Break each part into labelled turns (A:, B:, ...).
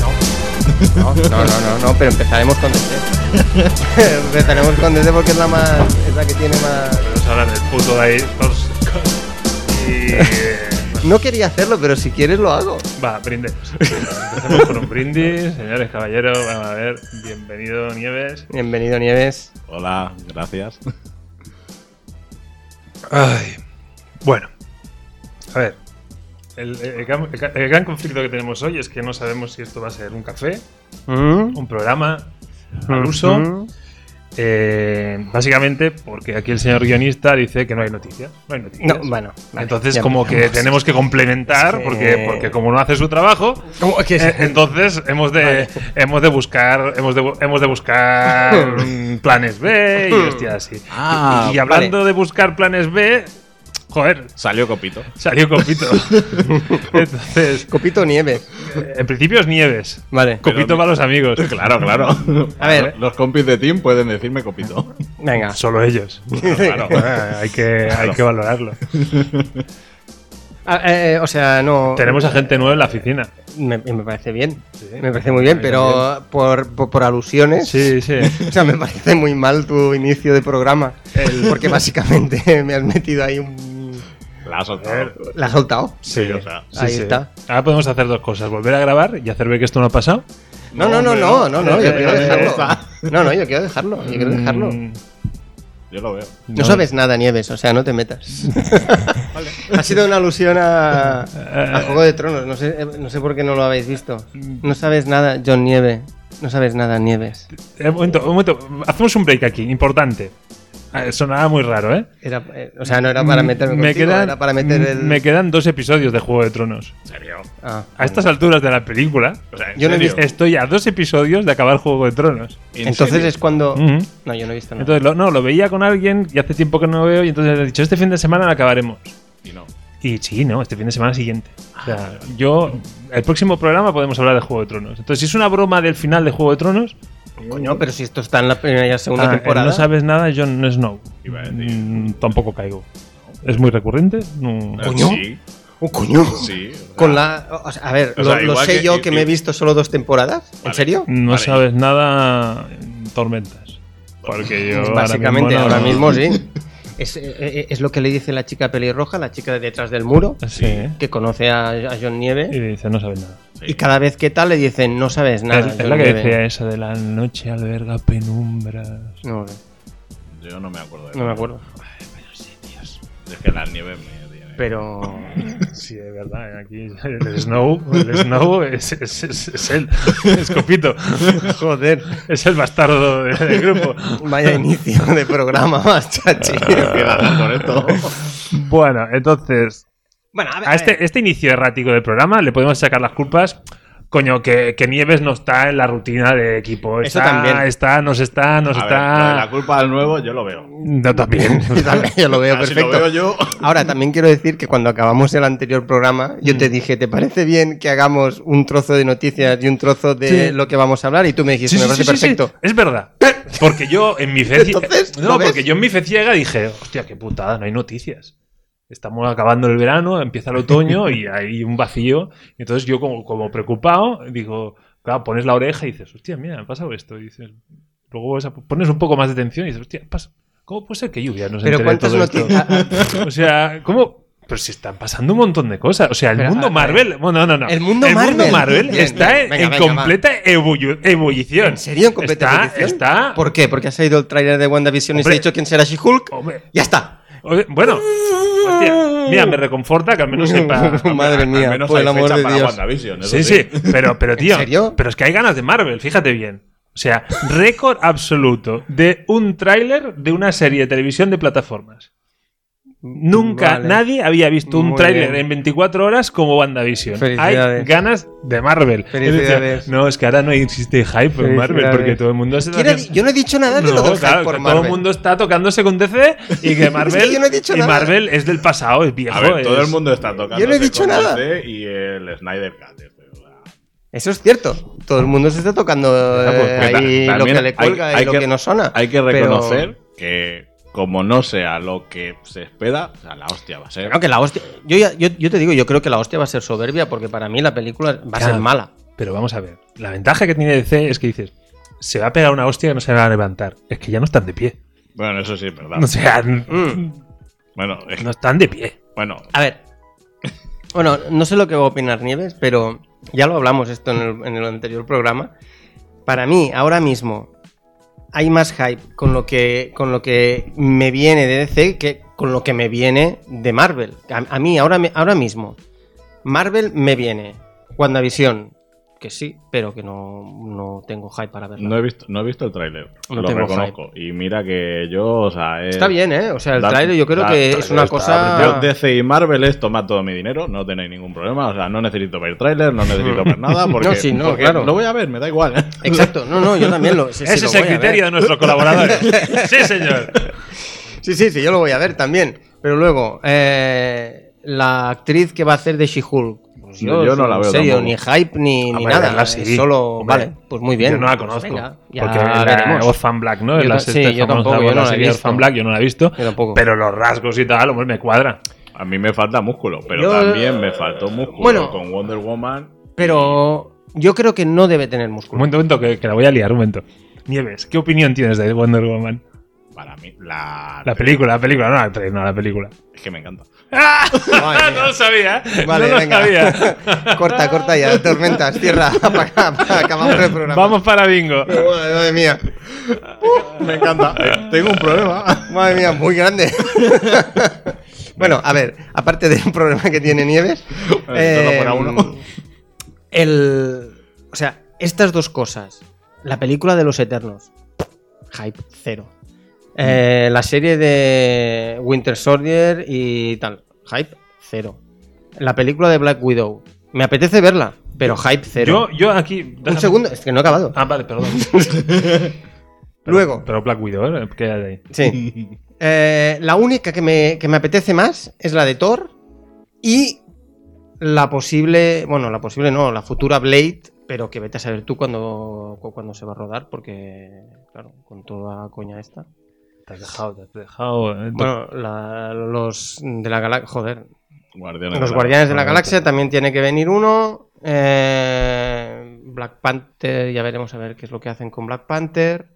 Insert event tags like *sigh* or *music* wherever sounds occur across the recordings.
A: No, no, no, no, no, pero empezaremos con *laughs* DC. empezaremos con DC porque es la más. es la que tiene más.
B: Nos hablan del puto de ahí. Thors- *laughs* Y. eh,
A: No quería hacerlo, pero si quieres lo hago.
B: Va, brindemos. Empecemos con un brindis, señores, caballeros. Vamos a ver, bienvenido, Nieves.
A: Bienvenido, Nieves.
C: Hola, gracias.
B: Ay. Bueno, a ver. El, el gran- el gran- el gran conflicto que tenemos hoy es que no sabemos si esto va a ser un café,
A: Mm,
B: un programa al uso.
A: mm.
B: Eh, básicamente porque aquí el señor guionista dice que no hay noticias. No hay noticias.
A: No, bueno. vale,
B: Entonces,
A: ya
B: como que
A: empezamos.
B: tenemos que complementar,
A: Sí.
B: porque, porque como no hace su trabajo,
A: ¿Cómo que es?
B: eh, entonces hemos de, hemos de buscar, hemos de, bu- hemos
A: *laughs*
B: de buscar mm, planes B y hostias así.
C: Ah,
B: y, y hablando de buscar planes B, joder,
C: Salió copito.
B: salió
A: *laughs*
B: Copito. entonces,
A: Copito Nieves.
B: eh, en principio es Nieves.
A: Vale.
B: Copito
C: Pero-
B: para los amigos.
C: *laughs* Claro, claro.
A: A ver.
C: Los compis de Team pueden decirme copito.
A: Venga.
B: Solo ellos.
C: *laughs*
B: *laughs*
C: Claro.
B: Ah, hay, que, hay que valorarlo.
A: Ah, eh, eh, o sea, no.
B: Tenemos a gente nueva en la oficina.
A: Me, me parece bien. Me parece muy bien, pero por, por, por alusiones.
B: Sí, sí.
A: *laughs* O sea, me parece muy mal tu inicio de programa. Porque básicamente *laughs* me has metido ahí un.
C: La has soltado.
A: La has soltado.
C: Sí, o sea.
B: Sí,
A: ahí
B: sí.
A: está.
B: Ahora podemos hacer dos cosas: volver a grabar y hacer ver que esto no ha pasado.
A: No, no, no,
C: hombre,
A: no, no, no, yo
B: Eh,
A: quiero
B: eh,
A: dejarlo.
C: está.
A: No, no, yo quiero dejarlo. Yo quiero dejarlo.
B: Mm,
C: Yo lo veo.
A: No sabes nada, Nieves, o sea, no te
B: *laughs*
A: metas. Ha sido una alusión a, a Juego de Tronos, no sé, eh, no sé por qué no lo habéis visto.
B: mm.
A: No sabes nada, John Nieve. No sabes nada, Nieves.
B: eh, un momento, un momento. Hacemos un break aquí, importante. Eh, Sonaba muy raro, ¿eh? Mm,
A: Era, eh, o sea, no era para meterme
B: me
A: contigo,
B: quedan, mm,
A: era para meter el...
B: me quedan dos episodios de Juego de Tronos.
A: Ah.
B: A estas alturas de la película,
C: O sea, ¿en
A: Yo no he
C: serio?
A: visto-
B: estoy a dos episodios de acabar Juego de Tronos.
C: ¿En
A: Entonces
C: serio?
A: es cuando...
B: Ujú.
A: No, yo no he visto nada.
B: Mm-hmm. Entonces, lo- no, lo veía con alguien y hace tiempo que no lo veo y entonces le he dicho, este fin de semana la acabaremos.
C: Y no.
B: Y sí, no, este fin de semana siguiente. O sea, yo, el próximo programa podemos hablar de Juego de Tronos. Entonces, si es una broma del final de Juego de Tronos,
A: Coño, pero si esto está en la primera y la segunda
B: Ah, el
A: temporada...
B: No sabes nada, Jon Snow.
C: Iba a decir.
B: Mm, tampoco caigo. ¿Es muy recurrente? No.
A: Coño.
C: Sí,
A: ¡Oh, coño!
C: sí. o sea,
A: Con la... o sea, a ver,
C: O
A: lo,
C: sea,
A: lo
C: igual
A: sé
C: que-
A: yo
C: y-
A: que me
C: y-
A: he visto solo dos temporadas. ¿En
C: Vale.
A: serio?
B: No
C: Vale.
B: sabes nada en tormentas. Porque yo. ahora
A: Básicamente,
B: mismo no-
A: ahora mismo, sí. *laughs* Es, eh, eh, es lo que le dice la chica pelirroja, la chica de detrás del muro,
B: Sí.
A: que conoce a, a John
B: Y
A: Nieve.
B: dice, no sabes nada.
C: sí.
A: Y cada vez que tal le dicen, no sabes nada.
B: es, es
A: John
B: la que
A: Nieve".
B: decía esa de la noche alberga penumbras.
A: No,
C: Yo no me acuerdo de
A: no me
C: eso.
A: acuerdo.
C: Es que las nieves me tienen. *laughs*
A: Pero.
B: Sí, de verdad. Aquí el Snow, el Snow es, es, es, es él. Es *laughs* Copito.
A: Joder.
B: Es el bastardo de- del grupo.
A: Vaya inicio de programa, *laughs* más chachi. *laughs*
B: Bueno, entonces,
A: Bueno, a ver.
B: A este, este inicio errático del programa le podemos sacar las culpas. Coño, que, que Nieves no está en la rutina de equipo.
A: Eso
B: Está,
A: también.
B: está, nos está, nos
C: A ver, lo de
B: está.
C: la culpa al nuevo, yo lo veo.
B: no,
C: *laughs*
B: también.
A: *laughs* Yo lo
B: *laughs*
A: veo
C: Ah, Si lo
A: perfecto.
C: veo yo.
A: Ahora, también quiero decir que cuando acabamos el anterior programa, yo
B: Mm.
A: te dije, ¿te parece bien que hagamos un trozo de noticias y un trozo de
B: Sí.
A: lo que vamos a hablar? Y tú me dijiste,
B: Sí, sí,
A: me parece
B: sí, sí, sí,
A: perfecto. *laughs*
B: Es verdad. Porque yo en mi fe ciega.
A: Entonces, ¿lo
B: No,
A: ves?
B: porque yo en mi fe ciega dije, hostia, qué putada, no hay noticias. Estamos acabando el verano, empieza el
A: *laughs*
B: otoño y hay un vacío. Y entonces yo, como, como preocupado, digo, claro, pones la oreja y dices, hostia, mira, ha pasado esto. Y dices, luego vas a- pones un poco más de atención y dices, hostia, pasa- ¿cómo puede ser que lluvia no se
A: Pero
B: entere de
A: ¿cuántas
B: todo esto?
A: noticias? Ah,
B: *laughs* O sea, ¿cómo? Pero si están pasando un montón de cosas. O sea, el
A: Pero,
B: mundo
A: a-
B: Marvel. Bueno, no, no, no.
A: El mundo Marvel. Bien,
B: está
A: bien.
B: en-
A: Venga,
B: en
A: venga,
B: completa ebullu- ebullición.
A: ¿En serio? ¿En completa
B: está,
A: ebullición?
B: Está.
A: ¿Por qué? ¿Porque ha salido el tráiler de WandaVision y se ha
B: Hombre.
A: dicho quién será She-Hulk?
B: Hombre,
A: ¡Ya está!
B: oye, bueno. hostia, mira, me reconforta que al menos sepa.
A: *laughs* Madre
C: *laughs* Al
A: mía,
C: menos
A: por
C: hay
A: el amor
C: fecha
A: de
C: para
A: Dios.
C: WandaVision, eso
B: Sí, sí, pero, pero tío.
A: serio?
B: Pero es que hay ganas de Marvel, fíjate bien. O sea, récord absoluto de un tráiler de una serie de televisión de plataformas. Nunca
A: Vale.
B: nadie había visto un
A: Muy
B: tráiler
A: bien.
B: en 24 horas como WandaVision. Hay
A: Felicidades.
B: ganas de Marvel. Es decir,
A: Felicidades.
B: no, es que ahora no existe hype en Marvel porque
A: Felicidades.
B: todo el mundo se
A: ¿Quién ha di- Yo no he dicho nada de lo
B: No,
A: del hype
B: claro,
A: por
B: que
A: Marvel.
B: todo el mundo está tocándose con DC
A: *laughs*
B: y que Marvel,
A: yo no he dicho
B: y
A: nada.
B: Marvel es del pasado, es viejo.
C: A ver, todo
B: es-
C: el mundo está tocando.
A: Yo no he dicho nada.
C: Y el Snyder Cut. este, o sea,
A: Eso es cierto. Todo el mundo se está tocando
B: Ah, pues,
A: eh,
C: pues,
A: ahí
C: ta-
A: lo que
C: también
A: le cuelga
C: hay-
A: y
C: hay
A: lo
C: que-
A: que, no suena.
C: Hay que
A: Pero-
C: reconocer que, como no sea lo que se espera, o sea, la hostia va a ser.
A: Creo que la hostia. Yo, ya- yo, yo te digo, yo creo que la hostia va a ser soberbia porque para mí la película va a
B: Claro.
A: ser mala.
B: Pero vamos a ver, la ventaja que tiene DC es que dices, se va a pegar una hostia que no se va a levantar. Es que ya no están de pie.
C: Bueno, eso sí, es verdad.
B: O sea, Mm.
C: Bueno, es-
B: no están de pie.
C: bueno,
A: A ver. Bueno, no sé lo que va a opinar Nieves, pero ya lo hablamos esto en el, en el anterior programa. Para mí, ahora mismo, hay más hype con lo que, con lo que me viene de DC que con lo que me viene de Marvel. A, a mí, ahora, me- ahora mismo, Marvel me viene. WandaVision, que sí, pero que no, no tengo hype para verla.
C: no eh, he visto, no he visto el tráiler.
A: No
C: lo
A: tengo
C: reconozco. Y mira que yo, o sea. es-
A: Está bien, ¿eh? O sea, el
C: Dar-
A: trailer yo creo
C: dar-
A: que es una
B: está-
C: Yo,
A: cosa...
C: DC y Marvel es tomar todo mi dinero, no tenéis ningún problema. O sea, no necesito ver tráiler, no necesito ver nada. Porque,
A: No, sí, no,
C: porque
A: claro.
C: Lo voy a ver, me da igual. ¿eh?
A: Exacto, no, no, yo también lo... sí, sí,
B: Ese
A: lo
B: es el
A: voy a ver.
B: criterio de
A: *laughs*
B: nuestros colaboradores. sí, señor.
A: Sí, sí, sí, yo lo voy a ver también. Pero luego, eh, la actriz que va a hacer de She-Hulk. Pues
C: Yo no la veo
A: En serio,
C: tampoco.
A: ni hype ni, ni
B: Hombre,
A: nada.
B: Ah, verla sí.
A: es Solo,
B: Hombre,
A: vale, pues muy bien.
B: Yo no la
A: Pues
B: conozco.
A: venga, ya
B: porque la
A: veremos.
B: Orphan Black, ¿no? este
A: Yo
B: la
A: ta- sí, yo tampoco, yo no la he visto.
B: Orphan Black, yo no la he visto.
A: Yo tampoco.
B: Pero los rasgos y tal, hombre, me cuadra.
C: A mí me falta músculo, pero
A: Yo-
C: también me faltó músculo
A: Bueno.
C: con Wonder Woman.
A: Pero yo creo que no debe tener
B: Un
A: músculo.
B: momento, un momento, que, que la voy a liar, un momento. Nieves, ¿qué opinión tienes de Wonder Woman?
C: Para mí, la,
B: La película, la película, no, la, no, la película. *laughs*
C: Es que me encanta.
B: ¡Ah!
A: Madre mía.
B: *laughs* no lo sabía. ¿eh?
A: Vale,
B: no lo
A: venga.
B: sabía.
A: corta, corta ya, tormentas, cierra. *laughs* apaga, apaga, Acabamos el *laughs* programa.
B: Vamos para bingo.
A: Madre madre mía,
C: *laughs* Me encanta. Eh, Tengo un problema.
A: *laughs* madre mía, muy grande.
C: *laughs*
A: bueno, a ver, aparte del problema que tiene Nieves,
C: Eh,
A: eh,
C: solo fuera uno.
A: El. O sea, estas dos cosas. La película de los Eternos. Hype cero. Eh, la serie de Winter Soldier y tal. Hype cero. La película de Black Widow. Me apetece verla, pero hype cero.
B: Yo, yo aquí.
A: Un
B: déjame-
A: segundo, es que no he acabado.
B: Ah,
A: *laughs*
B: vale, perdón.
A: Luego.
B: Pero Black Widow, ¿eh? quédate ahí.
A: *laughs* Sí. Eh, la única que me, que me apetece más es la de Thor y la posible, bueno, la posible no, la futura Blade, pero que vete a saber tú cuándo cu- cuándo se va a rodar, porque, claro, con toda coña esta.
B: Te has dejado, te has dejado. eh,
A: Bueno, la- los de la galaxia, joder,
C: *laughs* Guardianes
A: los
C: la-
A: Guardianes de la
B: correcto.
A: Galaxia también tiene que venir uno. eh, Black Panther, ya veremos a ver qué es lo que hacen con Black Panther.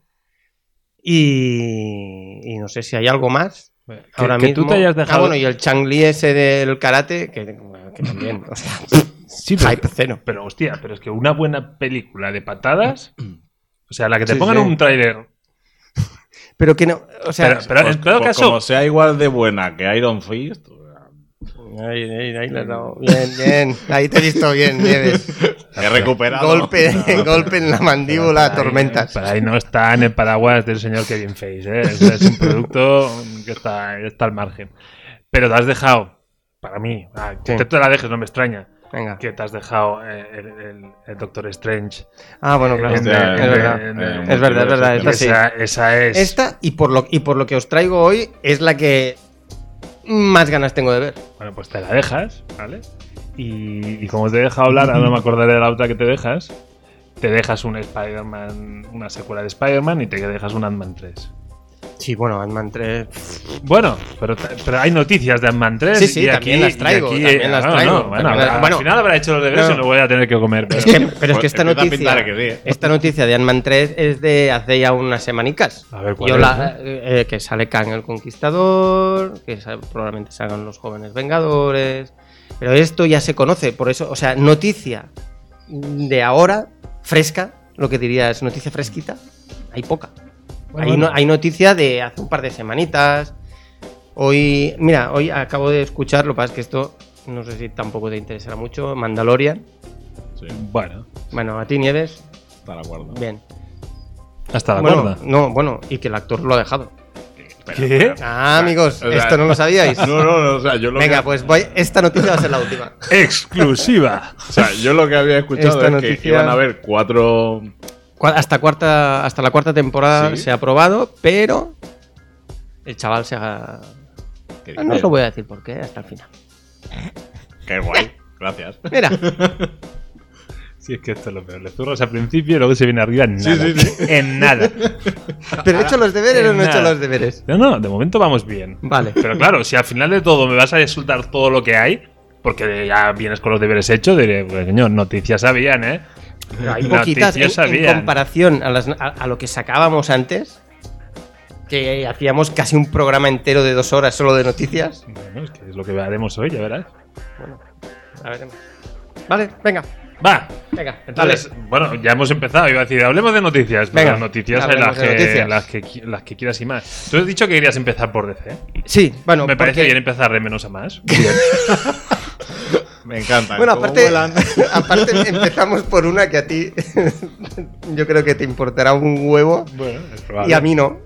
A: Y, y no sé si hay algo más.
B: Que,
A: Ahora
B: que
A: mismo.
B: tú te hayas dejado.
A: Ah, bueno, y el Changli ese del karate, que, que también. O sea,
B: *laughs* Sí, pero-
A: hype cero.
B: Pero hostia, pero es que una buena película
A: *clears throat*
B: de patadas. O sea, la que te
A: Sí,
B: pongan
A: sí.
B: un tráiler.
A: Pero que no. O sea.
B: Pero, pero en todo
C: Pues
B: caso.
C: Como sea igual de buena que Iron Fist. o sea,
A: Ahí, ahí, ahí le he dado. Bien, bien. Ahí te he visto
B: *laughs*
A: bien, Nieves.
C: He recuperado. *laughs*
A: Golpe, golpe en la mandíbula, tormentas.
B: Para ahí no está en el paraguas del señor Kevin Face. ¿eh? O sea, Es un producto que está, está al margen. Pero te has dejado. Para mí. ah, que
A: Sí.
B: te, te la dejes, no me extraña.
A: Venga.
B: Que te has dejado eh, el, el- el Doctor Strange.
A: Ah, bueno, claro.
B: en-
A: Es
C: Hostia,
B: en-
C: eh,
A: verdad.
C: eh,
B: en-
C: eh,
B: en-
A: Es verdad, es verdad, Ah, esta sí.
B: Esa, esa es.
A: Esta, y por, lo, y por lo que os traigo hoy, es la que más ganas tengo de ver.
B: Bueno, pues te la dejas, ¿vale? Y, y como te he dejado hablar, ahora no me acordaré de la otra que te dejas. Te dejas un Spider-Man, una secuela de Spider-Man y te dejas un Ant-Man 3.
A: Sí, bueno, Ant-Man 3.
B: Bueno, pero, ta- pero hay noticias de Ant-Man 3.
A: Sí, sí,
B: y
A: también
B: aquí-
A: las traigo,
B: y aquí,
A: también
B: eh,
A: las
B: no,
A: traigo,
B: no, bueno,
A: también las-
B: al
A: bueno,
B: final habrá hecho los deberes y
A: pero-
B: lo voy a tener que comer. *laughs* pero-
A: Es que- pero es que esta
C: Empieza a
A: noticia.
C: pintar que sí, ¿eh?
A: Esta noticia de Ant-Man 3 es de hace ya unas semanicas.
B: A ver, ¿cuál
A: Yo
B: es,
A: la- eh, que sale Kang el Conquistador, que sa- probablemente salgan los jóvenes Vengadores. Pero esto ya se conoce, por eso, o sea, noticia de ahora, fresca, lo que dirías, noticia fresquita, hay poca.
B: Bueno,
A: hay, no-
B: bueno.
A: hay noticia de hace un par de semanitas. Hoy, mira, hoy acabo de escuchar, lo que pasa es que esto, no sé si tampoco te interesará mucho, Mandalorian.
C: Sí,
B: Bueno,
A: Bueno, a ti, Nieves,
C: está de acuerdo.
A: bien.
B: hasta la
A: Bueno,
B: cuerda.
A: no, bueno, y que el actor lo ha dejado.
C: espera,
B: ¿Qué?
C: espera.
A: Ah, amigos,
C: O sea,
A: esto no lo sabíais.
C: *laughs* No, no, no, o sea, yo lo
A: Venga,
C: que-
A: pues voy. Esta noticia va a ser la última.
B: Exclusiva.
C: O sea, yo lo que había escuchado
A: pues, Esta
C: es que
A: noticia-
C: iban a haber cuatro.
A: Cua- Hasta, cuarta, hasta la cuarta temporada
C: Sí.
A: se ha aprobado, pero el chaval se ha...
C: ¿Qué
A: Ah, No os lo voy a decir por qué, hasta el final.
C: Qué guay. Gracias.
A: Mira,
B: Sí, es que esto es lo peor. Le zurras al principio y luego se viene arriba en nada.
C: Sí, sí, sí.
B: En nada.
A: pero he hecho los deberes o no he hecho
B: Nada.
A: los deberes.
B: No, no, de momento vamos bien.
A: Vale.
B: Pero claro, si al final de todo me vas a insultar todo lo que hay, porque ya vienes con los deberes hechos, diré, pues, coño, noticias sabían, ¿eh?
A: Hay poquitas en,
B: noticias
A: en
B: sabían.
A: comparación a, las- a- a lo que sacábamos antes, que hacíamos casi un programa entero de dos horas solo de noticias.
B: Bueno, es que es lo que haremos hoy, ya verás.
A: Bueno, a veremos. Vale, venga,
B: Va.
A: venga.
B: Entonces,
A: Entonces,
B: bueno, ya hemos empezado. Iba a decir, hablemos de noticias. pero
A: Venga,
B: las noticias en
A: hablemos
B: las
A: de
B: que,
A: noticias.
B: Las, que, qui- las que quieras y más. Tú has dicho que querías empezar por DC.
A: sí, bueno,
B: Me parece
A: porque-
B: bien empezar de menos
A: *laughs*
B: a más.
C: Me encanta.
A: Bueno,
C: Cómo
A: aparte,
C: vuelan.
A: *laughs* aparte empezamos por una que a ti *laughs* yo creo que te importará un huevo
B: bueno, es probable.
A: y a mí no.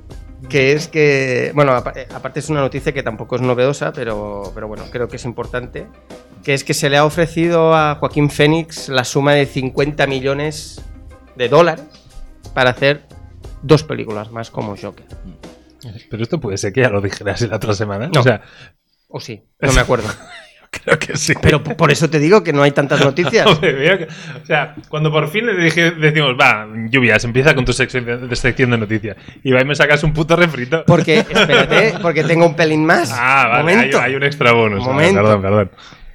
A: Que es que, bueno, apa- eh, aparte es una noticia que tampoco es novedosa, pero, pero bueno, creo que es importante. Que es que se le ha ofrecido a Joaquín Fénix la suma de 50 millones de dólares para hacer dos películas más como Joker.
B: Pero esto puede ser que ya lo dijeras la otra semana.
A: No.
B: O sea, *laughs*
A: O sí, no me acuerdo.
B: creo que sí. *laughs*
A: Pero p- por eso te digo que no hay tantas noticias.
B: Hombre, veo que- o sea, cuando por fin le dije, decimos, va, lluvias, empieza con tu sección de, de sección de noticias. Y va y me sacas un puto refrito.
A: Porque, espérate, porque tengo un pelín más.
B: Ah, vale, hay,
A: Momento.
B: hay un extra bonus. Vale,
A: Momento.
B: Perdón, perdón.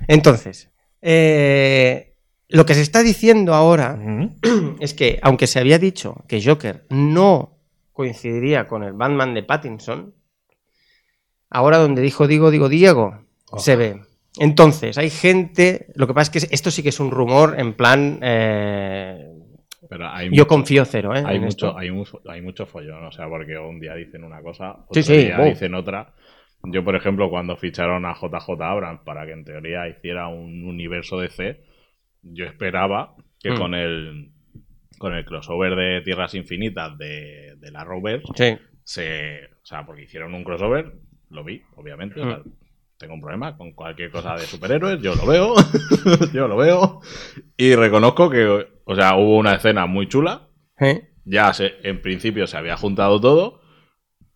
A: Entonces, eh, lo que se está diciendo ahora
B: Ujú.
A: es que, aunque se había dicho que Joker no coincidiría con el Batman de Pattinson, ahora donde dijo digo, digo Diego,
B: Oh.
A: se ve. Entonces, hay gente, lo que pasa es que esto sí que es un rumor en plan, eh,
C: Pero hay
A: yo confío cero, ¿eh?
C: hay
A: en esto.
C: mucho, hay, un- hay mucho follón, o sea, porque un día dicen una cosa, otro
A: Sí, sí,
C: día
A: wow.
C: dicen otra. Yo, por ejemplo, cuando ficharon a JJ Abrams para que en teoría hiciera un universo DC, yo esperaba que
A: Mm.
C: con el con el crossover de Tierras Infinitas de, de la Rovers
A: Sí.
C: se, o sea, porque hicieron un crossover, lo vi, obviamente. o
A: Hmm.
C: sea, tengo un problema con cualquier cosa de superhéroes, yo lo veo, *laughs* yo lo veo. Y reconozco que, o sea, hubo una escena muy chula,
A: ¿Eh?
C: ya se- en principio se había juntado todo.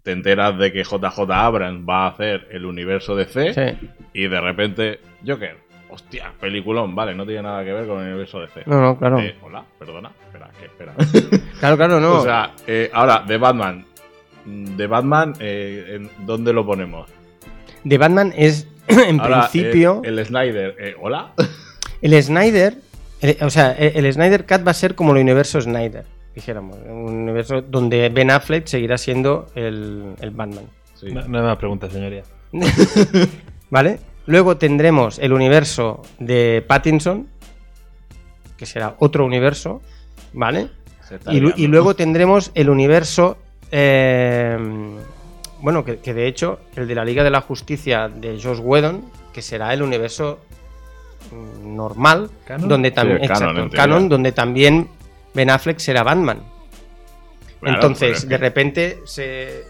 C: Te enteras de que JJ Abrams va a hacer el universo de
B: ¿Eh?
C: C
A: Sí.
C: y de repente Joker, hostia, peliculón, vale, no tiene nada que ver con el universo de C.
A: No, no, claro.
C: Eh, hola, perdona, espera, que espera.
A: Claro, claro, *laughs* no.
C: O sea, eh, ahora, de Batman. Mm, De Batman, eh, en- ¿dónde lo ponemos?
A: de Batman es, *clears throat* en
C: Ahora, eh,
A: principio...
C: el Snyder, eh, ¿hola?
A: El Snyder, el- o sea, el, el Snyder Cut va a ser como el universo Snyder, dijéramos. Un universo donde Ben Affleck seguirá siendo el, el Batman.
C: Sí.
B: No, no hay más preguntas, señoría.
A: ¿Vale? Luego tendremos el universo de Pattinson, que será otro universo, ¿vale?
C: Se está
A: Y, lu-
C: liando.
A: y luego tendremos el universo. eh, bueno, que, que de hecho, el de la Liga de la Justicia de Josh Whedon, que será el universo mm, normal,
B: ¿Canon?
A: donde también.
C: Sí, el canon,
A: exacto,
C: en
A: el
C: teoría.
A: canon, donde también Ben Affleck será Batman.
C: Claro, pero
A: Entonces,
C: es
A: de
C: que-
A: repente se.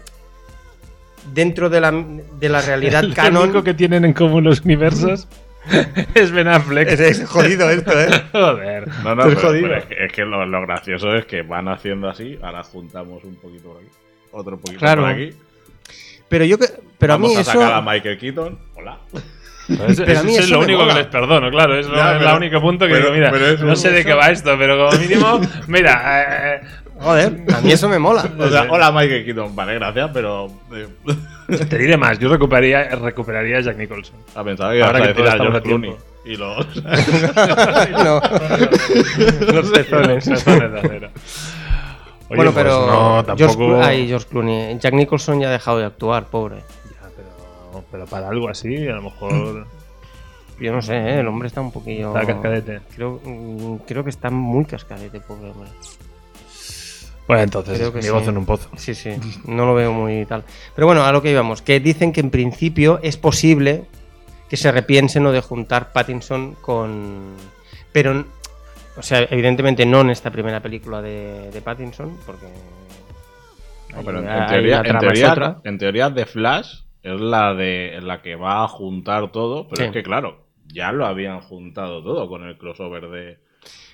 A: Dentro de la, de la realidad
B: *laughs* Lo
A: canon.
B: único que tienen en común los
A: *laughs*
B: universos es Ben Affleck.
A: jodido esto, ¿eh?
B: *laughs* Joder.
C: No, no,
B: Estoy
C: pero-
B: jodido.
C: pero es que, es que lo, lo gracioso es que van haciendo así, ahora juntamos un poquito por aquí, otro poquito
A: Claro.
C: por aquí.
A: Pero yo. que- Pero a
C: Vamos
A: mí
C: a
A: eso.
C: sacar a Michael Keaton, hola.
B: Eso,
A: Pero a mí
B: eso es
A: eso
B: lo
A: me
B: único
A: mola.
B: que les perdono, claro. Es lo,
C: Ya,
B: es
C: pero-
B: la único punto que
C: pero-
B: digo, mira,
C: pero es
B: no
C: un-
B: sé de qué va esto, pero como
A: *laughs*
B: mínimo, mira, eh,
A: Joder, a mí eso me
B: *laughs*
A: mola.
C: *laughs* O *laughs* sea, hola Michael Keaton, vale, gracias, pero eh,
B: eh, te diré más, yo recuperaría, recuperaría a Jack Nicholson.
A: *laughs*
C: a pensar que
B: Ahora
C: ahora
B: que
C: a decir
B: todos
C: a
B: estamos
C: George
B: a tiempo.
C: Clooney. Y *laughs* lo,
A: No.
B: pues Los
A: pezones.
B: Los pezones de acero. Oye,
A: bueno,
B: pues
A: pero
B: no,
A: George,
B: tampoco.
A: Clo- ay, George Clooney. Jack Nicholson ya ha dejado de actuar, pobre.
B: Ya, Ah, pero, pero para algo así, a lo mejor.
A: Yo no sé, ¿eh? el hombre está un poquillo.
B: Está cascadete.
A: Creo, mm, creo que está muy cascadete, pobre hombre.
B: Bueno, entonces,
A: Creo que
B: mi
A: sí.
B: voz en un pozo.
A: Sí, sí, no lo veo muy tal. Pero bueno, a lo que íbamos, que dicen que en principio es posible que se repiensen o de juntar Pattinson con. Pero, n- o sea, evidentemente no en esta primera película de, de Pattinson, porque
C: No, pero en, en
D: Hay una
C: teoría, en,
D: trama, es
C: teoría,
D: otra.
C: en teoría The Flash es la de la que va a juntar todo, pero
A: Sí.
C: es que claro, ya lo habían juntado todo con el crossover de, de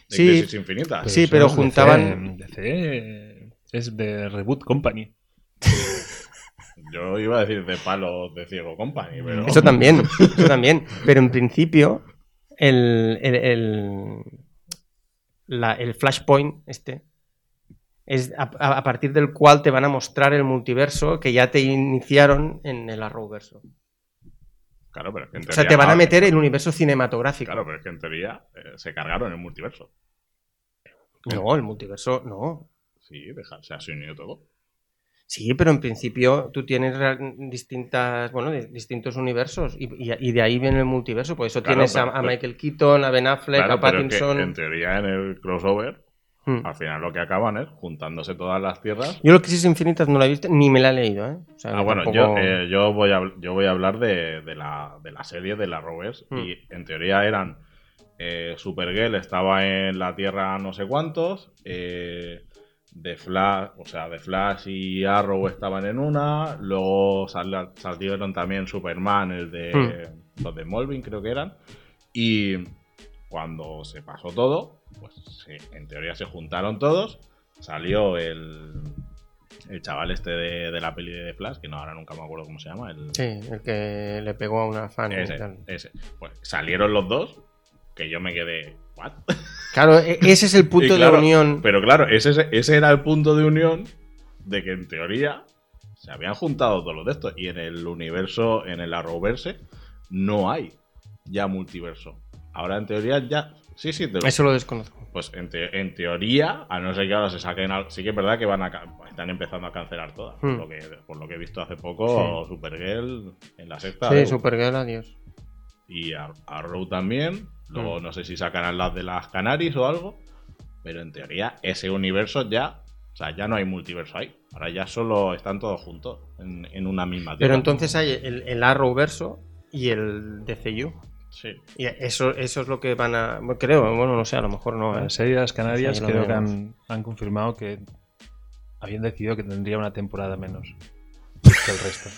A: Sí.
C: Crisis Infinita.
A: Sí,
B: Pues eso
A: pero
B: es DC,
A: juntaban-
B: DC es de Reboot Company.
C: Yo iba a decir de palo de ciego company, pero
A: Mm. Eso también, eso también. Pero en principio, el, el, el- la- el flashpoint este es a, a- a partir del cual te van a mostrar el multiverso que ya te iniciaron en el Arrowverso.
C: claro, pero es que en
A: O sea,
C: teoría
A: te van a
C: ahora-
A: meter el universo cinematográfico.
C: Claro, pero es que en teoría eh, se cargaron el multiverso.
A: No, el multiverso no.
C: Sí, deja, se ha unido todo.
A: Sí, pero en principio tú tienes ra- distintas, bueno, di- distintos universos y, y- y de ahí viene el multiverso. Por eso
C: Claro,
A: tienes a-
C: pero-
A: a, Michael Keaton, a Ben Affleck,
C: Claro,
A: a
C: pero es que
A: Pattinson.
C: en teoría en el crossover,
A: Mm.
C: al final lo que acaban es juntándose todas las tierras
A: Yo lo que Crisis Infinitas no la he visto ni me la he leído, ¿eh? O sea,
C: Ah, bueno,
A: tampoco-
C: yo, eh, yo, voy a, yo voy a hablar de, de la, de la serie de la Rovers.
A: Mm.
C: Y en teoría eran. eh, Supergirl estaba en la Tierra no sé cuántos. eh, The Flash, o sea, The Flash y Arrow estaban en una. Luego sal- salieron también Superman, el de.
A: Hmm.
C: Los de Molvin, creo que eran. Y cuando se pasó todo, pues se- en teoría se juntaron todos. Salió el, el chaval este de, de la peli de The Flash, que no ahora nunca me acuerdo cómo se llama. El,
A: Sí, el que le pegó a una fan. y
C: ese,
A: tal.
C: ese. Pues salieron los dos, que yo me quedé. ¿What? *laughs*
A: Claro, e- ese es el punto
C: Y claro,
A: de unión.
C: Pero claro, ese, ese era el punto de unión de que en teoría se habían juntado todos los de estos. Y en el universo, en el Arrowverse, no hay ya multiverso. Ahora en teoría ya. Sí, sí, te lo
A: Eso lo desconozco.
C: Pues en, te- en teoría, a no ser que ahora se saquen. al- Sí que es verdad que van a ca- están empezando a cancelar todas. Por,
A: Hmm.
C: lo que, por lo que he visto hace poco, Supergirl en la sexta.
A: Sí,
C: eh,
A: Supergirl, adiós.
C: y a, a Row también.
A: Hmm.
C: Luego no sé si sacarán las de las Canaris o algo. Pero en teoría, ese universo ya. O sea, ya no hay multiverso ahí. Ahora ya solo están todos juntos en, en una misma tierra.
A: Pero entonces hay el, el Arrowverso y el DCU.
C: Sí.
A: Y eso, eso es lo que van a. bueno, Creo, bueno, no sé, a lo mejor no. ¿eh?
B: Las series de las Canarias
A: Sí, sí, lo
B: creo que
A: veremos.
B: han, han confirmado que habían decidido que tendría una temporada menos que el
A: *laughs*
B: resto.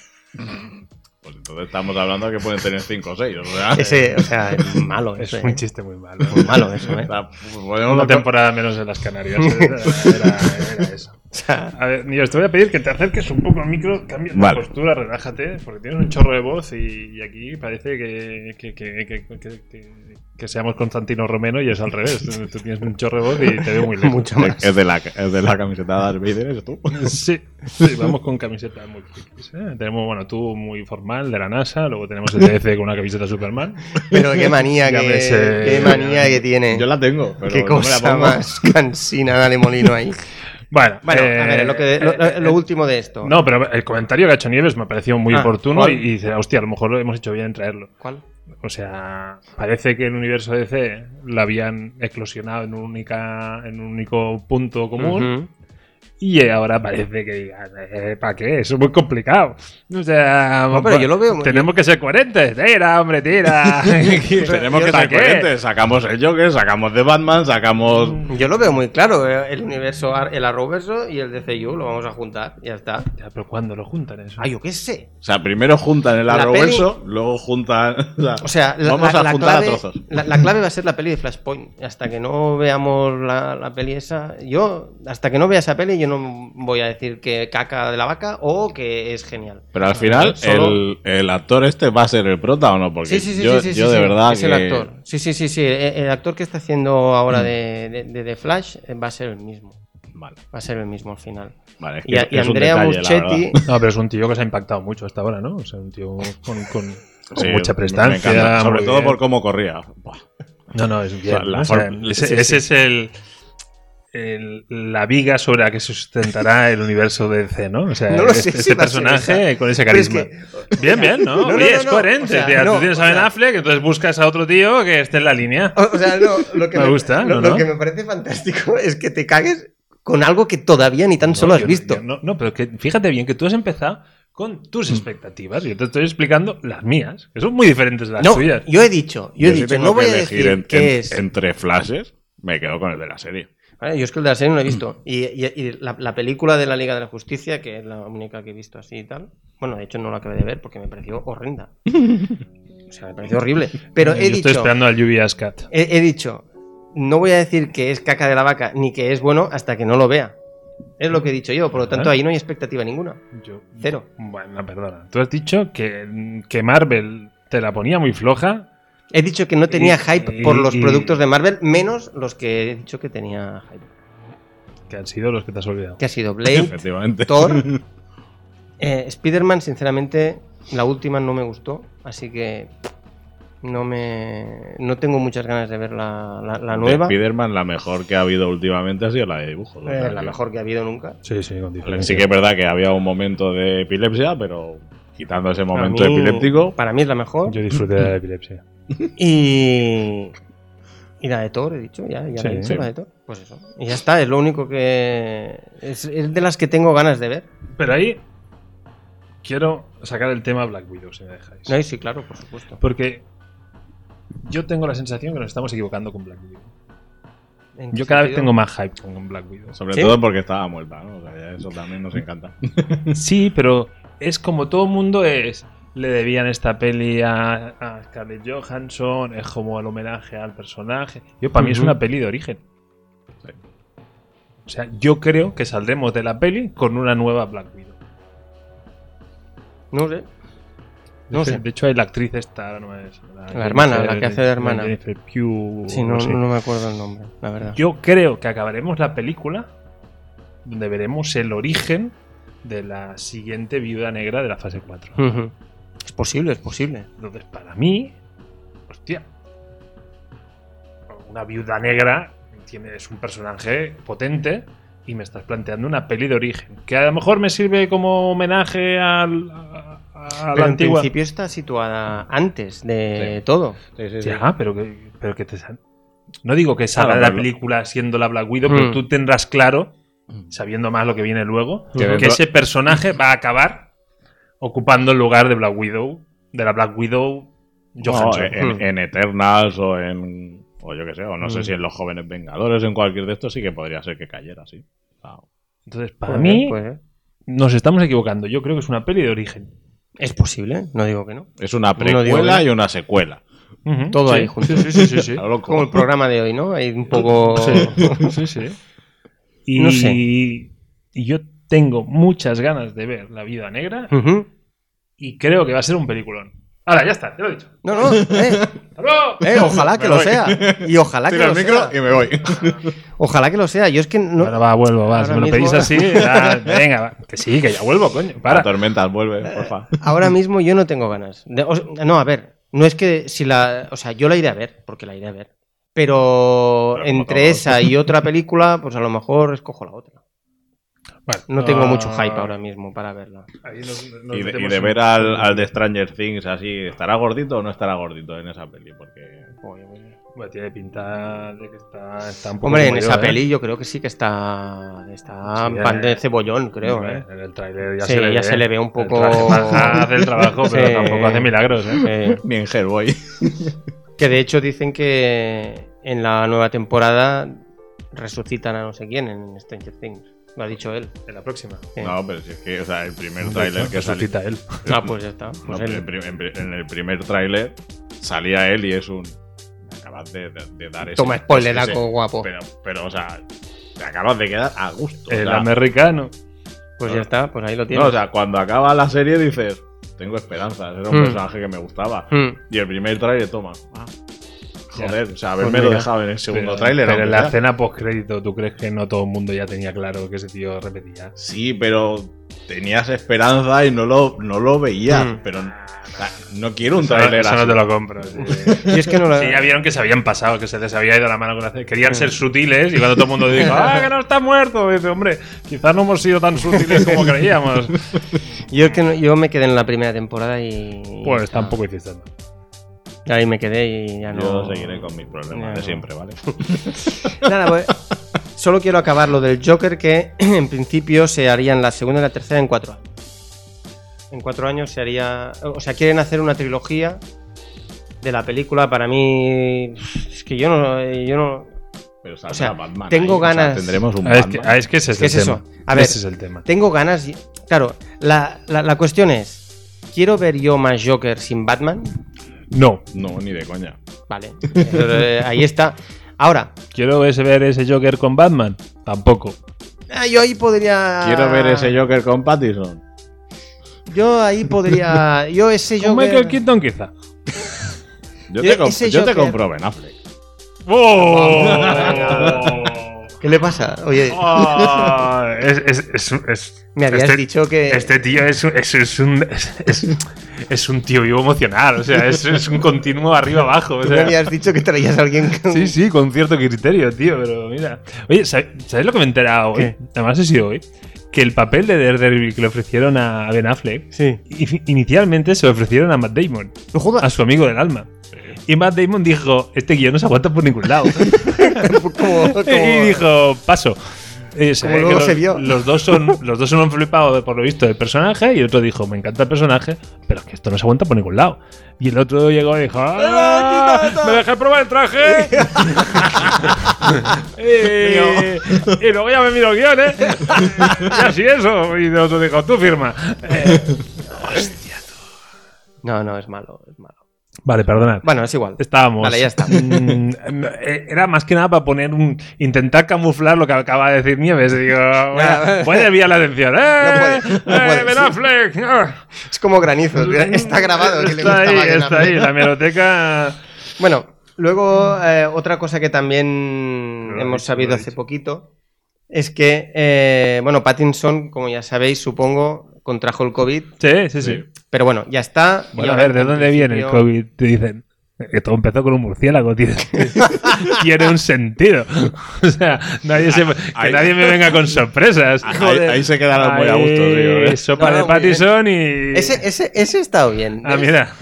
C: Pues entonces estamos hablando que pueden tener 5 o 6. O sea,
A: *laughs* Ese, o sea, es malo.
B: es
A: ese,
B: un
A: ¿eh?
B: chiste muy malo.
A: Muy malo eso,
C: *laughs* *laughs* o
A: ¿eh?
C: sea,
B: *laughs* Una
C: podemos-
B: temporada menos en las Canarias. Era, era- era eso.
A: O sea,
B: A ver, Dios, te voy a pedir que te acerques un poco al micro, cambia tu
C: Vale.
B: postura, relájate, porque tienes un chorro de voz y, y aquí parece que, que, que- que- que- que- que seamos Constantino Romero y es al revés. Tú, tú tienes un chorro de voz y te veo muy
A: *laughs*
B: lejos.
A: mucho más.
C: *laughs* Es de la, es de la camiseta de Darth Vader, ¿eres tú?
B: *laughs* Sí, sí, vamos con camisetas muy frikis, ¿eh? Tenemos, bueno, tú muy formal de la NASA, luego tenemos el TF con una camiseta Superman.
A: Pero qué manía,
B: Ya
A: que,
B: me sé.
A: qué manía que tiene.
C: Yo la tengo, pero
A: qué
C: no me la
A: cosa
C: pongo. *laughs*
A: más cansina, dale molino ahí.
B: Bueno,
A: Bueno,
B: eh,
A: a ver, lo, que, lo,
B: eh,
A: lo último de esto.
B: No, pero el comentario que ha hecho Nieves me pareció muy
A: Ah,
B: oportuno
A: ¿cuál?
B: y, y dice, hostia, a lo mejor lo hemos hecho bien en traerlo.
A: ¿Cuál?
B: O sea, parece que el universo DC la habían eclosionado en un, única, en un único punto común. Y ahora parece que digan, eh, ¿para qué? Eso es muy complicado. O sea,
A: No, pero yo lo veo muy-
B: tenemos que ser coherentes. Tira, hombre, tira. *laughs*
C: Tenemos que
B: ¿Para
C: estar
B: qué?
C: coherentes. Sacamos el Joker, sacamos The Batman, sacamos
A: Yo lo veo muy claro, eh, el universo, Ar- el Arrowverso y el DCU lo vamos a juntar, ya está.
B: Ya, pero ¿cuándo lo juntan eso?
A: Ah, yo qué sé.
C: O sea, primero juntan el
A: La
C: Arrowverso, luego juntan. *laughs*
A: O sea, la,
C: vamos
A: la-
C: a
A: la
C: juntar
A: clave,
C: a trozos.
A: La, la clave va a ser la peli de Flashpoint. Hasta que no veamos la, la peli esa, yo, hasta que no vea esa peli, yo no voy a decir que caca de la vaca o que es genial.
C: Pero al final,
A: Solo-
C: el, el actor este va a ser el prota o no? Porque
A: Sí, sí, sí,
C: yo,
A: sí, sí,
C: yo
A: sí,
C: de
A: sí,
C: verdad
A: es
C: que. Mm.
A: el actor. Sí, sí, sí, sí. El, el actor que está haciendo ahora de, de- de The Flash eh, va a ser el mismo.
C: Vale,
A: Va a ser el mismo al final.
C: vale. Es
A: Y, a-
C: que
A: y
C: es un
A: Andrea
C: detalle, la verdad.
A: Muschetti,
B: No, pero es un tío que se ha impactado mucho hasta ahora, ¿no? O sea, un tío con, con- con
C: Sí,
B: mucha
C: me
B: prestancia.
C: encanta, Sobre
B: muy
C: todo
B: bien.
C: por cómo corría. Buah.
B: No, no, es bien.
C: O sea, la
B: ¿no? O sea,
C: forma-
B: ese,
C: sí,
B: ese es el, el- la viga sobre la que se sustentará el universo de DC, ¿no? O sea,
A: No lo sé
B: este,
A: si
B: este
A: va a ser
B: personaje con ese carisma.
A: Pero
B: Bien, bien,
A: *laughs*
B: ¿no?
A: No, no,
B: Oye,
A: no,
B: es
A: no.
B: coherente.
A: O sea,
B: tío.
A: no,
B: Tú tienes
A: o
B: a Ben
A: sea-
B: Affleck, entonces buscas a otro tío que esté en la línea.
A: o, o sea, no, lo que
B: Me gusta,
A: lo,
B: ¿no,
A: lo
B: no?
A: que me parece fantástico *laughs* es que te cagues con algo que todavía ni tan solo
B: No,
A: has
B: yo no-
A: visto.
B: yo No, no, pero que fíjate bien que tú has empezado con tus expectativas. Yo te estoy explicando las mías, que son muy diferentes de las
A: No,
B: tuyas.
A: yo he dicho, yo he
C: sí
A: dicho,
C: tengo
A: no voy
C: que
A: a
C: elegir
A: decir
C: en-
A: qué
C: en-
A: es.
C: Entre flashes, me quedo con el de la serie.
A: Vale, Yo es que el de la serie no lo he visto. Y, y- y la, la película de la Liga de la Justicia, que es la única que he visto así y tal. Bueno, de hecho no la acabé de ver porque me pareció horrenda. O sea, me pareció horrible. Pero
B: Mm, Yo
A: he
B: estoy
A: dicho,
B: esperando al Lluvias Cat.
A: he, he dicho, no voy a decir que es caca de la vaca ni que es bueno hasta que no lo vea. Es lo que he dicho yo, por lo tanto
B: Ajá.
A: ahí no hay expectativa ninguna.
B: Yo-
A: Cero.
B: Bueno, perdona. Tú has dicho que, que Marvel te la ponía muy floja.
A: He dicho que no tenía
B: Y-
A: hype
B: y-
A: por los
B: y-
A: productos de Marvel, menos los que he dicho que tenía hype.
B: Que han sido los que te has olvidado.
A: Que ha
C: *laughs*
A: sido Blade,
C: Efectivamente.
A: Thor. Eh, Spider-Man, sinceramente, la última no me gustó, así que no me no tengo muchas ganas de ver la, la- la
C: De
A: nueva.
C: Spider-Man, la mejor que ha habido últimamente ha sido la de dibujos. o
A: Eh,
C: sea
A: la
C: que-
A: mejor que ha habido nunca.
B: Sí, sí, con
C: Sí que es verdad que había un momento de epilepsia, pero quitando ese momento
B: mí-
C: epiléptico,
A: Para mí es la mejor.
B: Yo disfruté de la epilepsia.
A: Y. Y la de Thor, he dicho, ya, ya la he
B: Sí,
A: dicho,
C: sí.
A: la de Thor. Pues eso. Y ya está, es lo único que. Es, es de las que tengo ganas de ver.
B: Pero ahí quiero sacar el tema Black Widow, si me dejáis.
A: No, y sí, claro, por supuesto.
B: Porque yo tengo la sensación que nos estamos equivocando con Black Widow.
A: ¿En qué
B: Yo cada vez
A: sentido?
B: tengo más hype con Black Widow.
C: sobre
A: ¿Sí?
C: todo porque estaba muerta, ¿no? O sea, ya eso también nos encanta.
B: Sí, pero es como todo mundo es. Le debían esta peli a, a Scarlett Johansson, es como el homenaje al personaje. Yo, para mí, es
A: Ujú.
B: una peli de origen. O sea, yo creo que saldremos de la peli con una nueva Black Widow.
A: No sé.
B: De,
A: No
B: hecho-
A: sé.
B: de hecho, hay la actriz esta, la, nueva es-
A: La hermana, la que hace de hermana.
B: Jennifer Pugh,
A: Sí, no,
B: no sé.
A: no me acuerdo el nombre, la verdad.
B: Yo creo que acabaremos la película donde veremos el origen de la siguiente viuda negra de la fase 4.
A: Ujú. Es posible, es posible.
B: Entonces, para mí, hostia, una viuda negra tiene, es un personaje potente y me estás planteando una peli de origen. Que a lo mejor me sirve como homenaje al, a, a la
A: Pero en
B: antigua.
A: principio está situada antes de todo.
B: Ya, pero que, pero que te sal- No digo que salga
C: Claro,
B: de la
C: Pablo.
B: película siendo la Black Widow,
A: Mm.
B: pero tú tendrás claro, sabiendo más lo que viene luego,
C: Que
B: que
C: dentro-
B: ese personaje va a acabar ocupando el lugar de Black Widow, de la Black Widow
A: Oh, eh,
C: No,
B: Johansson.
C: en, en Eternals o en. O yo qué sé, o no sé
A: Mm.
C: si en los jóvenes Vengadores, en cualquier de estos, sí que podría ser que cayera, sí. Ah,
B: Entonces, para
A: Puede
B: mí,
A: ser, puede ser.
B: nos estamos equivocando. Yo creo que es una peli de origen.
A: Es posible, no digo que no.
C: Es una
A: No digo
C: precuela
A: que
C: y una secuela.
A: Todo
B: Sí.
A: ahí junto.
B: Sí, sí, sí, sí, sí.
C: A lo loco.
A: Como el programa de hoy, ¿no? Hay un poco.
B: *laughs* Sí, sí. Y,
A: No sé.
B: y yo tengo muchas ganas de ver La Vida Negra
A: Ujú.
B: y creo que va a ser un peliculón. Ahora, ya está, te lo he dicho.
A: No, no, eh,
B: ¡Hasta luego!
A: *laughs* eh, ojalá que
C: Me
A: lo
C: voy.
A: sea. Y ojalá que
C: Tiro
A: lo
C: el micro
A: sea.
C: y me voy.
A: Ojalá que lo sea. Yo es que no.
B: Ahora va, vuelvo, va. Si
A: Ahora
B: me lo
A: mismo-
B: pedís
A: *laughs*
B: así, ya, venga, va. Que sí, que ya vuelvo, coño. Para.
C: Para. Tormentas, vuelve, porfa.
A: Ahora mismo yo no tengo ganas. De- o sea, no, a ver. No es que si la. O sea, yo la iré a ver, porque la iré a ver. Pero,
C: Pero como
A: entre
C: todos.
A: esa y otra película, pues a lo mejor escojo la otra.
B: Bueno,
A: No tengo
B: ah, Pues
A: mucho hype ahora mismo para verla.
B: ahí nos- nos
C: Y de, y
B: metemos
C: de
B: en-
C: ver al, al de Stranger Things así, ¿estará gordito o no estará gordito en esa peli? Porque.
B: Bueno, tiene pinta de que está, está un poco
A: Hombre, en
B: mayor,
A: esa
B: ¿eh?
A: peli yo creo que sí que está. Está
B: Sí,
A: en pan de
B: eh.
A: cebollón, creo,
B: Sí,
A: ¿eh?
B: En el tráiler ya,
A: Sí,
B: se, le
A: ya
B: ve.
A: se le ve un poco-
B: El *laughs* traje baja, hace el trabajo, pero
A: Sí.
B: tampoco hace milagros, ¿eh?
A: Eh,
C: Ni en Hellboy.
A: Que de hecho dicen que en la nueva temporada resucitan a no sé quién en Stranger Things. Lo ha dicho él. Eh,
B: En la próxima.
A: Sí.
C: *laughs* No, pero si es que, o sea, el primer tráiler que salió.
B: suscita él.
A: Ah, pues ya está.
C: No,
A: Pues
C: pero
A: él.
C: en, pri- en pri- en el primer tráiler salía él y es un. me Acabas de, de- de dar ese.
A: Toma
C: ese-
A: spoileraco, guapo.
C: Pero, pero, o sea, te acabas de quedar a gusto. o
B: El
C: sea,
B: americano.
A: Pues ya está, pues ahí lo
C: no, o
A: tienes.
C: sea, cuando acaba la serie dices, tengo esperanzas, era un
A: Mm.
C: personaje que me gustaba.
A: Mm.
C: Y el primer tráiler, toma. ah, joder, o sea,
A: Pues
C: haberme lo
A: mira.
C: dejado en el segundo
B: Pero-
C: tráiler.
B: Pero en
C: aunque
B: la
C: sea.
B: escena postcrédito, ¿tú crees que no todo el mundo ya tenía claro que ese tío repetía?
C: Sí, pero tenías esperanza y no lo, no lo veías.
A: Mm.
C: Pero o sea, no quiero un
B: Eso,
C: tráiler
B: eso no
C: así.
B: te lo compro. sí.
A: Y es que no la-
B: *laughs* Sí, ya vieron que se habían pasado, que se les había ido la mano con la Querían ser sutiles y cuando todo el mundo *laughs* dijo, ¡ah, que no está muerto! Dice, hombre, quizás no hemos sido tan sutiles como creíamos.
A: Yo es que no- yo me quedé en la primera temporada y. ya
B: Pues
A: está.
B: tampoco hiciste nada.
A: Ahí me quedé y ya no.
C: Yo seguiré con mis problemas
A: No.
C: de
A: *laughs*
C: siempre, ¿vale?
A: Nada, pues, Solo quiero acabar lo del Joker, que *clears throat* en principio se haría en la segunda y la tercera en cuatro años. En cuatro años se haría. O sea, quieren hacer una trilogía de la película. Para mí. Es que yo no. Yo no
C: Pero saldrá
A: O sea,
C: Batman.
A: tengo
C: ahí, o sea,
A: ganas-
C: tendremos un
B: Ah, es, que,
C: Batman.
B: ah, es que ese es,
A: ¿Qué
B: el
A: es
B: tema.
A: eso? A ver.
B: Ese es el tema.
A: Tengo ganas. y- Claro, la, la- la cuestión es: ¿quiero ver yo más Joker sin Batman?
B: No.
C: No, ni de coña.
A: Vale. Eh, ahí está. Ahora,
B: ¿Quiero ese- ver ese Joker con Batman? Tampoco.
A: ah, yo ahí podría.
C: Quiero ver ese Joker con Pattinson.
A: Yo ahí podría. Yo ese
B: Con
A: Joker.
B: Michael Keaton quizá.
A: Yo-
C: Yo te, comp-
A: ese
C: yo te
A: Joker-
C: compro Ben Affleck.
B: ¡Oh!
A: ¿Qué le pasa? Oye,
B: Ah, es- es- es- es-
A: me habías
B: este-
A: dicho que.
B: Este tío es, un- es- es un, es, es- es un tío vivo emocional, o sea, es, es un continuo arriba-abajo. o
A: tú me
B: sea.
A: habías dicho que traías a alguien. con-
B: *laughs* Sí, sí, con cierto criterio, tío, pero mira. Oye, ¿sab- ¿sabes lo que me he enterado hoy?
A: ¿Qué?
B: Además, he sido hoy. Que el papel de Daredevil que le ofrecieron a Ben Affleck,
A: Sí.
B: i- inicialmente se lo ofrecieron a Matt Damon,
A: No jodas.
B: a su amigo del alma. Y Matt Damon dijo: Este guión no se aguanta por ningún
A: *laughs*
B: lado.
A: Como-
B: *laughs*
A: como-
B: y dijo: Paso. Y se
A: Como
B: ve que
A: luego
B: los,
A: se vio.
B: los dos son
A: *laughs*
B: los dos son un flipado por lo visto del personaje y el otro dijo me encanta el personaje pero es que esto no se aguanta por ningún lado y el otro llegó y dijo "Ah, me dejé probar
A: *laughs*
B: el traje Eh, y luego ya me miro el guión, ¿eh? y así eso. Y el otro dijo, tú
A: *laughs*
B: firma. Eh,
A: No, no, es malo, es malo.
B: vale, perdonad.
A: Bueno, es igual.
B: Estábamos.
A: Vale, ya está.
B: Mm, eh, era más que nada para poner un. Intentar camuflar lo que acaba de decir Nieves. Digo,
A: *laughs*
B: bueno, puede desviar la atención. ¡Eh!
A: No puede, no
B: eh,
A: puede.
B: Ben Affleck! ah.
A: Es como granizo. Está grabado. Que le
B: Está
A: gustaba
B: ahí,
A: que
B: está
A: la-
B: ahí. La meroteca.
A: Bueno, luego eh, otra cosa que también
B: Lo he
A: hemos
B: dicho, lo
A: sabido
B: he
A: hace
B: dicho.
A: poquito es que, eh, bueno, Pattinson, como ya sabéis, supongo, contrajo el COVID,
B: Sí, sí, sí.
A: pero bueno, ya está. Y
B: Bueno, a
A: ahora,
B: ver, ¿de
A: en
B: dónde viene el
A: principio,
B: COVID? Te dicen. Que todo empezó con un
A: *laughs*
B: murciélago, tío. Tiene un sentido. O sea, nadie se- que
C: Ahí-
B: nadie me venga con sorpresas.
C: Ahí, ahí se quedaron muy a gusto, tío.
B: Ahí,
C: ¿eh?
B: Sopa
A: No,
B: de
A: no, muy
B: Pattison y.
A: Ese, ese, ese está bien.
B: Ah,
A: ¿ves?
B: mira.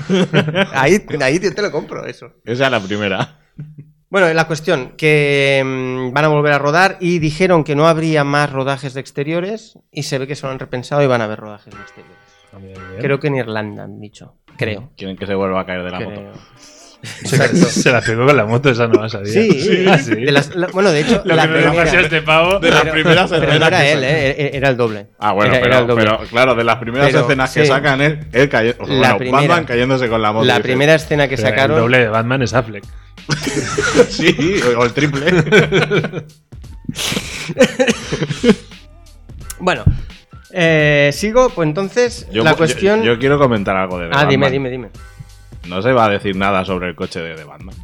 A: *laughs* Ahí, ahí yo te lo compro, eso.
C: Esa es la primera.
A: Bueno, la cuestión, que mm, van a volver a rodar y dijeron que no habría más rodajes de exteriores y se ve que se lo han repensado y van a haber rodajes de exteriores. Creo que en Irlanda han dicho, creo.
C: Quieren que se vuelva a caer de la
A: creo.
C: moto.
A: *laughs*
B: *laughs* se la pegó con la moto, esa no la sabía.
A: Sí,
B: *laughs* Ah, sí.
A: de las- la- bueno, de hecho,
B: Lo
A: la
B: que nos
A: primera-
B: decía este pavo.
C: De las
A: pero-
C: primeras
A: pero
C: escenas
A: no era
C: que
A: él, eh, era- era el doble.
C: Ah, bueno,
A: Era- era el
C: pero,
A: doble.
C: pero, claro, de las primeras
A: Pero,
C: escenas que
A: sí.
C: sacan es él cayendo.
A: La
C: Bueno,
A: primera.
C: Batman cayéndose con la moto.
A: la
C: dice.
A: primera escena que
B: Pero
A: sacaron.
B: El doble de Batman es Affleck.
C: *laughs* Sí, o o
A: *laughs*
C: el triple.
A: Bueno, eh, sigo, pues entonces
C: Yo-
A: la
C: yo-
A: cuestión.
C: Yo, quiero comentar algo de The
A: ah, dime,
C: Batman.
A: dime, dime.
C: No se va a decir nada sobre el coche de The Batman.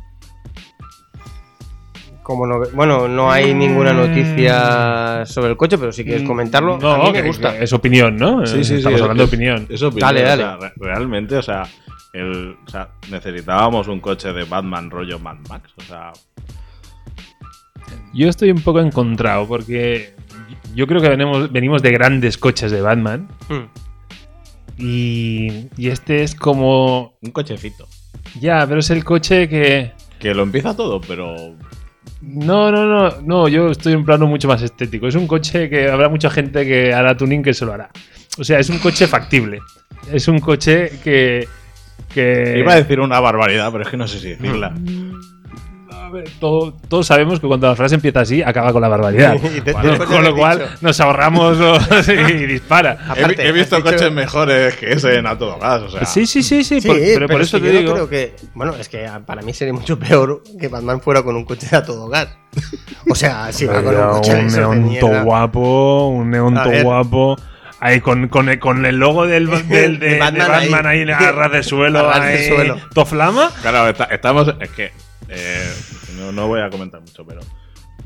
A: Como no, bueno, no hay ninguna noticia sobre el coche, pero si quieres comentarlo, a mí me
B: Mm, que-
A: gusta.
B: Es opinión, ¿no? Estamos
C: es-
B: hablando
C: es-
B: de opinión.
C: Es opinión.
A: Dale,
C: o
A: dale.
C: sea, re- realmente, o sea, el, o sea, necesitábamos un coche de Batman rollo Mad Max. O sea,
B: Yo estoy un poco encontrado porque yo creo que venimos, venimos de grandes coches de Batman
A: Mm.
B: y, y este es como.
C: un cochecito.
B: Ya, pero es el coche que.
C: Que lo empieza todo, pero
B: No, no, no, no, yo estoy en un plano mucho más estético. Es un coche que habrá mucha gente que hará tuning que se lo hará. O sea, es un coche factible. Es un coche que. que
C: Iba a decir una barbaridad, pero es que no sé si decirla.
A: Mm.
B: A ver, todo- todos sabemos que cuando la frase empieza así, acaba con la barbaridad.
A: Y de-
B: Bueno,
A: después de
B: con lo
A: haber
B: cual,
A: dicho.
B: nos ahorramos *laughs* los- y dispara.
C: He,
A: Aparte,
C: he visto
A: has dicho-
C: coches mejores que ese en a todo gas, o sea.
B: Sí, sí, sí, sí,
A: Ah, Sí,
B: por- pero, por
A: es
B: eso
A: que yo
B: te
A: no
B: digo.
A: creo que. Bueno, es que ah, para mí sería mucho *laughs* peor que Batman fuera con un coche a todo gas. O sea, si va con un coche de esos de mierda.
B: guapo, un
A: A
B: neonto
A: ver.
B: guapo. Ahí con, con, el- con el logo del,
A: *laughs*
B: del- de,
A: De
B: de
A: Batman
B: Batman,
A: ahí.
B: ahí,
A: *laughs*
B: en a ras de suelo.
A: A ras de
B: ahí,
A: suelo.
B: ¿Toflama?
C: Claro, esta- estamos. Es que. eh, no, no voy a comentar mucho, pero.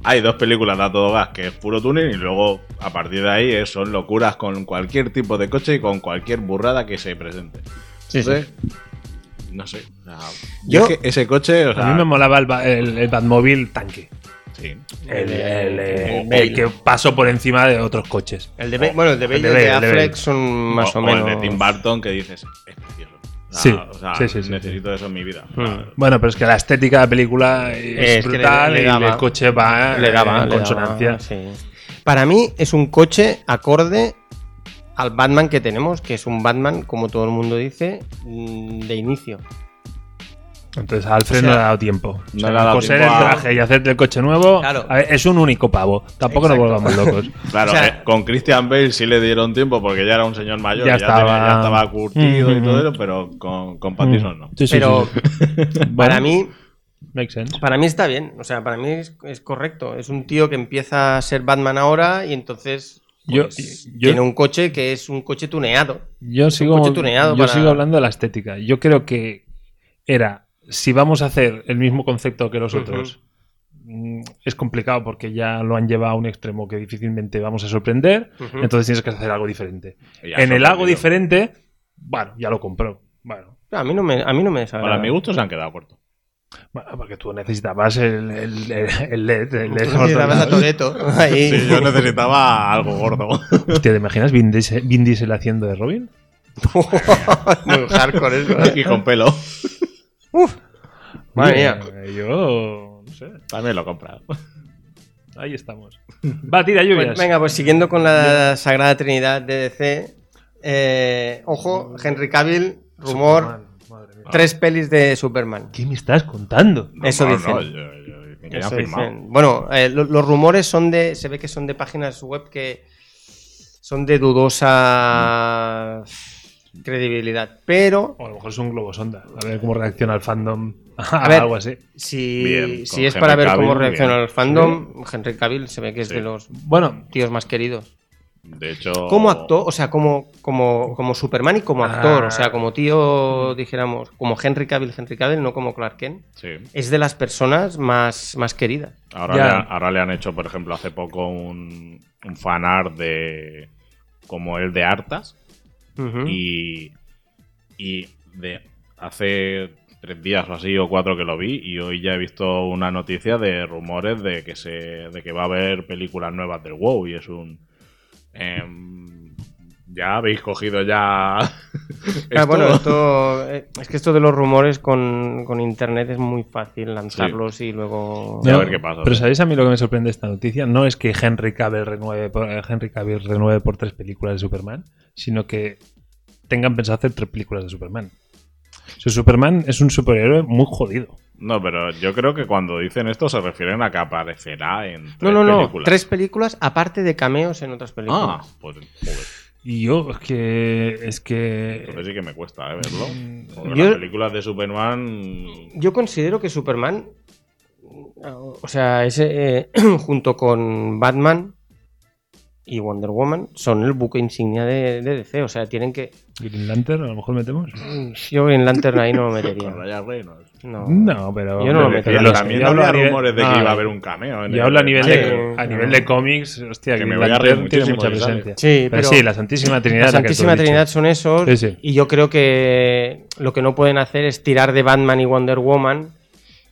C: Hay dos películas de a todo gas que es puro tuning y luego a partir de ahí eh, son locuras con cualquier tipo de coche y con cualquier burrada que se presente.
A: Sí, sí.
C: Entonces, No sé. o sea,
A: Yo-
C: yo es que ese coche, o
B: A mí
C: sea,
B: me molaba el, ba- el, el Batmóvil tanque.
C: sí.
B: El, el- el-
A: Bale.
B: el que pasó por encima de otros coches.
A: El de Be- bueno, el de Bale y el
B: Bale,
A: de
B: el de
A: Affleck
B: Bale.
A: son más o,
C: o
A: menos.
C: el de Tim Burton que dices, es precioso. O sea,
B: Sí,
C: o sea,
B: sí, sí, sí,
C: necesito eso en mi vida.
A: Mm.
B: Bueno, pero es que la estética de la película es,
A: Es que le-
B: brutal
A: le
B: y
A: daba.
B: el coche va eh,
A: Le daba, le daba,
B: en Ah, consonancia.
A: sí. Para mí es un coche acorde al Batman que tenemos, que es un Batman, como todo el mundo dice, mm, de inicio.
B: Entonces a Alfred
D: O sea,
B: no le ha dado tiempo. O
C: no
B: sea,
C: le ha dado
B: coser
C: tiempo
B: el
C: a-
B: traje y hacerte el coche nuevo
D: Claro.
B: a ver, es un único pavo. Tampoco nos
D: Exacto.
B: volvamos
A: *laughs*
B: locos.
C: Claro,
D: O sea-
C: eh, con Christian Bale sí le dieron tiempo porque ya era un señor mayor,
B: Ya
C: ya,
B: estaba-
C: estaba, ya estaba curtido y
B: Mm,
C: todo
B: mm.
C: eso, pero con, con Pattinson no.
B: Sí, sí,
A: Pero
B: sí, sí.
A: *laughs* para
B: Bueno,
A: mí,
B: Makes sense.
A: para mí está bien. O sea, para mí es, es correcto. Es un tío que empieza a ser Batman ahora y entonces pues,
B: Yo- yo-
A: tiene un coche que es un coche tuneado.
B: Yo sigo,
A: coche tuneado
B: yo
A: para-
B: sigo hablando de la estética. Yo creo que era, si vamos a hacer el mismo concepto que los
A: Ujú.
B: otros, mm, es complicado porque ya lo han llevado a un extremo que difícilmente vamos a sorprender.
A: Ujú.
B: Entonces tienes que hacer algo diferente.
C: Y ya
B: en el
C: sorprendido.
B: algo diferente, bueno, ya lo compró. Bueno,
A: A mí no me, a mí no me desagrada.
C: Para mi gusto se han quedado cortos.
B: bueno, porque tú necesitabas el, el, el- el LED. el LED
A: *laughs* Tú necesitabas a
B: *laughs*
A: Toretto. Ahí.
C: Sí, yo necesitaba algo gordo. *laughs*
B: Hostia, ¿te imaginas Vin Diesel, Vin Diesel haciendo de Robin?
A: Muy *laughs* hardcore eso, ¿eh?
C: y con pelo.
A: Madre
B: Oye,
A: mía.
B: eh, Yo, no sé,
C: También lo compras.
B: ahí estamos. Va, tira lluvias.
A: Pues venga, pues siguiendo con la Sagrada Trinidad de DC. eh, ojo, Henry Cavill, rumor,
B: Superman, madre mía.
A: tres pelis de Superman.
B: ¿Qué me estás contando?
A: Eso dicen.
C: yo- yo- que ya
A: Eso
C: han firmado.
A: dicen. Bueno, eh, lo- los rumores son de. Se ve que son de páginas web que son de dudosa
C: Mm.
A: credibilidad. Pero
B: O a lo mejor es un globo sonda. A ver cómo reacciona el fandom *laughs* a,
A: ver.
B: algo así.
A: si,
C: Bien,
A: si
C: con
A: es para
C: Henry
A: ver cómo
C: Cavill,
A: reacciona
C: bien.
A: el fandom, Henry Cavill se ve que es
C: Sí.
A: de los
B: Bueno,
A: tíos más queridos.
C: De hecho.
A: Como actor, o sea, como, como, como Superman y como actor,
B: Ah.
A: o sea, como tío, dijéramos, como Henry Cavill, Henry Cavill, no como Clark Kent,
C: Sí.
A: es de las personas más, más queridas.
C: Ahora,
B: Ya.
C: le, han- ahora le han hecho, por ejemplo, hace poco un, un fanart de. como el de Artas.
A: Ujú.
C: Y. Y de hace tres días o así o cuatro que lo vi. Y hoy ya he visto una noticia de rumores de que se. de que va a haber películas nuevas del WoW. Y es un. em, ya habéis
A: *laughs*
C: cogido ya.
A: Ah,
C: esto.
A: bueno, esto, eh, es que esto de los rumores con, con internet es muy fácil lanzarlos y luego...
C: Ya.
B: no,
C: a ver qué pasa.
B: Pero ¿sabéis a mí lo que me sorprende esta noticia? No es que Henry Cavill renueve por, eh, Henry Cavill renueve por tres películas de Superman, sino que tengan pensado hacer tres películas de Superman. O sea, Superman es un superhéroe muy jodido.
C: No, pero yo creo que cuando dicen esto se refieren a que aparecerá en tres
A: No, no, no,
C: películas.
A: tres películas aparte de cameos en otras
C: Ah,
A: películas.
C: pues joder,
B: Y yo es que es que mm,
C: entonces sí que me cuesta eh, verlo. Porque
A: Yo-
C: las películas de Superman.
A: Yo considero que Superman, o sea, ese, eh, *clears throat* junto con Batman y Wonder Woman, son el buque insignia de, de DC, o sea, tienen que... *clears throat*
B: Green Lantern a lo mejor metemos.
A: Yo Green Lantern ahí no lo metería.
C: *laughs* Con Ryan Reynolds.
A: No.
B: No, pero
A: Yo no lo meto.
C: Pero decían,
A: Los-
C: también
B: yo hablo
C: había
B: a nivel-
C: rumores de que
B: Ah,
C: iba a haber un cameo. en
B: Yo
C: el-
B: hablo a nivel,
A: Sí,
B: de, a
A: sí.
B: nivel de cómics, hostia,
C: Que
B: Green
C: me voy a
B: Lantern
C: reír
B: tiene
C: muchísimo
B: mucha
C: si sale.
B: presencia.
A: Sí, pero...
B: sí, la Santísima Trinidad.
A: La
B: la que tú
A: Santísima
B: has dicho.
A: Trinidad son esos.
B: Sí, sí.
A: Y yo creo que lo que no pueden hacer es tirar de Batman y Wonder Woman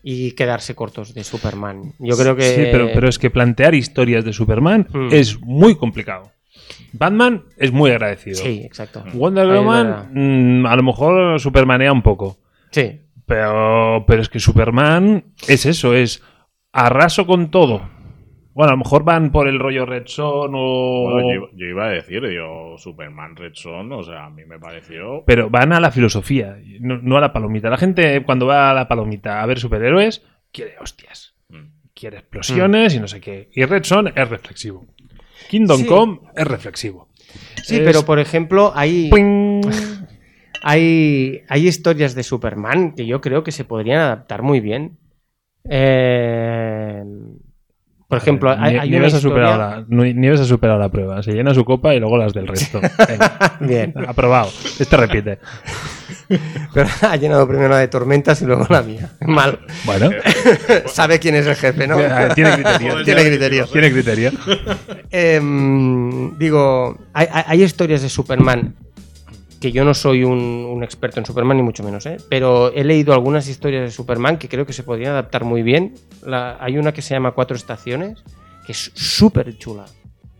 A: y quedarse cortos de Superman. Yo creo que.
B: Sí, pero, pero es que plantear historias de Superman
A: Hmm.
B: es muy complicado. Batman es muy agradecido.
A: Sí, exacto.
B: Wonder
A: Ahí es
B: Woman
A: verdad.
B: mm, a lo mejor supermanea un poco.
A: Sí.
B: Pero, pero es que Superman es eso, es arraso con todo. Bueno, a lo mejor van por el rollo Red Son o...
C: Bueno, yo, yo iba a decir, digo, Superman Red Son, o sea, a mí me pareció.
B: pero van a la filosofía, no, no a la palomita. La gente cuando va a la palomita a ver superhéroes quiere hostias,
C: Mm.
B: quiere explosiones y no sé qué. Y Red Son es reflexivo. Kingdom
A: Sí.
B: Come es reflexivo.
A: Sí,
B: Es-
A: pero por ejemplo, hay,
B: ¡Puing!
A: hay, hay historias de Superman que yo creo que se podrían adaptar muy bien. Eh, *laughs* por ejemplo, hay,
B: Nie-
A: hay una
B: Nieves, ha superado
A: historia...
B: la, Nu- Nieves ha superado la prueba. Se llena su copa y luego las
A: *laughs*
B: del resto. Venga,
A: *laughs*
B: *laughs*
A: Bien,
B: aprobado. Este repite.
A: pero ha llenado primero la de tormentas y luego la mía. *laughs* Mal.
B: Bueno,
A: Sabe quién es el jefe, ¿no?
B: eh, tiene criterio.
A: Tiene criterio.
B: Tiene criterio.
A: Em, digo, hay, hay- hay historias de Superman que yo no soy un, un experto en Superman ni mucho menos, ¿eh? pero he leído algunas historias de Superman que creo que se podrían adaptar muy bien. La- hay una que se llama Cuatro Estaciones, que es súper chula.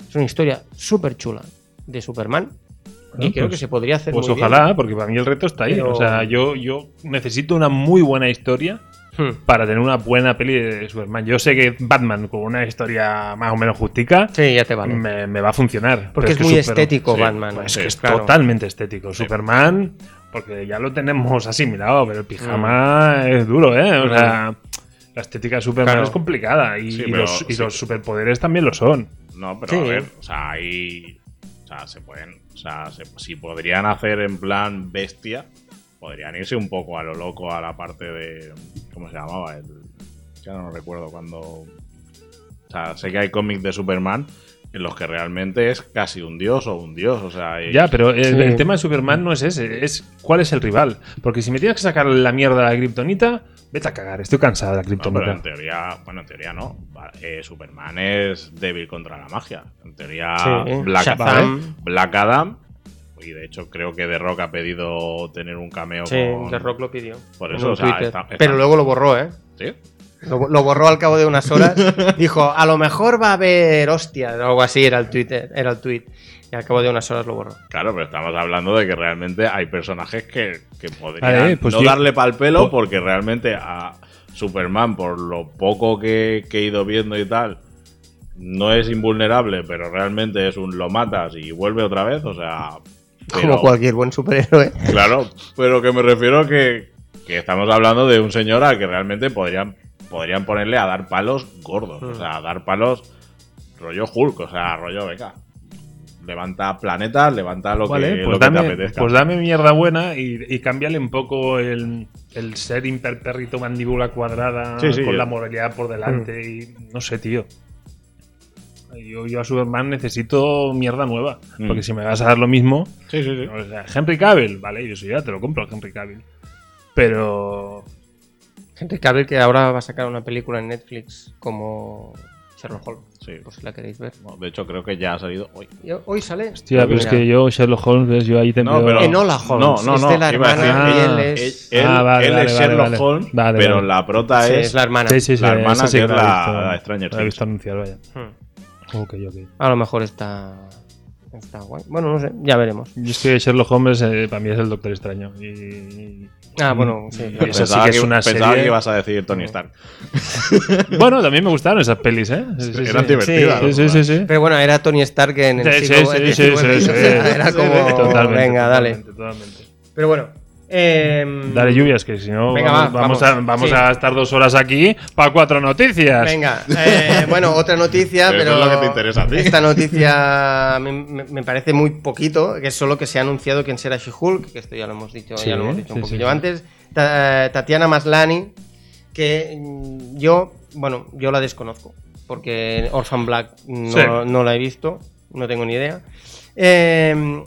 A: Es una historia súper chula de Superman y
C: Ah,
B: Bueno,
A: creo que
B: pues-
A: se podría hacer
B: Pues
A: muy
B: ojalá, porque para mí el reto está ahí.
A: Pero-
B: O sea, yo, yo necesito una muy buena historia
A: bien. Hmm.
B: para tener una buena peli de Superman. Yo sé que Batman con una historia más o menos justica
A: Sí, ya te vale.
B: me, me va a funcionar.
A: Porque
B: Pero
A: es muy
B: que Super-
A: estético
C: sí, pues
A: Batman.
B: Es que es
A: claro.
B: totalmente estético. Superman, Porque ya lo tenemos asimilado, pero el pijama
C: Mm.
B: es duro, ¿eh? O sea, la estética de Superman
A: Claro.
B: es complicada y,
C: Sí,
B: y
C: pero-
B: los, y
C: sí.
B: los superpoderes también lo son.
C: No, pero
A: Sí.
C: a ver, o sea, ahí. O sea, se pueden. O sea, se- si podrían hacer en plan bestia, podrían irse un poco a lo loco a la parte de. ¿Cómo se llamaba? El, ya no recuerdo cuando. O sea, sé que hay cómics de Superman en los que realmente es casi un dios o un dios, o sea. y-
B: Ya, pero el,
A: Sí.
B: el tema de Superman no es ese, es cuál es el rival. Porque si me tienes que sacar la mierda de la kriptonita, vete a cagar, estoy cansada de la
C: No, pero
B: kriptonita.
C: en teoría, bueno, en teoría no. Va- eh, Superman es débil contra la magia. En teoría,
A: Sí.
C: Black,
A: Shazam.
C: Adam- Black Adam. Y de hecho, creo que The Rock ha pedido tener un cameo
A: Sí,
C: con-
A: The Rock lo pidió.
C: Por
A: en
C: eso,
A: un
C: o sea,
A: Twitter.
C: está- está-
A: Pero luego lo borró, ¿eh?
C: ¿Sí?
A: Lo, lo borró al cabo de unas
B: *laughs*
A: horas. Dijo, a lo mejor va a haber hostias o algo así, era el Twitter, era el tweet. Y al cabo de unas horas lo borró.
C: Claro, pero estamos hablando de que realmente hay personajes que, que podrían
B: Vale, pues
C: no
B: yo-
C: darle pal
B: pues-
C: pelo porque realmente a Superman, por lo poco que, que he ido viendo y tal, no es invulnerable, pero realmente es un lo matas y vuelve otra vez, o sea... pero-
A: Como cualquier buen superhéroe.
C: Claro, pero que me refiero que, que estamos hablando de un señor al que realmente podrían, podrían ponerle a dar palos gordos. O sea, a dar palos rollo Hulk, o sea, rollo venga. Levanta planetas, levanta lo,
B: Vale,
C: que,
B: pues,
C: lo que te
B: dame,
C: apetezca.
B: pues dame mierda buena y, y cámbiale un poco el, el ser impertérrito mandíbula cuadrada
C: Sí, sí,
B: con
C: yo-
B: la moralidad por delante y no sé, tío. Yo, yo a Superman necesito mierda nueva,
C: Mm.
B: porque si me vas a dar lo mismo,
C: sí, sí, sí.
B: o sea, Henry Cavill, vale, yo sí, ya te lo compro, Henry Cavill. Pero
A: Gente Cavill que ahora va a sacar una película en Netflix como Sherlock Holmes,
C: Sí.
A: por si la queréis ver.
C: No, de hecho, creo que ya ha salido hoy.
A: Y hoy sale.
B: Hostia, pero es
A: Mira.
B: que yo, Sherlock Holmes, ¿ves? yo ahí te
C: No,
B: veo-
C: pero-
A: En Hola Holmes.
C: No, no,
A: es
C: no,
A: de la
C: iba a
A: hermana
B: decir-
A: y él
B: Ah,
C: Él,
A: es.
C: él-
B: Ah, vale,
C: él
B: vale,
C: es
B: vale,
C: Sherlock
B: vale.
C: Holmes,
B: Vale,
C: pero
B: vale.
C: la prota
A: Sí,
C: es.
A: es la hermana.
B: Sí, sí, sí,
C: la
B: esa
C: hermana
B: sí
C: que
B: que
C: es
B: he
C: la-
B: visto.
C: la Stranger
B: he
C: Things.
B: visto anunciar, vaya.
A: Hmm.
B: Ok, ok.
A: A lo mejor está. Está guay. Bueno, no sé, ya veremos.
B: Yo es que Sherlock Holmes eh, para mí es el Doctor Extraño. Y, y-
A: Ah, bueno, sí,
B: y
A: claro.
B: esa sí
C: Pensaba
B: que es
C: que-
B: una
C: pensaba
B: serie.
C: que ibas a decir Tony Stark.
B: Bueno, también me gustaron esas pelis, ¿eh? Sí, sí,
C: Eran
B: sí.
C: divertidas.
B: Sí, sí, sí, sí.
A: Pero bueno, era Tony Stark en el
B: Sí, sí,
A: siglo
B: sí, sí,
A: XIX,
B: sí, sí.
A: o sea, *laughs* Era como.
B: Totalmente,
A: Venga, dale.
B: totalmente, totalmente.
A: Pero bueno. eh,
B: Dale lluvias, que si no
A: Venga,
B: vamos,
A: va,
B: vamos
A: vamos.
B: a, vamos
A: Sí.
B: a estar dos horas aquí para cuatro noticias.
A: Venga, eh, bueno, otra noticia,
C: Pero
A: pero.
C: eso es lo que te interesa a ti.
A: Esta noticia me, me- me parece muy poquito, que es solo que se ha anunciado quién será She-Hulk, que esto ya lo hemos dicho,
B: Sí,
A: ya lo hemos dicho
B: sí,
A: un
B: sí,
A: poquillo
B: sí.
A: antes. Ta- eh, Tatiana Maslani, que mm, yo, bueno, yo la desconozco, porque Orphan Black no,
B: Sí.
A: no la he visto, no tengo ni idea. Eh,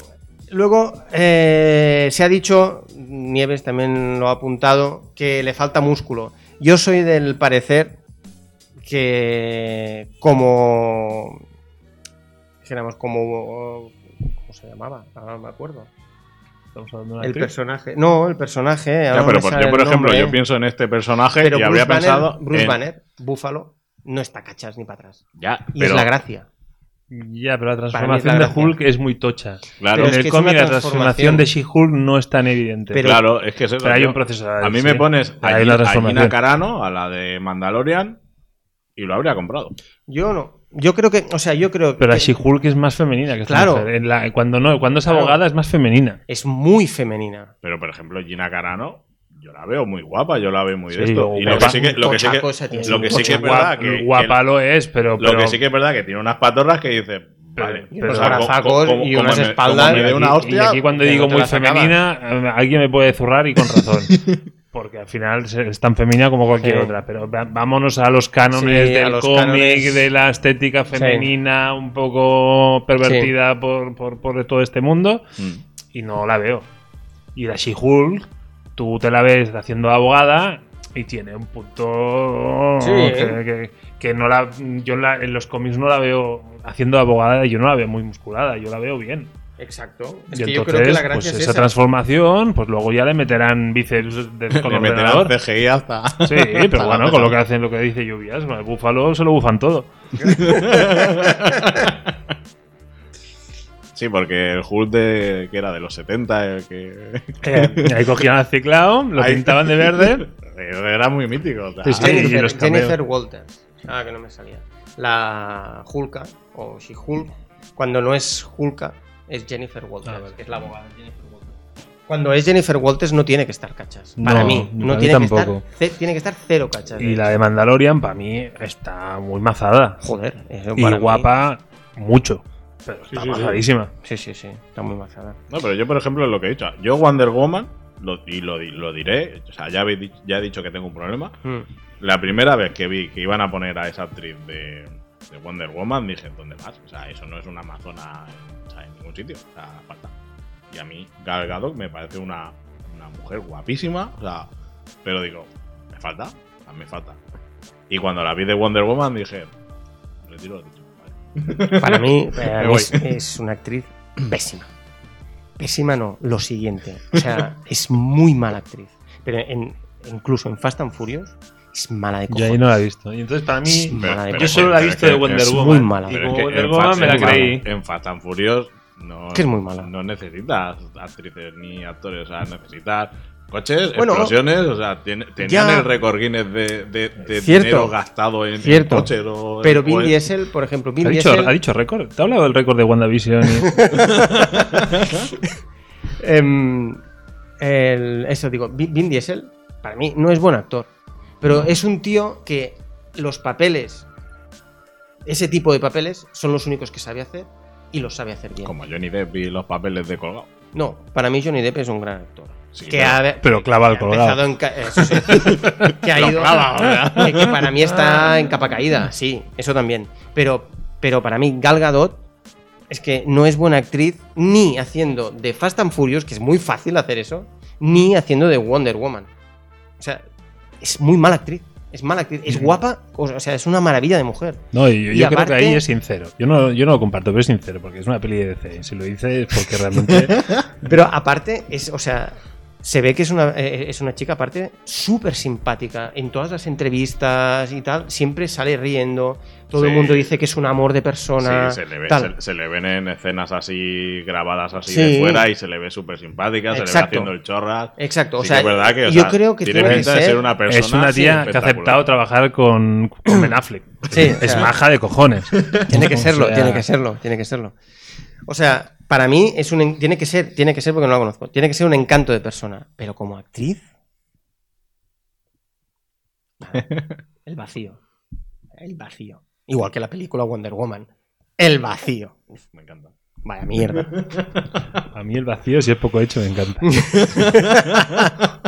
A: luego eh, se ha dicho, Nieves también lo ha apuntado, que le falta músculo. Yo soy del parecer que como dijéramos como ¿cómo se llamaba? Ahora no me acuerdo.
B: Estamos hablando de una
A: El
B: actriz.
A: personaje. No, el personaje.
C: Ya,
A: ahora no
C: pero
A: me
C: por-
A: sale
C: yo, por
A: el
C: ejemplo,
A: nombre.
C: yo pienso en este personaje
A: pero
C: y
A: Bruce
C: habría
A: Banner-
C: pensado.
A: Bruce
C: en-
A: Banner, Búfalo, no está cachas ni para atrás.
C: Ya,
A: Y
C: pero,
A: es la gracia.
B: Ya, pero la
A: es la
B: transformación de
A: gracia.
B: Hulk es muy tocha.
C: claro,
A: Pero
B: en
A: es
B: el
A: que es
B: cómic
A: una
B: la transformación de She-Hulk no es tan evidente.
A: Pero-
C: claro, es que es eso,
B: Pero hay
C: tío.
B: un proceso.
C: A mí
B: sí.
C: me pones
B: Pero
C: a,
B: hay una
C: Gi- a Gina
B: transformación.
C: Carano, a la de Mandalorian, y lo habría comprado.
A: Yo no. Yo creo que, o sea, yo creo
B: Pero la
A: que
B: She-Hulk es más femenina que esta
A: Claro.
B: mujer. En la- cuando, no, cuando es
A: Claro.
B: abogada es más femenina.
A: es muy femenina.
C: Pero, por ejemplo, Gina Carano, yo la veo muy guapa, yo la veo muy de
B: Sí,
C: esto. Y lo
B: guapa.
C: que sí que, lo que, sí que-
A: Tochaco esa tía,
C: lo que sí que es
B: Guap-
C: verdad que, que-
B: guapa lo es, pero.
C: lo
B: pero-
C: que sí que es verdad que tiene unas patorras que dices, vale,
B: Pero-
C: o
A: Unos
C: sea, co-
A: abrazacos
C: co- como-
A: y
C: como
A: unas
C: me- como
A: espaldas.
C: me dé una
A: Y- y
C: hostia,
B: y aquí cuando
A: que
B: digo
A: no te
B: muy
A: la sacaba.
B: femenina, eh, alguien me puede zurrar y
A: *laughs*
B: con razón. Porque al final se- es tan femenina como cualquier
A: Sí.
B: otra. Pero va- vámonos a los cánones
A: Sí, a
B: del
A: los
B: cómic,
A: cánones.
B: de la estética femenina, un poco pervertida por, por- por todo este mundo.
C: Mm.
B: y no la veo. Y la She-Hulk, tú te la ves haciendo abogada y tiene un punto
A: Sí,
B: que,
A: ¿eh?
B: que- que no la yo en la- en los cómics no la veo haciendo abogada y yo no la veo muy musculada, yo la veo bien.
A: Exacto. Es
B: y
A: que
B: entonces,
A: yo creo que la gracia
B: pues
A: es
B: esa
A: esa.
B: transformación, pues luego ya le meterán
C: *laughs*
B: bíceps de, con
C: le meterán
B: ordenador.
C: CGI hasta. *laughs*
B: Sí, pero bueno, con lo que hacen lo que dice Lluvias, con el búfalo se lo bufan todo.
C: Sí, porque el Hulk de, que era de los 70, el que.
A: Eh,
B: Y *laughs* ahí cogían al ciclón, lo
C: Ahí- Eh,
B: pintaban de
C: *laughs*
B: verde.
C: Era muy mítico. o sea,
B: Sí, sí. y
A: Jennifer,
B: los cameos.
A: Jennifer Walters. Ah, que no me salía. La Hulka o She-Hulk. Cuando no es Hulka, es Jennifer Walters,
B: Ah, vale.
A: que es la abogada de Jennifer Walters. Cuando es Jennifer Walters no tiene que estar cachas. Para
B: No,
A: mí,
B: ni
A: no
B: para mí
A: tiene
B: tampoco.
A: que estar. ce- Tiene que estar cero cachas.
B: Y la de Mandalorian, para mí, está muy mazada.
A: Joder, eso
B: Y
A: para mí-
B: guapa, mucho. Pero está
C: sí, sí.
B: mazadísima.
A: Sí, sí, sí. Está muy mazada.
C: No, pero yo, por ejemplo, lo que he dicho. Yo, Wonder Woman, lo- y lo, di- lo diré, o sea, ya, habéis di- ya he dicho que tengo un problema.
A: Mm.
C: La primera vez que vi que iban a poner a esa actriz de, de Wonder Woman, dije, ¿dónde más? O sea, eso no es una amazona en, o sea, en ningún sitio. O sea, falta. Y a mí, Gal Gadot me parece una, una mujer guapísima, o sea, pero digo, ¿me falta? O sea, me falta. Y cuando la vi de Wonder Woman, dije, retiro lo dicho. vale.
A: Para
C: *laughs*
A: mí, para
C: Me
A: mí
C: voy.
A: es, es una actriz pésima. Pésima no, lo siguiente. O
C: *laughs*
A: sea, es muy mala actriz. Pero en- incluso en Fast and Furious es mala de
B: Yo ahí
A: cojones.
B: no la he visto. Y entonces, para mí,
A: Mala de
C: Pero-
B: yo
A: cojones.
B: solo la he
C: pero es
B: visto
C: que
B: de Wonder
C: es
A: muy
B: Woman.
A: mala.
B: Y
A: Pero
C: Pero
B: como
C: es que
B: Wonder
C: en
B: Woman
C: Fast
B: me la
C: and Furious-
B: creí.
C: En Fast and Furious no,
A: Que es muy mala.
C: no necesitas actrices ni actores, o sea, necesitas coches,
A: Bueno.
C: explosiones, o sea, tiene- tenían
A: Ya.
C: el récord Guinness de, de- de
A: Cierto.
C: dinero gastado en, en
A: Cierto.
C: coches. O,
A: Pero
C: o
A: Vin
C: en-
A: Diesel, por ejemplo, Vin
B: ¿Ha dicho,
A: Diesel-
B: ha dicho récord? ¿Te ha hablado del récord de WandaVision?
A: *laughs*
B: y-
A: Em, el- eso digo, Vin Vin Diesel, para mí, no es buen actor. Pero es un tío que los papeles, ese tipo de papeles, son los únicos que sabe hacer y los sabe hacer bien.
C: Como Johnny Depp y los papeles de colgado.
A: No, para mí Johnny Depp es un gran actor.
C: Sí,
A: que
C: pero-
A: ha,
B: pero clava el
A: que ha empezado
B: colgado.
A: en ca- eso sí. que ha
C: Lo
A: ido.
C: clava,
A: *laughs*
C: ¿verdad?
A: que, que para mí está en capa caída, sí, eso también. Pero, pero para mí, Gal Gadot es que no es buena actriz ni haciendo de Fast and Furious, que es muy fácil hacer eso, ni haciendo de Wonder Woman. O sea, es muy mala actriz. Es mala actriz. Es guapa, o o sea, es una maravilla de mujer.
B: No, y yo,
A: Y
B: yo creo que
A: aparte-
B: ahí es sincero. Yo no, yo no lo comparto, pero es sincero, porque es una peli de DC. Si lo dice es porque *laughs* realmente.
A: Pero aparte, es, o sea, se ve que es una, eh, es una chica, aparte, súper simpática. En todas las entrevistas y tal, siempre sale riendo. Todo el
C: Sí.
A: mundo dice que es un amor de persona.
C: sí, se le, ve-
A: tal.
C: se- se le ven en escenas así grabadas así
A: Sí.
C: de fuera y se le ve súper simpática, se le ve
A: Exacto.
C: haciendo el chorras.
A: Exacto, o
C: Sí
A: sea,
C: que es verdad que, o
A: yo
C: sea,
A: creo que
C: tiene
A: tiene que
C: pinta de
A: ser-
C: ser una persona
B: es una tía que ha
C: espectacular.
B: aceptado trabajar con, con Ben Affleck.
A: Sí,
B: es
A: o sea-
B: maja de cojones.
A: Tiene que
B: O
A: serlo,
B: sea,
A: tiene que serlo, tiene que serlo. O sea, para mí es un en- tiene que ser, tiene que ser porque no la conozco. Tiene que ser un encanto de persona, pero como actriz nada. el vacío. El vacío. Igual que la película Wonder Woman. El vacío.
C: Me encanta.
A: Vaya mierda.
B: A mí el vacío, si es poco hecho, me encanta.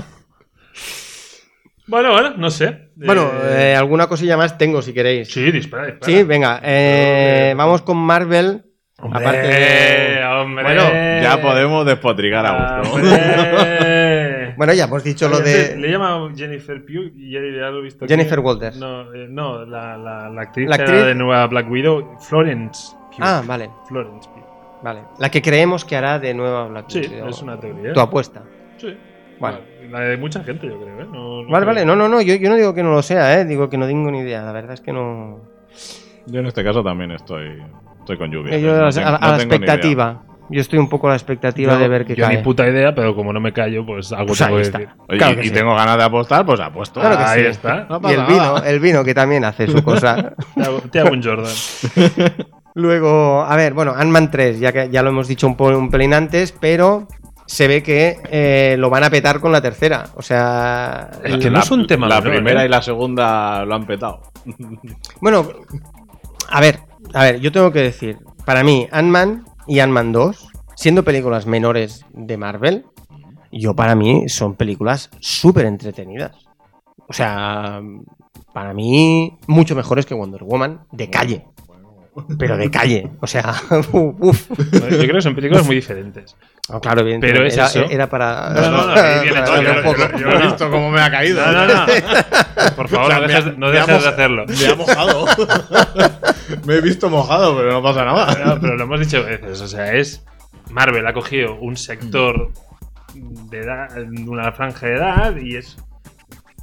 B: *laughs* bueno, bueno, no sé.
A: Bueno,
B: Eh,
A: eh, alguna cosilla más tengo si queréis.
B: Sí, dispara, dispara.
A: Sí, venga. eh, vamos con Marvel.
B: Hombre,
A: aparte de-
B: hombre.
A: Bueno,
C: Ya podemos despotrigar a
A: *laughs* eh,
C: gusto.
B: Hombre.
A: Bueno, ya hemos dicho lo
B: Le- Le
A: de
B: llama Jennifer Pugh y ya, ya lo he visto.
A: Jennifer
B: aquí.
A: Walters.
B: No, eh, no la, la, la actriz,
A: La
B: que
A: actriz-
B: era de nueva Black Widow, Florence Pugh.
A: Ah, vale.
B: Florence Pugh.
A: Vale. La que creemos que hará de nueva Black
B: Sí,
A: Widow.
B: es una teoría.
A: Tu apuesta.
B: Sí.
A: oh. Vale.
B: La de mucha gente, yo creo, ¿eh? No-
A: Vale, vale.
B: creo-
A: No, no, no. Yo, yo no digo que no lo sea, ¿eh? Digo que no tengo ni idea. La verdad es que no.
C: Yo en este caso también estoy, estoy con lluvia.
B: Eh,
A: Yo a,
C: No
A: la-
C: tengo-
A: a la- a
C: no
A: la
C: tengo ni idea.
A: expectativa. Yo estoy un poco a la expectativa de ver qué
B: yo
A: cae.
B: ni puta idea, pero como no me callo, pues algo
A: Pues
B: tengo
A: ahí
B: que
A: está.
B: decir.
C: Oye,
A: Claro
C: y,
A: que
C: y
A: sí.
C: tengo ganas de apostar, pues apuesto.
A: Claro que
B: ahí
A: sí.
B: está.
C: No
A: Y el
C: pasa
A: vino,
C: nada.
A: el vino que también hace su cosa.
B: Te hago, te hago un Jordan.
A: Luego, a ver, bueno, Ant-Man 3, ya que ya lo hemos dicho un, po- un pelín antes, pero se ve que eh, lo van a petar con la tercera. O sea.
B: Es que no es un tema
C: La
B: menor,
C: primera
B: ¿eh?
C: y la segunda lo han petado.
A: Bueno, a ver, a ver, yo tengo que decir, para mí, Ant-Man y Ant-Man 2, siendo películas menores de Marvel, yo para mí son películas súper entretenidas. O sea, para mí, mucho mejores que Wonder Woman, de calle. Pero de calle, o sea, *laughs* uff.
B: Yo creo que son películas muy diferentes.
A: claro, bien,
B: Pero es
A: era,
B: eso.
A: era para.
B: *laughs* No, no, no, ahí viene
A: para
B: todo,
A: darle
B: yo
A: un
B: lo-
A: poco.
B: yo lo- he visto
C: cómo me ha caído.
B: No, no, no. *laughs* Por favor, no dejes, no dejes de hacerlo.
C: Me ha *laughs* mojado. me he visto mojado, pero no pasa nada.
B: No, pero lo hemos dicho veces. O sea, es. Marvel ha cogido un sector de edad, una franja de edad y es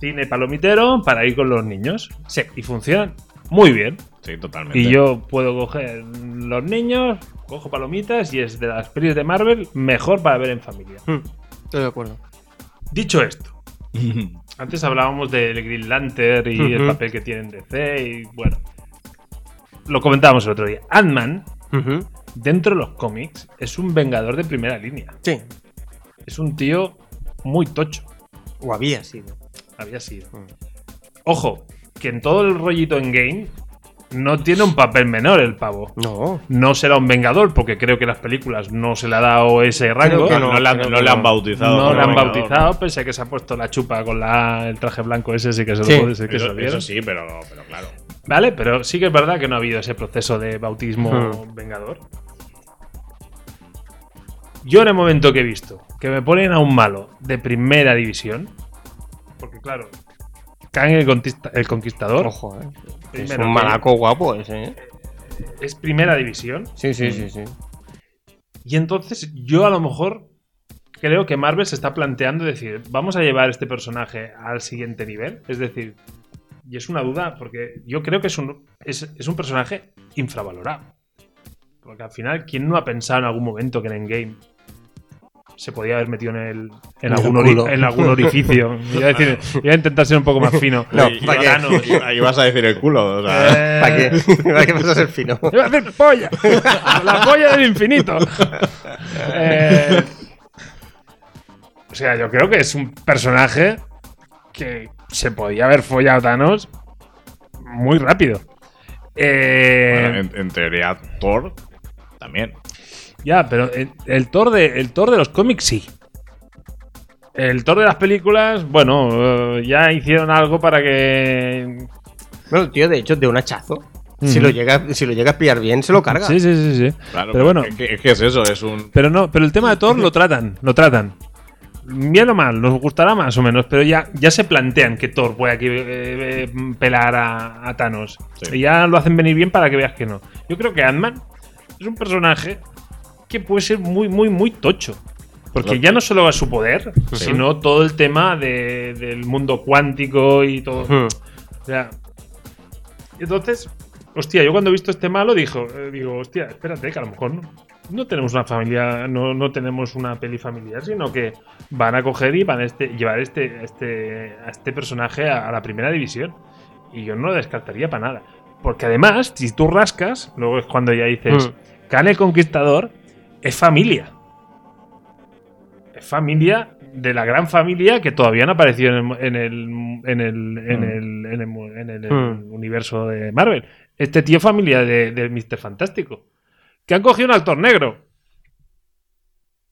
B: cine palomitero para ir con los niños. Sí, y funciona muy bien.
C: Sí, totalmente.
B: Y yo puedo coger los niños, cojo palomitas y es de las pelis de Marvel mejor para ver en familia.
A: Mm, Estoy de acuerdo.
B: Dicho *laughs* esto, antes hablábamos del Green Lantern y el
A: Ujú.
B: papel que tienen DC y bueno. Lo comentábamos el otro día. Ant-Man,
A: Ujú.
B: dentro de los cómics, es un vengador de primera línea.
A: Sí,
B: es un tío muy tocho.
A: O había sido.
B: Había sido. Ojo, que en todo el rollito en game no tiene un papel menor el pavo.
A: No.
B: No será un vengador, porque creo que las películas no se le ha dado ese rango.
A: que
C: no,
A: no,
C: le han,
A: creo
C: no
A: que
C: le han
A: no.
C: bautizado.
B: No
C: como
B: la han
C: Vengador,
B: bautizado, pensé que se ha puesto la chupa con la- el traje blanco ese, sí que se lo
A: Sí.
B: puede decir que se
C: Eso,
B: lo dieron.
C: eso sí, pero, pero claro.
B: Vale, pero sí que es verdad que no ha habido ese proceso de bautismo
A: Hmm.
B: vengador. Yo en el momento que he visto que me ponen a un malo de primera división, porque claro, Kang el, contista- el conquistador
A: Ojo, eh. Es
B: Primero
A: un
B: que-
A: malaco guapo ese, ¿eh?
B: es primera división,
A: Sí, sí, sí, sí.
B: y entonces yo a lo mejor creo que Marvel se está planteando decir, vamos a llevar este personaje al siguiente nivel, es decir, y es una duda, porque yo creo que es un, es, es un personaje infravalorado. Porque al final, ¿quién no ha pensado en algún momento que en Endgame se podía haber metido en, el, en,
A: el
B: algún, ori-
A: culo.
B: en
A: *laughs*
B: algún orificio? Iba a, decir- iba a intentar ser un poco más fino.
A: No,
C: Y- y-
A: ¿para qué? *laughs*
C: Thanos, y- Ahí vas a decir el culo. O sea,
A: *laughs*
B: Eh,
A: ¿Para qué? *laughs* ¿Para qué vas a ser fino?
B: *laughs* Iba a decir polla. la polla del infinito. Eh, o sea, yo creo que es un personaje que se podía haber follado Thanos muy rápido. Eh,
C: bueno, en, en teoría, Thor también.
B: Ya, pero el, el Thor de, el Thor de los cómics sí. El Thor de las películas, bueno, eh, ya hicieron algo para que.
A: Bueno, el tío, de hecho, de un hachazo. Si,
B: Ujú.
A: lo llega, si lo llega a pillar bien, se lo carga.
B: Sí, sí, sí, sí.
C: Claro,
B: pero bueno,
C: Es que, es que es eso, es un.
B: Pero no, pero el tema de Thor lo tratan, lo tratan. Bien o mal, nos gustará más o menos, pero ya, ya se plantean que Thor puede aquí eh, eh, pelar a, a Thanos.
C: Sí.
B: Y ya lo hacen venir bien para que veas que no. Yo creo que Ant-Man es un personaje que puede ser muy, muy, muy tocho. Porque
C: Lo-
B: ya no solo va su poder, sino todo el tema de- del mundo cuántico y todo.
A: Ujú.
B: O sea, entonces, hostia, yo cuando he visto este malo dijo, eh, digo, hostia, espérate, que a lo mejor no, no tenemos una familia, no, no tenemos una peli familiar, sino que van a coger y van a este, llevar este, este, a este personaje a, a la primera división. Y yo no lo descartaría para nada. Porque además, si tú rascas, luego es cuando ya dices, Khan el Conquistador es familia. Es familia de la gran familia que todavía no ha aparecido en el, en el, en el,
A: Hmm.
B: en el, en el mu- en el-
A: Mm.
B: universo de Marvel. Este tío es familia de, de Mr. Fantástico. Que han cogido un actor negro.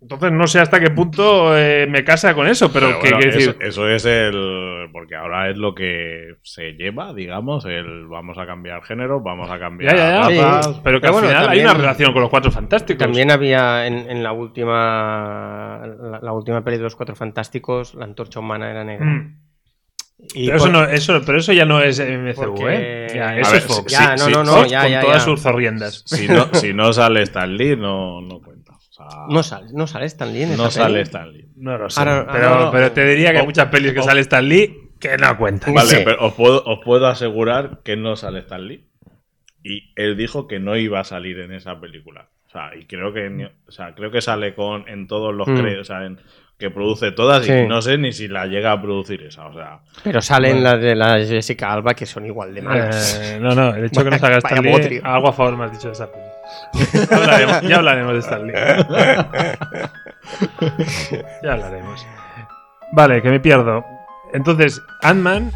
B: Entonces no sé hasta qué punto eh, me casa con eso, pero,
C: Pero
B: que,
C: bueno,
B: quiero
C: eso,
B: decir,
C: eso es el. Porque ahora es lo que se lleva, digamos, el vamos a cambiar género, vamos a cambiar.
B: ya, ya,
A: Sí.
B: ya,
C: razas.
B: pero
A: Pero
B: que al
A: bueno,
B: final
A: también-
B: hay una relación con los cuatro fantásticos.
A: También había en, en la última la, la última peli de los Cuatro Fantásticos, la antorcha humana era negra.
B: Mm.
A: Y
B: Pero
A: por-
B: eso, no, eso, pero eso ya no es MCU,
A: Porque-
B: ¿eh? Ya,
A: A
B: eso
C: ver,
B: es Fox.
A: Ya,
C: Sí,
A: no, no,
C: sí,
A: no,
B: Fox
A: ya,
B: con
A: ya,
B: todas
A: ya.
B: sus zorriendas.
C: Si no, si no sale Stan Lee, no, no cuenta. O sea,
A: No, sale, no sale Stan Lee en
C: no
A: esa
C: sale
A: peli.
C: Stan Lee.
B: No Oh, lo sé.
A: Ahora-
B: pero,
A: ahora-
B: pero te diría que hay muchas pelis que
C: o-
B: sale Stan Lee que no cuentan.
C: Vale,
A: Sí.
C: pero os puedo, os puedo asegurar que no sale Stan Lee. Y él dijo que no iba a salir en esa película. O sea, y creo que, ni- o sea, creo que sale con en todos los
A: Mm.
C: créditos, o sea, en- que produce todas
A: Sí.
C: y no sé ni si la llega a producir esa. O sea,
A: Pero salen las de la Jessica Alba que son igual de malas.
B: Eh, no, no, el hecho que no salga
A: Vaya
B: Stan Lee,
A: bodrio.
B: algo a favor me has dicho de esa peli. Ya hablaremos, ya hablaremos de Stan Lee. ya hablaremos. Vale, que me pierdo. Entonces, Ant-Man,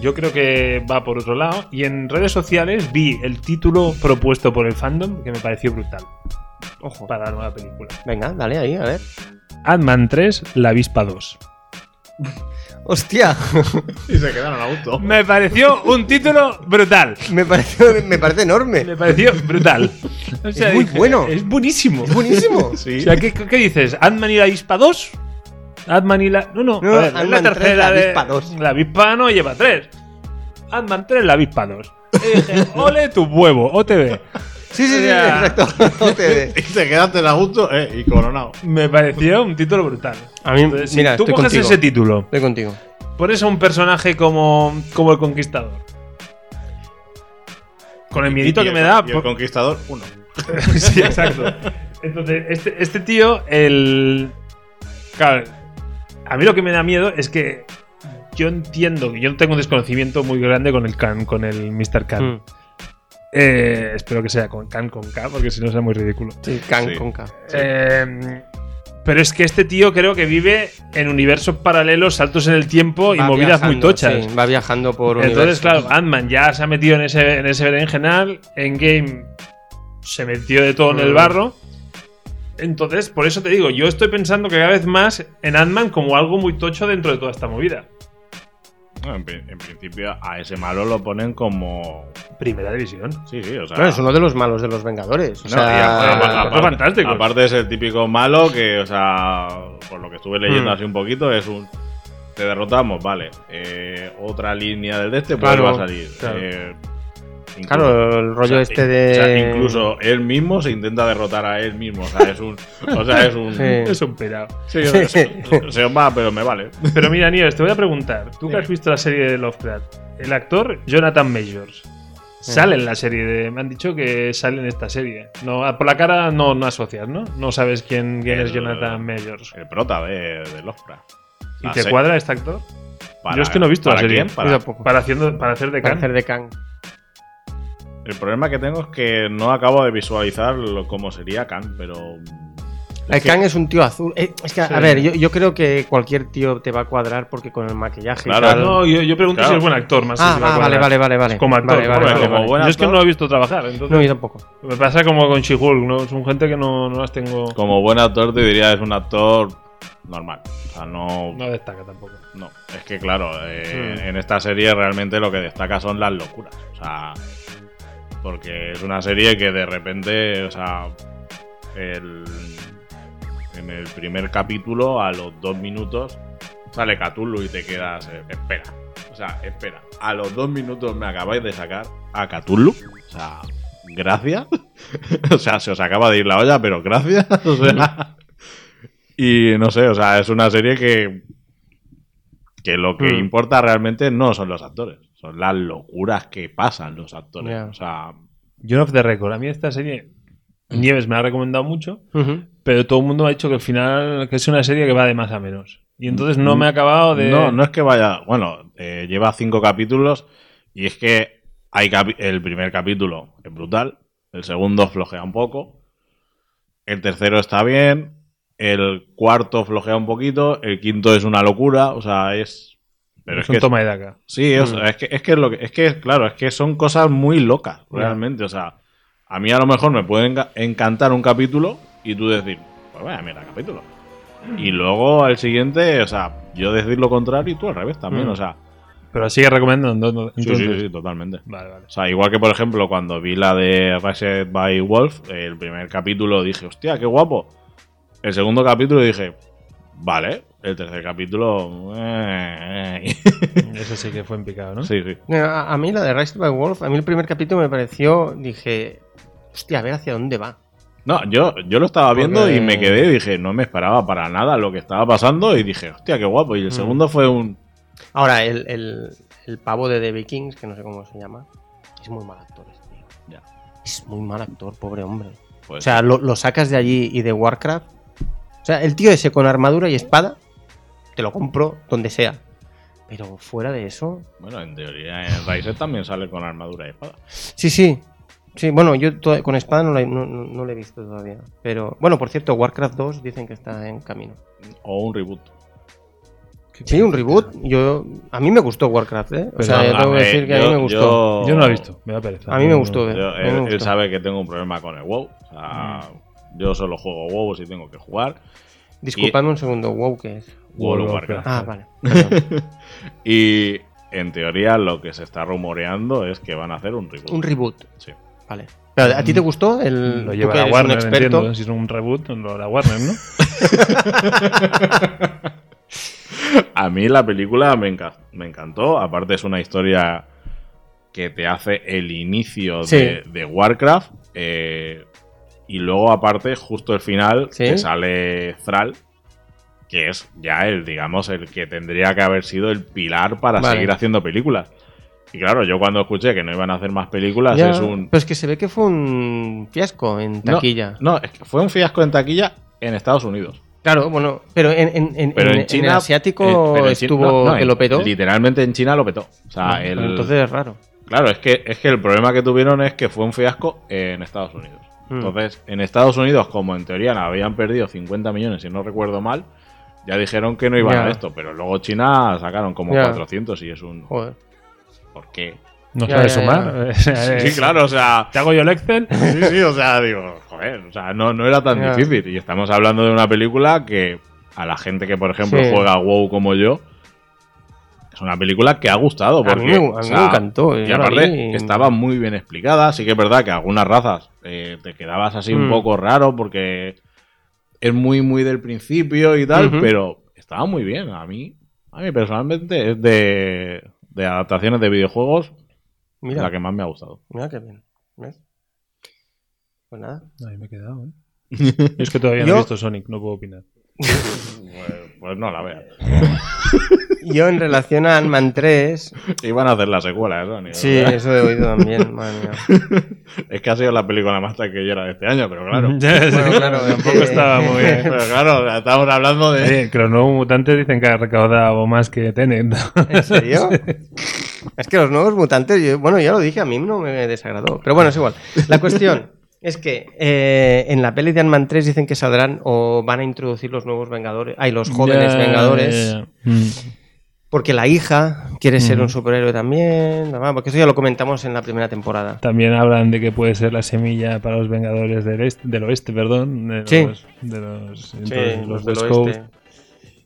B: yo creo que va por otro lado. Y en redes sociales vi el título propuesto por el fandom que me pareció brutal
A: Ojo.
B: para la nueva película.
A: Venga, dale ahí, a ver.
B: Ant-Man 3, la avispa 2.
A: ¡Hostia!
C: y se quedaron a gusto.
B: Me pareció un título brutal.
A: me, parece, me parece enorme.
B: Me pareció brutal. O sea,
A: Es muy bueno.
B: Es buenísimo.
A: Es buenísimo.
C: Sí.
B: O sea, ¿qué, qué dices? ¿Ant-Man y la avispa 2? ¿Ant-Man y la.? No, no,
A: No,
B: a ver,
A: Ant-Man 3, la avispa 2.
B: La avispa no lleva 3. Ant-Man 3, la avispa 2.
A: *laughs*
B: Y dije, ole tu huevo, OTV.
A: Sí, sí, sí,
B: Ya.
A: exacto. OTD.
C: *laughs* Y te quedaste a gusto eh, y coronado.
B: Me pareció un título brutal.
A: A mí,
B: Entonces, si
A: mira,
B: tú
A: estoy
B: coges
A: contigo.
B: ese título,
A: Estoy contigo.
B: pones a un personaje como, como el Conquistador. Con el miedito
C: Y- y
B: que
C: el-
B: me da.
C: y el
B: por-
C: Conquistador, uno.
B: Pues sí, exacto. Entonces, este, este tío, el. Claro, a mí lo que me da miedo es que yo entiendo que yo tengo un desconocimiento muy grande con el Khan, con el Mr. Khan.
A: Mm.
B: Eh, espero que sea con Khan con K, porque si no sea muy ridículo.
A: Sí, can
C: Sí.
A: con K.
B: Eh, Pero es que este tío creo que vive en universos paralelos, saltos en el tiempo Oh, y
A: Va
B: movidas muy
A: viajando,
B: tochas.
A: sí, va viajando por universos.
B: Entonces, claro, Ant-Man ya se ha metido en ese, en ese berenjenal. Endgame se metió de todo en el
A: Mm.
B: barro. Entonces, por eso te digo, yo estoy pensando que cada vez más en Ant-Man como algo muy tocho dentro de toda esta movida.
C: Bueno, en, pri- en principio a ese malo lo ponen como...
B: Primera división.
C: Sí, sí, o sea...
A: Claro, es uno de los malos de los Vengadores. O
C: No, y
A: sea,
C: aparte-
B: bueno,
C: aparte-
B: fantásticos.
C: Aparte es el típico malo que, o sea, por lo que estuve leyendo
A: Mm.
C: así un poquito, es un... Te derrotamos, vale. eh, otra línea del de este, pues
A: Claro,
C: va a salir.
B: claro.
C: Eh, incluso-
A: claro, el rollo
C: o sea,
A: este
C: in-
A: de.
C: o sea, incluso él mismo se intenta derrotar a él mismo. O sea, es un... O sea, es un...
A: Sí.
B: Es un pelado.
C: Sí, o sea, se os va, pero me vale.
B: Pero mira, Nieves, te voy a preguntar. Tú que
C: Dime.
B: has visto la serie de Lovecraft, el actor Jonathan Majors.
C: Mm.
B: Sale en la serie de. Me han dicho que sale en esta serie. No, a- por la cara no, no asocias, ¿no? No sabes quién, quién es
C: El-
B: Jonathan Majors.
C: El prota de, de Lovecraft.
B: ¿Y
C: la
B: te
C: se-
B: cuadra este actor?
C: Para-
B: Yo es que no he visto la
C: ¿para
B: serie.
C: quién? Para-
A: Yo tampoco.
B: Para, haciendo, para hacer de
A: para
B: Khan.
A: hacer de Kang.
C: el problema que tengo es que no acabo de visualizar lo- cómo sería Khan, pero.
A: El Kang es un tío azul. Eh, Es que, a
B: Sí.
A: ver, yo, yo creo que cualquier tío te va a cuadrar porque con el maquillaje. y
C: Claro,
A: tal-
B: No, yo, yo pregunto
C: Claro.
B: si es buen actor, más
A: Ah,
B: que si va
A: va,
B: a
A: vale,
B: cuadrar.
A: vale, vale, vale.
B: Como actor,
A: Vale, vale,
B: hombre,
A: vale,
C: como
A: vale.
C: buen
B: Yo es que
C: actor.
B: no lo he visto trabajar, entonces.
A: No, yo tampoco.
B: Me pasa como con She-Hulk, ¿no? Son gente que no, no las tengo.
C: Como buen actor, te diría es un actor normal. O sea, no. No.
B: No destaca tampoco.
C: Es que, claro, eh, en esta serie realmente lo que destaca son las locuras. O sea. Porque es una serie que de repente, o sea. el- en el primer capítulo, a los dos minutos, sale Cthulhu y te quedas. eh, espera. O sea, espera. A los dos minutos me acabáis de sacar a Cthulhu. O sea, gracias. *laughs* o sea, se os acaba de ir la olla, pero gracias. *laughs* O sea. Y no sé, o sea, es una serie que. Que lo que
A: Mm.
C: importa realmente no son los actores, son las locuras que pasan los actores.
A: Ya.
C: O sea,
B: John of the Record. A mí esta serie. Nieves me la ha recomendado mucho,
A: Ujú.
B: pero todo el mundo me ha dicho que al final que es una serie que va de más a menos. Y entonces no me ha acabado de.
C: Mm. No, no es que vaya. Bueno, eh, lleva cinco capítulos y es que hay capi- el primer capítulo es brutal, el segundo flojea un poco, el tercero está bien, el cuarto flojea un poquito, el quinto es una locura, o sea, es. Pero es,
B: es un
C: que.
B: toma y daca.
C: Sí, o
B: Mm.
C: sea, es que es que lo que, es que claro, es que son cosas muy locas,
B: Ya.
C: realmente, o sea, a mí a lo mejor me puede enga- encantar un capítulo y tú decir, pues vaya mierda capítulo.
B: Mm.
C: Y luego al siguiente, o sea, yo decir lo contrario y tú al revés también,
B: Mm.
C: o sea,
B: Pero sigue recomendando. ¿no?
C: sí, sí,
B: Entonces-
C: sí, totalmente.
B: Vale, vale.
C: O sea, igual que por ejemplo cuando vi la de Ratchet by Wolf, el primer capítulo dije, hostia, qué guapo. El segundo capítulo dije, vale. El tercer capítulo, eh, *laughs* eh.
B: Eso sí que fue en picado, ¿no?
C: sí, sí.
A: No, A, a mí la de Rise by Wolf, a mí el primer capítulo me pareció, dije, hostia, a ver hacia dónde va.
C: No, yo, yo lo estaba viendo
A: Porque-
C: y me quedé y dije, no me esperaba para nada lo que estaba pasando y dije, hostia, qué guapo.
A: Mm.
C: Y el segundo fue un...
A: Ahora, el, el- el pavo de The Vikings, que no sé cómo se llama, es muy mal actor este. tío.
C: Ya.
A: Es muy mal actor, pobre hombre.
C: Pues,
A: O sea, lo, lo sacas de allí y de Warcraft. O sea, el tío ese con armadura y espada, te lo compro donde sea. Pero fuera de eso.
C: bueno, en teoría en Riser también sale con armadura y espada.
A: Sí, sí. Sí, bueno, yo to- con espada no la he- no, no- no la he visto todavía. Pero, bueno, por cierto, Warcraft 2 dicen que está en camino.
C: O un reboot.
A: Sí, un reboot. Yo, a mí me gustó Warcraft, ¿eh? O
B: Pero
A: sea, yo
C: Ah,
A: tengo que
C: eh,
A: decir que a mí
C: yo-
A: me gustó.
B: Yo no la he visto, me da pereza.
A: A mí me
B: No-
A: gustó,
C: yo-
A: eh.
C: él,
A: a mí me
C: él
A: gustó.
C: sabe que tengo un problema con el WoW. O sea,
A: Mm.
C: yo solo juego WoW si tengo que jugar.
A: Disculpadme un segundo, wow, ¿qué es?
C: World of
B: World of
C: Warcraft.
A: Ah, vale. perdón.
C: Y en teoría lo que se está rumoreando es que van a hacer un reboot.
A: un reboot,
C: Sí.
A: vale. Pero,
C: Mm.
A: ¿A ti te gustó? El,
B: Lo
A: tú
B: lleva
A: que
B: la
A: eres
B: Warner,
A: un experto.
B: entiendo. ¿eh? Si es un reboot, lo hará Warner, ¿no?
C: A mí la película me, enca- me encantó. Aparte es una historia que te hace el inicio
A: Sí.
C: de, de Warcraft. eh, y luego, aparte, justo el final,
A: Sí.
C: te sale Thrall, que es ya el, digamos, el que tendría que haber sido el pilar para
A: Vale.
C: seguir haciendo películas. Y claro, yo cuando escuché que no iban a hacer más películas,
A: Ya,
C: es un...
A: Pero es que se ve que fue un fiasco en
C: No,
A: taquilla.
C: No, es que fue un fiasco en taquilla en Estados Unidos.
A: Claro, bueno, pero en, en, en,
C: Pero en,
A: en-
C: China.
A: en el
C: eh,
A: asiático
C: pero en Chi-
A: estuvo
C: no, no,
A: que
C: en-
A: lo petó.
C: Literalmente en China lo petó. O sea,
A: Ah,
C: el,
A: Entonces es raro.
C: Claro, es que, es que el problema que tuvieron es que fue un fiasco en Estados Unidos.
A: Mm.
C: Entonces, en Estados Unidos, como en teoría habían perdido 50 millones, si no recuerdo mal, ya dijeron que no iban
A: Ya.
C: a esto, pero luego China sacaron como
A: Ya.
C: 400 y es un...
A: Joder.
C: ¿Por qué?
B: *laughs* No
A: Ya,
B: sabes
A: ya,
B: *laughs* sumar. Eh,
C: Sí, claro, o sea...
B: Te hago yo el Excel.
C: *laughs* Sí, sí, o sea, digo, joder, o sea, no, no era tan
A: Ya.
C: difícil. Y estamos hablando de una película que a la gente que, por ejemplo,
A: Sí.
C: juega a WoW como yo, es una película que ha gustado.
A: A
C: Porque,
A: mí me- a mí
C: o
A: me
C: sea,
A: encantó, eh, yo
C: Y
A: la
C: aparte,
A: vi y-
C: estaba muy bien explicada. Sí que es verdad que algunas razas eh, te quedabas así un
A: Mm.
C: poco raro porque es muy, muy del principio y tal,
A: Ujú.
C: pero estaba muy bien. A mí, a mí personalmente, es de, de adaptaciones de videojuegos
A: Mira,
C: la que más me ha gustado.
A: mira qué bien. ¿Ves? Pues nada.
B: No, ahí me he quedado, ¿eh? Yo es que todavía no
A: Yo-
B: he visto Sonic, no puedo opinar.
C: Pues, pues no la veas.
A: Yo en relación a Ant-Man 3,
C: *laughs* Iban a hacer la secuela, eso. ni-
A: sí, eso he oído
B: *laughs*
A: también, madre mía.
C: Es que ha sido la película más taquillera de este año, pero claro.
B: Ya,
A: Bueno,
B: *laughs* sí,
A: claro, eh, es
B: tampoco
A: que-
B: estaba muy bien.
A: *laughs*
C: pero claro, o sea, estamos hablando *laughs* de.
B: Oye, que los nuevos mutantes dicen que ha recaudado más que Tenet.
A: ¿En
B: *laughs*
A: serio? es que los nuevos mutantes, yo- bueno, ya lo dije, a mí no me desagradó. Pero bueno, es igual. La
B: *laughs*
A: cuestión es que eh, en la peli de Ant-Man 3 dicen que saldrán o van a introducir los nuevos Vengadores, ay, los *laughs* jóvenes Vengadores.
B: eh, mm.
A: Porque la hija quiere ser
B: Ujú.
A: un superhéroe también. la mamá, Porque eso ya lo comentamos en la primera temporada.
B: También hablan de que puede ser la semilla para los Vengadores del, est- del Oeste, perdón. De
A: Sí.
B: los, de los,
A: Sí,
B: entonces, los
A: del
B: West
A: oeste.
B: Coast.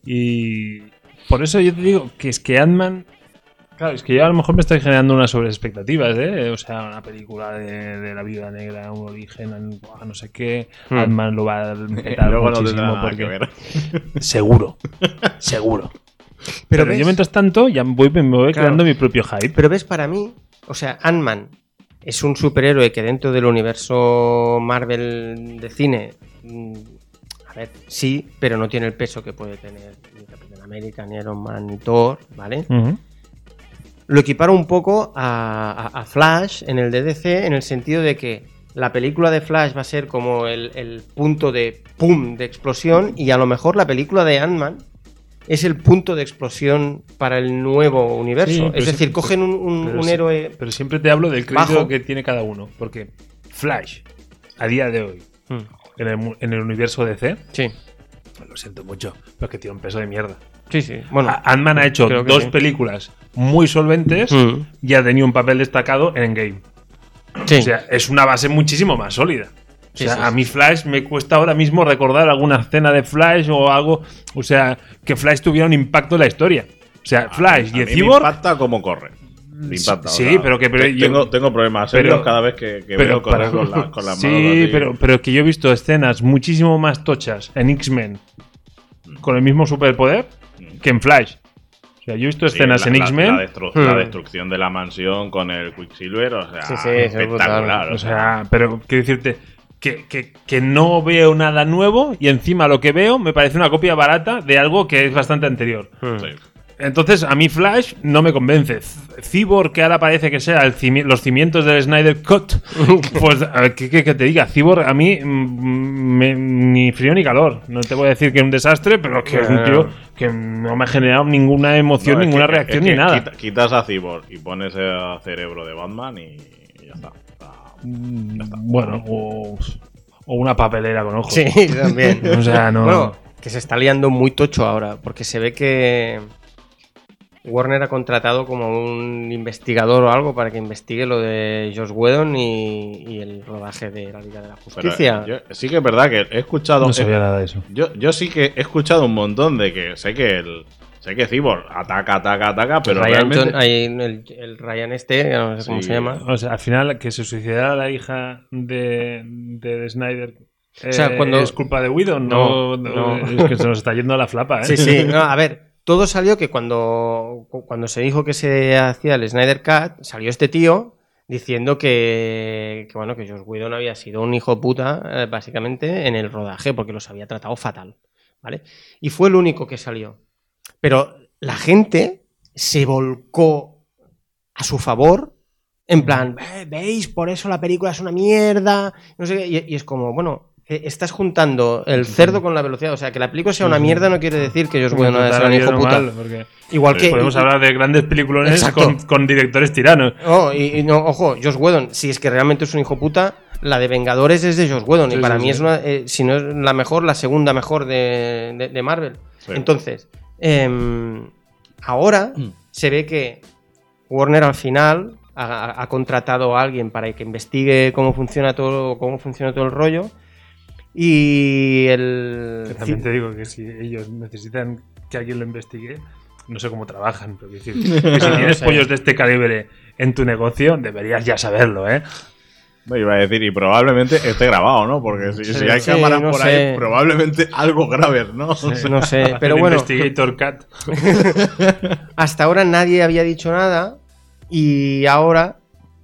B: Y por eso yo te digo que es que Ant-Man. Claro, es que yo a lo mejor me estoy generando unas sobreexpectativas, ¿eh? O sea, una película de, de la vida negra, un origen, un- buah, no sé qué.
A: Hmm.
B: Ant-Man lo
C: *laughs*
B: va a petar
C: Luego no
B: muchísimo
C: tendrá nada
B: porque...
C: que ver. *laughs*
B: Seguro, seguro. Pero,
A: Pero, ves,
B: yo mientras tanto ya voy, me voy
A: Claro.
B: creando mi propio hype.
A: pero ves, para mí, o sea, Ant-Man es un superhéroe que dentro del universo Marvel de cine. mm, A ver, sí, pero no tiene el peso que puede tener ni Capitán América, ni Iron Man, ni Thor, ¿vale?
B: Ujú.
A: Lo equiparo un poco a, a- a Flash en el DDC, en el sentido de que la película de Flash va a ser como el, el punto de pum de explosión, y a lo mejor la película de Ant-Man es el punto de explosión para el nuevo
B: Sí,
A: universo.
B: pero
A: es
B: sí,
A: decir,
B: pero-
A: cogen un, un-
B: pero
A: un
B: sí.
A: héroe.
B: Pero siempre te hablo del crédito
A: Bajo.
B: que tiene cada uno. Porque Flash, a día de hoy,
A: Hmm,
B: en el, mu- en el universo DC,
A: Sí,
B: lo siento mucho, pero es que tiene un peso de mierda.
A: sí, sí. Bueno,
B: A- Ant-Man ha hecho
A: creo que
B: dos
A: sí.
B: películas muy solventes
A: Mm.
B: y ha tenido un papel destacado en Game.
A: sí.
B: ah, O sea, es una base muchísimo más sólida. O
A: Sí,
B: sea,
A: sí,
B: a
A: sí.
B: mí Flash me cuesta ahora mismo recordar alguna escena de Flash o algo. O sea, que Flash tuviera un impacto en la historia. O sea, Flash
C: A
B: y
C: mí
B: el Cyborg.
C: Me impacta cómo corre. Me impacta.
B: Sí,
C: o sea,
B: pero que- pero
C: te-
B: yo-
C: tengo, tengo problemas
B: pero-
C: serios cada vez que, que veo
B: para-
C: correr
B: *laughs*
C: con, la- con las manos.
B: Sí,
C: así.
B: pero, pero es que yo he visto escenas muchísimo más tochas en X-Men
C: Mm.
B: con el mismo superpoder que en Flash. O sea, yo he visto
C: Sí,
B: escenas
C: la-
B: en
C: la- La,
B: X-Men.
C: destru-
A: Hmm.
C: la destrucción de la mansión con el Quicksilver, o sea,
A: Sí, sí, eso es
C: espectacular.
A: brutal.
C: o
B: O
C: sea,
B: sea, pero quiero decirte que, que- que no veo nada nuevo y encima lo que veo me parece una copia barata de algo que es bastante anterior.
C: sí.
B: Entonces, a mí Flash no me convence. C- Cyborg, que ahora parece que sea el cimi- los cimientos del Snyder Cut, pues a ver, ¿qué, qué- qué te diga? Cyborg a mí mm, me- ni frío ni calor. No te voy a decir que es un desastre, pero que es un tío que no me ha generado ninguna emoción,
C: Eh. No, es
B: ninguna
C: que-
B: reacción
C: es que
B: ni nada.
C: quita- quitas a Cyborg y pones el cerebro de Batman y, y ya está. O sea,
B: Mm, Bueno, o, o una papelera con ojos.
A: Sí, también.
B: *laughs* O sea, no.
A: Bueno, que se está liando muy tocho ahora, porque se ve que Warner ha contratado como un investigador o algo para que investigue lo de Josh Whedon y, y el rodaje de la Liga de la
C: pero,
A: Justicia.
C: eh, yo- sí que es verdad que he escuchado.
B: no
C: eh,
B: sabía nada de eso.
C: yo, yo sí que he escuchado un montón de que sé que el. Sé que Cyborg ataca, ataca, ataca, pero
A: Pues Ryan
C: realmente.
A: John- ahí en el, el Ryan este, ya no sé cómo
C: Sí.
A: se llama.
B: O sea, al final que se suicidara la hija de, de Snyder. eh,
A: sea, cuando-
B: ¿Es culpa de Widow?
A: No,
B: No, no,
A: no.
B: Es que se nos está yendo a la flapa, ¿eh?
A: Sí,
B: *laughs*
A: sí, no, a ver, todo salió que cuando, cu- cuando se dijo que se hacía el Snyder Cut, salió este tío diciendo que, que, bueno, que Josh Whedon había sido un hijo puta, eh, básicamente, en el rodaje, porque los había tratado fatal, ¿vale? Y fue el único que salió. Pero la gente se volcó a su favor, en plan, "Eh, ¿veis? Por eso la película es una mierda, no sé qué, y, y es como, bueno... eh, Estás juntando el cerdo con la velocidad. O sea, que la película sea una
B: Sí, sí.
A: mierda no quiere decir que Josh
B: Nos
A: Whedon haya
B: trataron
A: sido un hijo
B: bien o
A: puta.
B: mal, porque pues
A: Igual que.
B: Podemos hablar de grandes peliculones
A: Exacto.
B: con, con directores tiranos.
A: Oh, y, y no, ojo, Josh Whedon, si es que realmente es un hijo puta, La de Vengadores es de Josh Whedon
B: Sí,
A: y para
B: sí,
A: mí
B: sí.
A: es una, eh, si no es la mejor, la segunda mejor de, de- de Marvel.
C: Sí.
A: Entonces, em, ahora
B: Mm.
A: se ve que Warner al final ha, ha- ha contratado a alguien para que investigue cómo funciona todo, cómo funciona todo el rollo. Y el.
B: Que también te digo que si ellos necesitan que alguien lo investigue, no sé cómo trabajan, pero
A: *laughs*
B: quiero decir, que si
A: No
B: tienes
A: sé.
B: pollos de este calibre en tu negocio, deberías ya saberlo, ¿eh?
C: No, iba a decir, y probablemente esté grabado, ¿no? Porque si,
A: Sí,
C: si hay
A: sí,
C: cámaras
A: no
C: por
A: sé.
C: ahí, probablemente algo grave, ¿no? *laughs* O sea,
A: No
B: *laughs*
A: sé, pero
B: El
A: bueno. *laughs*
B: Investigator Cat.
A: Hasta ahora nadie había dicho nada y ahora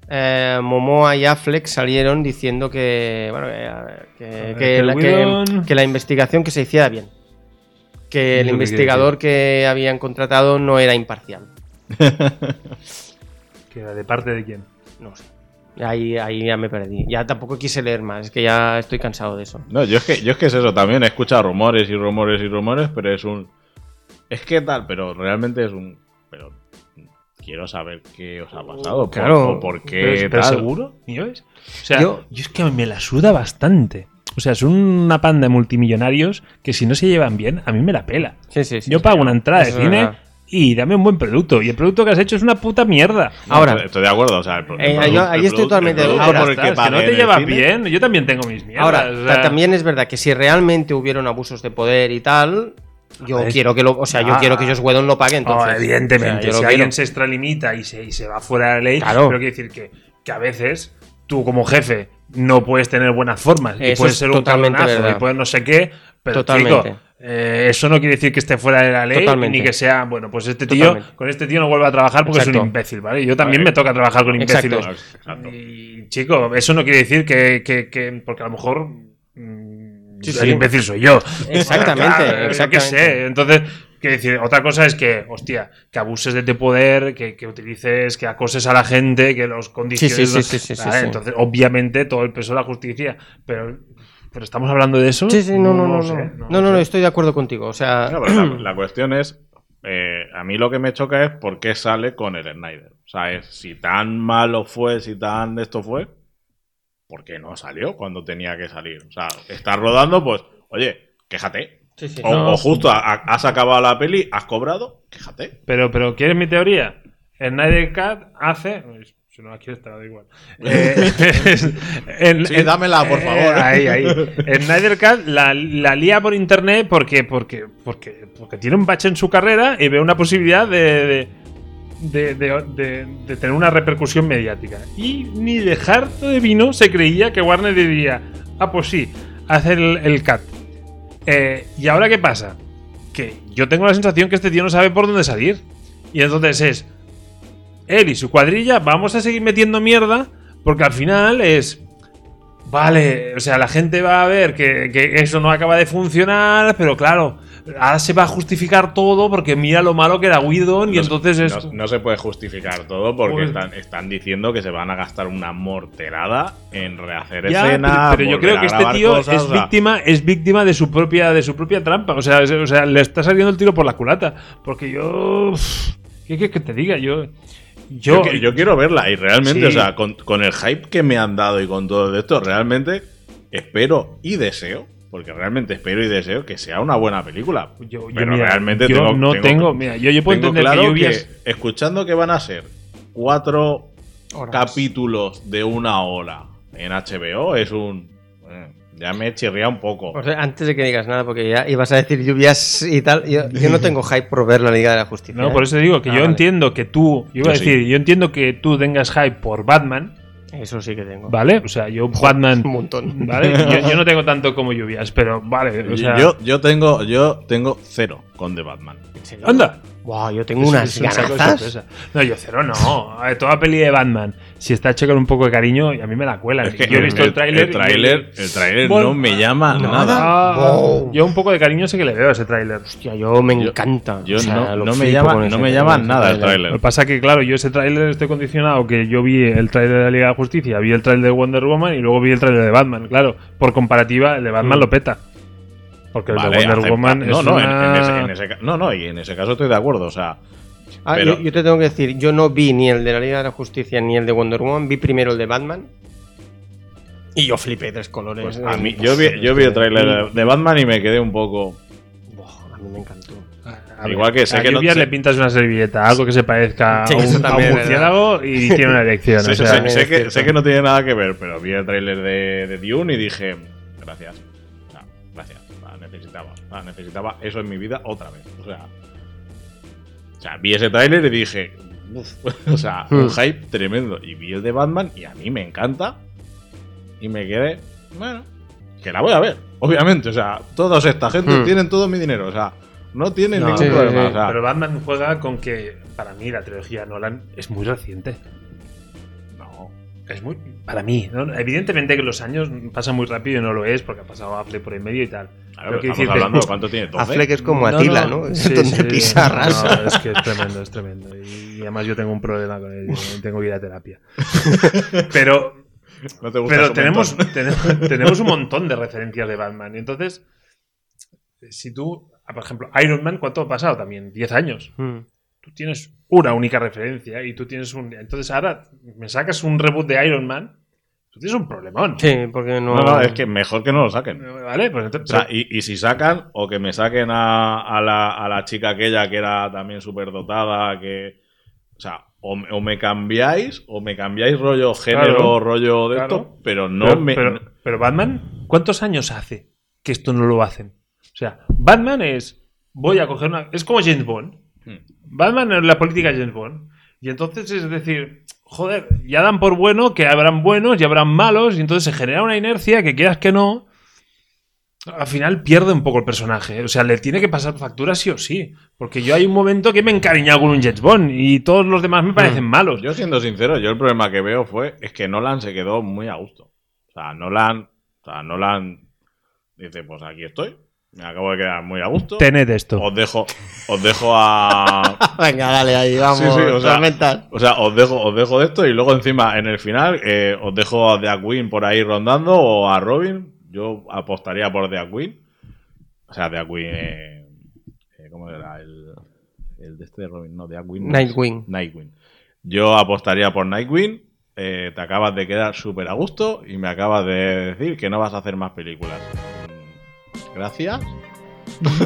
A: eh, Momoa y Affleck salieron diciendo que, bueno, que- que,
B: ver,
A: que
B: que
A: la, que-
B: Whedon-
A: que la investigación que se hiciera bien. Que
B: Es
A: el
B: lo que
A: investigador que habían contratado no era imparcial.
B: Que era de parte de quién.
A: No sé. Ahí, ahí ya me perdí. Ya tampoco quise leer más, es que ya estoy cansado de eso.
C: No, yo es que, yo es que es eso también. He escuchado rumores y rumores y rumores, pero es un. Es que tal, pero realmente es un. Pero quiero saber qué os ha pasado. por-
A: Claro.
C: o por qué
B: Pero, pero
C: tal.
B: seguro? ¿Y yo es? O sea,
A: Yo-
B: yo... es que me la suda bastante. O sea, son una panda de multimillonarios que si no se llevan bien, a mí me la pela.
A: Sí, sí, sí.
B: Yo pago una entrada de
A: Eso es
B: cine
A: verdad.
B: y dame un buen producto. Y el producto que has hecho es una puta mierda.
C: No,
A: Ahora-
C: estoy- estoy de acuerdo. O sea, el pro- el
A: Eh,
C: produ-
A: yo-
C: el
A: ahí estoy
C: produ-
A: totalmente
C: el
A: de
C: producto
A: acuerdo.
C: por el
B: está,
C: que
B: es que no
C: pagué
B: te
C: en
B: llevas
C: el cine,
B: bien, yo también tengo mis mierdas.
A: Ahora,
B: o
A: ta-
B: sea,
A: también es verdad que si realmente hubieron abusos de poder y tal, yo
B: Hombre,
A: quiero que lo, o sea, yo
B: ah.
A: quiero que Josh Whedon lo pague
B: oh,
A: entonces. O sea,
B: evidentemente,
A: yo
B: si
A: lo
B: alguien
A: quiero.
B: se extralimita y se, y se va fuera de la ley,
A: Claro.
B: pero quiero decir que, que a veces tú como jefe no puedes tener buenas formas y
A: Eso
B: puedes
A: es
B: ser un
A: totalmente
B: cabronazo
A: verdad.
B: y puedes no sé qué, pero
A: Totalmente.
B: chico, eh, eso no quiere decir que esté fuera de la ley
A: Totalmente.
B: ni que sea, bueno, pues este tío,
A: Totalmente.
B: con este tío no vuelve a trabajar porque es
A: Exacto. Eh,
B: un imbécil, ¿vale? Yo también
C: Vale.
B: me toca trabajar con
A: Exacto.
B: imbéciles.
C: Exacto.
B: Y chico, eso no quiere decir que, que- que- porque a lo mejor mm,
A: Sí,
B: el
A: sí.
B: imbécil soy yo.
A: Exactamente,
B: Claro, yo
A: exactamente.
B: qué sé. Entonces, quiero decir, otra cosa es que, hostia, que abuses de tu poder, que, que utilices, que acoses a la gente, que los condiciones.
A: Sí, sí, sí, sí, sí,
B: ¿vale?
A: sí, sí.
B: Entonces, obviamente, todo el peso de la justicia. Pero, pero estamos hablando de eso.
A: Sí, sí, no, no, no. No,
B: sé,
A: no, no, no,
B: sé.
A: estoy de acuerdo contigo. O sea,
C: No, pero la, la cuestión es, eh, a mí lo que me choca es por qué sale con el Snyder. O sea, es, si tan malo fue, si tan de esto fue, ¿por qué no salió cuando tenía que salir? O sea, estás rodando, pues, oye, quéjate.
A: sí, sí.
C: O,
B: No.
C: o justo ha- has acabado la peli, has cobrado, quéjate.
B: Pero, pero, ¿quieres mi teoría? El Snyder Cut hace. Si no la quieres, te la da igual. Eh, *laughs* el-
C: Sí,
B: el- eh,
C: dámela, por favor.
B: ahí, ahí. El Snyder Cut la, la lía por internet porque, porque, porque, porque tiene un bache en su carrera y ve una posibilidad de. de- de- de- de- de tener una repercusión mediática. Y ni de harto de vino se creía que Warner diría: Ah, pues sí, hacer el, el cut. Eh, ¿Y ahora qué pasa? Que yo tengo la sensación que este tío no sabe por dónde salir. Y entonces es. Él y su cuadrilla, vamos a seguir metiendo mierda. Porque al final es. Vale, o sea, la gente va a ver que, que eso no acaba de funcionar, pero claro, ahora se va a justificar todo porque mira lo malo que era Whedon y
C: No se-
B: entonces es.
C: No, no se puede justificar todo porque
B: Pues-
C: están, están diciendo que se van a gastar una morterada en rehacer
B: Ya,
C: escenas.
B: pero, pero yo
C: volver
B: creo
C: a
B: que este
C: grabar
B: tío
C: cosas,
B: es
C: o sea,
B: víctima, es víctima de su propia, de su propia trampa. O sea, es- o sea, le está saliendo el tiro por la culata. Porque yo. uf, ¿Qué quieres que te diga? Yo. Yo.
C: Yo, que- yo quiero verla y realmente,
B: Sí.
C: o sea, con, con el hype que me han dado y con todo esto, realmente espero y deseo, porque realmente espero y deseo que sea una buena película.
B: yo- yo,
C: Pero
B: mira,
C: realmente
B: yo
C: tengo-
B: no
C: tengo-
B: tengo, Mira, yo, yo puedo
C: Tengo
B: entender
C: claro
B: que
C: que,
B: yo hubiese-
C: escuchando que van a ser cuatro
A: Horas.
C: capítulos de una hora en HBO es un... eh, Ya me chirría un poco.
A: O sea, antes de que digas nada, porque ya ibas a decir lluvias y tal, yo, yo no tengo hype por ver la Liga de la Justicia.
B: No,
A: ¿eh?
B: por eso digo que
A: Ah,
B: yo
A: vale.
B: entiendo que tú. Yo iba
C: Yo
B: a
C: sí.
B: decir, yo entiendo que tú tengas hype por Batman,
A: Eso sí que tengo.
B: ¿vale? O sea, yo Batman.
A: *laughs* Un montón.
B: ¿Vale? Yo, yo no tengo tanto como lluvias, pero vale. O sea,
C: yo, yo tengo, yo tengo cero con The Batman.
B: ¡Anda!
A: Buah, yo tengo
B: Es-
A: unas
B: es un saco de
A: ganazas.
B: sorpresa. No, yo cero no. A ver, toda peli de Batman, si está hecha con un poco de cariño, y a mí me la cuelan.
C: Es que
B: yo he visto el, tráiler.
C: El
B: y-
C: tráiler, el tráiler
B: Bueno,
C: no me llama
A: nada.
C: nada.
B: Ah,
A: Wow.
B: Yo un poco de cariño sé que le veo a ese tráiler.
A: Hostia, yo me encanta.
C: Yo
A: O sea,
C: no,
A: lo
C: no me
A: flipo
C: llama,
A: con ese
C: no me
A: tráiler,
C: llama
A: ese
C: nada el
B: Lo que
C: tráiler.
B: pasa que, claro, yo ese tráiler estoy condicionado que yo vi el tráiler de la Liga de la Justicia, vi el tráiler de Wonder Woman y luego vi el tráiler de Batman. Claro, por comparativa, el de Batman
A: Mm.
B: lo peta. Porque el
C: Vale,
B: de Wonder
C: acepta-
B: Woman
C: no,
B: es
C: no, en-
B: una...
C: en ese- en ese ca- no, no, y en ese caso estoy de acuerdo. O sea,
A: Ah,
C: Pero-
A: yo, yo te tengo que decir, yo no vi ni el de la Liga de la Justicia ni el de Wonder Woman, vi primero el de Batman. Y yo flipé tres colores.
C: Pues a mí, yo, vi, yo vi el tráiler de Batman y me quedé un poco.
A: Buah, a mí me encantó.
C: Igual que sé
B: Ah, a
C: que no.
B: Lluvias
C: sé-
B: le pintas una servilleta, algo que se parezca
A: Sí,
B: a,
A: eso
B: un, a un
A: también,
B: murciélago y tiene una erección.
C: sé-
B: o sea,
C: sé-
A: también
C: sé
A: es
C: que,
A: cierto.
C: sé que no tiene nada que ver, pero vi el tráiler de, de Dune y dije. Gracias. Ah, gracias. La necesitaba. La necesitaba eso en mi vida otra vez. O sea. O sea, vi ese tráiler y dije. "Uf", *laughs* o sea, un
A: Hmm.
C: hype tremendo. Y vi el de Batman y a mí me encanta. Y me quedé. Bueno. Que la voy a ver, obviamente. O sea, todas esta gente
A: Hmm.
C: tienen todo mi dinero. O sea, no tienen
A: No,
C: ningún
A: sí,
C: problema.
A: sí.
C: o sea,
B: Pero Batman juega con que, para mí, la trilogía Nolan es muy reciente.
C: no.
B: Es muy. Para mí. ¿no? Evidentemente que los años pasan muy rápido y no lo es porque ha pasado Affleck por ahí en medio y tal.
C: Claro,
B: Pero
C: pero
B: quiero
C: estamos
B: decirte-
C: hablando de cuánto tiene
A: A
C: 12.
A: Fleck es como
B: No,
A: Atila, ¿no? Es *laughs*
B: Sí,
A: donde
B: sí,
A: pisa
B: no,
A: rasa.
B: no, es que es tremendo, es tremendo. Y, y además yo tengo un problema con él. yo Tengo que ir
A: *laughs*
B: a terapia. Pero
C: No te gusta
B: Pero
C: su
B: tenemos, *laughs*
C: mentón.
B: tenemos, tenemos un montón de referencias de Batman. Y entonces, si tú, ah, por ejemplo, Iron Man, ¿cuánto ha pasado también? 10 años.
A: Mm.
B: Tú tienes una única referencia y tú tienes un. Entonces ahora me sacas un reboot de Iron Man, tú tienes un problemón.
A: Sí, porque no.
C: No, no, es que mejor que no lo saquen.
B: ¿Vale? Pues
C: O
B: entonces,
C: sea, y, y si sacan, o que me saquen a, a la, a la chica aquella que era también súper dotada, que. O sea, o, me- o me cambiáis, o me cambiáis rollo género,
B: Claro.
C: rollo de
B: Claro.
C: esto, pero no
B: pero,
C: me.
B: pero- pero Batman, ¿cuántos años hace que esto no lo hacen? O sea, Batman es. Voy a coger una. Es como James Bond. Batman es la política James Bond. Y entonces es decir, joder, ya dan por bueno que habrán buenos y habrán malos, y entonces se genera una inercia que quieras que no. Al final pierde un poco el personaje. ¿eh? O sea, le tiene que pasar factura sí o sí. Porque yo hay un momento que me he encariñado con un James Bond y todos los demás me parecen malos.
C: Yo siendo sincero, yo el problema que veo fue es que Nolan se quedó muy a gusto. O sea, Nolan, o sea, Nolan dice, pues aquí estoy, me acabo de quedar muy a gusto.
B: Tened esto.
C: Os dejo, os dejo a
A: *laughs* Venga, dale ahí, vamos.
C: Sí, sí, o sea-
A: tormentas.
C: *laughs* O sea, os dejo, os dejo de esto y luego encima en el final eh, os dejo a The Queen por ahí rondando o a Robin. Yo apostaría por The Queen. O sea, The Queen. Eh, eh, ¿Cómo era? El, el de este de Robin, no, The Queen.
A: Nightwing.
C: Nightwing. Yo apostaría por Nightwing. eh, te acabas de quedar súper a gusto y me acabas de decir que no vas a hacer más películas. Mm, Gracias.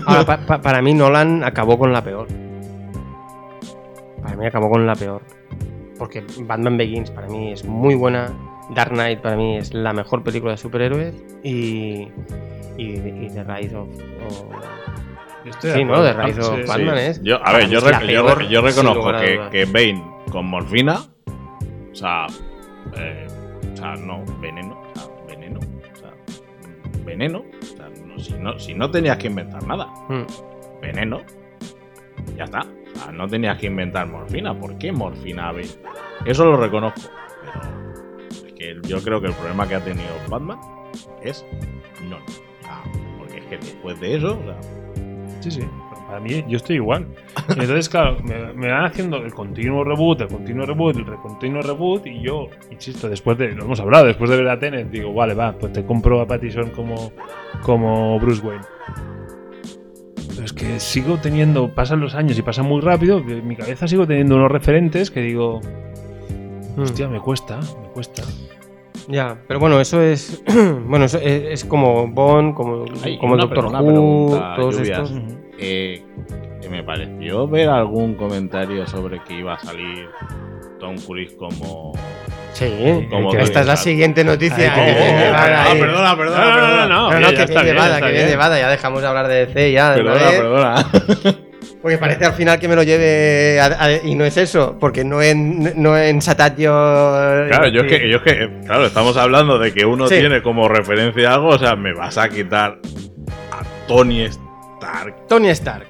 A: Ahora, pa- pa- para mí Nolan acabó con la peor. Para mí acabó con la peor. Porque Batman Begins para mí es muy buena. Dark Knight para mí es la mejor película de superhéroes. Y. Y, y The Rise of. o- sí, ¿no? The Rise of
B: Sí, sí.
A: Batman es.
C: Yo, a
A: para
C: ver,
A: mí
C: yo,
A: es la
C: rec- yo,
A: peor,
C: rec- yo
A: sin
C: reconozco
A: lugar a
C: que,
A: dudas.
C: que Bane con morfina, o sea, eh, o sea, no, veneno, o sea, veneno, o sea, veneno, o sea, no, si, no, si no tenías que inventar nada,
A: Mm.
C: veneno, ya está, o sea, no tenías que inventar morfina, ¿por qué morfina a Bane? Eso lo reconozco, pero es que el- yo creo que el problema que ha tenido Batman es no, o sea, porque es que después de eso, o sea,
B: Sí, sí. Pero Para mí, yo estoy igual. Y Entonces, claro, me, me van haciendo el continuo reboot, el continuo reboot, el continuo reboot, y yo, insisto, después de, lo hemos hablado, después de ver a Tenet, digo, vale, va, pues te compro a Pattinson como, como Bruce Wayne. Pero es que sigo teniendo, pasan los años y pasa muy rápido, que en mi cabeza sigo teniendo unos referentes que digo,
A: Hmm.
B: hostia, me cuesta, me cuesta.
A: Ya, pero bueno, eso es. *clears throat* bueno, eso es, es como Bond, como,
C: Ay,
A: como el
C: una
A: Doctor
C: pre- una
A: Who,
C: pregunta,
A: todos
C: Lluvias.
A: estos.
C: Eh, que me pareció ver algún comentario sobre que iba a salir Tom Cruise como.
A: Sí,
C: Como
A: que esta es la
C: Bond.
A: siguiente noticia.
B: Ay,
A: que-
B: que-
A: que van
C: Ah,
A: ahí.
C: perdona, perdona.
B: No, no,
C: perdona.
B: no,
A: eh. No,
B: Oye,
A: no,
B: ya
A: que
B: está
A: bien
B: bien,
A: llevada,
B: está
A: que bien
B: bien.
A: llevada. Ya dejamos de hablar de DC ya. de una
C: Perdona,
A: vez.
C: perdona.
A: Porque parece al final que me lo lleve a- a- y no es eso, porque no en, no en Satatio.
C: Claro, yo es que, yo es que, eh, claro, estamos hablando de que uno
A: Sí.
C: tiene como referencia algo, o sea, me vas a quitar a Tony Stark.
A: Tony Stark.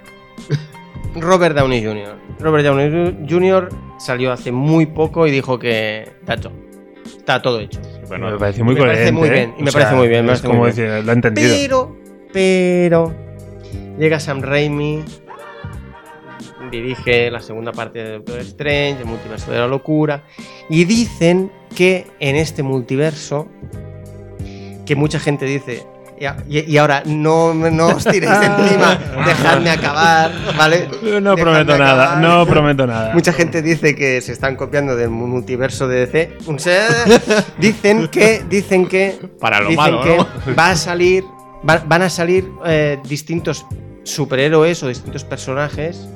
A: Robert Downey Jr. Robert Downey Jr. salió hace muy poco y dijo que "That's all". está todo hecho.
C: Bueno,
B: me parece muy
A: me parece
B: coherente,
A: muy
B: ¿eh?
A: bien, y me
B: O sea,
A: parece muy bien, me
B: Es
A: parece muy
B: como
A: bien.
B: decir, lo he entendido.
A: Pero, pero, llega Sam Raimi, dirige la segunda parte de Doctor Strange, el multiverso de la locura, y dicen que en este multiverso, que mucha gente dice, Y, a- y- y ahora, no, no os
B: *laughs*
A: tiréis encima, dejadme acabar, ¿vale?
B: No
A: Dejadme
B: prometo nada,
A: acabar.
B: no prometo nada.
A: Mucha gente dice que se están copiando del multiverso de DC. Un
B: *laughs*
A: se- Dicen que, dicen que,
C: Para lo
A: dicen
C: malo,
A: que va a salir, va- van a salir eh, distintos superhéroes o distintos personajes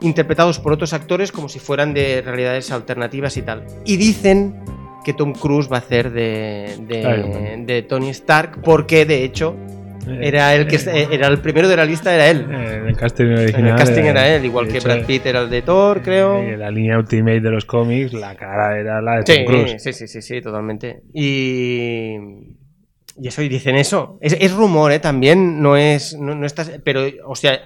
A: interpretados por otros actores como si fueran de realidades alternativas y tal. Y dicen que Tom Cruise va a hacer de, de-
B: Iron Man.
A: de Tony Stark porque de hecho
B: Eh,
A: era el que era el primero de la lista era él.
B: eh, el casting original.
A: En el casting era él, igual
B: de
A: que
B: hecho,
A: Brad Pitt era el de Thor, creo.
B: eh, La línea Ultimate de los cómics, la cara era la de
A: Sí,
B: Tom Cruise.
A: sí, sí, sí, sí, totalmente. Y, y eso, y dicen eso. Es, es rumor, ¿eh? También no es. No, no estás, pero, o sea,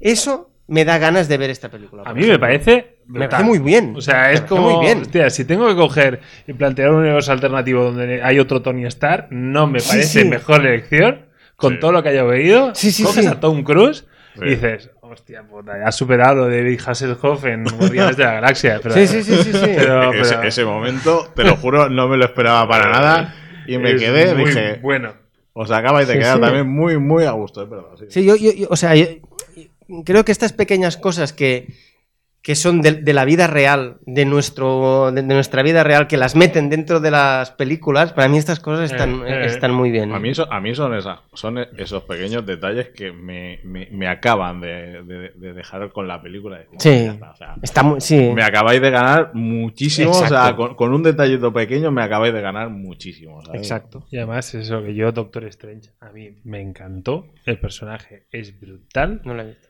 A: eso me da ganas de ver esta película.
B: A mí me parece.
A: Me
B: brutal.
A: parece muy bien.
B: O sea,
A: Me
B: es
A: parece
B: como.
A: Muy bien.
B: Hostia, si tengo que coger y plantear un universo alternativo donde hay otro Tony Stark, no me
A: Sí,
B: parece
A: sí.
B: mejor elección. Con
C: Sí.
B: todo lo que haya oído,
A: Sí, sí,
B: coges
A: sí.
B: a Tom Cruise
C: Sí.
B: y dices, hostia puta, ya has superado a David Hasselhoff en Guardianes de la Galaxia. Pero,
A: Sí, sí, sí, sí. sí.
B: pero-
C: ese,
B: pero-
C: ese momento, te lo juro, no me lo esperaba *laughs* para nada. Y me
B: es
C: quedé,
B: muy
C: dije,
B: Bueno.
C: os acabais de
A: Sí,
C: quedar
A: sí.
C: también muy, muy a gusto, es verdad. sí.
A: Sí, yo, yo- yo- o sea, yo- creo que estas pequeñas cosas que, que son de, de la vida real, de, nuestro, de, de nuestra vida real, que las meten dentro de las películas, para mí estas cosas están,
B: Eh, eh,
A: están muy bien.
C: A mí, eso- a mí son, esas, son esos pequeños detalles que me, me- me acaban de, de- de dejar con la película. Decir,
A: Sí.
C: "Ya está", o sea,
A: Está muy, sí.
C: me acabáis de ganar muchísimo. O sea,
A: Exacto.
C: con, con un detallito pequeño me acabáis de ganar muchísimo. ¿sabes?
B: Exacto. Y además, eso que yo, Doctor Strange, a mí me encantó. El personaje es brutal.
A: No la he visto.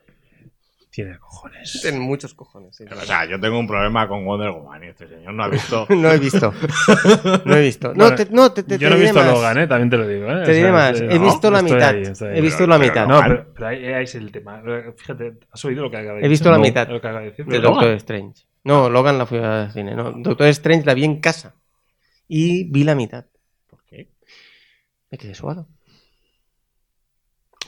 B: Tiene cojones.
A: Tienen muchos cojones. sí.
C: O sea, yo tengo un problema con Wonder Woman y este señor no ha visto.
A: *laughs* No he visto. No he visto. No,
B: Bueno,
A: te, no, te, te-
B: yo
A: te
B: no he
A: diré
B: visto
A: más.
B: Logan, ¿eh? también te lo digo. ¿eh?
A: Te diré más.
B: eh,
A: He visto la
B: estoy
A: mitad.
B: ahí, estoy ahí.
A: He visto la
C: Pero-
A: mitad.
B: No,
C: Logan.
B: pero, pero ahí, ahí es el tema. Fíjate, has oído lo que acaba de
A: He
B: decir.
A: visto la
B: No.
A: mitad.
B: Lo que acaba de decir.
A: De
B: pero-
A: Doctor Strange. No, Logan la fui a ver al cine. No, Doctor Strange la vi en casa. Y vi la mitad.
C: ¿Por qué?
A: Me quedé suado.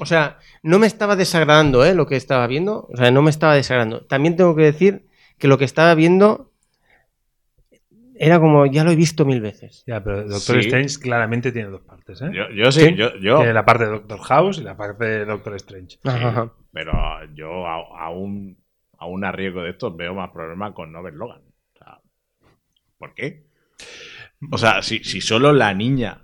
A: O sea, no me estaba desagradando ¿eh? lo que estaba viendo. O sea, no me estaba desagradando. También tengo que decir que lo que estaba viendo era como, ya lo he visto mil veces.
B: Ya, pero Doctor
C: Sí.
B: Strange claramente tiene dos partes. ¿eh?
C: Yo, yo sí,
B: ¿Sí?
C: yo. yo
B: Tiene la parte de Doctor House y la parte de Doctor Strange.
A: Ajá, ajá.
C: Pero yo a- aún, aún a riesgo de esto veo más problemas con no ver Logan. O sea, ¿Por qué? O sea, si, si solo la niña.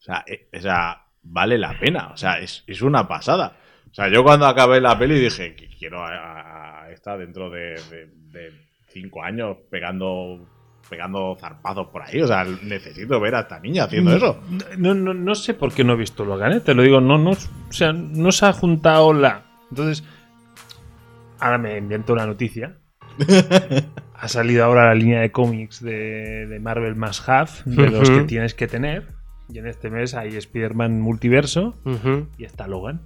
C: O sea, eh, o sea, vale la pena. O sea, es, es una pasada. O sea, yo cuando acabé la peli dije que quiero a, a- a esta dentro de, de- de cinco años pegando pegando zarpazos por ahí. O sea, necesito ver a esta niña haciendo
B: Mm.
C: eso.
B: No, no, no sé por qué no he visto Logan, ¿eh? te lo digo, no, no, o sea, no se ha juntado la. Entonces, ahora me invento una noticia. ha salido ahora la línea de cómics de, de Marvel más Half, de los que
A: Ujú.
B: tienes que tener. Y en este mes hay Spider-Man Multiverso
A: Ujú.
B: y está Logan,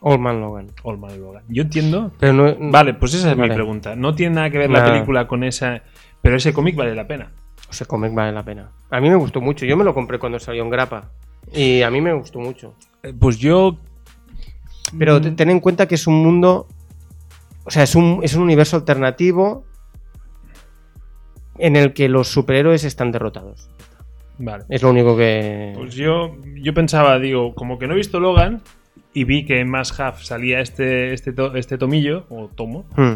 A: Old Man Logan.
B: All Man Logan. Yo entiendo.
A: Pero no,
B: Vale, pues esa es mi
A: Vale.
B: pregunta. No tiene nada que ver la
A: Nada.
B: película con esa. Pero ese cómic vale la pena.
A: Ese cómic vale la pena. A mí me gustó mucho. Yo me lo compré cuando salió en grapa. Y a mí me gustó mucho.
B: Eh, Pues yo.
A: Pero
B: Mm.
A: te- ten en cuenta que es un mundo. O sea, es un, es un universo alternativo en el que los superhéroes están derrotados.
B: Vale.
A: Es lo único que.
B: Pues yo, yo pensaba, digo, como que no he visto Logan y vi que en Más Half salía este, este, to- este tomillo o tomo,
A: Hmm.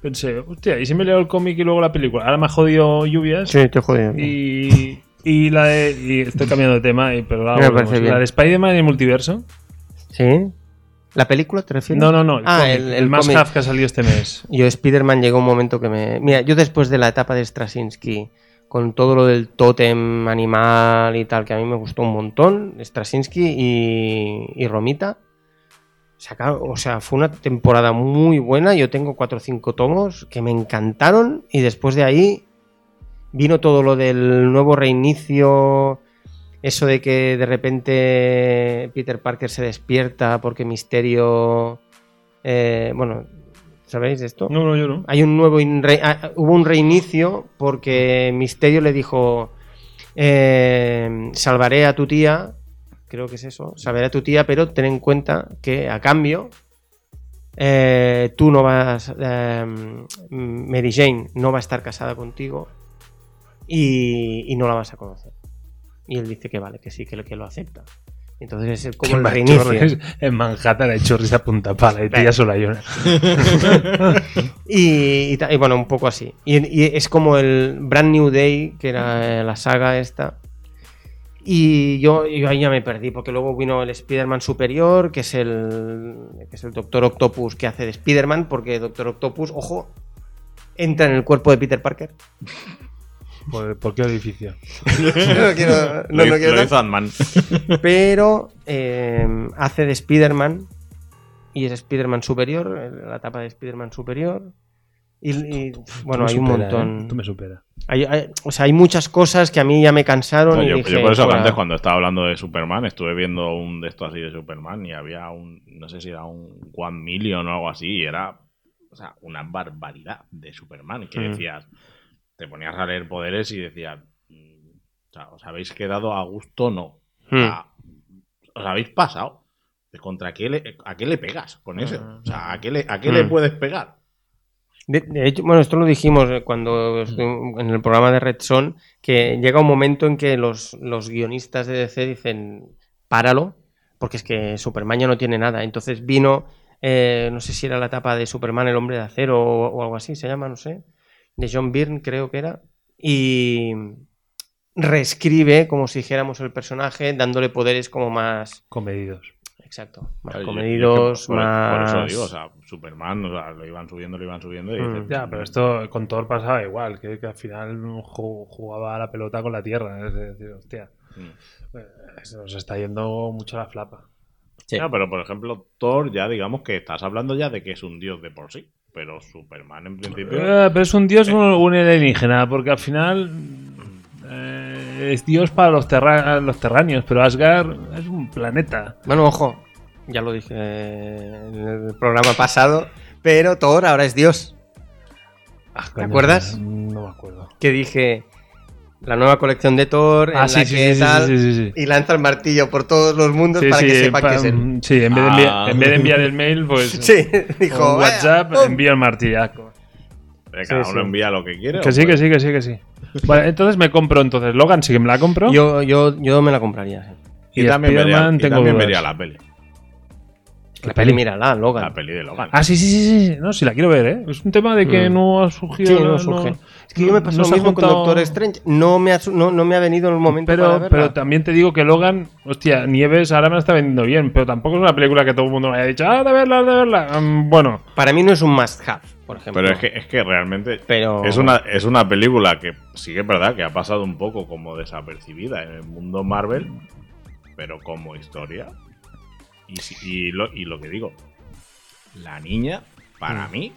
B: pensé, hostia, ¿y si me leo el cómic y luego la película? Ahora me ha jodido lluvias
A: Sí, te he jodido.
B: y, y la de. y estoy cambiando de tema, y- pero ahora
A: Me
B: volvemos.
A: parece bien.
B: la de Spider-Man y el multiverso.
A: ¿Sí? ¿La película te refieres?
B: No, no, no. El
A: Ah,
B: cómic,
A: el- el
B: Más
A: cómic.
B: Half que ha salido este mes.
A: Yo, Spider-Man, llegó un momento que me. Mira, yo después de la etapa de Straczynski, con todo lo del tótem animal y tal, que a mí me gustó un montón, Straczynski y, y Romita. saca- o sea, fue una temporada muy buena. Yo tengo cuatro o cinco tomos que me encantaron. Y después de ahí vino todo lo del nuevo reinicio. Eso de que de repente Peter Parker se despierta porque Misterio. eh, bueno, ¿sabéis de esto?
B: No, no, yo no.
A: Hay un nuevo in- re- ah, hubo un reinicio porque Misterio le dijo eh, salvaré a tu tía, creo que es eso, salvaré a tu tía, pero ten en cuenta que a cambio eh, tú no vas, eh, Mary Jane no va a estar casada contigo y, y no la vas a conocer. Y él dice que vale, que sí, que, que lo acepta. Entonces es como el reinicio.
B: En Manhattan hay chorris a punta pala y tía solayona.
A: Y, y ta- y bueno, un poco así. Y, y es como el Brand New Day, que era eh, la saga esta. Y yo, yo ahí ya me perdí, porque luego vino el Spider-Man Superior, que es el, que es el Doctor Octopus que hace de Spider-Man, porque Doctor Octopus, ojo, entra en el cuerpo de Peter
B: *laughs*
A: Parker.
B: ¿Por, por qué edificio? *laughs*
A: no quiero, no,
C: lo,
A: no
C: hi-
A: quiero
C: lo
A: dar.
C: hizo Ant-Man.
A: pero eh, hace de Spider-Man y es Spider-Man superior, eh, la etapa de Spider-Man superior. Y, y, bueno,
B: Tú
A: hay
B: me
A: un
B: supera, ¿eh?
A: montón.
B: Tú me superas.
A: Hay- hay- o sea, hay muchas cosas que a mí ya me cansaron.
C: No,
A: y
C: Pues yo,
A: dije,
C: yo por eso
A: "Fuera".
C: antes cuando estaba hablando de Superman estuve viendo un de estos así de Superman y había un, no sé si era un One Million o algo así y era, o sea, una barbaridad de Superman que
A: Mm.
C: decías, te ponías a leer poderes y decías, mm, o sea, os habéis quedado a gusto, no. O
A: Hmm. Mm.
C: sea, os habéis pasado. ¿Contra qué le, a qué le pegas con eso?
A: Ah.
C: O sea, ¿a qué le, a qué le
A: Mm.
C: puedes pegar?
A: De, de hecho, bueno, esto lo dijimos eh, cuando estu- en el programa de Red Son, que llega un momento en que los, los guionistas de DC dicen, páralo, porque es que Superman ya no tiene nada. Entonces vino, eh, no sé si era la etapa de Superman el hombre de acero o, o algo así, se llama, no sé, de John Byrne creo que era, y reescribe como si dijéramos el personaje, dándole poderes como más,
B: Comedidos.
A: exacto, más
C: Claro, yo- yo es que
A: comedidos,
C: por-
A: más...
C: Por eso lo digo, o sea, Superman, o sea, lo iban subiendo, lo iban subiendo y
A: Mm.
C: dices,
B: Ya, pero esto con Thor pasaba igual, que, que al final ju- jugaba a la pelota con la tierra. Es decir, hostia,
C: mm.
B: eh, se nos está yendo mucho la flapa.
D: Sí.
C: Ya, pero por ejemplo, Thor ya digamos que estás hablando ya de que es un dios de por sí. Pero Superman en principio...
B: Eh, pero es un dios un, un alienígena, porque al final eh, es dios para los, terra- los terráneos, pero Asgard es un planeta.
A: Bueno, ojo, ya lo dije en el programa pasado, pero Thor ahora es Dios.
B: coño,
A: acuerdas?
B: No me acuerdo.
A: Que dije la nueva colección de Thor, en la que tal,
B: Ah, sí, sí.
A: y lanza el martillo por todos los mundos
B: Sí,
A: para
B: sí,
A: que sepa
B: pa-
A: que es él.
B: sí, en vez, de enviar,
C: Ah.
B: en vez de enviar el mail, pues
A: *laughs* Sí, dijo.
B: con
A: "Vaya, Oh.
B: WhatsApp
A: pum".
B: envío el martillazo.
C: eh, cada
A: sí,
C: uno
A: sí.
C: envía lo que quiere.
B: Que
C: o
B: sí, que
C: pues-
B: sí, que sí, que sí. Vale, entonces me compro entonces Logan, sí que me la compro.
A: Yo, yo, yo me la compraría. sí.
C: Y, también, vería,
B: Spiderman
C: y
B: tengo
C: también
B: dudas.
C: vería la peli.
A: La peli, mírala, Logan.
C: La peli de Logan.
B: Ah, sí, sí, sí, sí, sí. No, sí la quiero ver, ¿eh? Es un tema de que
A: Mm.
B: no ha surgido.
A: Sí, no surge. Es que yo me pasó
B: no
A: lo
B: se ha
A: mismo
B: juntado-
A: con Doctor Strange. No me ha, su- no, no me ha venido el momento para
B: Pero,
A: verla.
B: pero también te digo que Logan, hostia, Nieves ahora me la está vendiendo bien, pero tampoco es una película que todo el mundo me haya dicho, ah, de verla, de verla. Mm, bueno,
A: Para mí no es un must-have, por ejemplo.
C: Pero es que, es que realmente
A: Pero-
C: es, una, es una película que sí que es verdad que ha pasado un poco como desapercibida en el mundo Marvel, pero como historia. Y, si- y, lo, y lo que digo, la niña, para
B: Mm.
C: mí,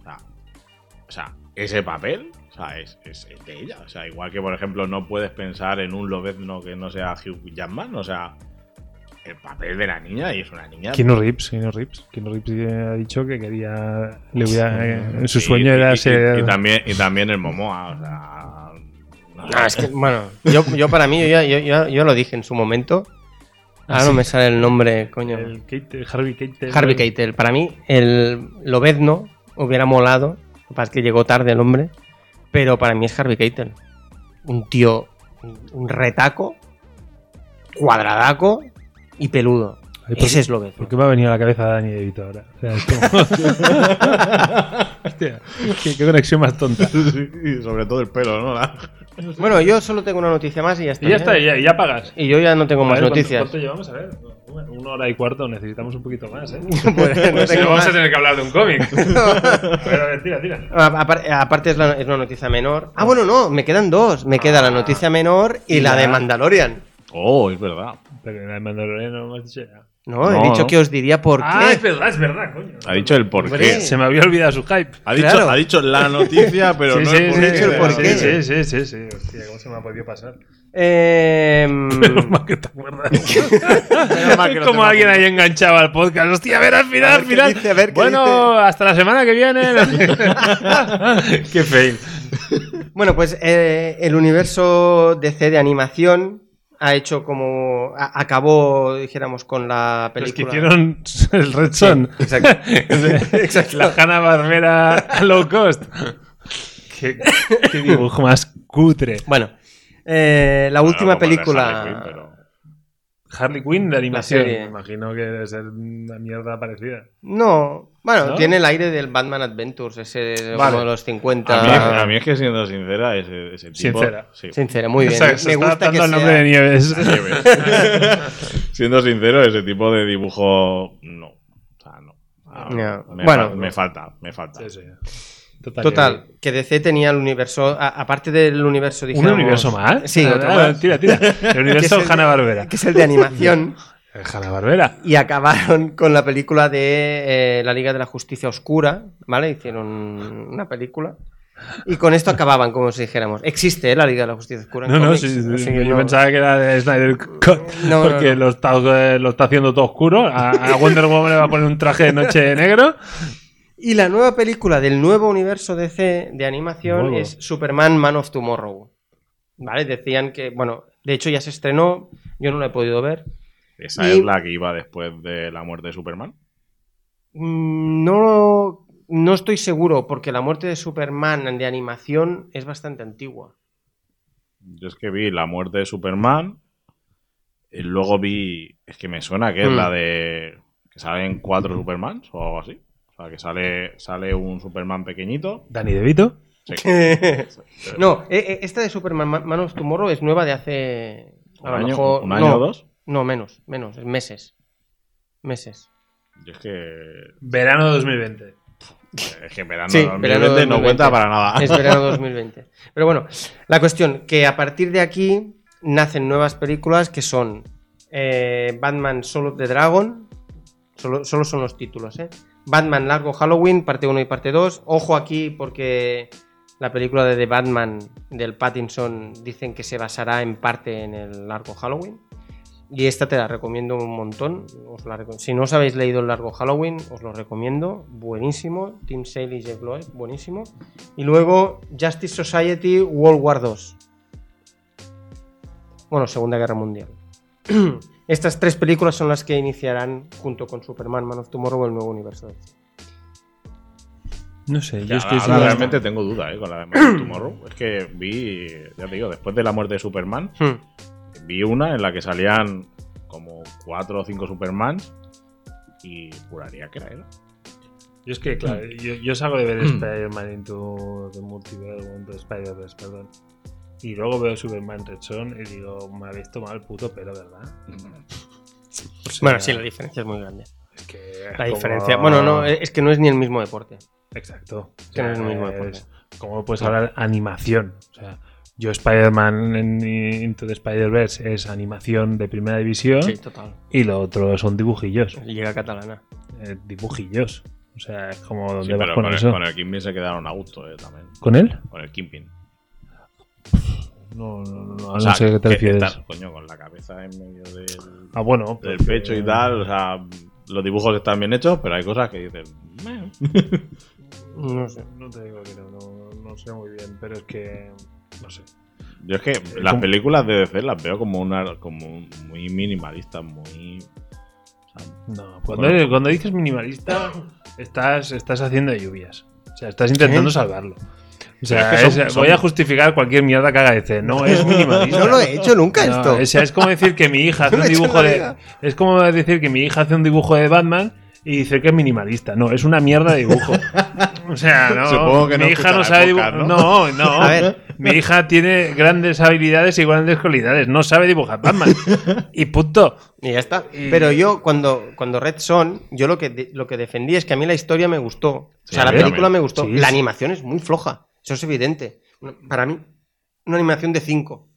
C: o sea, o sea, ese papel o sea, es, es- es de ella. O sea, igual que, por ejemplo, no puedes pensar en un Lobezno que no sea Hugh Jackman, o sea, el papel de la niña y es una niña.
B: Keanu Reeves, Keanu Reeves. Keanu Reeves eh, ha dicho que quería. Le hubiera, eh, su
C: Sí,
B: sueño
C: y-
B: era
C: y- y-
B: ser.
C: Y, también, y también el Momoa, o sea. no,
B: Ah,
A: No, Ah, es que, bueno, yo, yo para mí, yo, ya- yo, yo- yo lo dije en su momento. Ahora no me sale el nombre, coño.
B: el Keitel, Harvey Keitel.
A: Harvey Keitel. Para mí, el Lobezno hubiera molado. Lo que pasa es que llegó tarde el hombre. Pero para mí es Harvey Keitel. Un tío, un- un retaco, cuadradaco y peludo.
B: Ay, ¿por
A: Ese
B: qué?
A: es Lobezno.
B: ¿Por qué me ha venido a la cabeza Dani De Vito ahora? O sea, es como- *laughs* Hostia, qué, qué conexión más tonta.
C: y sobre todo el pelo, ¿no? *laughs* La-
A: Bueno, yo solo tengo una noticia más y ya está.
B: Y ya
A: ¿eh?
B: está, ya, ya pagas.
A: Y yo ya no tengo más
B: A ver, ¿cuánto-
A: noticias.
B: ¿Cuánto llevamos? A ver, bueno, una hora y cuarto, necesitamos un poquito más, ¿eh?
A: *laughs* Pues *laughs* no
B: *laughs* Pues si
A: tengo
B: no vamos
A: más.
B: a tener que hablar de un cómic.
A: *laughs*
B: A ver, a ver, tira, tira.
A: A- apar- Aparte es, la- es una noticia menor. Ah, bueno, no, me quedan dos. Me queda la noticia menor y la de Mandalorian.
C: Oh, es verdad.
B: Pero la de Mandalorian no me has dicho ya.
A: No,
C: No,
A: he dicho
C: no.
A: que os diría por qué.
B: Ah, es verdad, es verdad, coño.
C: Ha dicho el porqué.
A: Hombre.
B: Se me había olvidado su hype.
C: Ha dicho,
A: Claro.
C: ha dicho la noticia, pero no el porqué.
A: sí, el porqué.
B: Sí, sí, sí, sí, sí. Hostia, ¿cómo se me ha
A: *laughs*
B: podido pasar?
A: Em,
B: Menos mal que te acuerdas.
C: Menos
B: *laughs*
C: mal que
B: Es
C: no *laughs*
B: como
C: tengo
B: alguien
C: apuntado.
B: ahí enganchaba al podcast. Hostia, a ver, al final,
A: A ver
B: al
A: qué
B: final.
A: dice, a ver qué
B: bueno, hasta la semana
A: *laughs*
B: que viene. qué fail.
A: bueno, pues eh, el universo DC de animación ha hecho como. a- acabó, dijéramos, con la
B: Los que
A: película.
B: hicieron el Red Son. *laughs*
A: Exacto.
B: Exacto. La Hanna Barbera low cost. Qué, *laughs* qué dibujo más cutre.
A: Bueno, eh, la
C: Bueno,
A: última
C: como el de Harley
A: película.
C: Quinn, pero-
B: Harley Quinn de animación.
A: serie.
B: Me imagino que debe ser una mierda parecida.
A: No, bueno,
B: ¿No?
A: tiene el aire del Batman Adventures, ese
B: Vale.
A: como de los 50.
C: A mí, a mí es que siendo sincera, ese, ese tipo.
B: Sincera.
C: Sí.
A: Sincero, muy bien.
B: O sea, se
A: Me
B: está
A: gusta que
B: adaptando al nombre
A: sea-
B: de Nieves.
C: siendo sincero, ese tipo de dibujo. No. O sea, no. Ah,
A: No.
C: Me
A: Bueno.
C: fa- me falta, me falta.
B: Sí, sí. Total.
A: Total, que DC tenía el universo, a- aparte del universo
B: ¿Un
A: dijéramos-
B: universo más?
A: Sí,
B: Ah,
A: otro
B: ah,
A: más.
B: Tira, tira. El
A: *laughs*
B: universo
A: Que es el de-
B: Hanna-Barbera.
A: que es el de
B: *laughs*
A: animación,
B: Hanna-Barbera.
A: y acabaron con la película de eh, la Liga de la Justicia Oscura, ¿vale? Hicieron una película. Y con esto acababan, como si dijéramos. Existe ¿eh? la Liga de la Justicia Oscura. en
B: No, no,
A: cómics,
B: sí, sí,
A: así
B: sí,
A: que
B: yo
A: no-
B: pensaba que era de Snyder Cut,
A: No, no,
B: porque Lo, está, eh, lo está haciendo todo oscuro. A, a Wonder Woman le va a poner un traje de noche negro.
A: Y la nueva película del nuevo universo DC de animación
B: Nuevo.
A: es Superman Man of Tomorrow. ¿Vale? Decían que, bueno, de hecho ya se estrenó, yo no la he podido ver.
C: Esa
A: Y-
C: es la que iba después de la muerte de Superman.
A: Mm, No, no estoy seguro, porque la muerte de Superman de animación es bastante
C: *laughs*
A: antigua.
C: Yo es que vi la muerte de Superman. Y luego vi. Es que me suena que es
A: Mm.
C: la de. Que salen cuatro Supermans o algo así. O sea, que sale, sale un Superman pequeñito.
B: Dani DeVito.
C: Sí.
A: no, eh, eh, esta de Superman Ma- Man of Tomorrow es nueva de hace.
C: un
A: a lo
C: año,
A: mejor-
C: un año
A: no,
C: o dos.
A: No, menos, menos, meses. Meses.
C: Yo es que.
B: Verano 2020.
C: Es que en verano,
A: Sí,
C: 2020
A: verano
C: no
A: 2020.
C: cuenta para nada.
A: Es
C: *laughs*
A: verano 2020. Pero bueno, la cuestión, que a partir de aquí nacen nuevas películas que son eh, Batman Solo de Dragon, solo, solo son los títulos, ¿eh? Batman Largo Halloween, parte 1 y parte 2. Ojo aquí porque la película de The Batman del Pattinson dicen que se basará en parte en el Largo Halloween. Y esta te la recomiendo un montón. os la recom- si no os habéis leído el largo Halloween, os lo recomiendo. Buenísimo. Tim Sale y Jeff Loeb, buenísimo. Y luego Justice Society World War II. Bueno, Segunda Guerra Mundial. *clears throat* Estas tres películas son las que iniciarán, junto con Superman, Man of Tomorrow, el nuevo universo.
B: No sé, yo
C: Ya,
B: es que
C: ahora realmente tengo duda eh, con la de Man of Tomorrow. Es que vi, ya te digo, después de la muerte de Superman,
A: Hmm.
C: vi una en la que salían como cuatro o cinco Supermans y juraría que era él.
B: Yo es que, claro, yo, yo salgo de ver Spider-Man Into the Multiverse, Into Spider-Verse, perdón. Y luego veo Superman Rechón y digo, me habéis tomado el puto pelo, ¿verdad? O sea,
A: Bueno, sí, la diferencia es muy grande.
B: es que
A: La
B: como-
A: diferencia. Bueno, no, es que no es ni el mismo deporte.
B: Exacto.
A: que no es el mismo deporte.
B: es- eh, ¿Cómo puedes hablar animación? O sea, yo Spider-Man en- Into the Spider-Verse es animación de primera
A: ¿Eh?
B: división
A: total.
B: y lo otro son dibujillos.
A: Llega catalana.
B: Eh, dibujillos. O sea, es como donde
C: Sí,
B: vas
C: pero
B: con,
C: con el,
B: eso.
C: con el Kingpin se quedaron a gusto eh, también.
B: ¿Con él?
C: Con el Kingpin.
B: No, no, no, no,
C: O sea,
B: sé a qué te
C: que
B: refieres.
C: estar, coño, con la cabeza en medio del,
B: Ah, bueno.
C: del
B: porque-
C: pecho y tal. O sea, los dibujos están bien hechos, pero hay cosas que dices. "Meh".
A: No sé.
B: No te digo que no, no, no sé muy bien, pero es que. No sé.
C: Yo es que las
B: como-
C: películas de DC las veo como una como muy minimalistas, muy. o sea,
B: No, cuando, cuando dices minimalista, estás, estás haciendo lluvias. O sea, estás intentando
A: ¿Eh?
B: salvarlo. O sea,
C: Pero es que son-
B: es-
C: son-
B: voy a justificar cualquier mierda que haga DC. No es minimalista.
A: No lo he hecho nunca
B: No,
A: esto.
B: o sea, es como decir que mi hija hace
A: No
B: un
A: lo he hecho
B: dibujo
A: en la
B: de.
A: vida.
B: Es como decir que mi hija hace un dibujo de Batman y dice que es minimalista. No, es una mierda de dibujo. O sea, no.
C: Supongo que
B: mi
C: no
B: hija no
C: escucha
B: sabe
C: la
B: dibujar.
C: época,
B: ¿no? no,
A: A ver.
B: Mi hija tiene grandes habilidades y grandes cualidades. No sabe dibujar Batman. Y punto.
A: Y ya está. Pero yo, cuando, cuando Red Son, yo lo que, de- lo que defendí es que a mí la historia me gustó. O
C: Sí,
A: sea, la
C: a mí
A: película
C: también.
A: me gustó.
B: Sí,
A: La
B: sí.
A: animación es muy floja. Eso es evidente. Una- Para mí, una animación de 5.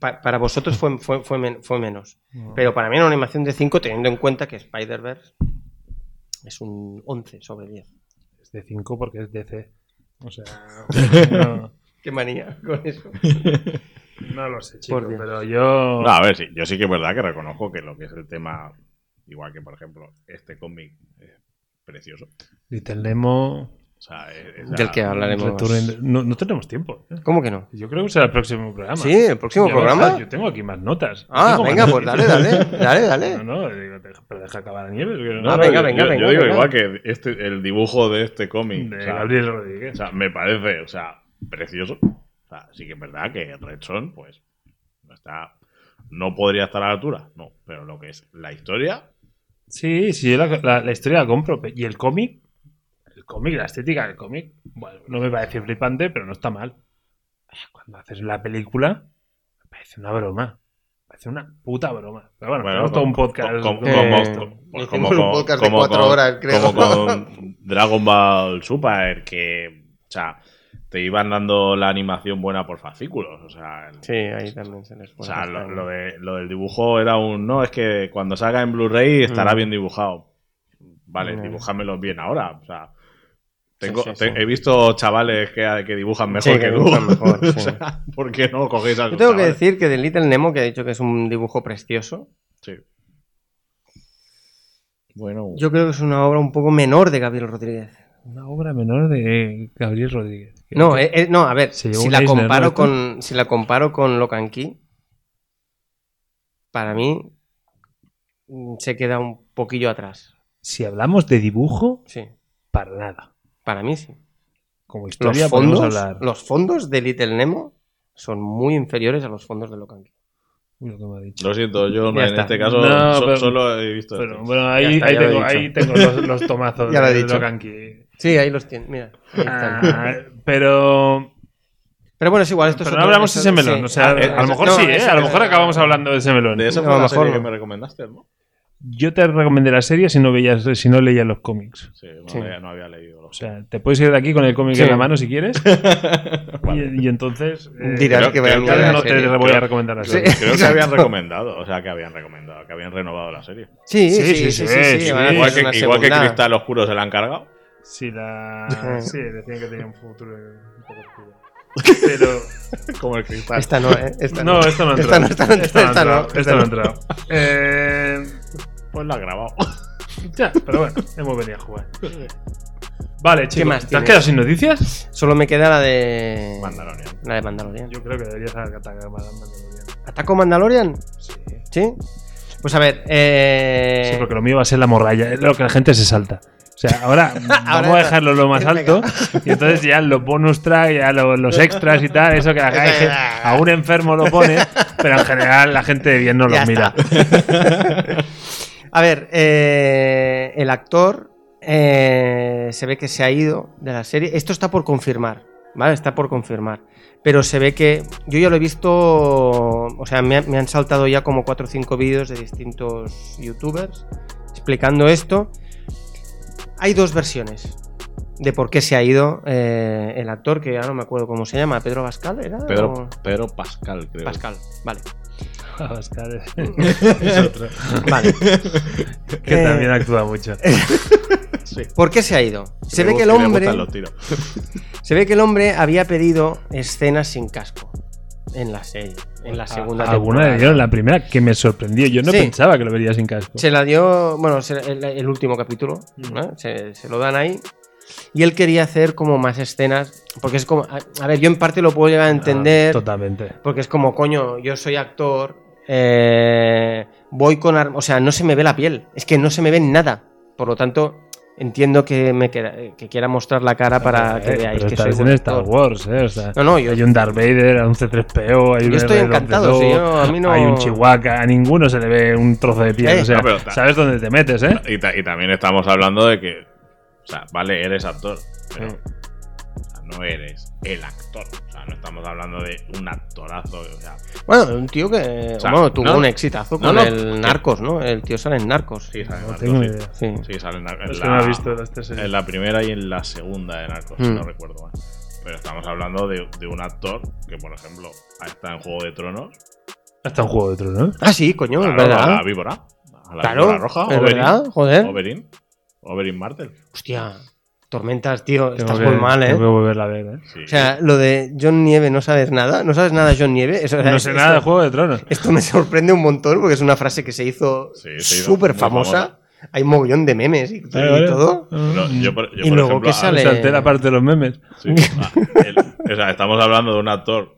A: para vosotros fue, fue, fue, men- fue menos. Pero para mí, era una animación de 5, teniendo en cuenta que Spider-Verse es un 11 sobre 10.
B: Es de 5 porque es DC. O
A: *laughs*
B: sea. No,
A: Qué manía con eso.
B: no lo sé, chico.
A: Por Dios.
B: Pero yo.
C: No, a ver, sí, yo sí que es verdad que reconozco que lo que es el tema, igual que por ejemplo este cómic es precioso.
B: Little Nemo.
C: O sea, es- es-
A: Del que hablaremos.
B: Return- No, no tenemos tiempo. ¿eh?
A: ¿Cómo que no?
B: Yo creo que será el próximo programa.
A: Sí, el próximo
B: Ya
A: programa.
B: está, Yo tengo aquí más notas.
A: Ah,
B: Tengo más
A: venga,
B: notas.
A: pues dale, dale, dale, dale.
B: *laughs* No, no, digo, deja- pero deja acabar a Nieves. que
C: No,
B: no-
C: no,
A: Ah, venga,
C: yo-
A: venga,
C: yo,
A: venga,
C: Yo digo
A: venga.
C: igual que este, el dibujo de este cómic.
B: de
C: o, sea,
B: Gabriel
C: o
B: Rodríguez.
C: sea, me parece, o sea, precioso. O sea, sí que es verdad que Red Son, pues, no está. ¿No podría estar a la altura? No, pero lo que es la historia,
B: Sí, sí, yo la, la- la historia la compro. pe- Y el cómic, el cómic, la estética del cómic, bueno, no me parece flipante, pero no está mal. Cuando haces la película, me parece una broma. Me parece una puta broma. Pero bueno,
C: Bueno,
B: tenemos todo un
C: con-
B: podcast.
C: con- con-
A: Eh,
C: como- pues
A: hicimos
C: como
A: un
C: con-
A: podcast de
C: como
A: cuatro
C: con-
A: horas, creo.
C: Como con Dragon Ball Super, que, o sea, te iban dando la animación buena por fascículos. O sea,
A: *laughs*
C: el-
A: Sí, ahí también se les
C: o
A: puede.
C: sea
A: gastar,
C: lo,
A: ¿no?
C: lo de- lo del dibujo era un. No, es que cuando salga en Blu-ray estará
A: Mm.
C: bien dibujado. Vale,
A: Ya.
C: dibujámelo bien ahora. O sea, tengo,
A: Sí, sí, sí.
C: te- he visto chavales que, que dibujan mejor
A: Sí,
C: que,
A: que
C: tú.
A: dibujan mejor,
C: *laughs* O
A: sí.
C: sea, ¿Por qué no cogéis a
A: Yo
C: esos
A: tengo que
C: chavales?
A: decir que de Little Nemo, que ha dicho que es un dibujo precioso,
C: Sí. Bueno,
A: yo creo que es una obra un poco menor de Gabriel Rodríguez.
B: Una obra menor de Gabriel Rodríguez.
A: No, eh, eh, no, a ver,
B: Se llevó
A: si
B: un
A: la,
B: Eisner,
A: comparo
B: ¿no, esto?
A: con, si la comparo con Locan Key, para mí mm, se queda un poquillo atrás.
B: Si hablamos de dibujo,
A: Sí,
B: para nada.
A: para mí sí.
B: Como
A: Los
B: historia podemos
A: fondos,
B: hablar.
A: los fondos de Little Nemo son muy inferiores a los fondos de Locan Key.
B: Uy, lo que me ha dicho.
C: Lo siento, yo no,
A: Ya
C: en
A: está.
C: este caso
B: No,
C: so-
B: pero-
C: solo he visto.
B: Pero,
C: este.
B: bueno, ahí,
A: Ya está,
B: ahí
A: ya lo
B: tengo,
A: he dicho.
B: ahí tengo los, los
A: *laughs*
B: tomazos
A: Ya lo he
B: de
A: dicho.
B: Locan Key.
A: Sí, ahí los tiene, mira. ahí están.
B: Ah, pero
A: Pero bueno, es igual, esto es
B: Pero no
A: otro-
B: hablamos de
A: esto-
B: ese melón.
A: sí.
B: O sea,
A: Ah,
B: a lo
A: eso-
B: mejor
A: no,
B: sí, ¿eh?
A: eso-
B: A lo mejor acabamos hablando de ese melón.
C: de esa
A: no,
C: fue la
A: mejor
C: serie
A: no.
C: que me recomendaste, ¿no?
B: Yo te recomendé la serie si no, veías, si no leías los cómics.
C: Sí, no,
A: Sí.
C: Había, no había leído. Lo
B: O sea, te puedes ir de aquí con el cómic
A: Sí.
B: en la mano si
A: *laughs*
B: quieres. Y- y, entonces.
A: Dirás
C: que vaya
B: tal
C: a ver
B: vez no
C: la
B: te
A: serie.
B: voy a recomendar la
A: Sí.
B: serie.
C: Creo que
A: Exacto. *laughs*
C: habían recomendado, o sea, que habían recomendado, que habían renovado la serie.
A: Sí, sí,
B: Sí,
A: sí,
B: sí,
A: sí, sí,
B: sí,
A: sí,
B: sí.
A: van a
C: Igual
A: hacer
C: que,
A: una
C: igual que
A: segunda.
C: Cristal Oscuro se la han cargado.
A: *laughs*
B: Sí, la. Sí, decían que tenía un futuro un poco oscuro. Pero.
C: Como el Cristal.
A: Esta no, ¿eh? Esta
B: No, esto no ha
A: Esta no,
B: entrado.
A: esta no, esta no.
B: Esto no ha entrado. Eh,
C: Pues la ha *laughs* grabado.
B: Ya, pero bueno, hemos venido a jugar. Vale, chicos.
A: más
B: ¿Te has
A: tienes?
B: quedado sin noticias?
A: Solo me queda la de.
C: Mandalorian.
A: La de Mandalorian.
B: Yo creo que deberías atacar a Mandalorian.
A: ¿Ataco Mandalorian?
B: Sí.
A: ¿Sí? Pues a ver, eh.
B: porque lo mío va a ser la morralla, es lo que la gente se salta. O sea,
A: *laughs*
B: ahora, vamos a
A: está.
B: dejarlo lo más
A: Venga.
B: alto y entonces ya los bonus track, ya lo- los extras y tal, eso
A: *laughs*
B: que la
A: Eso
B: gente,
A: ya-
B: a un enfermo lo pone, pero en general la gente de bien no
A: Ya
B: los mira.
A: está.
B: *laughs*
A: *laughs* A ver, eh, el actor eh, se ve que se ha ido de la serie. Esto está por confirmar, ¿vale? Está por confirmar. Pero se ve que yo ya lo he visto, o sea, me, ha- me han saltado ya como 4 o 5 vídeos de distintos youtubers explicando esto. Hay dos versiones de por qué se ha ido eh, el actor, que ya no me acuerdo cómo se llama, Pedro Pascal, ¿era?
C: Pedro,
A: ¿O?
C: Pedro Pascal, creo.
A: Pascal, vale. *laughs*
B: Pascal es otro,
A: Vale.
B: que
A: Eh,
B: también actúa mucho.
C: Sí.
A: ¿Por qué se ha ido? Se
C: Me
A: ve que el
C: gusta- me
A: hombre...
C: gustan los tiros.
A: Se ve que el hombre había pedido escenas sin casco en la serie, en la segunda
B: Alguna
A: temporada.
B: de ellos, la primera que me sorprendió, yo no
A: Sí.
B: pensaba que lo vería sin casco.
A: Se la dio, bueno, se- el, el último capítulo, ¿no? se, se lo dan ahí. Y él quería hacer como más escenas, porque es como, a, a ver, yo en parte lo puedo
B: Ah,
A: llegar a entender,
B: Totalmente.
A: porque es como, coño, yo soy actor, eh, voy con, ar- o sea, no se me ve la piel, es que no se me ve nada, por lo tanto, entiendo que me queda- que quiera mostrar la cara para que
B: Eh,
A: veáis
B: pero
A: que
B: esta
A: soy
B: vez
A: buen
B: en Star
A: actor.
B: Wars, ¿eh? O sea,
A: No, no, yo-
B: hay un Darth Vader, hay un C3PO, hay un
A: Yo estoy
B: R2D2,
A: encantado, si yo- a mí no-
B: hay un Chihuahua, a ninguno se le ve un trozo de piel.
A: Eh.
B: o sea,
C: No, pero ta-
B: sabes dónde te metes, ¿eh?
C: Y, ta- y también estamos hablando de que, o sea, vale, eres actor, pero
B: eh,
A: Mm.
C: o sea, no eres el actor. O sea, no estamos hablando de un actorazo. O sea,
A: Bueno, un tío que
C: O sea,
A: bueno, tuvo
C: no,
A: un exitazo
C: no,
A: con
C: no, que-
A: el Narcos, ¿no? El tío sale en Narcos.
C: sí, sale
B: No
C: Narcos,
B: tengo ni
C: sí.
B: idea.
A: Sí.
C: Sí, sale en la, en
B: Es que
C: la-
B: no he visto las tres series.
C: en la primera y en la segunda de Narcos,
A: Mm.
C: si no recuerdo mal. Pero estamos hablando de, de un actor que, por ejemplo, está en Juego de Tronos.
B: Hasta un juego de tronos.
A: Ah, sí, coño,
C: Claro,
A: es
C: a
A: verdad.
C: la víbora. A la
A: Claro,
C: víbora roja.
A: es verdad, ¿Eh? joder.
C: Oberyn. Oberyn Martel.
A: Hostia, tormentas, tío,
B: Tengo
A: estás
B: que-
A: muy mal, ¿eh?
B: Tengo que volverla
A: *laughs*
B: a ver, ¿eh?
C: Sí.
A: O sea, lo de John Nieve, ¿no sabes nada? ¿No sabes nada de John Nieve? Eso-
B: No sé nada de
A: esto-
B: Juego de Tronos.
A: Esto me sorprende un montón porque es una frase que se hizo
C: Sí, se hizo
A: súper
C: muy
A: famosa. Hay un mogollón de memes y,
B: Vale, vale.
A: y todo.
C: Pero yo, por, yo,
A: Y
C: por
A: luego
C: ejemplo,
A: que
C: a-
A: sale-
B: Salté la parte de los memes.
C: *laughs* Sí, ah, el- o sea, estamos hablando de un actor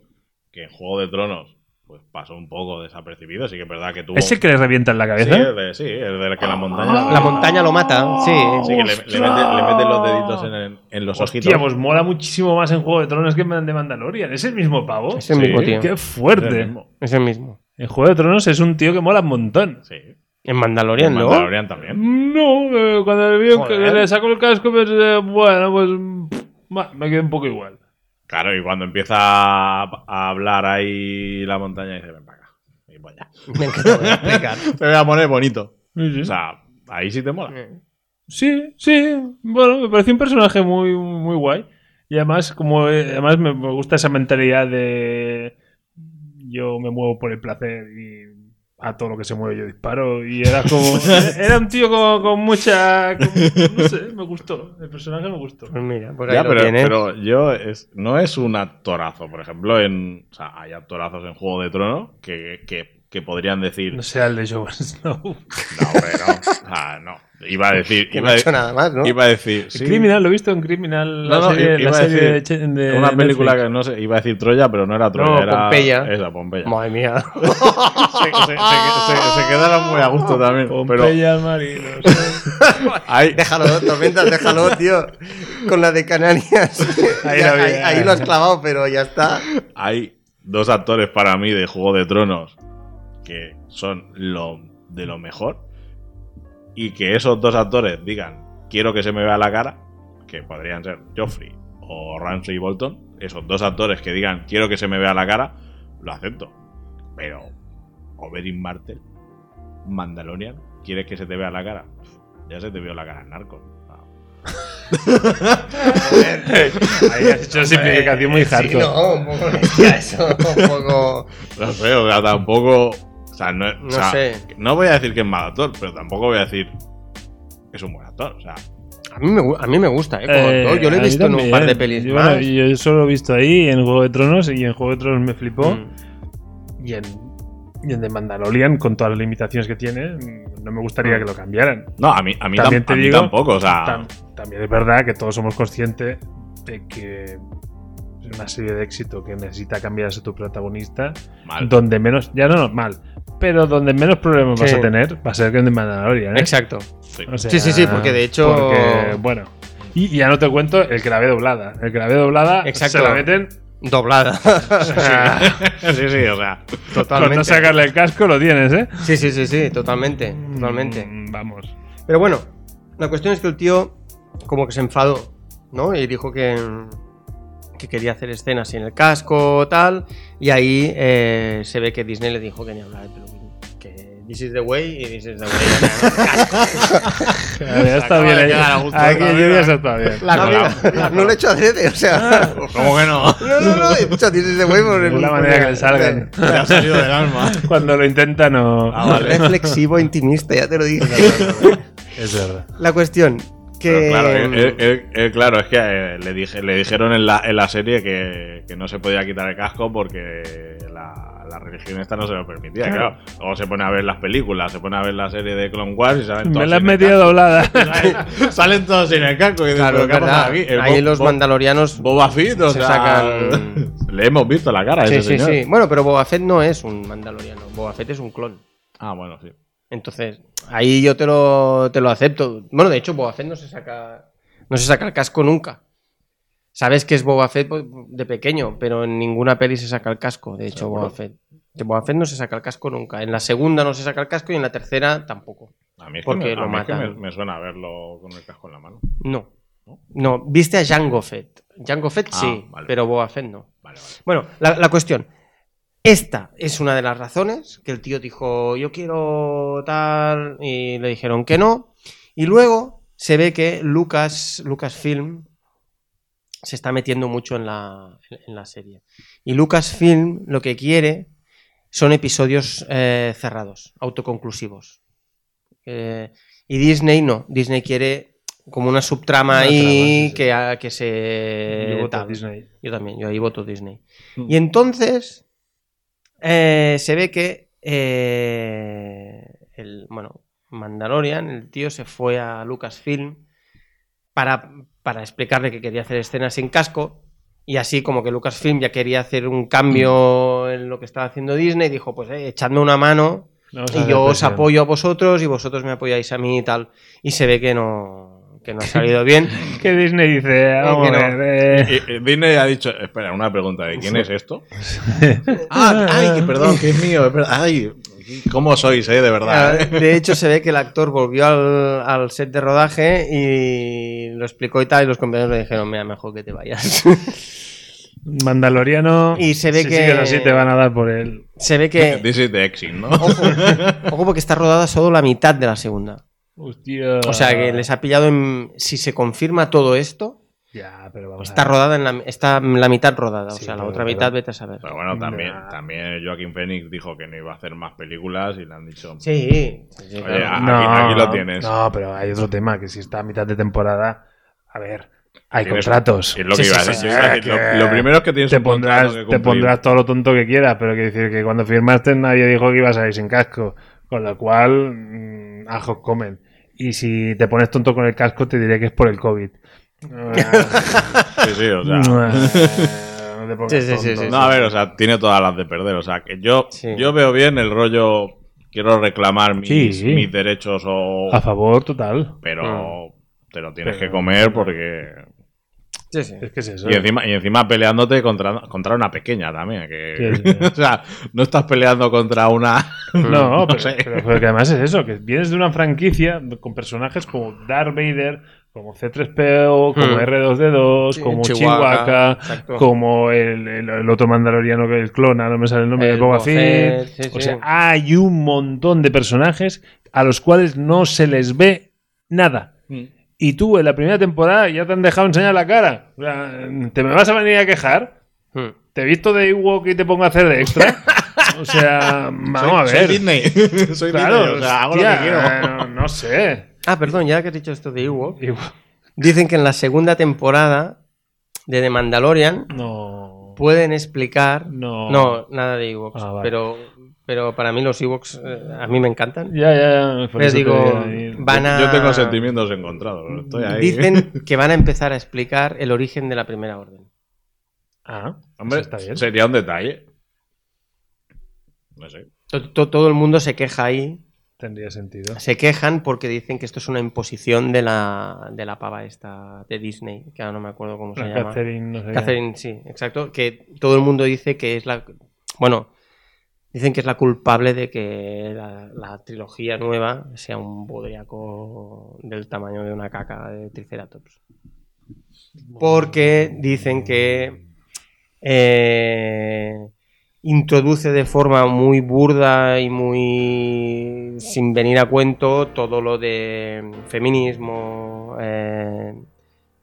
C: que en Juego de Tronos pues pasó un poco desapercibido, sí que es verdad que tuvo...
B: ¿Es el que le revientan la
C: Sí,
B: cabeza?
C: el de, sí, el de que la montaña...
A: Ah, La montaña lo mata, sí.
C: Sí, que le, le mete, le mete los deditos en, el- en los
B: Hostia,
C: ojitos.
B: pues mola muchísimo más en Juego de Tronos que en de Mandalorian. Es el mismo pavo.
A: Es el
C: Sí.
A: mismo tío.
B: Qué
C: Es el
B: fuerte.
C: mismo.
A: Es el mismo.
B: En Juego de Tronos es un tío que mola un montón.
C: Sí.
A: En Mandalorian, ¿no?
C: Mandalorian también.
B: No, eh, cuando le, vi un-
A: Joder.
B: le sacó el casco, pensé, bueno, pues mm, bah, me quedé un poco igual.
C: Claro, y cuando empieza a, a hablar ahí la montaña, dice, ven para acá. Y pues ya.
A: *laughs* Me encanta
C: *laughs*
A: explicar.
C: Te voy a poner bonito.
B: Sí, sí.
C: O sea, ahí sí te mola.
B: sí, sí, bueno, me pareció un personaje muy, muy guay. Y además, como eh, además me, me gusta esa mentalidad de yo me muevo por el placer y a todo lo que se mueve yo disparo. Y era como. *laughs* era un tío con, con mucha. con- no sé, me gustó. El personaje me gustó.
A: Pues mira, por ahí
C: Ya,
A: lo
C: pero,
A: tiene.
C: pero yo es, no es un actorazo, por ejemplo, en. O sea, hay actorazos en Juego de Trono que, que, que podrían decir.
B: No sea el de Joe Snow.
C: No, hombre, no. O sea, no. Iba a
A: *laughs*
C: decir.
A: Que no
C: Iba,
A: ha
C: a-
A: hecho nada más, ¿no?
C: iba a decir. sí,
B: Criminal, lo he visto en Criminal.
C: No,
B: la
C: no,
B: serie,
C: iba
B: la
C: a
B: serie de
C: decir
B: Che- de
C: una película
B: Netflix.
C: que no sé. Iba a decir Troya, pero no era Troya.
A: No,
C: era
A: Pompeya.
C: Esa, Pompeya.
A: Madre mía.
C: Se, se, se- se- se quedaron muy a gusto también. Pero
B: Pompeya Marino. ¿sabes?
C: hay,
A: Déjalo,
C: *laughs*
A: Tormentas, déjalo, tío. Con la de Canarias.
B: *laughs* Ahí
A: Ya,
B: lo vi,
A: ahí- ahí lo has clavado, pero ya está.
C: hay dos actores para mí de Juego de Tronos que son lo de lo mejor y que esos dos actores digan quiero que se me vea la cara que podrían ser Joffrey o Ramsay Bolton esos dos actores que digan quiero que se me vea la cara lo acepto pero Oberyn Martel Mandalorian quieres que se te vea la cara ya se te vio la cara en Narcos
B: Ahí has hecho simplificación muy
A: Sí,
B: hardcore.
A: no, un poco. bestia eso, un poco.
C: No sé, o sea, tampoco. O sea, no, *laughs* o
A: No
C: sea,
A: sé.
C: No voy a decir que es mal actor, pero tampoco voy a decir que es un buen actor. O sea,
A: A mí me, gu- a mí me gusta, *laughs* ¿eh? Como
B: Eh,
A: actor. Yo lo he
B: a mí
A: visto en un
B: también.
A: par de pelis.
B: Yo,
A: más.
B: bueno, yo solo lo he visto ahí en Juego de Tronos y en Juego de Tronos me flipó.
A: Mm.
B: Y, en, y en The Mandalorian, con todas las limitaciones que tiene, mm, no me gustaría que lo cambiaran.
C: no, a mí, a mí,
B: También
C: tam-
B: te
C: a mí
B: digo,
C: tampoco. O
A: Ah.
C: sea,
B: Tam- también es verdad que todos somos conscientes de que es una serie de éxito que necesita cambiarse tu protagonista
C: mal.
B: donde menos, ya no normal, pero donde menos problemas
A: Sí.
B: vas a tener va a ser que en The Mandalorian. ¿eh?
A: Exacto.
C: Sí.
B: O sea,
A: Sí, sí, sí, porque de hecho-
B: porque, bueno, y, y ya no te cuento el que la ve doblada. El que la ve doblada
A: Exacto.
B: se la meten
C: *laughs*
A: Doblada.
C: *laughs*
A: *laughs*
B: *laughs*
C: sí, sí, o sea.
B: con no sacarle el casco, lo tienes, ¿eh?
A: Sí, sí, sí, sí, totalmente. Totalmente.
B: Mm,
A: *laughs*
B: vamos.
A: Pero bueno, la cuestión es que el tío como que se enfadó, ¿no? Y dijo que, que quería hacer escenas sin el casco, tal. Y ahí eh, se ve que Disney le dijo que ni hablar de Pelugin. Que this is the way y this is the
C: *laughs*
A: way.
B: Ya está
C: acaba
B: bien
C: de
B: ahí.
C: quedar a gusto
B: Aquí
C: la
B: yo ya
C: vida.
B: se está bien.
A: *laughs* *laughs* La-
C: Hola.
A: la- no lo he hecho adrede, o sea... *laughs*
C: ¿Cómo que no?
A: No, no, no, he dicho this is the way por
B: De la manera que le salgan.
C: Te ha salido del alma.
B: Cuando lo intentan no.
C: Ah, vale.
A: Reflexivo, intimista, ya te lo dije.
B: Es verdad.
A: La cuestión que...
C: Pero claro, eh, él- él- él- él, claro, es que eh, le, dije, le dijeron en la, en la serie que, que no se podía quitar el casco porque la, la religión esta no se lo permitía,
B: Claro.
C: claro. O se pone a ver las películas, se pone a ver la serie de Clone Wars y salen
B: Me
C: todos
B: la has
C: sin el
B: metido doblada.
A: *laughs*
C: casco. *laughs* Salen todos sin el casco. Y dices,
A: Claro,
C: ¿pero
A: es
C: qué ha pasado
A: verdad.
C: aquí? El
A: Ahí
C: Bo-
A: los
C: Bo-
A: mandalorianos
C: Boba Fett, o
A: se
C: sea,
A: sacan-
C: *laughs* Le hemos visto la cara a
A: Sí,
C: ese
A: sí,
C: señor.
A: sí. Bueno, pero Boba Fett no es un mandaloriano. Boba Fett es un clon.
C: Ah, bueno, sí.
A: Entonces, ahí yo te lo, te lo acepto. Bueno, de hecho, Boba Fett no se saca. No se saca el casco nunca. Sabes que es Boba Fett pues, de pequeño, pero en ninguna peli se saca el casco, de hecho, Boba Fett. Que Boba Fett no se saca el casco nunca. En la segunda no se saca el casco y en la tercera tampoco.
C: A mí es que,
A: Porque
C: me, a
A: lo
C: mí es que
A: matan.
C: me- me suena verlo con el casco en la mano.
A: No. No, viste a Jango Fett. Jango Fett
C: Ah,
A: sí,
C: vale.
A: pero Boba Fett no.
C: Vale, vale.
A: Bueno, la, la cuestión. Esta es una de las razones que el tío dijo, yo quiero tal, y le dijeron que no. Y luego se ve que Lucas, Lucasfilm se está metiendo mucho en la, en la serie. Y Lucasfilm lo que quiere son episodios eh, cerrados, autoconclusivos. Eh, y Disney no, Disney quiere como una subtrama
B: Una
A: ahí
B: trama, sí, sí.
A: Que, a- que se...
B: Yo voto
A: Eh, tal.
B: Disney.
A: Yo también, yo ahí voto Disney.
C: Mm.
A: Y entonces eh, se ve que eh, el, bueno, Mandalorian, el tío se fue a Lucasfilm para, para explicarle que quería hacer escenas sin casco. Y así como que Lucasfilm ya quería hacer un
B: Mm.
A: cambio en lo que estaba haciendo Disney, dijo, pues eh, echadme una mano
B: Vamos a
A: y
B: hacer
A: yo os
B: presión.
A: apoyo a vosotros y vosotros me apoyáis a mí y tal. Y se ve que no, que
B: *laughs*
A: no ha salido bien.
B: Que Disney dice, vamos
A: que no.
B: a ver, eh,
C: Y- y Disney ha dicho, espera, una pregunta, ¿de quién
A: *laughs*
C: es esto? ah, ay, que perdón, que es mío, es verdad. ay, ¿cómo sois, eh? De verdad. eh.
A: Ah, De hecho, se ve que el actor volvió al, al set de rodaje y lo explicó y tal, y los compañeros le dijeron, mira, mejor que te vayas.
B: *laughs* Mandaloriano.
A: Y se ve
B: si
A: que-
B: sigues así te van a dar por él.
A: se ve que...
C: *laughs*
A: Oh.
C: This is the exit, ¿no?
A: Ojo, ojo, porque está rodada solo la mitad de la segunda.
B: Hostia.
A: O sea, que les ha pillado en... Si se confirma todo esto,
B: Ya, pero vamos
A: está
B: a ver.
A: rodada en la, está la mitad rodada. O
B: Sí,
A: sea, la
B: pero-
A: otra mitad
B: pero-
A: vete a saber.
C: Pero bueno, también,
B: Nah.
C: también Joaquín Phoenix dijo que no iba a hacer más películas y le han dicho.
A: Sí. sí, sí, claro.
C: Oye, a- aquí- aquí lo tienes.
B: No, pero hay otro tema, que si está a mitad de temporada, a ver, hay
C: Tienes-
B: contratos.
C: Es lo
A: Sí,
C: que
A: sí,
C: iba a
A: sí, Ah,
C: decir.
B: sí,
C: iba a
B: sí,
C: decir,
B: que-
C: Lo, lo primero es que tienes
B: Te
C: un contrato
B: pondrás,
C: que
B: te
C: cumplir.
B: pondrás todo lo tonto que quieras, pero que decir que cuando firmaste nadie dijo que ibas a ir sin casco, con lo cual mm, ajos comen. Y si te pones tonto con el casco, te diré que es por el
C: *laughs*
B: COVID.
C: Sí, sí, o sea.
B: No te pongas
A: Sí, sí, sí,
B: tonto.
A: sí,
C: No, a ver, o sea, tiene todas las de perder. O sea, que yo,
A: Sí.
C: yo veo bien el rollo. Quiero reclamar mis,
B: Sí, sí.
C: mis derechos o.
B: A favor, total.
C: Pero te lo tienes
B: Pero-
C: que comer porque.
A: Sí, sí.
B: Es que es eso.
C: Y encima, y encima peleándote contra, contra una pequeña también. Que,
B: Sí, sí.
C: *laughs* o sea, no estás peleando contra una.
B: *laughs* *laughs* No, pero,
C: sé.
B: pero- pero que además es eso, que vienes de una franquicia con personajes como Darth Vader, como C3PO, como
A: Hmm.
B: R2D2,
A: Sí,
B: como
A: Chihuahua,
B: Chihuahua,
A: exacto.
B: como el, el- el otro mandaloriano que el clona, no me sale el nombre,
A: El
B: de Boba
A: Boba
B: Fett.
A: Fett, sí,
B: o
A: sí.
B: sea, hay un montón de personajes a los cuales no se les ve nada.
C: *laughs*
B: Y tú en la primera temporada ya te han dejado enseñar la cara. O sea, ¿te me vas a venir a quejar?
A: Hmm.
B: ¿Te he visto de Ewok y te pongo a hacer de extra? O sea, vamos
C: Soy-
B: a ver.
C: Soy Disney. *laughs* soy
B: Claro,
C: Disney. O sea, hago lo que
B: hostia,
C: quiero.
B: No, no sé.
A: Ah, perdón, ya que has dicho esto de Ewok.
B: Igual-
A: Dicen que en la segunda temporada de The Mandalorian
B: No.
A: pueden explicar.
B: No.
A: No, nada de Ewoks.
B: Ah, vale.
A: pero, pero para mí los Ewoks eh, a mí me encantan.
B: Ya, ya, ya. por
A: Les
B: eso te
A: digo,
B: digo, ahí-
A: van a.
C: Yo tengo sentimientos encontrados. Estoy ahí.
A: Dicen
B: *laughs*
A: que van a empezar a explicar el origen de la primera orden.
B: Ah,
C: Hombre,
B: eso está bien.
C: sería un detalle. No sé.
A: To- to- Todo el mundo se queja ahí.
B: Tendría sentido.
A: Se quejan porque dicen que esto es una imposición de la, de la pava esta de Disney, que ahora no me acuerdo cómo se
B: La
A: llama.
B: Catherine, no sé.
A: Catherine, sí, exacto. Que todo el mundo dice que es la. Bueno, dicen que es la culpable de que la, la trilogía nueva sea un bodriaco del tamaño de una caca de Triceratops. Porque dicen que eh, introduce de forma muy burda y muy sin venir a cuento todo lo de feminismo, eh,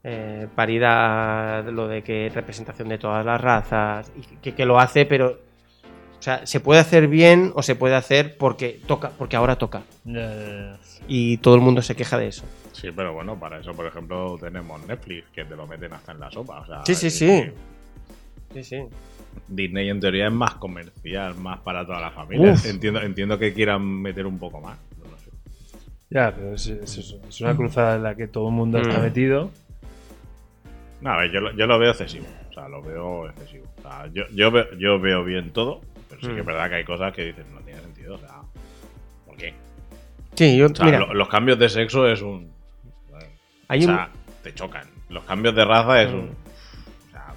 A: eh, paridad, lo de que representación de todas las razas, y que, que lo hace, pero o sea, se puede hacer bien o se puede hacer porque toca, porque ahora toca.
B: Ya, ya, ya.
A: Y todo el mundo se queja de eso.
C: Sí, pero bueno, para eso, por ejemplo, tenemos Netflix, que te lo meten hasta en la sopa. O sea,
A: Sí, sí,
C: es
A: sí.
C: que
A: Sí, sí.
C: Disney en teoría es más comercial, más para toda la familia.
B: Uf.
C: Entiendo, entiendo que quieran meter un poco más. no sé.
B: Ya, pero es, es eso, es una cruzada en la que todo el mundo está
A: Mm.
B: metido.
C: No, a ver, yo, lo- yo lo veo excesivo. O sea, lo veo excesivo. O sea, yo, yo, veo, yo veo bien todo, pero sí que es
A: Mm.
C: verdad que hay cosas que dices, no tiene sentido. O sea, ¿por qué?
A: Sí, yo,
C: O sea,
A: mira,
C: lo- los cambios de sexo es un.
A: hay
C: o
A: un- Mm.
C: sea, te chocan. Los cambios de raza es un. O sea,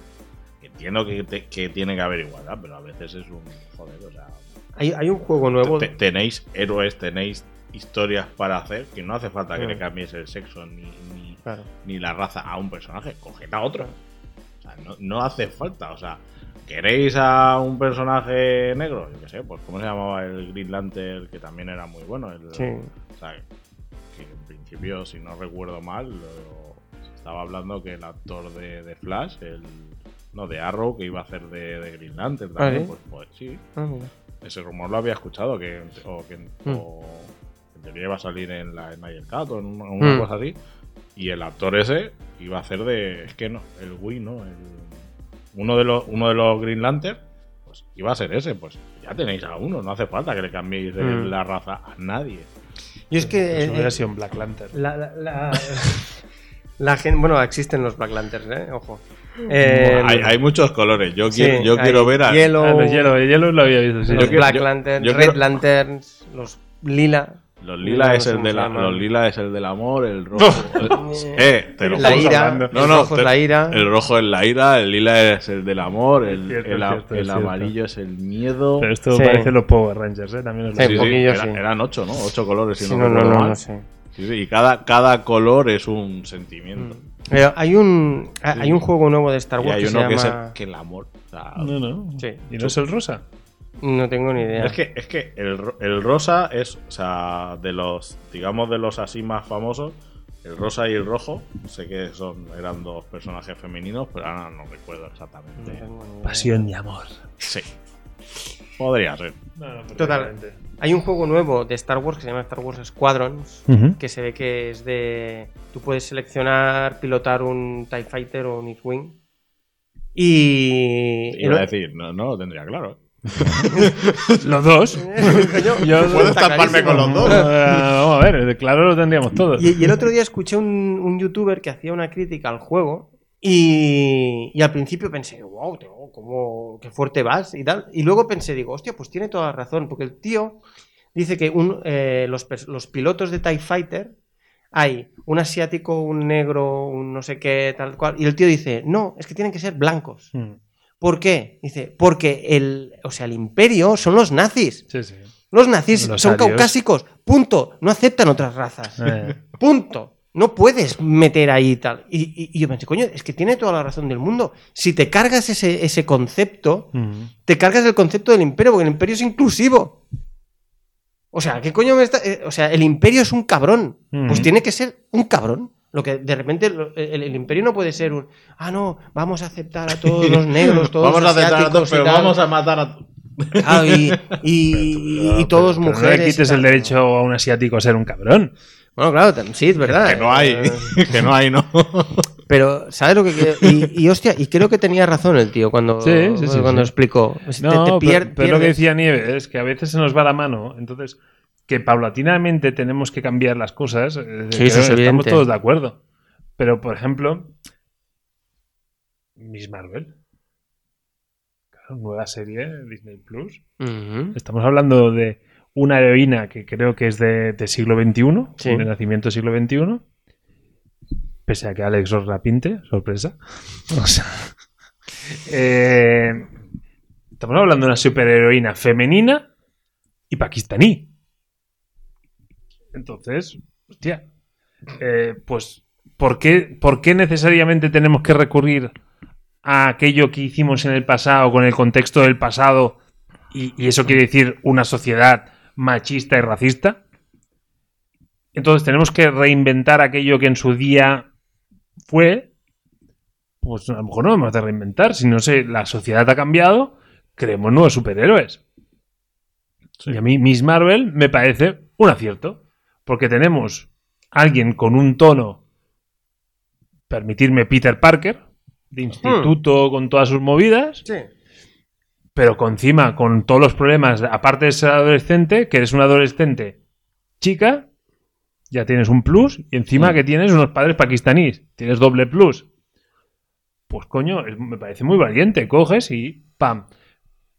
C: entiendo que, te- que tiene que haber igualdad, pero a veces es un. Joder, o sea.
A: Hay, hay un juego nuevo.
C: te- tenéis héroes, tenéis historias para hacer que no hace falta que
A: Mm.
C: le cambies el sexo ni, ni,
A: Claro.
C: ni la raza a un personaje, coged a otro. O sea, no, no hace falta, o sea. ¿Queréis a un personaje negro? Yo qué sé, pues ¿cómo se llamaba el Green Lantern? Que también era muy bueno. el-
A: Sí.
C: o sea, que en principio, si no recuerdo mal, lo- se estaba hablando que el actor de, de Flash, el no de Arrow, que iba a hacer de, de Green Lantern también,
A: sí?
C: pues, pues sí,
A: Ah, mira.
C: ese rumor lo había escuchado, que, en- o que en- o que en teoría iba a salir en la Snyder Cut o en una, una
A: Mm.
C: cosa así. Y el actor ese iba a hacer de. Es que no, el Wii, ¿no? El- uno, de los, uno de los Green Lantern, pues iba a ser ese. Pues ya tenéis a uno, no hace falta que le cambiéis eh,
A: Mm.
C: la raza a nadie.
A: Yo es que.
C: Pues
B: Eso
A: eh,
B: hubiera sido un Black Lantern.
A: la, la, la, *laughs* la gen- Bueno, existen los Black Lanterns, ¿eh? Ojo. Eh,
C: hay, hay muchos colores. Yo
A: sí,
C: quiero, yo
A: hay
C: quiero ver a.
A: Yellow,
B: Ah, los Yellow, el Yellow lo había visto, sí.
A: los
C: quiero-
A: Black
C: yo-
A: Lanterns,
C: yo
A: Red
C: quiero-
A: Lanterns, los Lila.
C: Los lila,
A: no
C: es el
A: somos
C: de la-
A: hermanos.
C: los lila es el del
B: *laughs*
C: amor, el rojo. eh, te lo
A: La
C: juro.
A: ira,
B: hablando.
A: los
C: No, no,
A: ojos,
C: te-
A: la ira.
C: El rojo es la ira, el lila es el del amor, el,
B: Es cierto,
C: el
B: es
C: a-
B: cierto, es
C: el
B: cierto.
C: amarillo es el miedo.
B: Pero esto
A: Sí.
B: parece los Power Rangers, ¿eh? También es
A: Sí,
B: lo
A: un
B: mismo.
A: poquillo,
C: era-
A: sí.
C: Eran ocho, ¿no? Ocho colores, si
A: Sí,
C: no,
A: no, no,
C: recuerdo
A: no,
C: mal.
A: no sé.
C: Sí, sí, y cada, cada color es un sentimiento.
A: Pero hay un, ha- hay un juego nuevo de Star
C: Y
A: Wars
C: hay
A: Mm. que se
C: uno que es
A: llama...
C: el, que el amor. o sea,
B: No, no.
A: Sí.
B: ¿Y no es el rosa?
A: No tengo ni idea.
C: Es que, es que el, ro- el rosa es, o sea, de los, digamos, de los así más famosos, el rosa y el rojo, sé que son, eran dos personajes femeninos, pero ahora no recuerdo
A: No
C: exactamente.
A: tengo ni idea.
B: Pasión y amor.
C: Sí. Podría ser.
B: No, no,
A: Total. Hay un juego nuevo de Star Wars que se llama Star Wars Squadrons, que se ve que es de... Tú puedes seleccionar, pilotar un TIE Fighter o un X-Wing. Y...
C: Iba a decir, no, no lo tendría claro.
B: Los dos.
A: *laughs*
B: Yo-
C: Puedo
A: Está
C: estamparme con los
A: clarísimo.
B: Eh,
C: dos.
B: *laughs* Vamos a ver, de claro lo tendríamos todos.
A: Y, y el otro día escuché un, un youtuber que hacía una crítica al juego y, y al principio pensé, wow, tío, cómo, qué fuerte vas y tal. Y luego pensé, digo, hostia, pues tiene toda la razón, porque el tío dice que un- eh, los, pers- los pilotos de TIE Fighter hay un asiático, un negro, un no sé qué, tal cual. Y el tío dice, no, es que tienen que ser blancos.
B: Mm.
A: ¿Por qué? Dice, porque el, o sea, el imperio son los nazis.
B: Sí, sí.
A: Los nazis
B: Los
A: son
B: arios.
A: caucásicos. Punto. No aceptan otras razas.
B: Eh,
A: Punto. No puedes meter ahí tal. Y, y- y yo pensé, coño, es que tiene toda la razón del mundo. Si te cargas ese, ese concepto,
B: mm.
A: te cargas el concepto del imperio, porque el imperio es inclusivo. O sea, ¿qué coño me está.? eh, o sea, el imperio es un cabrón. Pues
B: Mm.
A: tiene que ser un cabrón. Lo que de repente lo- eh, el, el imperio no puede ser un. Ah, no, vamos a aceptar a todos los negros, todos
C: vamos a
A: los
C: aceptar a
A: asiáticos
C: todos,
A: y
C: pero
A: tal".
C: vamos a matar a todos.
A: Ah, y,
C: *laughs*
A: y- y- y todos
B: Ah, Pero
A: mujeres.
B: No le quites
A: y tal.
B: el derecho a un asiático a ser un cabrón.
A: Bueno, claro, tam- sí, es verdad.
C: Que no hay,
A: Eh,
C: *laughs* que no hay, ¿no?
A: Pero, ¿sabes lo que quiero? Y, y, hostia, y creo que tenía razón el tío cuando,
B: Sí, sí, sí,
A: cuando
B: sí.
A: explicó. Te-
B: No,
A: te pier-
B: pero, pero lo que
A: pierdes.
B: decía Nieve es que a veces se nos va la mano, entonces que paulatinamente tenemos que cambiar las cosas. eh, creo
A: eso es
B: que estamos
A: evidente.
B: todos de acuerdo. Pero, por ejemplo, Miss Marvel. Claro, nueva serie, Disney Plus.
A: Ujú.
B: Estamos hablando de una heroína que creo que es de, de siglo XXI,
A: Sí.
B: de nacimiento siglo XXI. Pese a que Alex Ross la pinte, sorpresa. O sea, eh, estamos hablando de una superheroína femenina y pakistaní. Entonces, hostia, eh, pues, ¿por qué, ¿por qué necesariamente tenemos que recurrir a aquello que hicimos en el pasado, con el contexto del pasado, y, y eso quiere decir una sociedad machista y racista? Entonces, tenemos que reinventar aquello que en su día fue. Pues a lo mejor no hemos de reinventar, si no sé, la sociedad ha cambiado, creemos nuevos superhéroes. Y a mí Miss Marvel me parece un acierto, porque tenemos alguien con un tono, permitirme Peter Parker, de instituto con todas sus movidas, pero con encima con todos los problemas, aparte de ser adolescente, que eres una adolescente chica, ya tienes un plus, y encima
C: Mm.
B: que tienes unos padres pakistaníes, tienes doble plus. Pues coño, es- me parece muy valiente, coges y ¡pam!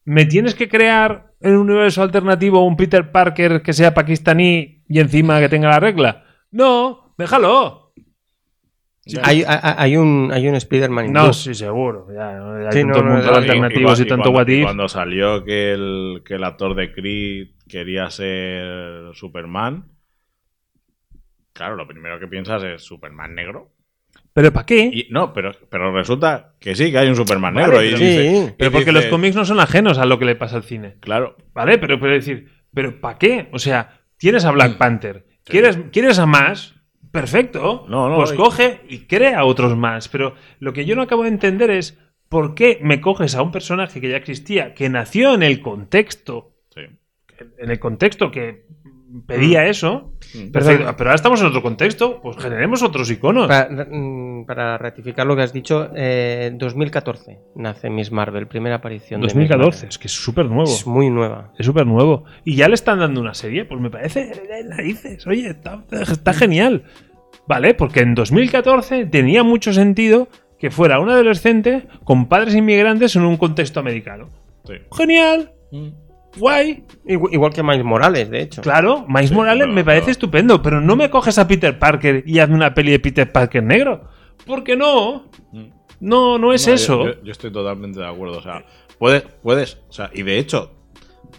B: ¿Me tienes que crear en un universo alternativo un Peter Parker que sea pakistaní y encima que tenga la regla? No, déjalo.
A: Hay, hay- hay un, hay un Spider-Man.
B: No,
A: hindú.
B: sí, seguro. Ya, no hay
A: Sí,
B: tanto
A: no, no,
B: montón
A: no,
B: de
A: no.
B: alternativos y,
C: cua-
B: tanto
C: cuando,
B: what
C: y
B: if.
C: cuando salió que el, que el actor de Creed quería ser Superman, claro, lo primero que piensas es Superman negro.
B: ¿Pero para qué?
C: Y, no, pero, pero resulta que sí, que hay un Superman
B: Vale,
C: negro. Y
B: pero-
C: dice-
A: Sí.
C: y
B: Pero porque
C: dice,
B: los cómics no son ajenos a lo que le pasa al cine.
C: Claro,
B: ¿Vale? Pero, pero decir, ¿pero para qué? O sea, tienes a
C: Mm.
B: Black Panther, ¿quieres, quieres a más? Perfecto.
C: No, no,
B: pues
C: y-
B: coge y crea otros más. Pero lo que yo no acabo de entender es por qué me coges a un personaje que ya existía, que nació en el contexto,
C: sí.
B: en el contexto que pedía eso.
C: Mm.
B: Perfecto. Pero ahora estamos en otro contexto, pues generemos otros iconos.
A: Para, mm, para ratificar lo que has dicho, eh, 2014 nace Miss Marvel, primera aparición. de Miss
B: 2014, es que es súper nuevo.
A: Marvel. Es muy nueva.
B: Es súper nuevo. Y ya le están dando una serie, pues me parece de narices. Oye, está, está genial. Vale, porque en 2014 tenía mucho sentido que fuera un adolescente con padres inmigrantes en un contexto americano.
C: sí.
B: ¡Genial! guay.
A: Igu- Igual que Miles Morales, de hecho.
B: Claro, Miles
C: Sí,
B: Morales
C: claro,
B: me parece
C: claro.
B: estupendo, pero no me coges a Peter Parker y hazme una peli de Peter Parker negro. Porque no, no, no es Pues
C: Mm. No, yo-
B: eso.
C: Yo, yo estoy totalmente de acuerdo. O sea, puedes, puedes, o sea, y de hecho,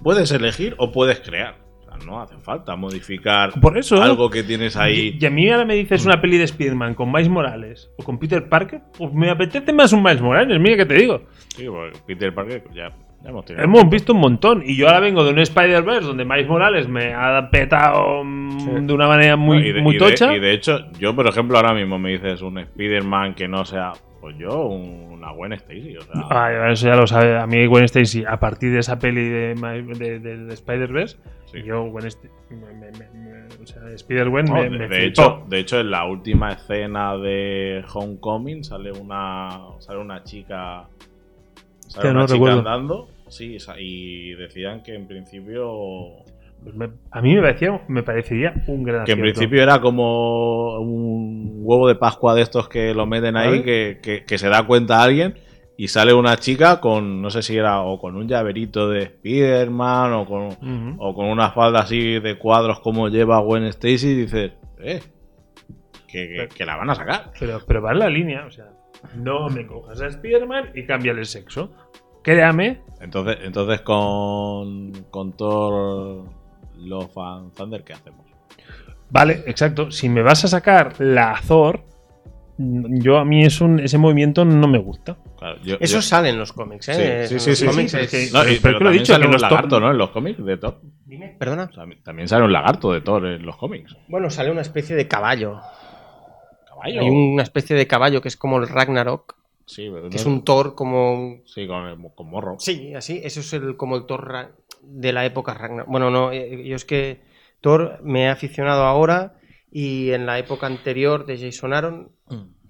C: puedes elegir o puedes crear. O sea, no hace falta modificar
B: Por eso.
C: algo que tienes ahí.
B: Y a mí ahora me dices una peli de Spider-Man con Miles Morales o con Peter Parker, pues me apetece más un Miles Morales, mira que te digo.
C: Sí, porque Peter Parker ya, ya hemos tenido.
B: Hemos visto un montón y yo ahora vengo de un Spider-Verse donde Miles Morales me ha petado mm, de una manera muy,
C: Ah, Y de-
B: muy
C: y de-
B: tocha.
C: y de hecho, yo, por ejemplo, ahora mismo me dices un Spider-Man que no sea, pues yo, un- una buena Stacy. O sea,
B: Ay, bueno, eso ya lo sabe. A mí Gwen Stacy, a partir de esa peli de, Ma- de- de- de Spider-Verse,
C: Sí.
B: yo Gwen Stacy... me- me- me- me- o sea, Spider-Gwen
C: no,
B: *laughs* me,
C: Oh, de,
B: me
C: de
B: flipó.
C: hecho, de hecho, en la última escena de Homecoming sale una, sale una chica, sale
B: Hostia,
C: una
B: no
C: chica
B: recuerdo.
C: andando. Sí, sa- y decían que en principio
B: Pues me- a mí me, parecía, me parecería un gran
C: Que en
B: acierto.
C: principio era como un huevo de Pascua de estos que lo meten ahí,
B: ¿Vale?
C: que, que- que se da cuenta alguien y sale una chica con, no sé si era o con un llaverito de Spiderman o con,
B: Ujú.
C: o con una falda así de cuadros como lleva Gwen Stacy y dices, eh, que, que- que la van a sacar.
B: Pero, pero va en la línea, o sea, no me cojas a Spider-Man y cámbiale el sexo. Créame,
C: Entonces, entonces con, con Thor los fan Thunder, ¿qué hacemos?
B: Vale, exacto. Si me vas a sacar la Thor, mm, yo a mí es un, ese movimiento no me gusta.
C: Claro, yo-
A: Eso
C: yo-
A: sale en los cómics, ¿eh?
C: Sí,
A: En
C: sí,
A: los
C: sí,
A: cómics
B: sí,
A: es-
B: sí, sí.
C: no, y-
B: pero
C: pero
B: que lo he
C: también
B: dicho,
C: sale
B: que
C: un
B: los Thor-
C: lagarto, ¿no? En los cómics de Thor.
A: Dime, Perdona.
C: Tam- También sale un lagarto de Thor en los cómics.
A: Bueno, sale una especie de caballo.
C: Caballo.
A: Hay una especie de caballo que es como el Ragnarok,
C: Sí, pero
A: que
C: no-
A: es un Thor como
C: Sí, con, el- con morro.
A: Sí, así, eso es el, como el Thor ra- de la época Ragnar. Bueno, no, eh, yo es que Thor me he aficionado ahora y en la época anterior de Jason Aaron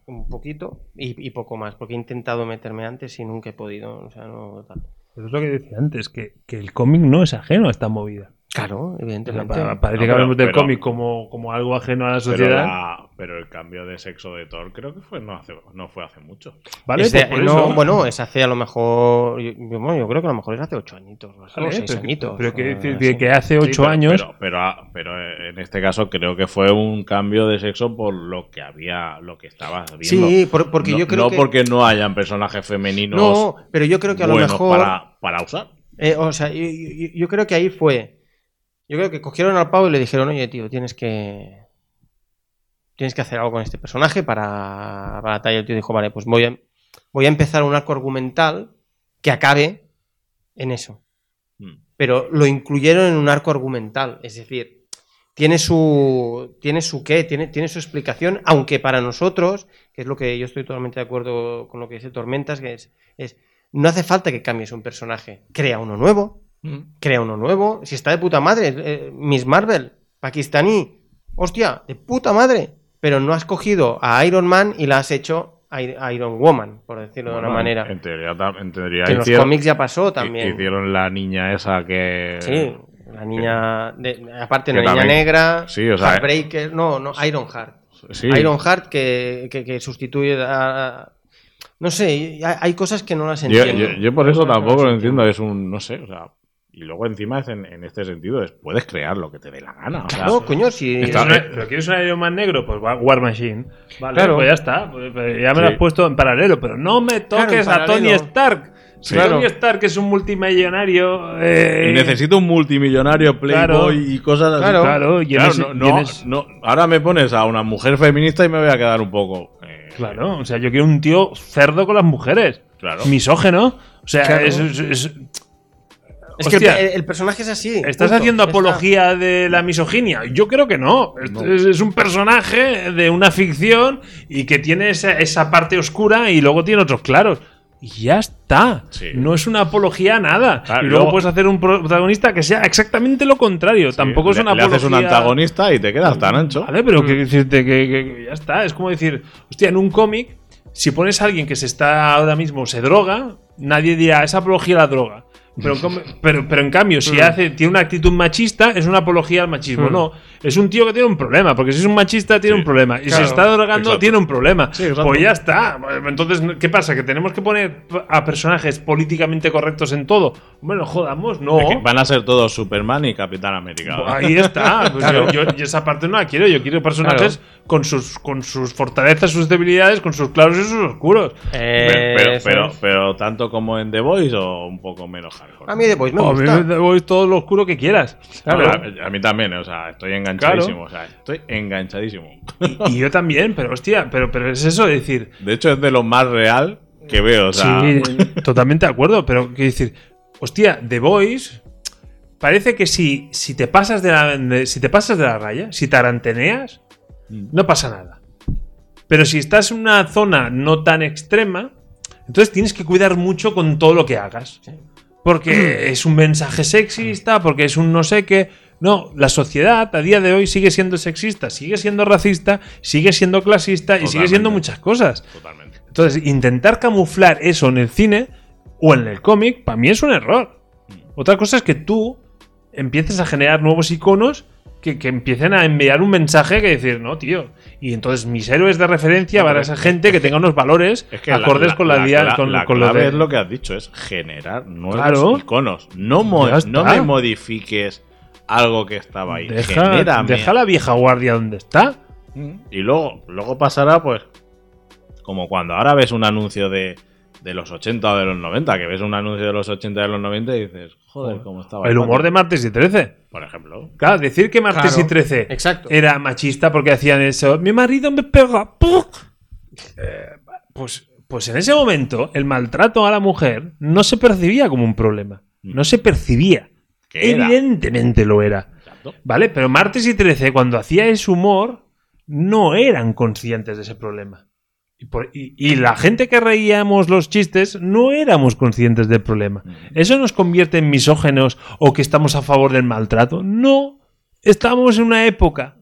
A: un poquito y, y poco más, porque he intentado meterme antes y nunca he podido. O sea, no, tal.
B: Pero es lo que decía antes, que, que el cómic no es ajeno a esta movida.
A: Claro,
B: O sea,
A: evidentemente.
B: pa- parece que
C: No, pero-
B: hablamos del
C: pero-
B: cómic como, como algo ajeno a la
C: Pero,
B: sociedad.
C: la- pero el cambio de sexo de Thor creo que fue no, hace, no fue hace mucho.
B: Vale,
A: Es de-
B: pues por
A: no,
B: eso.
A: bueno, es hace a lo mejor. Yo, yo- bueno, yo creo que a lo mejor es hace ocho añitos o
B: Vale,
A: seis
B: pero,
A: añitos.
B: pero que,
A: o
B: decir
A: así.
B: que, que hace ocho
C: Sí, pero-
B: años.
C: Pero, pero, ah, pero, eh, en este caso creo que fue un cambio de sexo por lo que había, lo que estabas viendo.
A: Sí, por- porque
C: no,
A: yo creo
C: no
A: que.
C: porque no hayan personajes femeninos
A: No, pero yo creo que a lo
C: buenos
A: mejor.
C: para, para usar.
A: Eh, o sea, yo, yo- yo creo que ahí fue. Yo creo que cogieron al pavo y le dijeron, oye, tío, tienes que. Tienes que hacer algo con este personaje para, para tal". Y el tío dijo, vale, pues voy a, voy a empezar un arco argumental que acabe en eso.
C: Mm.
A: Pero lo incluyeron en un arco argumental. Es decir, tiene su. Tiene su qué, tiene, tiene su explicación, aunque para nosotros, que es lo que yo estoy totalmente de acuerdo con lo que dice Tormentas, que es- es no hace falta que cambies un personaje. Crea uno nuevo.
C: Mm.
A: Crea uno nuevo. Si está de puta madre, eh, Miss Marvel, pakistaní. Hostia, de puta madre. Pero no has cogido a Iron Man y la has hecho a I- a Iron Woman, por decirlo de
C: Bueno,
A: una manera.
C: En teoría, ta- en teoría
A: que en los
C: hicieron,
A: cómics ya pasó
C: hi-
A: también.
C: hicieron la niña esa que.
A: sí, la niña. de- aparte,
C: Eh, que
A: una niña
C: también-
A: negra.
C: Sí, o sea,
A: Heartbreaker. No, no, Iron Heart.
C: Sí.
A: Iron Heart que, que- que sustituye a. a- No sé, hay, hay cosas que no las
C: Yo,
A: entiendo.
C: yo- yo por eso
A: Hay cosas que no
C: tampoco
A: las
C: lo entiendo. Es un, no sé, o sea. Y luego encima es en, en este sentido, es, puedes crear lo que te dé la gana. o sea,
A: Claro, coño, si.
C: Está- eh,
B: ¿Quieres una- ¿Pero quieres un Iron Man negro? Pues va- War Machine. Vale,
A: Claro.
B: pues ya está. Pues, pues ya me lo
C: Sí.
B: has puesto en paralelo, pero no me toques
A: Claro, en
B: a Tony
A: paralelo.
B: Stark. Si
C: Sí.
B: Tony
C: Claro.
B: Stark es un multimillonario. eh,
C: y necesito un multimillonario Playboy
B: Claro.
C: y cosas así.
B: Claro, claro, y en
C: Claro,
B: ese-
C: no,
B: y en
C: no-
B: ese-
C: no, ahora me pones a una mujer feminista y me voy a quedar un poco. eh,
B: Claro, o sea, yo quiero un tío cerdo con las mujeres.
C: Claro.
B: Misógeno. O sea,
A: Claro.
B: es- es- es-
A: Es que el,
B: Hostia.
A: el- el personaje es así.
B: ¿Estás
A: punto.
B: haciendo
A: Ya está.
B: apología de la misoginia? Yo creo que no. Esto
C: No.
B: Es, es un personaje de una ficción y que tiene esa, esa parte oscura y luego tiene otros claros. Y ya está.
C: Sí.
B: No es una apología a nada.
C: Claro,
B: y luego,
C: luego-
B: puedes hacer un protagonista que sea exactamente lo contrario. Tampoco es
C: le-
B: una
C: le
B: apología.
C: haces un antagonista y te quedas tan ancho. Mm.
B: Vale, pero que decirte que, que- que ya está. Es como decir, hostia, en un cómic, si pones a alguien que se está ahora mismo, se droga, nadie dirá, es apología a la droga. Pero,
C: *laughs*
B: com- pero, pero en cambio, si
C: Mm.
B: hace, tiene una actitud machista, es una apología al machismo.
A: Mm.
B: No, es un tío que tiene un problema, porque si es un machista, tiene
C: Sí.
B: un problema. Y si
A: Claro.
B: está drogando,
C: Exacto.
B: tiene un problema.
C: Sí, exacto.
B: pues ya está. Entonces, ¿qué pasa? ¿Que tenemos que poner a personajes políticamente correctos en todo? Bueno, jodamos, no.
C: Es que van a ser todos Superman y Capitán América. eh, ¿no?
B: Ahí está.
A: *laughs*
B: Pues yo, yo- yo esa parte no la quiero. Yo quiero personajes con, sus, con sus fortalezas, sus debilidades, con sus claros y sus oscuros.
C: Pero, pero,
A: Eso
C: pero,
A: es.
C: pero tanto como en The Voice o un poco menos hardcore.
A: A mí The Voice me
B: A mí
A: gusta.
B: me voy todo lo oscuro que quieras.
C: Bueno, a, a mí también, eh, o sea, estoy enganchadísimo. O sea, estoy enganchadísimo.
B: Y yo también, pero hostia, pero, pero es eso, es decir,
C: De hecho, es de lo más real que veo. O sea,
B: sí, *laughs* totalmente de acuerdo, pero quiero decir, hostia, The Voice parece que si, si te pasas de la de- si te pasas de la raya, si taranteneas,
C: Mm.
B: no pasa nada. Pero si estás en una zona no tan extrema, entonces tienes que cuidar mucho con todo lo que hagas. Porque es un mensaje sexista, porque es un no sé qué. No, la sociedad a día de hoy sigue siendo sexista, sigue siendo racista, sigue siendo clasista y sigue siendo
C: Totalmente.
B: muchas cosas.
C: totalmente.
B: Entonces, intentar camuflar eso en el cine o en el cómic, para mí es un error. Otra cosa es que tú empieces a generar nuevos iconos que, que empiecen a enviar un mensaje que decir, no, tío. Y entonces mis héroes de referencia van a esa gente que tenga unos valores
C: Es que la-
B: acordes
C: la-
B: con la, dia-
C: la-
B: con,
C: la
B: con los
C: clave
B: de-
C: es lo que has dicho, es generar nuevos
B: Claro.
C: iconos. No, mo-
B: Ya está.
C: no me modifiques algo que estaba ahí.
B: Deja,
C: Genérame.
B: deja a la vieja guardia donde está.
C: Y luego, luego pasará, pues, como cuando ahora ves un anuncio de, de los 80 o de los 90, que ves un anuncio de los 80 y de los 90 y dices, joder, cómo estaba.
B: El humor de martes y 13.
C: Por ejemplo.
B: Claro, decir que martes
A: Claro,
B: y 13
A: exacto.
B: era machista porque hacían eso. Mi marido me pega. ¡puc! Eh, pues, pues en ese momento el maltrato a la mujer no se percibía como un problema. No se percibía.
C: Que era.
B: Evidentemente lo era.
C: Exacto.
B: ¿Vale? Pero martes y 13, cuando hacía ese humor, no eran conscientes de ese problema. Y, por- y- y la gente que reíamos los chistes no éramos conscientes del problema.
C: Mm.
B: ¿Eso nos convierte en misógenos o que estamos a favor del maltrato? No. Estamos en una época,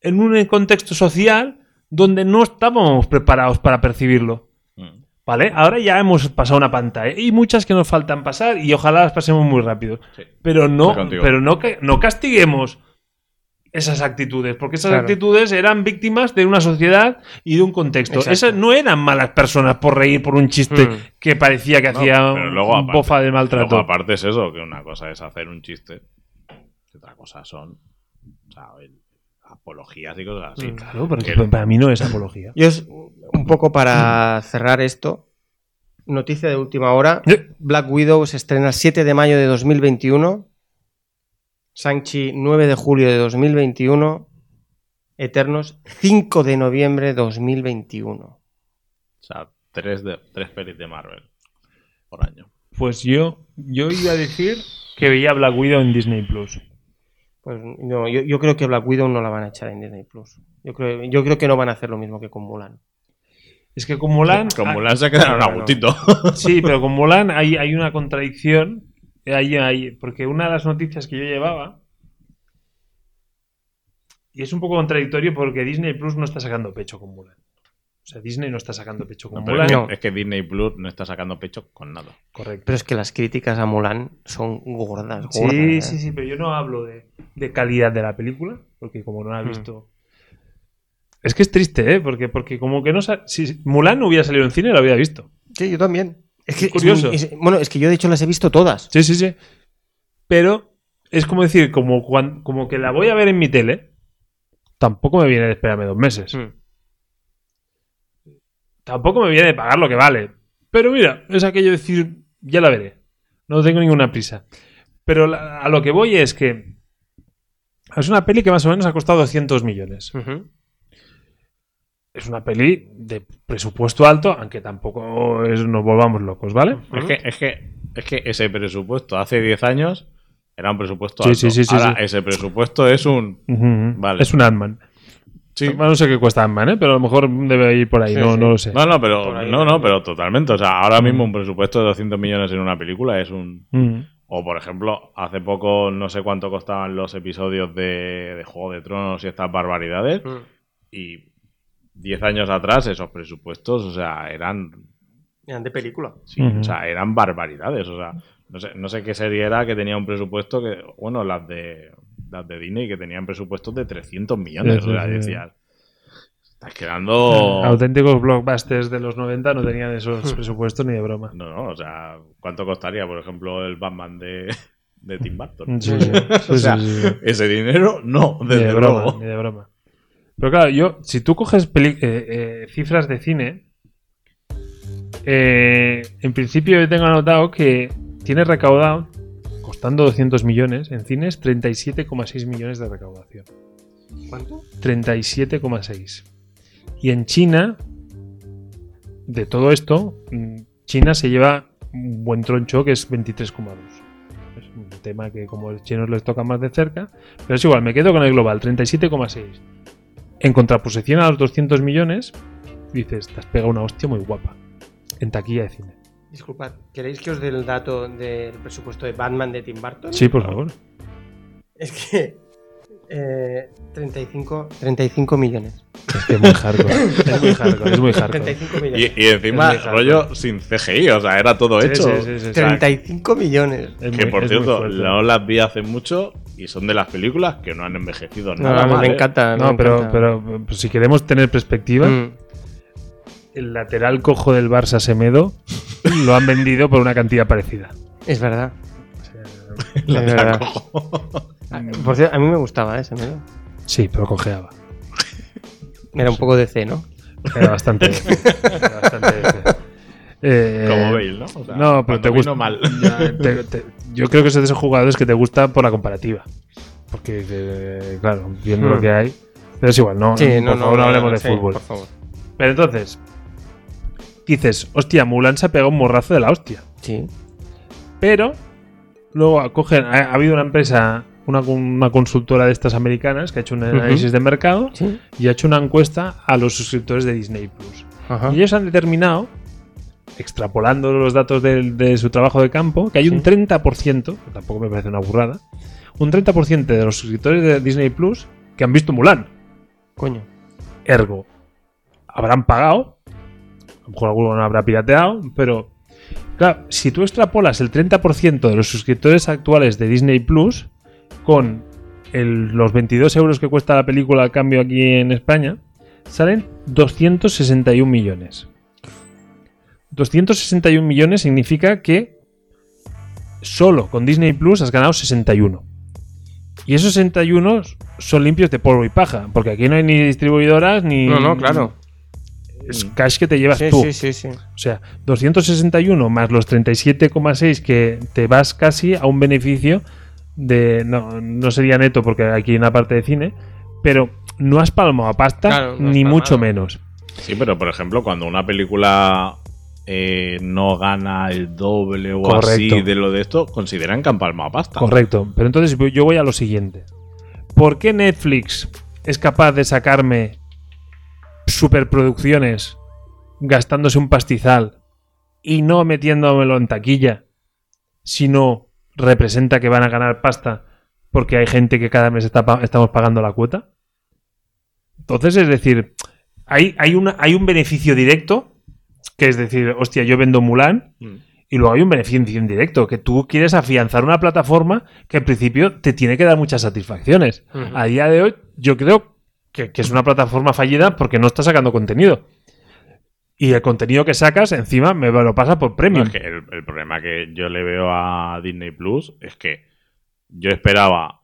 B: en un contexto social, donde no estábamos preparados para percibirlo.
C: Mm.
B: ¿Vale? Ahora ya hemos pasado una pantalla y muchas que nos faltan pasar y ojalá las pasemos muy rápido.
C: Sí.
B: Pero no,
C: Estoy contigo.
B: pero no, ca- no castiguemos esas actitudes, porque esas
A: Claro.
B: actitudes eran víctimas de una sociedad y de un contexto.
A: Exacto.
B: Esas no eran malas personas por reír por un chiste
A: Mm.
B: que parecía que
C: No,
B: hacía
C: pero
B: un-
C: luego
B: un
C: aparte-
B: bofa de
C: Luego,
B: maltrato.
C: aparte es eso, que una cosa es hacer un chiste, y otra cosa son o sea, el- apologías y cosas así.
B: Claro, pero
C: Que-
B: que para mí no es apología.
A: Yo es un poco para cerrar esto. Noticia de última hora.
B: Eh,
A: Black Widow se estrena el 7 de mayo de 2021. Shang-Chi 9 de julio de 2021. Eternos 5 de noviembre de 2021.
C: O sea, tres, de, tres pelis de Marvel por año.
B: Pues yo, yo iba a decir que veía Black Widow en Disney Plus.
A: Pues no, yo, yo creo que Black Widow no la van a echar en Disney Plus. Yo creo, yo creo que no van a hacer lo mismo que con Mulan.
B: Es que con Mulan,
C: Con Mulan se quedaron a
A: claro.
C: gustito.
B: Sí, pero con Mulan hay, hay una contradicción. eh, hay- hay- porque una de las noticias que yo llevaba. Y es un poco contradictorio porque Disney Plus no está sacando pecho con Mulan. O sea, Disney no está sacando pecho con
C: No, pero
B: Mulan.
C: es, que-
A: No.
C: es que Disney Plus no está sacando pecho con nada.
B: Correcto.
A: Pero es que las críticas a Mulan son gordas, gordas.
B: Sí,
A: ¿eh?
B: sí, sí, pero yo no hablo de, de calidad de la película, porque como no la he visto. Es que es triste, ¿eh? Porque, porque como que no. sa- Si Mulan no hubiera salido en cine, la hubiera visto.
A: Sí, yo también. Es que es
B: Curioso.
A: muy- es- bueno, es que yo de hecho las he visto todas.
B: Sí, sí, sí. Pero es como decir, como, cuan- como que la voy a ver en mi tele, tampoco me viene de esperarme dos meses.
A: Mm.
B: Tampoco me viene de pagar lo que vale. Pero mira, es aquello de decir, ya la veré. No tengo ninguna prisa. Pero la- a lo que voy es que es una peli que más o menos ha costado 200 millones.
A: Ujú.
B: Es una peli de presupuesto alto, aunque tampoco es- nos volvamos locos, ¿vale?
A: Mm.
C: Es que, es que, es que ese presupuesto hace 10 años era un presupuesto
B: Sí,
C: alto.
B: sí, sí, sí,
C: Ahora
B: sí.
C: ese presupuesto es un
B: Ujú.
C: Vale.
B: Es un Ant-Man.
C: sí.
B: Bueno, no sé qué cuesta Ant-Man, ¿eh? pero a lo mejor debe ir por ahí,
A: Sí,
B: no,
A: sí.
B: no lo sé.
C: No, no,
A: Por
C: pero
A: ahí
C: no,
A: va.
C: no, pero totalmente, o sea, ahora mismo un presupuesto de 200 millones en una película es un
B: Mm.
C: o por ejemplo, hace poco no sé cuánto costaban los episodios de, de Juego de Tronos y estas barbaridades y 10 años atrás esos presupuestos, o sea, eran
A: Eran de película.
C: Sí,
B: Ujú.
C: O sea, eran barbaridades. O sea, no sé, no sé qué serie era que tenía un presupuesto que, bueno, las de las de Disney que tenían presupuestos de 300 millones.
B: Sí, Mm,
C: o sea,
B: sí, sí.
C: decías, estás quedando...
B: Auténticos blockbusters de los 90 no tenían esos presupuestos ni de broma.
C: No, no, o sea, ¿cuánto costaría, por ejemplo, el Batman de, de Tim Burton?
B: Mm, Sí, *laughs* sí. Sí,
C: O sea,
B: sí, sí, sí.
C: Ese dinero, no,
B: ni
C: desde
B: de broma,
C: luego.
B: ni de broma. Pero claro, yo, si tú coges peli- eh, eh, cifras de cine, eh, en principio yo tengo anotado que tiene recaudado, costando 200 millones, en cines 37,6 millones de recaudación.
A: ¿Cuánto?
B: 37,6. Y en China, de todo esto, mm, China se lleva un buen troncho que es 23,2. Es un tema que como a los chinos les toca más de cerca, pero es igual, me quedo con el global, 37,6. En contraposición a los 200 millones, dices, te has pegado una hostia muy guapa. En taquilla de cine.
A: Disculpad, ¿queréis que os dé el dato del presupuesto de Batman de Tim Burton?
B: Sí, por favor.
A: Es que. eh, 35, 35 millones.
B: Es que es muy
C: *laughs*
B: hardcore. es muy hardcore. Es muy hardcore.
A: 35 millones.
C: Y, y encima,
B: Es muy
C: rollo sin CGI, o sea, era todo
B: Sí,
C: hecho.
B: sí, sí, sí, sí.
A: 35 millones.
B: Es
C: Que
B: muy-
C: por
B: es muy
C: cierto,
B: fuerte.
C: no las vi hace mucho y son de las películas que no han envejecido
A: No,
C: nada.
A: a mí
C: mal,
A: me
C: ¿eh?
A: encanta.
B: No,
A: me
B: pero,
A: encanta.
B: pero pues, si queremos tener perspectiva,
A: Mm.
B: el lateral cojo del Barça Semedo lo han vendido por una cantidad parecida.
A: Es verdad. Es
C: La
A: verdad.
C: saco.
A: Por cierto, a mí me gustaba ese, ¿no?
B: Sí, pero cojeaba.
A: Era un poco de C, ¿no?
B: Era bastante. era bastante
C: *laughs*
B: eh,
C: Como veis, ¿no? O sea,
B: no, pero
C: cuando
B: te gusta.
C: vino mal.
B: *laughs* Ya, te- te- yo creo que es de esos jugadores que te gusta por la comparativa. Porque, eh, claro, viendo
A: Hmm.
B: lo que hay. Pero es igual, no, por favor, no hablemos de
A: sí,
B: fútbol.
A: Por favor.
B: Pero entonces, dices, hostia, Mulan se ha pegado un morrazo de la hostia.
A: Sí.
B: Pero luego acogen, ha, ha habido una empresa, una, una consultora de estas americanas que ha hecho un análisis de mercado
A: Sí.
B: y ha hecho una encuesta a los suscriptores de Disney Plus.
A: Ajá.
B: Y ellos han determinado, extrapolando los datos del- de, su trabajo de campo, que hay un
A: Sí.
B: 30%, que tampoco me parece una burrada, un 30% de los suscriptores de Disney Plus que han visto Mulan.
A: Coño.
B: Ergo, habrán pagado. A lo mejor alguno no habrá pirateado, pero. Claro, si tú extrapolas el 30% de los suscriptores actuales de Disney Plus con el- los 22 euros que cuesta la película al cambio aquí en España, salen 261 millones. 261 millones significa que solo con Disney Plus has ganado 61. Y esos 61 son limpios de polvo y paja, porque aquí no hay ni distribuidoras ni.
A: No, no, claro.
B: Es cash que te llevas tú.
A: sí, sí.
B: O sea, 261 más los 37,6 que te vas casi a un beneficio de. No, no sería neto porque aquí hay una parte de cine, pero no has palmado pasta
A: Claro, no has
B: ni
A: palmado.
B: mucho menos.
C: Sí, pero por ejemplo, cuando una película eh, no gana el doble o
B: Correcto.
C: así de lo de esto, consideran que han palmado pasta.
B: Correcto. Pero entonces voy- yo voy a lo siguiente. ¿Por qué Netflix es capaz de sacarme superproducciones gastándose un pastizal y no metiéndomelo en taquilla, sino representa que van a ganar pasta porque hay gente que cada mes está pa- estamos pagando la cuota? Entonces, es decir, hay, hay, una- hay un beneficio directo, que es decir, hostia, yo vendo Mulan,
C: Mm.
B: y luego hay un beneficio indirecto, que tú quieres afianzar una plataforma que en principio te tiene que dar muchas satisfacciones.
A: Ujú.
B: A día de hoy yo creo que, que es una plataforma fallida porque no está sacando contenido. Y el contenido que sacas encima me lo pasa por
C: No,
B: premium.
C: es que el, el problema que yo le veo a Disney Plus es que yo esperaba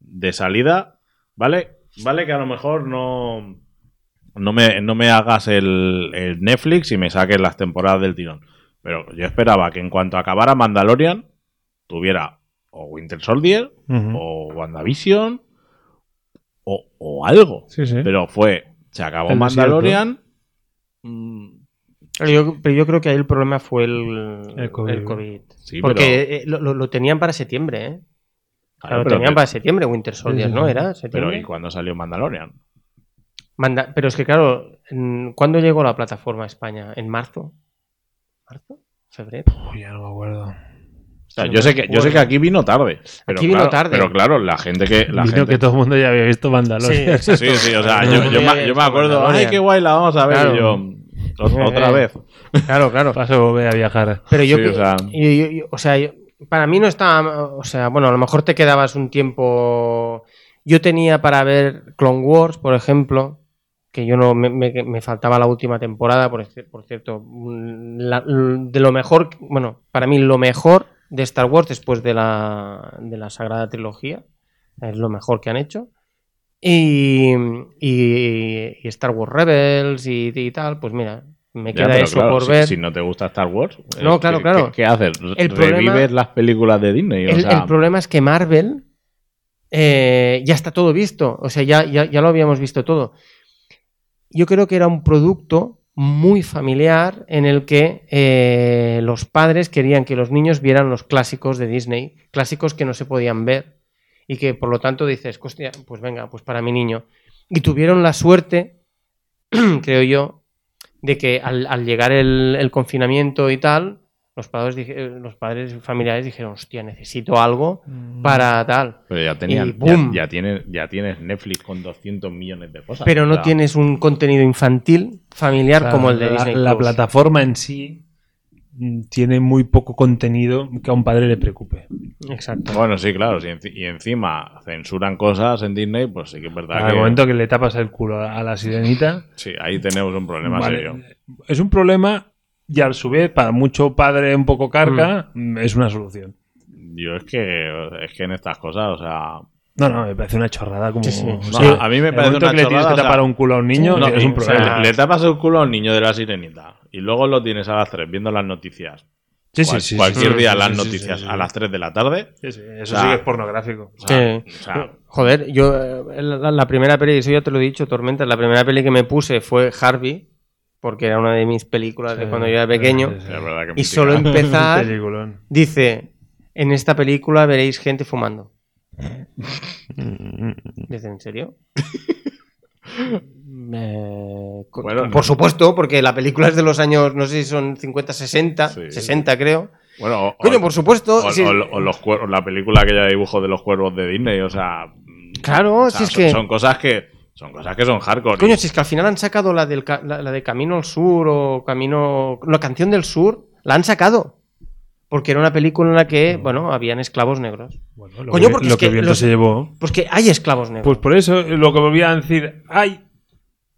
C: de salida, ¿vale? Vale que a lo mejor no, no, me, no me hagas el, el Netflix y me saques las temporadas del tirón. Pero yo esperaba que en cuanto acabara Mandalorian, tuviera o Winter Soldier,
B: Ujú.
C: o WandaVision, o, o algo.
B: Sí, sí.
C: Pero fue, se acabó
B: El
C: Mandalorian. mm,
A: Pero yo, pero yo creo que ahí el problema fue el,
B: El COVID.
C: Sí,
A: Porque eh, lo, lo- lo tenían para septiembre, ¿eh?
C: Claro,
A: lo
C: pero-
A: tenían para septiembre, Winter Soldier,
B: Sí, sí,
A: ¿no?
B: sí.
A: Era
C: Pero
A: septiembre.
C: ¿y cuándo salió Mandalorian?
A: Manda- pero es que, claro, en- ¿cuándo llegó la plataforma a España? ¿En marzo? ¿Marzo? ¿Febrero?
B: Uy, ya no me acuerdo.
C: O sea,
A: Sí,
C: yo sé que yo sé que aquí vino tarde. Pero
A: Aquí vino
C: claro-
A: tarde.
C: Pero claro, la gente que la
B: Vino
C: gente
B: que todo el mundo ya había visto Mandalorian. *laughs*
A: exacto.
C: Sí, sí, o sea,
A: Todo el *laughs*
C: yo,
A: mundo
C: yo
A: ya
C: me,
A: había
C: yo me
A: visto
C: acuerdo, ay,
A: Mandalorian.
C: qué guay la vamos a ver
A: Claro.
C: y yo. O- Otra
A: Eh,
C: vez.
A: Claro, claro.
B: Paso, voy a viajar.
A: Pero yo,
C: Sí,
A: que-
C: o sea-
A: yo- yo- yo- o sea, yo- para mí no estaba, o sea, bueno, a lo mejor te quedabas un tiempo. Yo tenía para ver Clone Wars, por ejemplo, que yo no me, me- me faltaba la última temporada, por, cier- por cierto, mm, la- de lo mejor, bueno, para mí lo mejor de Star Wars después de la, de la Sagrada Trilogía, es lo mejor que han hecho. Y, y- y Star Wars Rebels y, y tal, pues mira, me
C: Ya,
A: queda
C: pero
A: eso
C: claro,
A: por
C: si,
A: ver.
C: si no te gusta Star Wars,
A: No,
C: eh,
A: claro,
C: ¿qué-
A: claro.
C: ¿qué, qué haces?
A: El
C: ¿Revives
A: problema-
C: las películas de Disney?
A: El,
C: o sea,
A: el problema es que Marvel eh, ya está todo visto. O sea, ya, ya, ya lo habíamos visto todo. Yo creo que era un producto muy familiar en el que eh, los padres querían que los niños vieran los clásicos de Disney, clásicos que no se podían ver y que por lo tanto dices, hostia, pues venga, pues para mi niño. Y tuvieron la suerte, *clears throat* creo yo, de que al, al llegar el, el confinamiento y tal, los padres, dije- eh, los padres familiares dijeron, hostia, necesito algo
B: Mm,
A: para tal.
C: Pero ya
A: Y
C: tenían,
A: boom.
C: ya, ya tienes, ya tienes Netflix con 200 millones de cosas.
A: Pero
C: o
A: no
C: sea,
A: tienes un contenido infantil familiar
B: sea,
A: como el de
B: la,
A: Disney.
B: la
A: Plus.
B: plataforma en sí mm, tiene muy poco contenido que a un padre le preocupe.
A: Exacto.
C: Bueno, sí, claro. sí, enci- y encima censuran cosas en Disney, pues sí que es
A: Ah,
C: verdad
B: Al
C: que.
B: momento que le tapas el culo a a la sirenita,
C: Sí, ahí tenemos un problema
B: Vale.
C: serio.
B: Es un problema y a su vez, para mucho padre un poco carca, mm, es una solución.
C: Yo es que, es que en estas cosas, o sea.
B: No, no, me parece una chorrada como...
A: Sí, sí.
B: o
A: No,
B: sea,
C: a mí me
B: el
C: parece
B: momento
C: una
B: que le tienes
C: chorrada,
B: que
C: o sea,
B: tapar un culo a un niño
C: No,
B: es un
C: o sea,
B: problema.
C: le, le tapas el culo al niño de la sirenita y luego lo tienes a las 3 viendo las noticias.
B: Sí,
C: Cual-
B: sí, sí,
C: cualquier
B: sí,
C: día
B: sí,
C: las
B: sí, sí,
C: noticias
B: sí, sí.
C: a las 3 de la Ah. tarde.
B: Sí, sí, eso
C: O sea,
B: sí que es pornográfico. Ah.
C: O sea,
A: Sí.
C: o sea,
A: Joder, yo eh, la, la primera peli, eso ya te lo he dicho, Tormenta, la primera peli que me puse fue Harvey, porque era una de mis películas de cuando yo era pequeño.
B: Sí, sí, sí.
C: es verdad que
A: Y solo
B: *laughs*
C: en
A: empezar,
B: Peliculón.
A: dice, en esta película veréis gente fumando. Dice, ¿en serio? Eh, co-
C: Bueno,
A: por
C: no.
A: supuesto, porque la película es de los años, no sé si son 50, 60,
C: Sí.
A: 60 creo.
C: Bueno, o-
A: Coño,
C: o-
A: por supuesto.
C: O,
A: sí.
C: o- o los cuer- o la película aquella de dibujo de los cuervos de Disney, o sea. mm,
A: Claro,
C: o sea,
A: si es
C: son,
A: que-
C: son cosas que. Son cosas que son hardcore.
A: Coño,
C: y-
A: si es que al final han sacado la, del ca- la, la de Camino al Sur o Camino. La canción del Sur, la han sacado. Porque era una película en la que, bueno, habían esclavos negros.
B: Bueno, lo
A: Coño,
B: que,
A: porque
B: lo
A: es
B: que
A: que
B: viento
A: los-
B: se llevó.
A: Porque hay esclavos negros.
B: Pues por eso eh, lo que volvían a decir, hay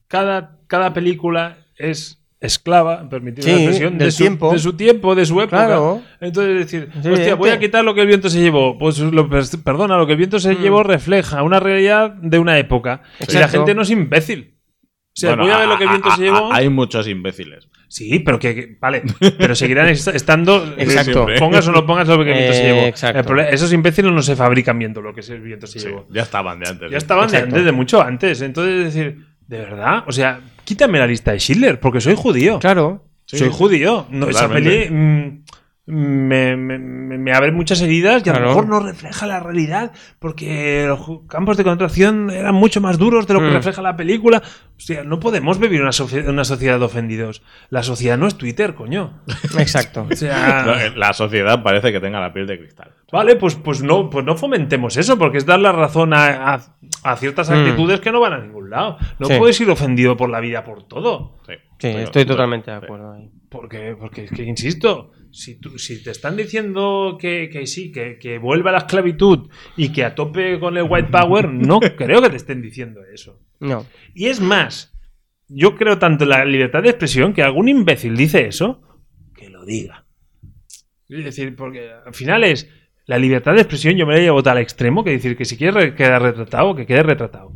B: cada, cada película es esclava, permitir
A: Sí,
B: la expresión, de
A: del
B: su,
A: tiempo.
B: de su tiempo, de su época.
A: Claro.
B: Entonces decir,
A: Sí, este
B: hostia, voy a
A: evidente.
B: quitar lo que el viento se llevó. Pues lo- pers- perdona, lo que el viento se llevó refleja una realidad de una época. Y la
A: Mm. Exacto.
B: gente no es imbécil. O sea,
C: Bueno,
B: voy a ver lo que el viento
C: a-
B: se llevó.
C: a- Hay muchos imbéciles.
B: Sí, pero que, que- vale, pero seguirán est-
C: *laughs*
B: estando
A: Exacto.
C: Siempre.
B: pongas o no pongas lo que el viento se
A: Eh,
B: llevó.
A: exacto.
B: El problema- esos imbéciles no se fabrican viendo lo que el viento se
C: Sí,
B: llevó.
C: ya estaban de antes.
B: Ya estaban de-
A: Exacto.
B: desde mucho antes. Entonces, es decir, de verdad, o sea, quítame la lista de Schindler, porque soy judío.
A: Claro.
C: Sí.
B: soy judío. No, esa
C: Totalmente.
B: peli mm, me, me- me- me abre muchas heridas y a lo
A: Claro.
B: mejor no refleja la realidad, porque los ju- campos de concentración eran mucho más duros de lo que
A: Mm.
B: refleja la película. O sea, no podemos vivir una, socie- una sociedad de ofendidos. La sociedad no es Twitter, coño.
A: Exacto.
B: O
A: *laughs*
B: sea,
C: No, eh, La sociedad parece que tenga la piel de cristal.
B: Vale, pues, pues, no, pues no fomentemos eso, porque es dar la razón a, a- a ciertas
A: Mm.
B: actitudes que no van a ningún lado. No
A: Sí.
B: puedes ir ofendido por la vida por todo.
C: Sí,
A: Sí,
C: Pero- eh,
A: estoy
C: pero-
A: totalmente de acuerdo ahí.
B: Porque, porque es que, insisto, si, tú- si te están diciendo que, que sí, que, que vuelva la esclavitud y que a tope con el white power, no creo que te estén diciendo eso.
A: No.
B: Y es más, yo creo tanto en la libertad de expresión que algún imbécil dice eso, que lo diga. Es decir, porque al final es la libertad de expresión, yo me la llevo tal extremo que decir que si quieres re- quedar retratado, que quede retratado.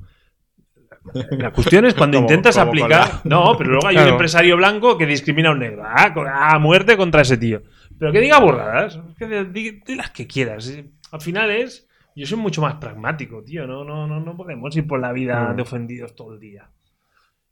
B: La cuestión es cuando
C: *laughs* Como-
B: intentas
C: como
B: aplicar. No, pero luego hay un
A: Claro.
B: empresario blanco que discrimina a un negro. Ah, co- ah, muerte contra ese tío. Pero que diga borradas. Que de- di, di las que quieras. Eh, Al final es. Yo soy mucho más pragmático, tío. No, no, no, no podemos ir por la vida
A: Mm.
B: de ofendidos todo el día.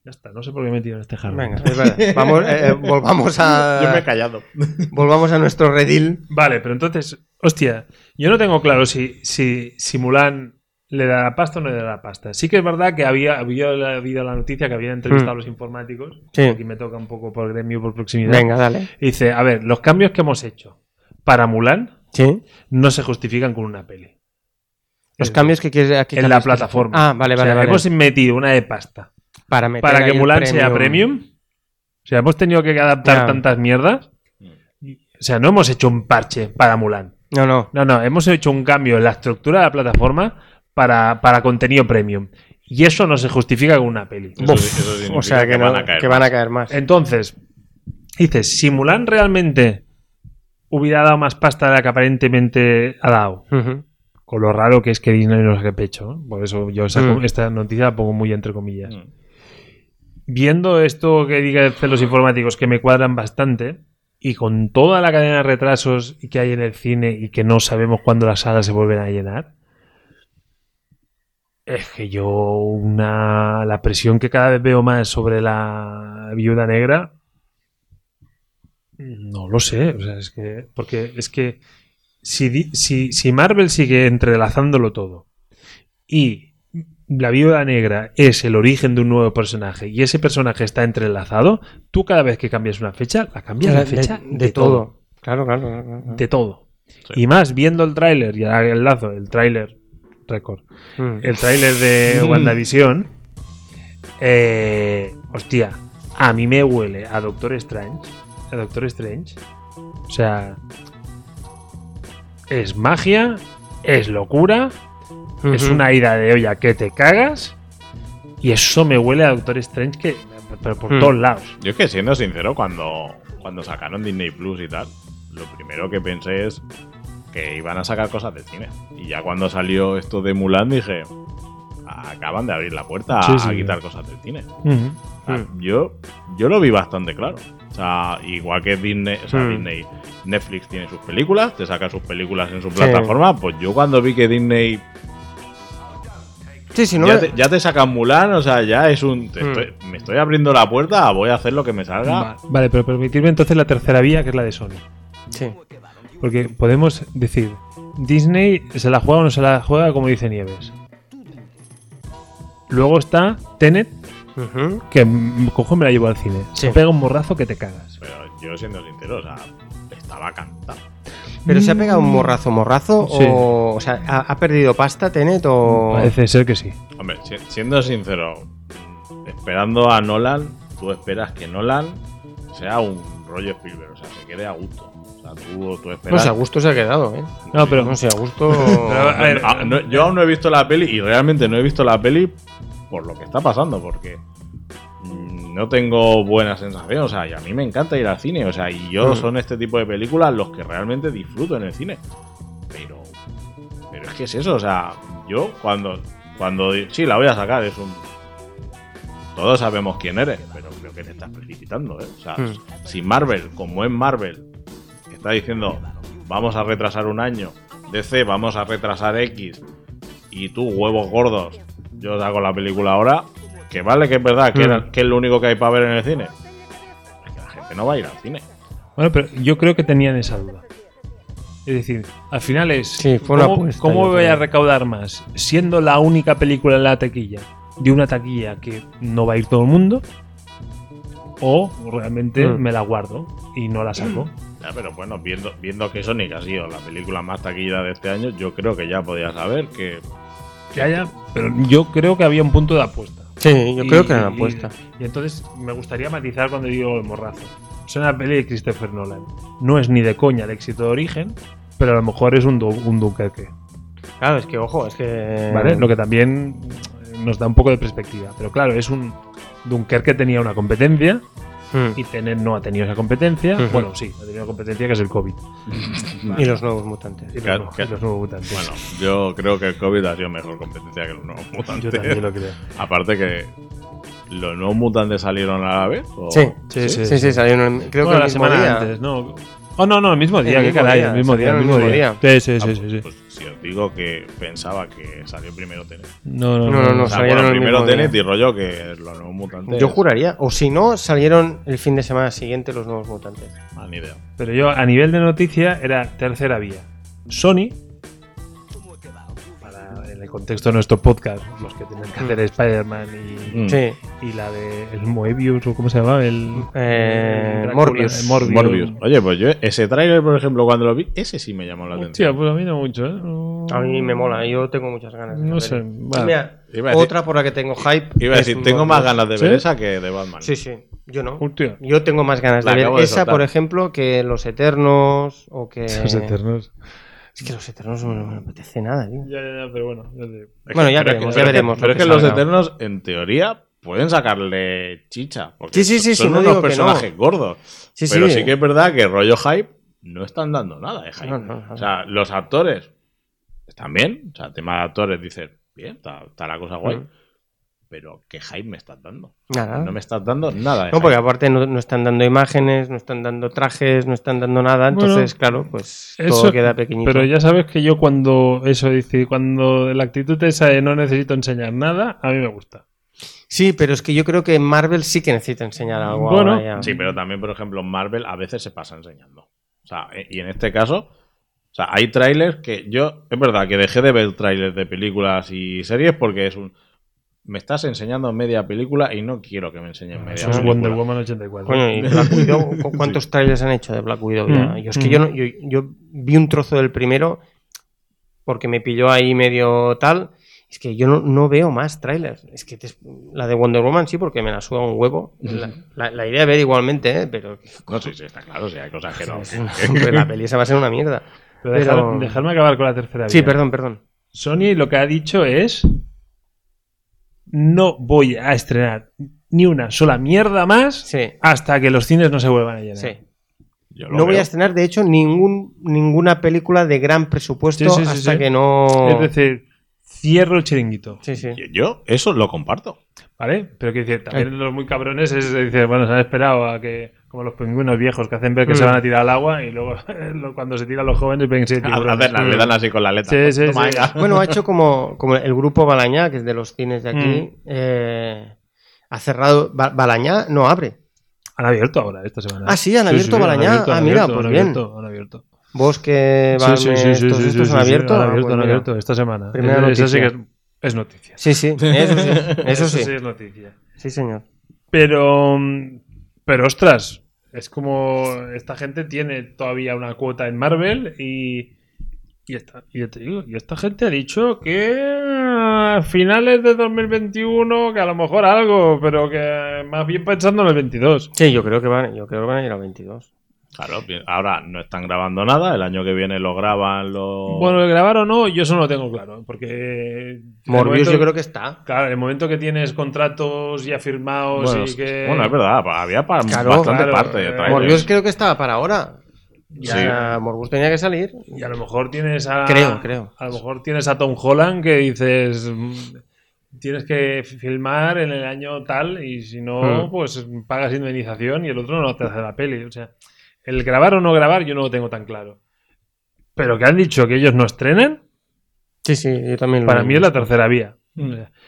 B: Ya está, no sé por qué me he metido en este jardín.
A: Venga,
B: *laughs*
A: es verdad. Vamos, eh, eh, volvamos
C: *laughs* Yo me he
A: a.
C: callado.
A: *laughs* Volvamos a nuestro redil.
B: Vale, pero entonces, hostia, yo no tengo claro si, si, si Mulan le da la pasta o no le da la pasta. Sí que es verdad que había, había la- habido la noticia que habían entrevistado a los informáticos.
A: Hmm. Sí.
B: Aquí me toca un poco por gremio, por proximidad.
A: Venga, dale.
B: Y dice, a ver, los cambios que hemos hecho para Mulan
A: Sí.
B: no se justifican con una peli.
A: Los
B: Es-
A: cambios que quieres. a qué
B: en la
A: cambios quieres?
B: plataforma.
A: Ah, vale,
B: O sea,
A: vale. vale.
B: Hemos metido una de pasta
A: Para, meter
B: para que
A: ahí el
B: Mulan sea premium O sea, hemos tenido que adaptar
A: Ya.
B: tantas mierdas. O sea, no hemos hecho un parche para Mulan.
A: No, no.
B: No, no, hemos hecho un cambio en la estructura de la plataforma para, para contenido premium. Y eso no se justifica con una peli.
C: Eso, sí- eso
A: o
C: significa
A: sea, que, no-
C: van a caer.
A: que van a caer
B: Eh,
A: más.
B: Entonces, dices, si Mulan realmente hubiera dado más pasta de la que aparentemente ha dado,
A: Ujú.
B: con lo raro que es que Disney no saque pecho, ¿no? por eso yo saco-
A: Mm.
B: esta noticia la pongo muy entre comillas.
C: Mm.
B: Viendo esto que dicen los informáticos que me cuadran bastante, y con toda la cadena de retrasos que hay en el cine y que no sabemos cuándo las salas se vuelven a llenar, es que yo una la presión que cada vez veo más sobre la viuda negra no lo sé, o sea, es que porque es que si, di- si, si Marvel sigue entrelazándolo todo y la viuda negra es el origen de un nuevo personaje y ese personaje está entrelazado, tú cada vez que cambias una fecha, la cambias la
A: De-
B: fecha
A: de, todo. Claro, claro. claro, claro.
B: De todo.
C: Sí.
B: Y más viendo el tráiler, y ahora enlazo el tráiler récord,
A: Mm.
B: el tráiler de WandaVision, eh, hostia, a mí me huele a Doctor Strange, a Doctor Strange, o sea, es magia, es locura, es
A: Ujú.
B: una ida de olla que te cagas, y eso me huele a Doctor Strange que, pero por
A: Mm.
B: todos lados.
C: Yo es que siendo sincero, cuando, cuando sacaron Disney Plus y tal, lo primero que pensé es que iban a sacar cosas de cine. Y ya cuando salió esto de Mulan dije, acaban de abrir la puerta a,
B: Sí, sí, Hmm.
C: a
B: sí.
C: quitar cosas del cine.
B: Ujú.
C: O sea, yo, yo lo vi bastante claro. O sea, igual que Disney, o sea,
B: Hmm.
A: Mm.
C: Disney, Netflix tiene sus películas, te saca sus películas en su
A: Sí.
C: plataforma, pues yo cuando vi que Disney
A: Sí, sí, no.
C: ya,
A: me-
C: te, ya te sacan Mulan, o sea, ya es un... te
A: Mm.
C: estoy- me estoy abriendo la puerta, voy a hacer lo que me salga.
B: Va- Hmm. Vale, pero permitirme entonces la tercera vía, que es la de Sony.
A: Sí.
B: Porque podemos decir, Disney se la juega o no se la juega, como dice Nieves. Luego está Tenet,
A: Ujú.
B: que mm, cojo y me la llevo al cine.
A: Sí.
B: Se pega un morrazo que te cagas.
C: Pero yo siendo sincero, o sea, estaba cantado.
A: Pero se ha pegado un morrazo, morrazo.
B: Sí.
A: O, o sea, ¿ha, ha perdido pasta Tenet o.?
B: Parece ser que sí.
C: Hombre, si- siendo sincero, esperando a Nolan, tú esperas que Nolan sea un rollo Spielberg, o sea, se quede a gusto. O sea, tú, tú
A: No,
C: esperas...
A: si Pues a gusto se ha quedado, ¿eh?
B: Pues No, pero.
A: No sé, a gusto.
B: a ver,
C: Ah, no, yo aún no he visto la peli y realmente no he visto la peli por lo que está pasando, porque mm, no tengo buena sensación, o sea, y a mí me encanta ir al cine, o sea, y yo
A: Mm.
C: son este tipo de películas los que realmente disfruto en el cine. Pero pero es que es eso, o sea, yo cuando cuando di- sí la voy a sacar es un todos sabemos quién eres, pero creo que te estás precipitando, ¿eh? O sea,
A: Mm.
C: si Marvel, como es Marvel, que está diciendo vamos a retrasar un año, DC vamos a retrasar X, y tú, huevos gordos, yo saco la película ahora, que vale que es verdad, que,
A: Mm.
C: era- que es lo único que hay para ver en el cine. Es que la gente no va a ir al cine.
B: Bueno, pero yo creo que tenían esa duda. Es decir, al final es.
A: Sí, fue una
B: ¿Cómo,
A: apuesta,
B: cómo
A: yo
B: voy
A: creo.
B: a recaudar más? Siendo la única película en la taquilla de una taquilla que no va a ir todo el mundo. O realmente
A: Mm.
B: me la guardo y no la saco.
C: Ya, pero bueno, viendo, viendo que Sonic ha sido la película más taquillera de este año, yo creo que ya podía saber que
B: Que haya, pero yo creo que había un punto de apuesta.
A: Sí, yo
B: Y-
A: creo que era
B: y-
A: una apuesta.
B: Y entonces me gustaría matizar cuando digo el morrazo. Es una peli de Christopher Nolan. No es ni de coña el éxito de origen, pero a lo mejor es un, du- un Dunkerque.
A: Claro, es que ojo, es que.
B: ¿vale? Lo que también nos da un poco de perspectiva. Pero claro, es un Dunkerque tenía una competencia
A: Mm.
B: y Tenet no ha tenido esa competencia.
A: Ujú.
B: Bueno, sí, ha tenido una competencia que es el COVID.
A: Y los nuevos mutantes.
B: Y los-
C: Claro, que-
B: y los nuevos mutantes. *laughs*
C: Bueno, yo creo que el COVID ha sido mejor competencia que los nuevos
B: yo
C: mutantes.
B: también lo creo.
C: Aparte que los nuevos mutantes salieron a la vez. ¿o?
A: Sí.
B: Sí,
A: Sí, sí, salieron. en- Creo que
B: Bueno,
A: el
B: la
A: mismo
B: semana
A: día.
B: antes, ¿no? Oh, no, no, el mismo día,
A: El
B: qué
A: mismo
B: caray,
A: día,
B: el mismo día, el
A: salieron
B: mismo día. Sí, sí, sí,
C: Ah, pues,
B: sí, sí.
C: pues si os digo que pensaba que salió primero Tenet.
B: No,
A: No,
B: no,
A: no,
C: O
A: no.
C: sea,
A: Pues salieron
C: bueno,
A: el
C: primero
A: mismo día.
C: Tenet y rollo que los nuevos mutantes.
A: Yo juraría. O si no, salieron el fin de semana siguiente los nuevos mutantes.
C: Ah, ni idea.
B: Pero yo, a nivel de noticia, era tercera vía. Sony, para, en el contexto de nuestro podcast, los que tienen que
A: Mm.
B: hacer Spider-Man y,
C: Mm.
A: Sí.
B: y la de el Moebius, o cómo se llamaba, el,
A: Eh,
B: el Drácula,
A: Morbius.
B: el Morbius.
C: Morbius. Oye, pues yo ese tráiler, por ejemplo, cuando lo vi, ese sí me llamó la
B: Hostia,
C: atención.
B: pues a mí no mucho, ¿eh? No-
A: A mí me mola, yo tengo muchas ganas. de
B: No sé.
A: saber. Pues
B: va.
A: Mira,
C: Iba a decir-
A: otra por la que tengo hype.
C: Iba a
A: es
C: decir, tengo más
A: Morbius.
C: ganas de
B: ¿Sí?
C: ver esa que de Batman.
A: Sí, sí. Yo no.
B: Hostia.
A: Yo tengo más ganas
C: La
A: de ver
C: acabo de
A: esa,
C: soltar.
A: por ejemplo, que Los Eternos o *laughs* que...
B: Los eternos.
A: Es que Los Eternos no me apetece nada, tío.
B: Ya, ya, ya, pero bueno. ya te-
A: Bueno, ya
C: Pero es
A: veremos,
C: que-
A: ya
C: pero es que-
A: veremos. lo
C: Pero es que
A: salga.
C: los Eternos, en teoría, pueden sacarle chicha. Porque
A: Sí, sí, sí,
C: son
A: sí, no
C: unos
A: digo que no.
C: personajes gordos.
A: Sí,
C: pero sí. que es verdad que rollo hype no están dando nada de hype.
A: No, no, no.
C: O sea, los actores están bien. O sea, tema de actores dices, bien, está, está la cosa guay.
A: Mm.
C: Pero ¿qué hype me estás dando?
A: Nada.
C: No me estás dando nada de
A: No,
C: hype.
A: porque aparte no, no están dando imágenes, no están dando trajes, no están dando nada.
B: Bueno,
A: Entonces, claro, pues
B: eso-
A: todo queda pequeñito.
B: Pero ya sabes que yo cuando eso dice, cuando la actitud esa de no necesito enseñar nada, a mí me gusta.
A: Sí, pero es que yo creo que Marvel sí que necesita enseñar algo.
B: Bueno,
A: ahora ya.
C: Sí, pero también, por ejemplo, Marvel a veces se pasa enseñando. O sea, e- y en este caso, o sea, hay trailers que yo, es verdad que dejé de ver trailers de películas y series porque es un... Me estás enseñando media película y no quiero que me enseñes media
B: Eso es
C: película.
B: Wonder Woman 84.
A: Coño, ¿y Black
C: *laughs*
A: Widow? ¿Cu- ¿Cuántos trailers han hecho de Black Widow? ya?
B: Mm.
A: Yo es que yo, no- yo, yo vi un trozo del primero porque me pilló ahí medio tal. Es que yo no, no veo más trailers. Es que te- la de Wonder Woman sí, porque me la suda un huevo. La, la- la iré a ver igualmente, ¿eh? pero
C: No, sí, sí, está claro, sí, hay cosas que no.
A: pues la peli esa va a ser una mierda.
B: Pero dejar-
A: pero-
B: dejarme acabar con la tercera
A: Sí,
B: vía.
A: perdón, perdón.
B: Sony lo que ha dicho es no voy a estrenar ni una sola mierda más
A: Sí,
B: hasta que los cines no se vuelvan a llenar.
A: sí.
C: Yo lo
A: No voy
C: veo.
A: a estrenar, de hecho, ningún, ninguna película de gran presupuesto
B: Sí, sí, sí,
A: hasta
B: sí.
A: que no.
B: Es decir, cierro el chiringuito,
A: Sí, sí.
C: *laughs* Yo- Yo eso lo comparto.
B: ¿vale? Pero que decir, también los muy cabrones es decir, bueno, se han esperado a que como los pingüinos viejos que hacen ver que
A: Mm.
B: se van a tirar al agua y luego *laughs* lo- cuando se tiran los jóvenes ven Mm. que se
C: A-
B: tiran.
C: a verla, le dan así con la letra.
B: Sí, sí,
C: Toma,
B: sí.
C: venga.
A: Bueno, ha hecho como, como el grupo Balañá, que es de los cines de aquí, eh, ha cerrado. Ba- Balañá no abre.
B: Han abierto ahora esta semana.
A: Ah, sí, han abierto Balañá. Ah, mira, pues
B: han
A: bien.
B: abierto, han abierto.
A: Bosque, Balmes, todos estos han abierto.
B: han
A: Ah,
B: abierto,
A: pues
B: han
A: mira.
B: abierto esta semana.
A: Primera
B: Eso- eso sí que
A: noticia.
B: es, es noticia.
A: Sí, sí, eso sí. Eso sí,
B: es noticia.
A: sí, señor.
B: Pero, mm, pero ostras, es como esta gente tiene todavía una cuota en Marvel y, y, esta, y, ya te digo, y esta gente ha dicho que a finales de 2021, que a lo mejor algo, pero que más bien pensando en el 22.
A: Sí, yo creo que van, yo creo que van a ir a 22.
C: Claro, bien, ahora no están grabando nada. El año que viene lo graban, lo.
B: Bueno, el grabar o no, yo eso no lo tengo claro, porque...
A: Morbius, yo
B: que
A: creo que está.
B: Claro, en el momento que tienes contratos ya firmados
C: Bueno,
B: y que.
C: bueno, es verdad, había pa-
A: Claro,
C: bastante
B: claro,
C: parte de
B: eh,
C: trailers.
A: Morbius creo que estaba para ahora. Ya, Morbius tenía que salir.
B: Y a lo mejor tienes a.
A: Creo, creo.
B: A lo mejor tienes a Tom Holland que dices. mm, Tienes que filmar en el año tal y si no,
A: Mm.
B: pues pagas indemnización y el otro no te hace la peli. O sea, el grabar o no grabar yo no lo tengo tan claro. Pero que han dicho que ellos no estrenan,
A: Sí, sí, yo también lo
B: para
A: vi.
B: mí es la tercera vía.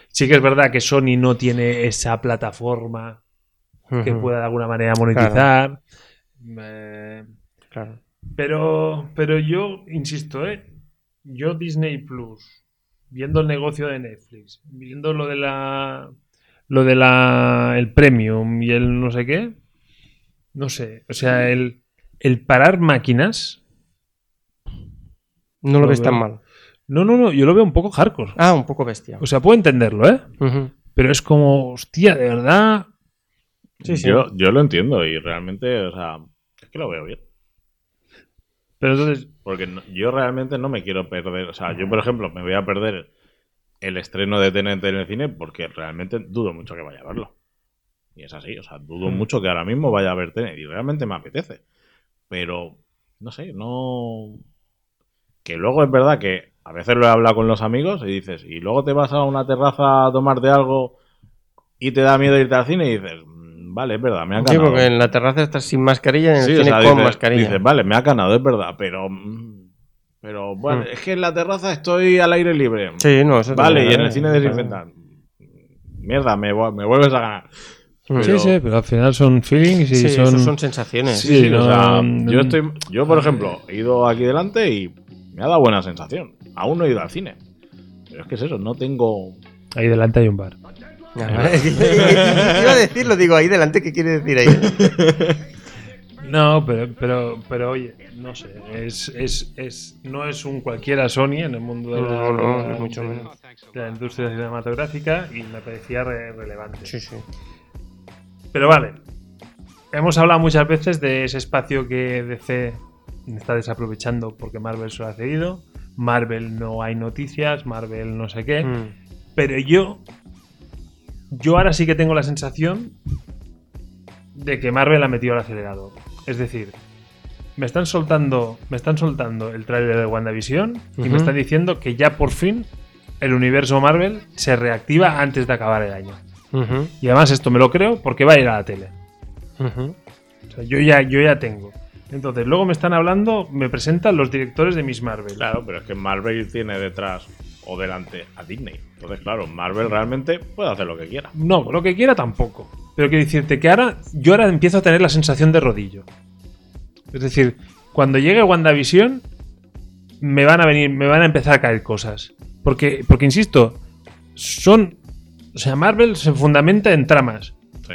B: Sí que es verdad que Sony no tiene esa plataforma que
A: Ujú,
B: pueda de alguna manera monetizar. Eh,
A: claro.
B: pero, pero yo, insisto, ¿eh? yo Disney Plus, viendo el negocio de Netflix, viendo lo de la lo de la el premium y el no sé qué, no sé, o sea, el, el parar máquinas,
A: No lo
B: Lo
A: ves
B: veo.
A: tan mal.
B: no, no, no, yo lo veo un poco hardcore.
A: Ah, un poco bestia.
B: O sea, puedo entenderlo, ¿eh?
A: Ujú.
B: Pero es como, hostia, de verdad.
A: Sí, sí.
C: Yo, yo lo entiendo y realmente, o sea, es que lo veo bien.
B: Pero entonces,
C: Porque no- yo realmente no me quiero perder. O sea, yo, por ejemplo, me voy a perder el estreno de TNT en el cine porque realmente dudo mucho que vaya a verlo. Y es así, o sea, dudo
A: Mm.
C: mucho que ahora mismo vaya a ver TNT y realmente me apetece. Pero, no sé, no. Que luego es verdad que a veces lo he hablado con los amigos y dices, y luego te vas a una terraza a tomarte algo y te da miedo irte al cine y dices, "Mm, vale, es verdad, me ha
A: Sí,
C: ganado.
A: porque en la terraza estás sin mascarilla y en el
C: Sí, o
A: cine
C: sea,
A: con
C: dices-
A: mascarilla.
C: dices, vale, me ha ganado, es verdad, pero. mm, Pero bueno,
A: Mm.
C: es que en la terraza estoy al aire libre.
A: Sí, no, eso
C: vale,
A: también,
C: y en
A: ¿eh?
C: el cine
A: Vale.
C: desinfectan. Mierda, me, vu- me vuelves a ganar. Pero-
B: sí, sí, pero al final son feelings y
A: Sí, eso
B: son.
A: son sensaciones.
B: Sí.
C: sí, o
B: no,
C: sea,
B: mm,
C: yo, estoy, yo, por ejemplo, he ido aquí delante y me ha dado buena sensación. Aún no he ido al cine. Pero es que es eso, no tengo.
B: Ahí delante hay un *laughs* bar.
A: Ya, es que- *laughs* Iba a decirlo, digo, ahí delante, ¿qué quiere decir ahí?
B: No, pero, pero, pero oye, no sé, es, es, es, no es un cualquiera Sony en el mundo de la,
A: No, no,
B: de la-
A: ni mucho menos.
B: de la industria cinematográfica y me parecía re- relevante.
A: Sí, sí.
B: Pero vale, hemos hablado muchas veces de ese espacio que DC está desaprovechando porque Marvel se lo ha cedido. Marvel no hay noticias, Marvel no sé qué.
A: Mm.
B: Pero yo. Yo ahora sí que tengo la sensación de que Marvel ha metido el acelerador. Es decir, me están soltando. Me están soltando el tráiler de WandaVision y
A: Ujú.
B: me están diciendo que ya por fin el universo Marvel se reactiva antes de acabar el año.
A: Ujú,
B: Y además esto me lo creo porque va a ir a la tele.
A: ujú.
B: O sea, yo ya, yo ya tengo. Entonces, luego me están hablando, me presentan los directores de Miss Marvel.
C: Claro, pero es que Marvel tiene detrás o delante a Disney. Entonces, claro, Marvel realmente puede hacer lo que quiera.
B: No, lo que quiera tampoco. Pero quiero decirte que ahora yo ahora empiezo a tener la sensación de rodillo. Es decir, cuando llegue WandaVision me van a venir, me van a empezar a caer cosas. Porque porque insisto, son o sea, Marvel se fundamenta en tramas
C: Sí.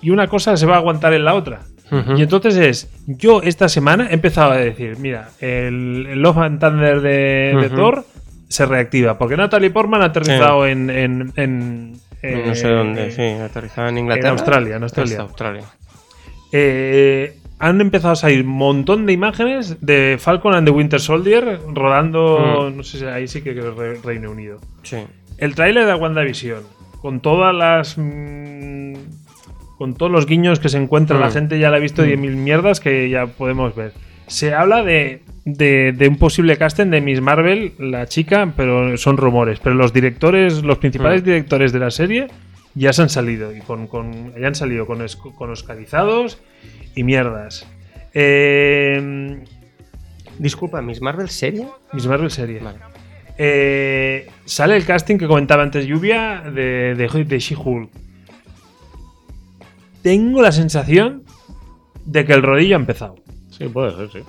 B: y una cosa se va a aguantar en la otra.
A: Ujú.
B: Y entonces es, yo esta semana he empezado a decir, mira, el, el Love and Thunder de, de
A: Ujú.
B: Thor se reactiva, porque Natalie Portman ha aterrizado en, en, en- eh,
A: no sé dónde,
B: eh,
A: sí, aterrizaba en Inglaterra.
B: en Australia, en Australia.
A: Hasta Australia.
B: Eh, han empezado a salir un montón de imágenes de Falcon and the Winter Soldier rodando, no sé si ahí sí que creo Re- Reino Unido.
A: Sí.
B: El tráiler de WandaVision, con todas las. mm, con todos los guiños que se encuentra, la
A: Mm.
B: gente ya la ha visto 10.000 mierdas que ya podemos ver. Se habla de, de- de un posible casting de Miss Marvel, la chica, pero son rumores. Pero los directores, los principales
A: Mm.
B: directores de la serie ya se han salido. Y con, con- ya han salido con, es- con oscarizados y mierdas. Eh,
A: Disculpa, ¿Miss Marvel serio?
B: Miss Marvel serie.
A: Vale.
B: Eh, sale el casting que comentaba antes Lluvia de, de, de She-Hulk. Tengo la sensación de que el rodillo ha empezado.
C: Sí, puede ser, sí.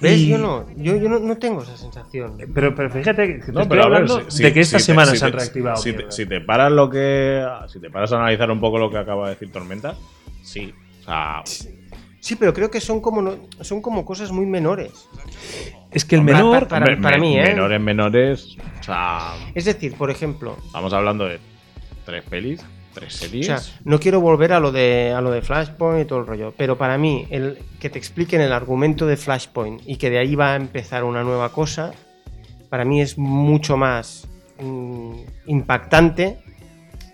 A: ¿Ves?
B: Y-
A: Yo no, yo, yo no, no tengo esa sensación.
B: Pero, pero fíjate que te
C: No,
B: estoy
C: pero a ver,
B: hablando
C: si-
B: de
C: si-
B: que esta
C: si te-
B: semana
C: si
B: se han
C: te-
B: reactivado.
C: Si te,
B: mierda.
C: si te paras lo que. Si te paras a analizar un poco lo que acaba de decir Tormenta, sí. O sea,
A: Sí, pero creo que son como, no- son como cosas muy menores.
B: es que el
A: Hombre,
B: menor.
A: pa- pa- para-
C: hombre,
A: para mí, ¿eh?
C: Menores, menores. O sea,
A: Es decir, por ejemplo,
C: estamos hablando de tres pelis, tres
A: o
C: series.
A: sea, no quiero volver a lo de a lo de Flashpoint y todo el rollo, pero para mí el que te expliquen el argumento de Flashpoint y que de ahí va a empezar una nueva cosa, para mí es mucho más mm, impactante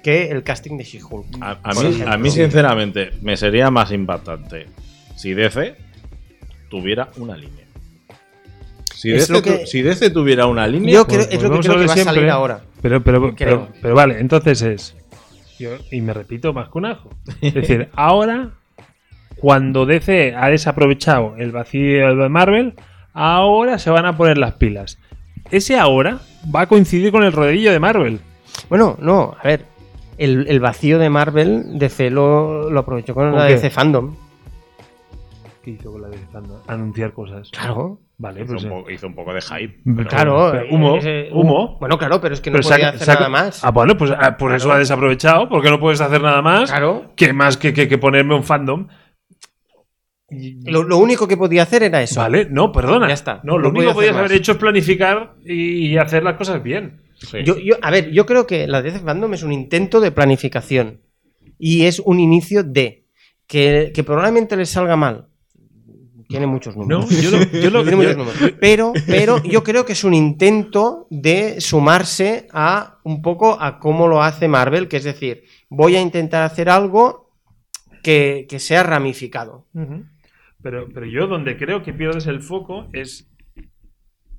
A: que el casting de She-Hulk.
B: Ah,
C: A, a
A: Por
C: mí,
A: ejemplo.
C: a mí, sinceramente, me sería más impactante si DC tuviera una línea. Si
A: Es
C: DC,
A: lo que-
C: tu- si DC tuviera una línea,
A: Yo creo es lo que
B: pues volvemos
A: creo
B: lo
A: que
B: de
A: va a salir
B: siempre.
A: ahora.
B: Pero, pero,
A: Creo.
B: pero, pero vale, entonces es. yo- y me repito más que un ajo.
A: *laughs*
B: Es decir, ahora, cuando DC ha desaprovechado el vacío de Marvel, ahora se van a poner las pilas. Ese ahora va a coincidir con el rodillo de Marvel.
A: Bueno, no, a ver. El, el vacío de Marvel, DC lo, lo aprovechó con
B: ¿Con
A: la
B: qué?
A: DC Fandom.
B: ¿Qué hizo con la de Zando? Anunciar cosas.
A: Claro.
B: Vale,
C: hizo,
B: pues.
C: un
B: eh,
C: po- hizo un poco de hype.
B: Pero-
A: Claro.
B: pero
A: eh,
B: humo,
A: ese-
B: humo.
A: Bueno, claro, pero es que no
B: Pero
A: podía
B: saca-
A: hacer
B: saca-
A: nada más.
B: Ah, bueno, pues ah, por eso
A: Claro.
B: ha desaprovechado, porque no puedes hacer nada más.
A: Claro.
B: Que más que, que- que ponerme un fandom. Y-
A: Lo, lo único que podía hacer era eso.
B: Vale, no, perdona.
A: Ya está.
B: No,
A: No
B: lo
A: podía
B: único que podías
A: hacer más.
B: haber hecho es planificar y hacer las cosas bien.
C: Sí.
A: Yo, yo- a ver, yo creo que la DC Fandom es un intento de planificación. Y es un inicio de. Que, que probablemente les salga mal. Tiene muchos números.
B: No, yo lo, yo
A: *laughs*
B: lo-
A: Tiene muchos
B: yo-
A: números. Pero, pero yo creo que es un intento de sumarse a un poco a cómo lo hace Marvel, que es decir, voy a intentar hacer algo que, que sea ramificado.
B: Ujú. pero, pero yo donde creo que pierdes el foco es.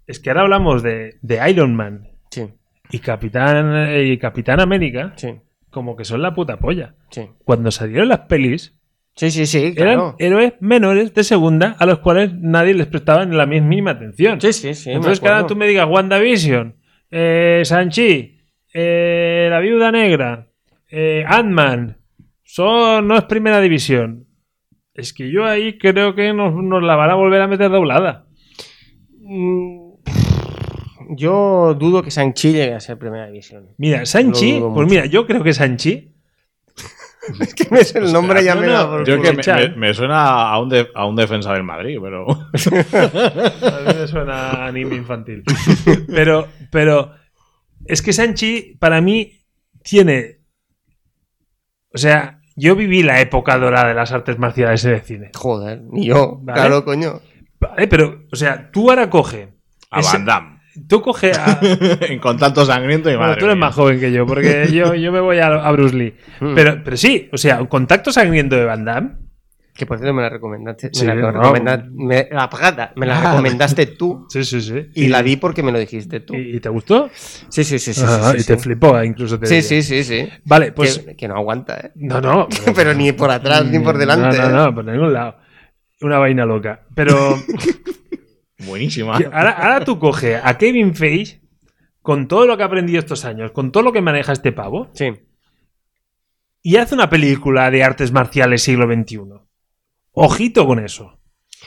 B: Es que ahora hablamos de, de Iron Man
A: Sí,
B: y Capitán, eh, y Capitán América
A: sí,
B: como que son la puta polla.
A: sí.
B: Cuando salieron las pelis,
A: Sí, sí, sí,
B: eran
A: claro.
B: héroes menores de segunda a los cuales nadie les prestaba ni la más mínima atención.
A: Sí, sí, sí. me
B: Entonces, que ahora
A: acuerdo.
B: tú me digas WandaVision, eh, Sanchi, eh, La Viuda Negra, eh, Ant-Man, son, no es primera división. Es que yo ahí creo que nos, nos la van a volver a meter doblada.
A: Mm, Yo dudo que Sanchi llegue a ser primera división.
B: Mira, Sanchi,
A: Lo dudo
B: pues
A: mucho.
B: mira, yo creo que Sanchi.
A: Que me *laughs* es el nombre ya me
C: no,
A: da por
C: yo que
A: culo.
C: me,
B: Chan.
C: me- me suena a un, de- a un defensa del Madrid, pero.
B: A mí me suena a anime infantil. *laughs* Pero, pero es que Sanchi, para mí, tiene. O sea, Yo viví la época dorada de las artes marciales en el cine.
A: Joder, ni yo.
B: Vale.
A: Claro, coño.
B: Vale, pero, o sea, tú ahora coge.
A: Ah,
C: A
B: ese-
C: Van Damme. *laughs*
B: Tú
A: *laughs*
B: coge a.
C: En contacto sangriento y
B: Bueno,
C: madre
B: tú eres
C: mía.
B: más joven que yo, porque yo, yo me voy a, a Bruce Lee.
A: Hmm.
B: Pero, pero sí, o sea, un contacto sangriento de Van Damme.
A: Que por cierto me la recomendaste.
B: Sí,
A: me la
B: no. Ah.
A: recomendaste. Me, la pagada, me la recomendaste tú.
B: Sí, sí, sí.
A: Y la vi porque me lo dijiste tú.
B: ¿Y, y te gustó?
A: Sí, sí, sí, sí.
B: Ajá,
A: sí,
B: y
A: sí,
B: te
A: sí.
B: flipó, eh, incluso te
A: Sí,
B: diría.
A: sí, sí, sí.
B: Vale, pues.
A: que, que no aguanta, ¿eh? *laughs*
B: No, no.
A: Pero ni por atrás ni por delante.
B: No,
A: ¿eh?
B: no, no, por ningún lado. Una vaina loca.
A: *laughs*
B: Pero
C: Buenísima.
B: que ahora, ahora tú coge a Kevin Feige con todo lo que ha aprendido estos años, con todo lo que maneja este pavo,
A: Sí.
B: y hace una película de artes marciales siglo XXI. Ojito con eso.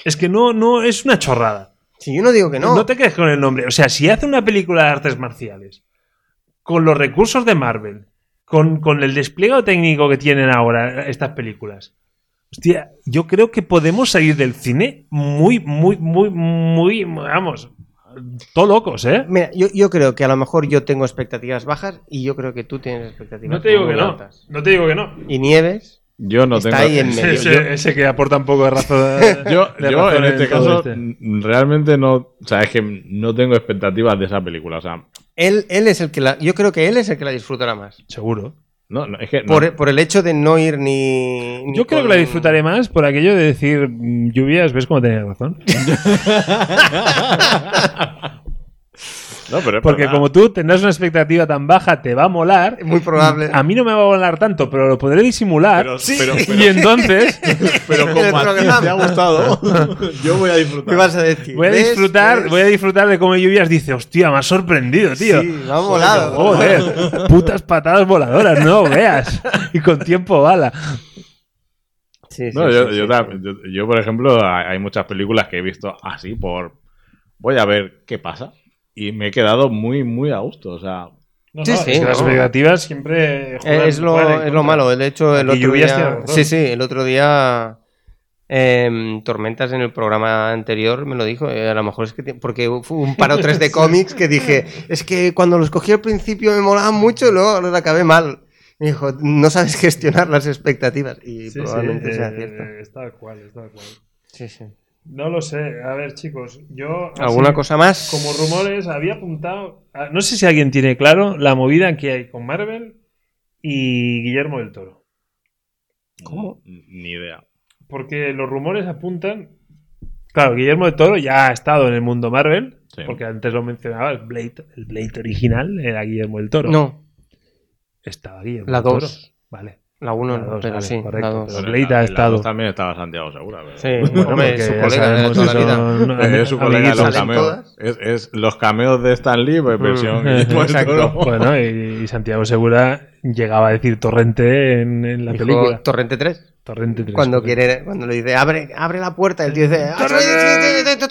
B: Es que no, no, es una chorrada.
A: Si yo no digo que no.
B: No. te quedes con el nombre. O sea, si hace una película de artes marciales con los recursos de Marvel, con, con el despliegue técnico que tienen ahora estas películas, hostia, yo creo que podemos salir del cine muy, muy, muy, muy, vamos, todo locos, ¿eh?
A: Mira, yo, yo creo que a lo mejor yo tengo expectativas bajas y yo creo que tú tienes expectativas
B: No te digo
A: muy
B: que no.
A: altas.
B: No te digo que no.
A: Y Nieves
C: Yo no
A: está
C: tengo.
A: ahí en medio.
C: Sí,
B: Ese, ese que aporta un poco de *laughs* razón.
C: *laughs* Yo,
B: de
C: yo
B: razón
C: en este
B: todo
C: caso
B: este.
C: n- realmente no, o sea, es que no tengo expectativas de esa película, o sea,
A: Él, él es el que la, yo creo que él es el que la disfrutará más.
B: Seguro.
C: no, no, es que no.
A: Por, e- por el hecho de no ir ni. ni
B: Yo creo
A: con-
B: que la disfrutaré más por aquello de decir mm, lluvias, ves cómo tenía razón.
C: No, pero es
B: Porque
C: verdad.
B: como tú tendrás una expectativa tan baja, te va a molar.
A: Muy probable.
B: A mí no me va a volar tanto, pero lo podré disimular. *laughs*
C: pero, pero, pero-
B: y entonces
A: *laughs*
C: pero como
A: El
C: a ti
A: programa.
C: te ha gustado, yo voy a
A: *laughs*
C: disfrutar.
A: ¿Qué vas a decir?
B: *laughs* voy a
A: ¿Ves?
B: disfrutar,
A: ¿Ves?
B: voy a disfrutar de cómo Lluvias dice, hostia, me ha sorprendido, tío.
A: Sí, me ha molado.
B: Joder, putas patadas voladoras, no veas. Y con tiempo bala.
A: Sí, sí,
C: No,
A: sí,
C: yo,
A: sí,
C: yo
A: sí.
C: tam- yo- yo, por ejemplo, hay hay muchas películas que he visto así por voy a ver qué pasa y me he quedado muy muy a gusto, o sea,
B: No,
A: Sí,
B: no,
A: sí,
B: es que las
A: no.
B: expectativas siempre
A: Eh,
B: juegan-
A: es lo,
B: juegan en
A: es lo
B: contra.
A: malo. De hecho, el
B: Aquí
A: otro
B: lluvias tiene
A: día.
B: razón.
A: Sí, sí, el otro día. em, Tormentas en el programa anterior me lo dijo. eh, a lo mejor es que. ti- Porque fue un par o tres
B: *laughs*
A: de cómics que dije. Es que cuando los cogí al principio me molaban mucho y luego los acabé mal. Me dijo, no sabes gestionar las expectativas. Y
B: Sí, sí,
A: probablemente
B: eh, ¿Ah,
A: sea cierto.
B: es tal cual, es tal cual.
A: Sí, sí.
B: No lo sé. A ver, chicos, yo. así-
A: ¿Alguna cosa más?
B: Como rumores, había apuntado. a- No sé si alguien tiene claro la movida que hay con Marvel y Guillermo del Toro.
C: ¿Cómo? ni idea.
B: Porque los rumores apuntan. Claro, Guillermo del Toro ya ha estado en el mundo Marvel.
C: Sí.
B: Porque antes lo mencionabas, Blade, el Blade original era Guillermo del Toro.
A: No,
B: Estaba Guillermo
A: La
B: del Toro.
A: dos. *laughs*
B: Vale.
A: la 1
B: La
A: no,
B: dos,
A: pero
B: vale,
A: sí,
B: correcto,
A: la 2.
B: pero-
C: Pero
B: Blade
C: en la-
B: ha
C: en la
B: estado.
C: dos También estaba Santiago Segura, pero-
A: Sí, hombre,
B: porque
A: es su
B: ya
A: colega de
B: sabemos
A: toda
B: si
A: la vida.
B: son-
C: Es su colega de
B: amiguitos. *laughs*
C: los
A: ¿Salen
C: cameos.
A: todas? Mm.
C: Es, es los cameos de Stan Lee, pues, versión *laughs* Guillermo del
A: Exacto.
C: Toro.
B: Bueno, y, y Santiago Segura llegaba a decir Torrente en, en la
A: Dijo,
B: película.
A: Torrente 3.
B: Torrente tres,
A: Cuando
B: correcto.
A: quiere, cuando le dice abre, abre la puerta, el tío dice "Ah, soy-
B: *laughs*
A: soy- soy- soy- soy- soy- soy-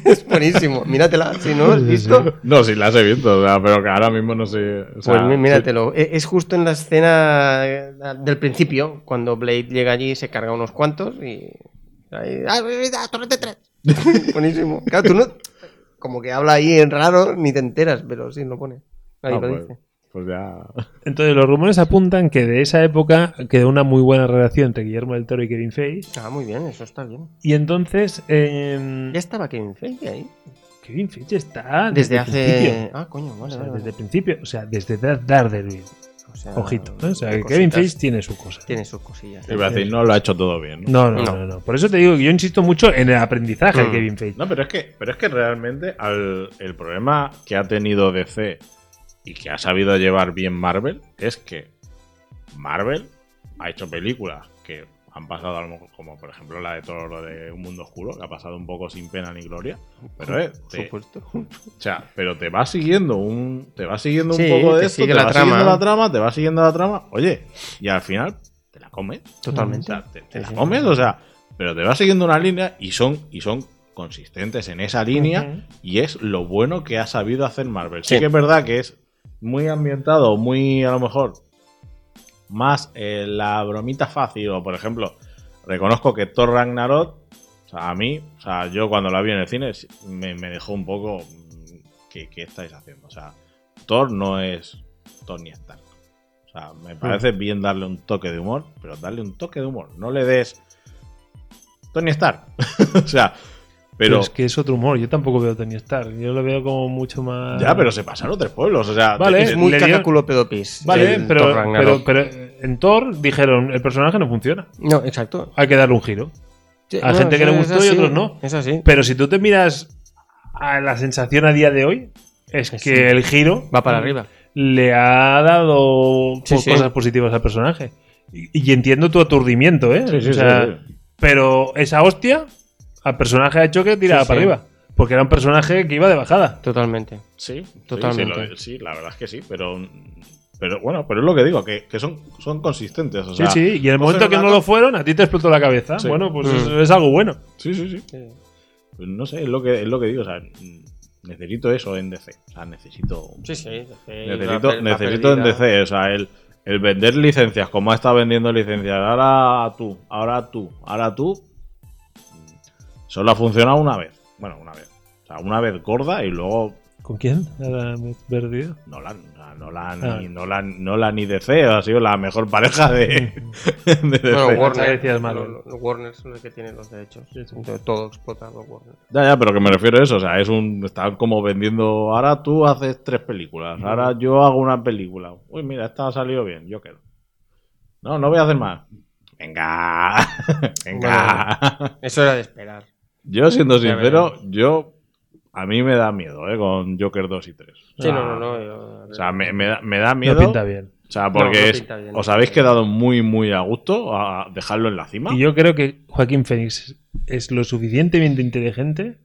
B: Torrente
A: Es buenísimo, míratela, si no lo has visto.
C: No, sí, las he visto, o sea, pero que ahora mismo no sé. o sea,
A: Pues mí-
C: sí.
A: míratelo. E- Es justo en la escena eh, del principio, cuando Blade llega allí y se carga unos cuantos y. ahí, "Ah, ah, torrente 3. *laughs* Buenísimo. Claro, tú no. Como que habla ahí en raro, ni te enteras, pero sí lo pone. Nadie
C: Ah,
A: lo
C: pues,
A: dice.
C: pues ya.
B: Entonces, los rumores apuntan que de esa época quedó una muy buena relación entre Guillermo del Toro y Kevin Feige.
A: Ah, muy bien, eso está bien.
B: Y entonces. eh,
A: Ya estaba Kevin Feige ahí.
B: Kevin Feige está.
A: Desde
B: el principio.
A: hace. Ah, coño,
B: O
A: vale,
B: sea,
A: vale,
B: desde
A: vale.
B: el principio. O sea, desde Dar- Daredevil.
A: O sea,
B: Ojito. ¿eh? O sea,
A: qué
B: que Kevin
A: cositas.
B: Feige tiene su cosa.
A: Tiene sus cosillas.
C: Iba a decir, no lo ha hecho todo bien. No,
B: No, no, no,
A: No.
B: no, Por eso te digo que yo insisto mucho en el aprendizaje de
A: Mm.
B: Kevin Feige.
C: No, pero es que, pero es que realmente al- el problema que ha tenido DC y que ha sabido llevar bien Marvel es que Marvel ha hecho películas que han pasado a lo mejor, como por ejemplo la de todo lo de Un Mundo Oscuro, que ha pasado un poco sin pena ni gloria.
B: Pues
C: Pero eh, te-
A: supuesto.
C: O sea, pero te va siguiendo un. Te va siguiendo
A: Sí,
C: un poco
A: te
C: de esto,
A: sigue
C: te
A: la
C: va
A: trama. ¿eh?
C: siguiendo la trama, te va siguiendo la trama. Oye, y al final te la comes. O
A: Totalmente.
C: sea, te, te
A: Sí,
C: la
A: sí.
C: comes, o sea, pero te va siguiendo una línea y son, y son consistentes en esa línea. Y es lo bueno que ha sabido hacer Marvel. Sí.
A: Sí.
C: que es verdad que es muy ambientado, muy a lo mejor. Más eh, la bromita fácil. O por ejemplo, reconozco que Thor Ragnarok. O sea, a mí, o sea, yo cuando la vi en el cine sí, me, me dejó un poco. mm, ¿qué, qué estáis haciendo? O sea, Thor no es Tony Stark. O O sea, me parece bien darle un toque de humor, pero darle un toque de humor. No le des Tony Stark. *laughs* o sea, pero.
B: es que es otro humor. Yo tampoco veo Tony Stark. Yo lo veo como mucho más.
C: Ya, pero se pasaron tres pueblos. O sea,
B: Ah. Vale,
A: Es
C: te-
A: muy
B: le dieron-
A: cacaculo pedopis.
B: Vale,
A: el
B: pero,
A: Thor Ragnarok.
B: pero, pero en Thor dijeron: el personaje no funciona.
A: No, exacto.
B: Hay que darle un giro.
A: Sí,
B: Hay gente que le
A: es
B: gustó y
A: así,
B: otros no.
A: Es así.
B: Pero si tú te miras a la sensación a día de hoy, es que
A: Sí.
B: el giro
A: Va para arriba.
B: le ha dado
A: Sí,
B: pues,
A: sí.
B: cosas positivas al personaje. Y, y entiendo tu aturdimiento, ¿eh?
C: Sí, sí,
B: O sea,
C: sí, sí.
B: Pero esa hostia al personaje ha hecho que tirara
A: Sí,
B: para
A: sí.
B: arriba. Porque era un personaje que iba de bajada.
A: Totalmente.
C: Sí, sí,
A: Totalmente.
C: Sí, lo- sí, la verdad es que sí, pero. Pero bueno, pero es lo que digo, que, que son, son consistentes. O sea,
B: sí, sí. Y en el
C: cogen
B: momento que
C: una
B: no
C: cosa-
B: lo fueron, a ti te explotó la cabeza.
C: Sí.
B: Bueno, pues
A: Mm.
B: es, es algo bueno.
C: Sí, sí, sí. Pues no sé, es lo que, es lo que digo. O sea, mm, necesito eso en DC. O sea, necesito.
A: Sí, sí. sí, la
C: necesito
A: per- la
C: necesito en
A: pérdida.
C: DC. O sea, el, el vender licencias, como ha estado vendiendo licencias. Ahora tú, ahora tú, ahora tú. mm, Solo ha funcionado una vez. Bueno, una vez. O sea, una vez gorda y luego
B: ¿Con quién? Ahora me he perdido.
C: Nolan, o sea, Nolan,
B: Ah.
C: y Nolan, Nolan y DC ha sido la mejor pareja de,
B: Mm.
C: *laughs* de DC.
A: Bueno, Warner,
B: Decías Marvel.
A: lo- lo- Warner son los que tienen los derechos.
B: eh. Sí, sí.
A: Entonces, todo explota por Warner.
C: Ya, ya, pero que me refiero a eso, o sea, es un están como vendiendo, ahora tú haces tres
B: Mm.
C: películas, ahora yo hago una película. Uy, mira, esta ha salido bien, yo quedo. No, no voy a hacer más. Venga. *laughs* Venga.
A: Eso era de esperar.
C: Yo siendo
A: Ya
C: sincero, yo a mí me da miedo, eh, con Joker 2 y 3.
A: Sí, no, no, no. yo-
C: O sea, me, me da, me da
B: No
C: miedo.
B: pinta bien.
C: O sea, porque
A: No, no
C: es-
A: pinta bien,
C: os
A: no
C: habéis
A: pinta bien.
C: quedado muy, muy a gusto a dejarlo en la cima.
B: Y yo creo que Joaquín Fénix es lo suficientemente inteligente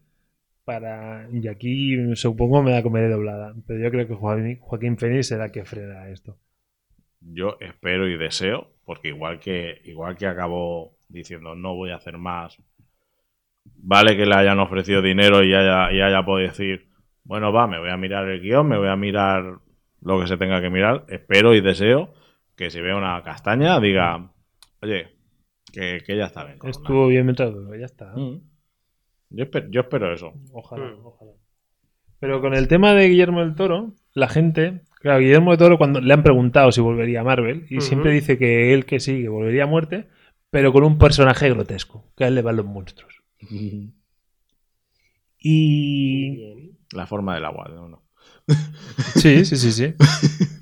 B: para. Y aquí supongo me la comeré doblada. Pero yo creo que Joaquín, Joaquín Fénix será que frena esto.
C: yo espero y deseo, porque igual que, igual que acabó diciendo no voy a hacer más, vale que le hayan ofrecido dinero y haya, y haya podido decir, bueno, va, me voy a mirar el guión, me voy a mirar lo que se tenga que mirar, espero y deseo que si vea una castaña diga, oye, que, que ya está bien. con
B: Estuvo bien mientras duró, ya está.
C: una". Mm. Yo espero, yo espero eso.
B: Ojalá,
A: Mm.
B: ojalá. Pero con el tema de Guillermo del Toro, la gente, claro, Guillermo del Toro cuando le han preguntado si volvería a Marvel y
A: Ujú.
B: siempre dice que él que sí, que volvería a muerte, pero con un personaje grotesco, que a él le van los monstruos. Y
C: La forma del agua, no, no.
B: sí, sí, sí, sí.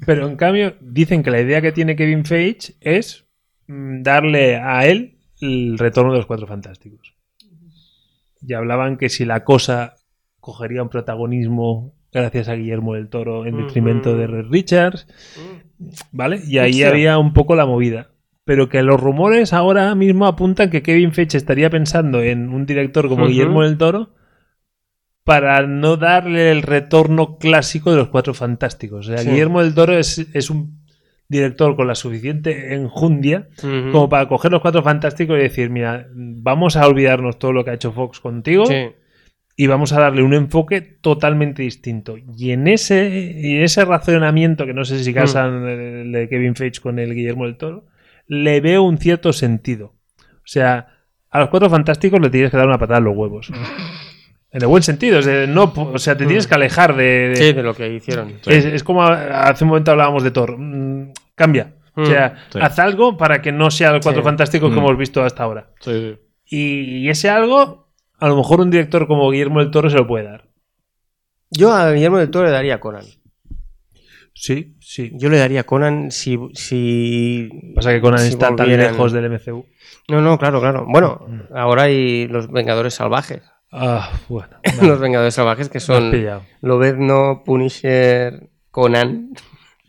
B: pero en cambio dicen que la idea que tiene Kevin Feige es mm, darle a él el retorno de los Cuatro Fantásticos. Y hablaban que si la cosa cogería un protagonismo gracias a Guillermo del Toro en detrimento
A: Ujú. Mm.
B: de Red Richards, ¿Vale? Y ahí
A: Hostia.
B: había un poco la movida. Pero que los rumores ahora mismo apuntan que Kevin Feige estaría pensando en un director como
A: Ujú.
B: Guillermo del Toro para no darle el retorno clásico de los Cuatro Fantásticos. O sea,
A: Sí.
B: Guillermo del Toro es, es un director con la suficiente enjundia
A: Ujú.
B: como para coger los Cuatro Fantásticos y decir, mira, vamos a olvidarnos todo lo que ha hecho Fox contigo
A: Sí.
B: y vamos a darle un enfoque totalmente distinto. Y en ese, y en ese razonamiento, que no sé
A: Mm.
B: si casan el de Kevin Feige con el Guillermo del Toro, le veo un cierto sentido. O sea, a los cuatro fantásticos le tienes que dar una patada en los
A: *laughs*
B: huevos. En el buen sentido, es de no, pu- o sea, te tienes que alejar de. de-
A: Mm. Sí, de lo que hicieron.
B: es, es como a- hace un momento hablábamos de Thor. Mm, cambia. O sea,
C: Sí.
B: haz algo para que no sea los cuatro
A: Mm, Sí.
B: fantásticos que
C: Mm.
B: hemos visto hasta ahora.
C: Sí, sí.
B: Y ese algo, a lo mejor un director como Guillermo del Toro se lo puede dar.
A: Yo a Guillermo del Toro le daría Conan.
B: Sí, sí.
A: Yo le daría Conan si. si...
B: Pasa que Conan
A: Si
B: está tan
A: volvieran-
B: lejos del MCU.
A: No, no, claro, claro. Bueno, ahora hay los Vengadores Salvajes. *laughs*
B: Ah,
C: *coughs*
B: bueno.
A: Los Vengadores Salvajes que
B: Me has
A: son
B: pillado.
A: Lobezno, Punisher, Conan.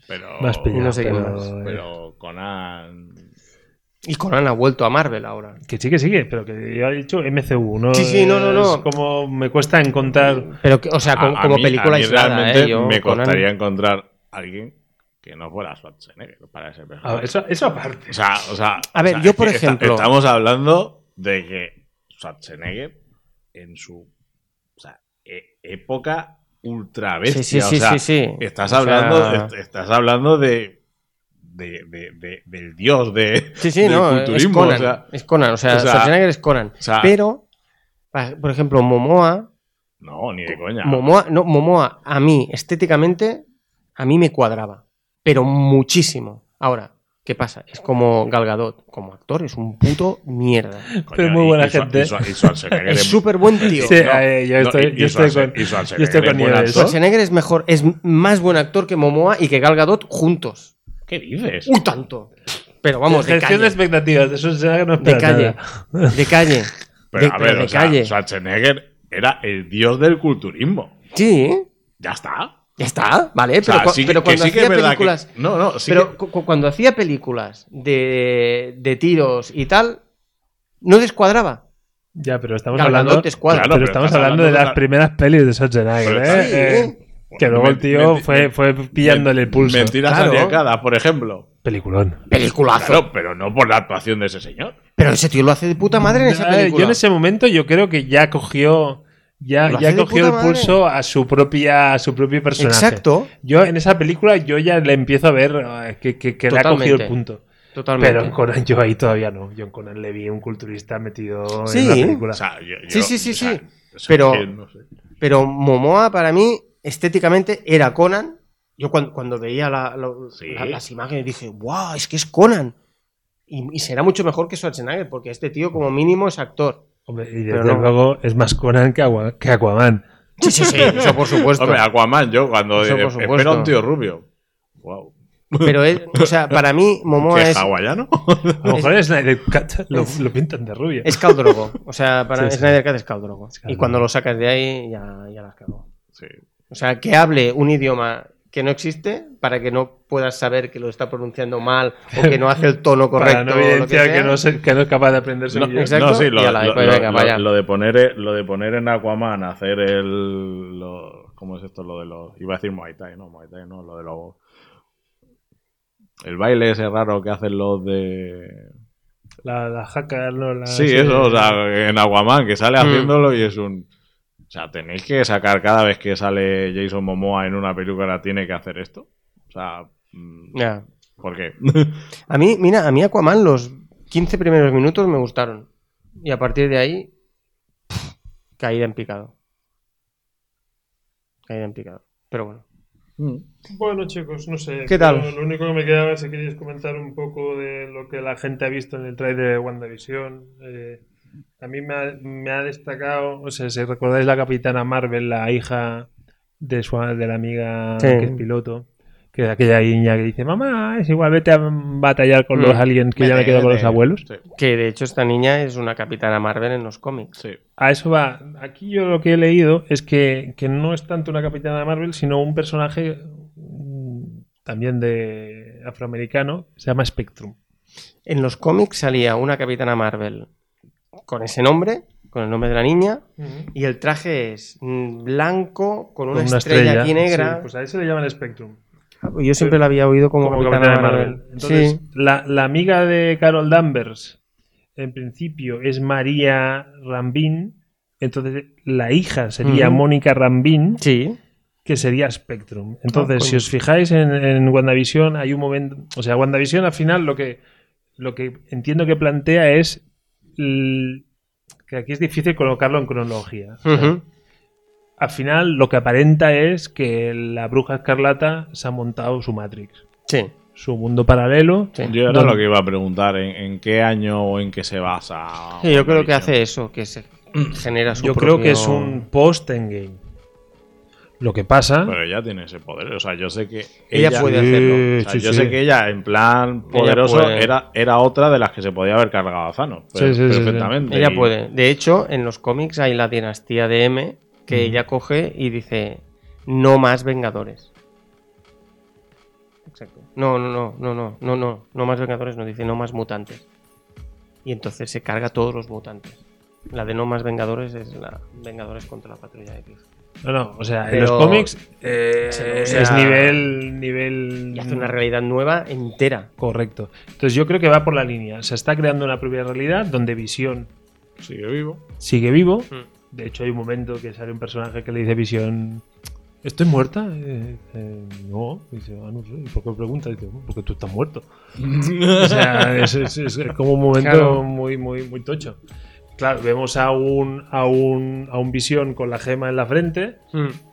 C: Pero,
B: Me has pillado.
A: no sé qué
B: pero- eh,
A: más.
C: pero Conan.
A: Y Conan ha vuelto a Marvel ahora.
B: Que sí, que sigue, pero que yo he dicho MCU, ¿no?
A: Sí, sí, no, no, no.
B: Es como me cuesta encontrar.
A: Pero, que, o sea, como,
C: A- a
A: como
C: mí-
A: película
C: a mí
A: aislada,
C: realmente
A: ¿eh? Yo,
C: me
A: Conan-
C: costaría encontrar a alguien que no fuera Schwarzenegger para ese personaje.
B: A ver, eso, eso aparte.
C: O sea, o sea,
A: A ver,
C: o sea,
A: yo,
C: es
A: por
C: que esta-
A: ejemplo-
C: estamos hablando de que Schwarzenegger en su o sea, e- época ultra bestia,
A: Sí, sí, sí,
C: o sea,
A: sí, sí.
C: estás
A: O sea,
C: hablando, este, est- estás hablando de, de, de- de- del dios de
A: Sí, sí,
C: del
A: no, es
C: futurismo,
A: Conan,
C: o sea,
A: es Conan, o sea,
C: o sea,
A: Schwarzenegger es Conan.
C: o sea-
A: pero, pa- por ejemplo, Momoa,
C: no, ni de coña.
A: Momoa, no, Momoa, a mí, estéticamente, a mí me cuadraba, pero muchísimo. Ahora, ¿qué pasa? Es como Gal Gadot, como actor, es un puto mierda.
C: Coño,
B: Pero es muy
C: y-
B: buena
C: y Schwar-
B: gente.
C: y Schwar- y
A: *laughs*
C: Schwarzenegger
A: Es
C: es-
A: súper buen
C: *laughs*
A: tío. Eh,
B: Sí, eh, yo
C: no,
B: estoy, yo
C: y- y
B: estoy
C: Schwarzen-
B: con,
C: y Schwarzenegger
B: yo estoy con
C: es buen
B: Nieves.
C: actor.
A: Schwarzenegger es mejor, es más buen actor que Momoa y que Gal Gadot juntos.
C: ¿Qué dices?
A: ¡Uy, tanto! Pero vamos, de
B: Gestión de
A: calle.
B: expectativas, eso es que no
A: De
B: esperas
A: calle.
B: nada.
A: De calle.
C: Pero
A: de,
C: a
A: pero
C: ver,
A: de
C: o sea,
A: calle.
C: Schwarzenegger era el dios del culturismo.
A: Sí,
C: Ya está.
A: ya está, vale.
C: O sea,
A: Pero, cua-
C: sí que-
A: pero
C: que
A: cuando
C: sí que es
A: hacía
C: verdad que-
A: películas.
C: No, no, sí
A: pero
C: que-
A: cu- cu- cuando hacía películas de, de tiros y tal, no descuadraba.
B: Ya, pero estamos
A: Gal Gadot
B: hablando,
A: es cuadro.
C: Claro,
B: pero
C: pero
B: estamos
C: estás
B: hablando de
C: hablando de
B: las
C: la-
B: primeras pelis de Schwarzenegger,
C: Pero
B: ¿eh?
C: sí,
B: Eh, que
C: Bueno,
B: luego el
C: men-
B: tío
C: menti-
B: fue, fue pillándole el pulso.
C: Mentiras
A: Claro.
C: aliacadas, por ejemplo.
B: Peliculón.
A: Peliculazo.
C: Claro, pero no por la actuación de ese señor.
A: Pero ese tío lo hace de puta madre en esa
B: Eh,
A: película.
B: Yo en ese momento yo creo que ya cogió ya,
A: Lo hace
B: ya
A: de
B: cogió el
A: puta madre.
B: pulso a su propia a su propio personaje.
A: Exacto.
B: Yo en esa película yo ya le empiezo a ver eh, que, que- que le ha cogido el
A: Totalmente.
B: punto.
A: Totalmente.
B: Pero en Conan *laughs* yo ahí todavía no. Yo en Conan le vi un culturista metido
A: Sí.
B: en la película.
C: O sea, yo- yo-
A: Sí, sí, sí,
C: o sea,
A: sí.
C: o sea,
A: Pero-
C: que no sé.
A: Pero Momoa para mí estéticamente era Conan. Yo cuando, cuando veía la- lo-
C: Sí.
A: la- las imágenes dije, wow, es que es Conan. Y, y será mucho mejor que Schwarzenegger, porque este tío como mínimo es actor.
B: Hombre, y
A: Pero
B: desde
A: no.
B: luego es más Conan que, Agua- que Aquaman.
A: Sí, sí, sí, eso por supuesto.
C: *laughs* Hombre, Aquaman, yo cuando
A: Eso,
C: eh,
A: por
C: espero
A: supuesto.
C: a un tío rubio. Wow.
A: Pero él, o sea, para mí Momoa
C: *laughs* ¿Qué
A: es,
C: hawaiano?
A: *laughs*
B: A lo mejor en Snyder Cut *laughs* lo, lo pintan de rubio.
A: es Caldrogo. O sea, para
B: Sí, sí.
A: Snyder Cut es Caldrogo. Y
B: Khal
A: cuando
B: Drogo.
A: lo sacas de ahí ya, ya las cago.
C: Sí.
A: O sea, que hable un idioma que no existe para que no puedas saber que lo está pronunciando mal o que no hace el tono correcto.
B: *laughs* Para no
A: o lo que
B: evidenciar que,
A: sea.
B: no se- que no es capaz de aprenderse
C: No,
B: el guión.
A: exacto.
C: No, sí, lo,
A: y a la-
C: lo-
A: pues
C: lo-
A: venga,
C: lo-
A: vaya.
C: lo de poner, eh, lo de poner en Aquaman, hacer el. lo- ¿Cómo es esto? Lo de los. Iba a decir Muay Thai, no, Muay Thai, no, lo de los. El baile ese raro que hacen los de.
B: La, la jaca, no, la-
C: Sí, eso, o sea, en Aquaman, que sale
A: Mm.
C: haciéndolo y es un. O sea, tenéis que sacar cada vez que sale Jason Momoa en una película, tiene que hacer esto. O sea, mm,
A: Ya.
C: ¿por qué?
A: A mí, mira, a mí Aquaman los 15 primeros minutos me gustaron. Y a partir de ahí, pff, caída en picado. Caída en picado. Pero bueno.
B: Bueno, chicos, no sé.
A: ¿Qué tal?
B: Yo Lo único que me quedaba es si queréis comentar un poco de lo que la gente ha visto en el trailer de WandaVision. Eh, a mí me ha, me ha destacado, o sea, si recordáis la capitana Marvel, la hija de, su, de la amiga
A: Sí.
B: que es piloto, que es aquella niña que dice, mamá, es igual, vete a batallar con los
A: Mm.
B: aliens que ya me quedo con
C: *laughs*
B: los abuelos.
C: Sí,
A: Que de hecho esta niña es una capitana Marvel en los cómics.
C: sí.
B: A eso va. Aquí yo lo que he leído es que, que no es tanto una capitana de Marvel, sino un personaje mm, también de afroamericano, se llama Spectrum.
A: En los cómics salía una capitana Marvel con ese nombre, con el nombre de la niña, y el traje es mm, blanco con una,
B: Con
A: estrella, aquí negra.
B: Sí, pues a eso le llaman Spectrum.
A: Yo siempre la había oído como,
B: Como
A: capitana,
B: capitana de
A: Marvel.
B: Marvel. Entonces,
A: Sí.
B: la, la amiga de Carol Danvers, en principio, es María Rambin. Entonces, la hija sería
A: Ujú.
B: Mónica Rambin.
A: Sí.
B: que sería Spectrum. Entonces,
A: Ah, coño.
B: si os fijáis en, en WandaVision, hay un momento. O sea, WandaVision al final lo que, lo que entiendo que plantea es. l- que aquí es difícil colocarlo en cronología. O sea,
A: Ujú.
B: Al final, lo que aparenta es que la bruja escarlata se ha montado su Matrix,
A: Sí.
B: su mundo paralelo.
A: Sí.
C: Yo era
B: ¿Dónde?
C: lo que iba a preguntar, ¿en, en qué año o en qué se basa?
A: Sí, yo creo que
C: WandaVision?
A: hace eso, que se genera su
B: Yo creo
A: propio-
B: que es un post-endgame. Lo que pasa.
C: Pero ella tiene ese poder, o sea, yo sé que
A: Ella
C: ella,
A: puede
B: Sí,
A: hacerlo.
C: o sea,
B: sí,
C: yo
B: sí.
C: sé que ella, en plan poderoso,
A: puede.
C: era, era otra de las que se podía haber cargado a Thanos.
B: Sí, sí, sí, sí.
C: perfectamente.
A: Ella
C: y-
A: puede. De hecho, en los cómics hay la dinastía de M que ella coge y dice no más Vengadores. Exacto. No, no, no, no, no, no, no, no más Vengadores, no dice no más mutantes. Y entonces se carga a todos los mutantes. La de no más Vengadores es la Vengadores contra la Patrulla X.
B: No, no, o sea, en
A: Pero-
B: los cómics eh,
A: Sí, o
B: es
A: sea-
B: nivel. nivel
A: Y hace una realidad nueva entera.
B: Correcto. Entonces yo creo que va por la línea. Se está creando una propia realidad donde Visión
C: Sigue vivo.
B: sigue vivo.
A: Mm.
B: De hecho hay un momento que sale un personaje que le dice a Visión, ¿estoy muerta? Eh, eh, no. Y dice, "Ah, no sé. ¿Y por qué pregunta? Y dice, "Bueno, porque tú estás muerto. o sea, es, es- es como un momento
A: Claro.
B: muy, muy, muy tocho. Claro, vemos a un, a un, a un Visión con la gema en la frente,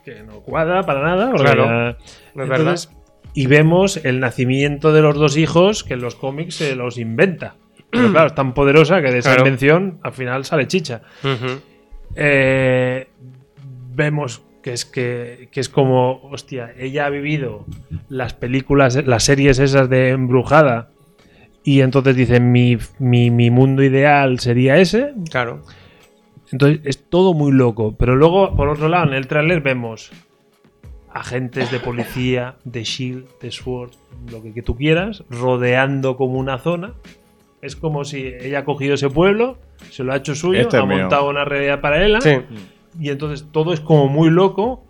B: que no cuadra para nada. porque
A: Claro.
B: ya-
A: No es
B: entonces, y vemos el nacimiento de los dos hijos que en los cómics se
A: *clears throat*
B: los inventa. Pero claro, es tan poderosa que de esa
D: Claro.
B: invención al final sale chicha.
D: Ujú.
B: Eh, vemos que es que, que es como, hostia, ella ha vivido las películas, las series esas de embrujada. Y entonces dice, mi, mi- mi mundo ideal sería ese.
D: Claro.
B: Entonces es todo muy loco. Pero luego, por otro lado, en el tráiler vemos agentes de policía, de SHIELD, E de SWORD, lo que, que tú quieras, rodeando como una zona. Es como si ella ha cogido ese pueblo, se lo ha hecho suyo,
C: Este
B: ha
C: es mío.
B: montado una realidad paralela.
A: Sí.
B: Y entonces todo es como muy loco,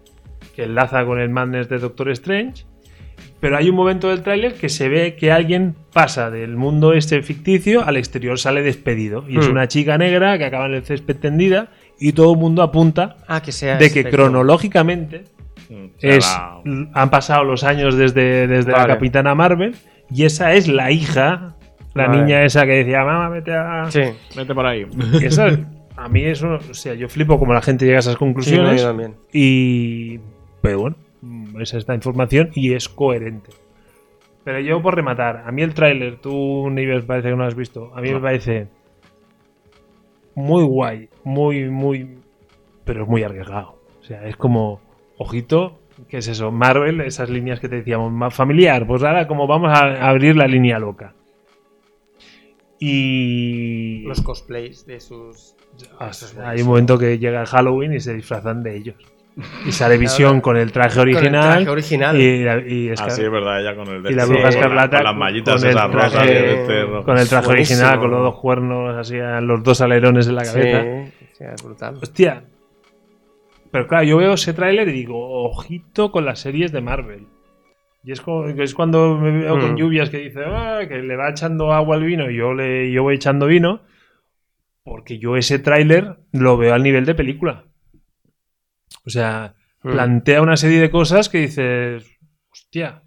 B: que enlaza con el madness de Doctor Strange. Pero hay un momento del tráiler que se ve que alguien pasa del mundo este ficticio al exterior, sale despedido. Y es
D: Hmm.
B: una chica negra que acaba en el césped tendida y todo el mundo apunta
A: Ah, que sea.
B: de que
A: espectro.
B: cronológicamente
C: Mm, O sea,
B: es,
C: la-
B: l- han pasado los años desde, desde la
D: Vale.
B: Capitana Marvel y esa es la hija, la
D: Vale.
B: niña esa que decía, mamá, vete a...
A: Sí.
C: Vete por ahí.
B: Y esa, a mí eso, o sea, yo flipo como la gente llega a esas
A: Sí, no,
B: conclusiones.
A: yo también.
B: Y. Pero bueno, mm, es esta información y es coherente. Pero yo por rematar, a mí el tráiler, tú Nives parece que no lo has visto, a mí me parece muy guay, muy, muy, pero es muy arriesgado. O sea, es como, ojito, ¿qué es eso? Marvel, esas líneas que te decíamos, más familiar, pues ahora como vamos a abrir la línea loca. Y...
A: Los cosplays de sus.
B: Ah,
C: Pues
B: Hay un momento que llega el Halloween y se disfrazan de ellos.
A: *laughs*
B: Y sale Visión con el traje original.
A: Con el traje original. eh,
B: Y, la- y Esca-
C: Ah, sí, es verdad, ella con el
B: y la
C: sí,
B: bruja
C: con
B: escarlata
C: Con las mallitas
B: con el
C: esas rosas
B: traje-
C: que viste, rojo.
B: con el traje
A: Buenísimo.
B: original, con los dos cuernos, así, a los dos alerones en la
A: Sí,
B: cabeza.
A: sí, es brutal.
B: Hostia. Pero claro, yo veo ese tráiler y digo, ojito con las series de Marvel. Y es, co- es cuando me veo con
A: Hmm.
D: Mm.
B: lluvias que dice, "Ah, que le va echando agua al vino y yo, le, yo voy echando vino. Porque yo ese tráiler lo veo al nivel de película. O sea,
D: Mm.
B: plantea una serie de cosas que dices, hostia,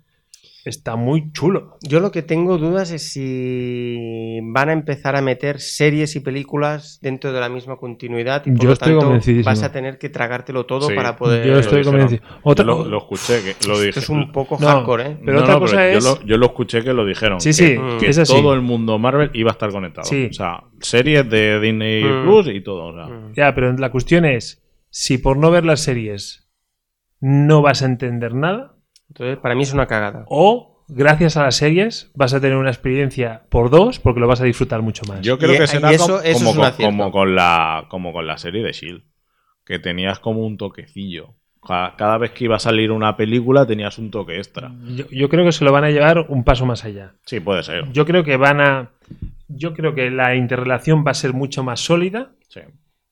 B: está muy chulo.
A: Yo lo que tengo dudas es si van a empezar a meter series y películas dentro de la misma continuidad y por
B: Yo
A: lo
B: estoy
A: tanto
B: convencidísimo.
A: vas a tener que tragártelo todo
C: Sí,
A: para poder.
B: yo estoy
C: dije,
B: convencido. Otra-
C: Lo, lo escuché, que lo dije.
A: Esto es un poco
B: No.
A: hardcore, ¿eh?
B: pero otra cosa es-
C: Yo lo, yo lo escuché que lo dijeron.
B: Sí,
C: que-
B: sí,
C: Que
B: es así.
C: todo el mundo Marvel iba a estar conectado.
B: Sí.
C: O sea, series de Disney
D: Mm.
C: Plus y todo. O sea,
A: Mm.
B: Ya, pero la cuestión es, si por no ver las series no vas a entender nada,
A: Entonces, para mí es una cagada.
B: o gracias a las series vas a tener una experiencia por dos porque lo vas a disfrutar mucho más.
C: Yo creo
A: Y- e-
C: que
A: y
C: será
A: eso-
C: como,
A: eso
C: como
A: es un
C: con,
A: acierto.
C: como con la, como con la serie de Shield. Que tenías como un toquecillo. Ca- Cada vez que iba a salir una película tenías un toque extra.
B: Yo- yo creo que se lo van a llevar un paso más allá.
C: Sí, puede ser.
B: Yo creo que van a... Yo creo que la interrelación va a ser mucho más sólida.
C: Sí,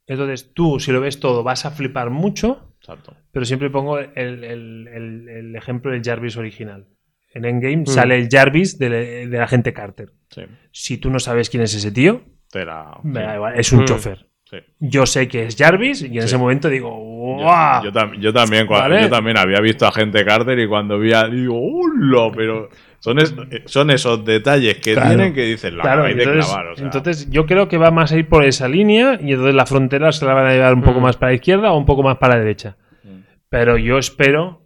B: Entonces tú, si lo ves todo, vas a flipar mucho.
C: exacto.
B: Pero siempre pongo el, el- el- el ejemplo del Jarvis original. En Endgame sale el Jarvis del, del agente Carter.
C: Sí.
B: Si tú no sabes quién es ese tío,
C: Te la-
B: me da
C: sí,
B: igual, es un
D: Mm.
B: chofer.
C: sí.
B: Yo sé que es Jarvis y en ese momento digo,
C: Yo,
B: ¡guau!
C: yo tam- yo también, cua-
B: Vale.
C: yo también había visto a gente Carter y cuando vi a. Digo, ¡hola! Pero son, es- son esos detalles que
B: Claro.
C: tienen que dicen la
B: Claro,
C: acabáis de
B: entonces,
C: clavar, o sea.
B: entonces yo creo que va más a ir por esa línea y entonces la frontera se la van a llevar un
C: Mm.
B: poco más para la izquierda o un poco más para la derecha. Pero yo espero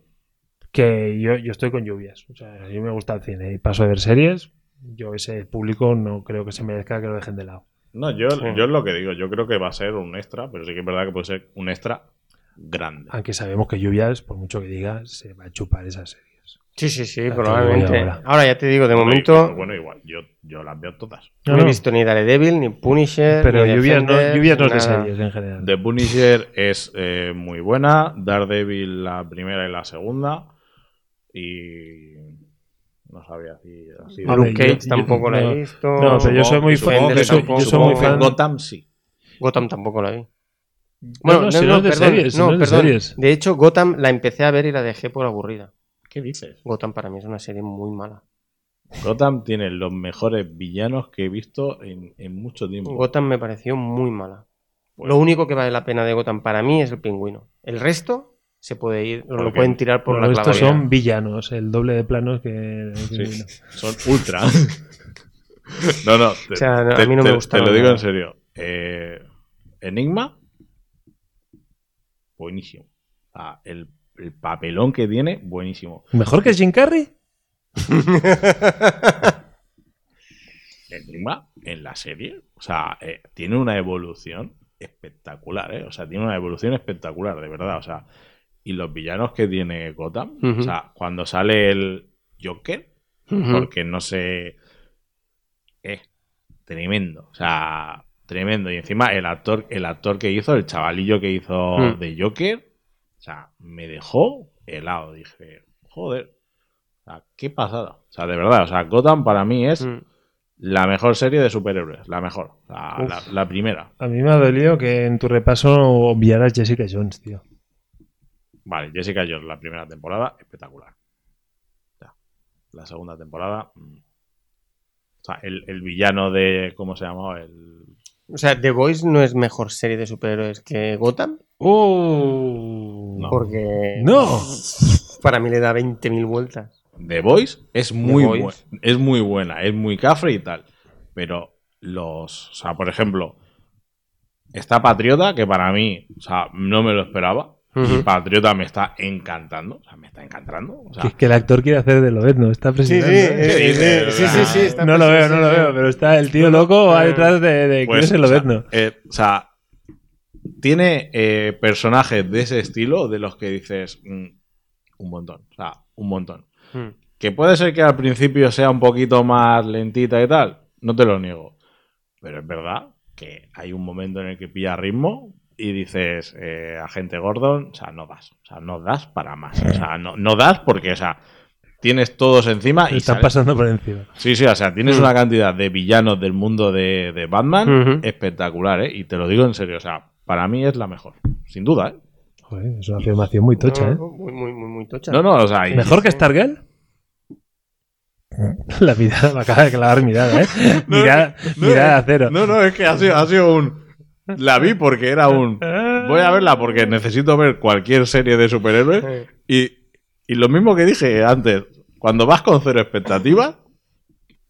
B: que yo, yo estoy con lluvias. O sea, a mí me gusta el cine y paso de ver series. Yo ese público no creo que se merezca que lo dejen de lado.
C: No, yo, yo es lo que digo. Yo creo que va a ser un extra, pero sí que es verdad que puede ser un extra grande.
B: Aunque sabemos que lluvias, por mucho que diga, se va a chupar esa serie.
A: Sí, sí, sí,
B: Ya te
A: probablemente.
B: digo yo
A: Ahora.
B: ahora.
A: ya te digo, de
C: Bueno,
A: momento
C: y- bueno, igual, yo, yo las veo todas.
A: no, he visto ni Daredevil, ni Punisher.
B: Pero
A: ni
B: lluvias no,
A: Defenders,
B: lluvias no es de
A: nada.
B: series en general.
C: The Punisher es eh, muy buena, Daredevil la primera y la segunda, y no sabía si así de-
B: A ver,
A: Luke Cage
B: yo-
A: tampoco la
B: no.
A: he visto.
B: No, pero yo soy muy
C: supongo
A: fan-
C: que-
A: yo soy-
C: supongo
A: yo soy muy
C: que
A: fan-
C: Gotham sí.
A: Gotham tampoco la vi.
B: no, si no es de series, si no es de series.
A: De hecho, Gotham la empecé a ver y la dejé por aburrida.
C: ¿Qué dices?
A: Gotham para mí es una serie muy mala.
C: Gotham tiene los mejores villanos que he visto en, en mucho tiempo.
A: Gotham me pareció muy mala. Lo único que vale la pena de Gotham para mí es el pingüino. El resto se puede ir, lo
C: Porque-
A: pueden tirar por
B: Bueno,
A: la
B: estos
A: clave.
B: son villanos, el doble de planos que.
C: Sí,
B: que-
C: son ultra. *laughs* no, no, te,
A: O sea, no,
C: te-
A: a mí no me
C: te-
A: gusta
C: te lo
A: nada.
C: digo en serio. Eh, Enigma, buenísimo. Ah, el, el papelón que tiene, buenísimo.
B: ¿Mejor que Jim Carrey?
C: Enigma en la serie, o sea, eh, tiene una evolución espectacular, ¿eh? O sea, tiene una evolución espectacular, de verdad, o sea. Y los villanos que tiene Gotham,
A: Ujú.
C: o sea, cuando sale el Joker,
A: Ujú.
C: porque no sé. Es tremendo, o sea, tremendo. Y encima el actor, el actor que hizo, el chavalillo que hizo
A: Mm.
C: de Joker, o sea, me dejó helado. Dije, joder, o sea, qué pasada. O sea, de verdad, o sea, Gotham para mí es
A: Mm.
C: la mejor serie de superhéroes, la mejor, la,
B: Uf.
C: la- la primera.
B: A mí me ha dolido que en tu repaso obviaras Jessica Jones, tío.
C: Vale, Jessica Jones, la primera temporada, espectacular. Ya. La segunda temporada. mm. O sea, el, el villano de. ¿Cómo se llamaba? El.
A: O sea, The Voice no es mejor serie de superhéroes que Gotham,
B: ¡Oh!
C: No.
A: porque
B: ¡No!
A: para mí le da 20.000 vueltas.
C: The Voice es muy,
A: Voice.
C: buen- es muy buena, es muy cafre y tal. Pero los. O sea, por ejemplo, está Patriota, que para mí, o sea, no me lo esperaba.
A: Ujú.
C: Y Patriota me está encantando. O sea, me está encantando. O sea,
B: Que, que el actor quiere hacer de Lobezno, está presionando. ¿eh?
C: sí, sí, sí, sí, sí,
B: No
A: pues
B: lo veo, no lo veo, pero está el tío loco ahí detrás de, de quién
C: eh, Pues,
B: es el Lobezno.
C: O sea, eh, o sea, tiene eh, personajes de ese estilo de los que dices mm, un montón, o sea, un montón.
A: Mm.
C: Que puede ser que al principio sea un poquito más lentita y tal, no te lo niego. Pero es verdad que hay un momento en el que pilla ritmo y dices, eh, agente Gordon, o sea, no das, o sea, no das para más. O sea, no, no das porque, o sea, tienes todos encima y
B: Están
C: sales-
B: pasando por encima.
C: Sí, sí, o sea, tienes
A: Mm.
C: una cantidad de villanos del mundo de, de Batman
B: Mm.
A: Ujú.
C: espectacular, ¿eh? Y te lo digo en serio, o sea, para mí es la mejor, sin duda, ¿eh?
B: Joder, es una afirmación muy tocha, ¿eh?
A: Muy, muy, muy, muy tocha.
C: No, no, o sea, y- *laughs*
B: ¿Mejor que Stargirl? *laughs* La mirada, me acaba de clavar mirada, ¿eh? Mirada, mirada a cero.
C: No, no, es que ha sido, ha sido un... La vi porque era un... Voy a verla porque necesito ver cualquier serie de superhéroes
A: Eh,
C: Y, y lo mismo que dije antes, cuando vas con cero expectativas,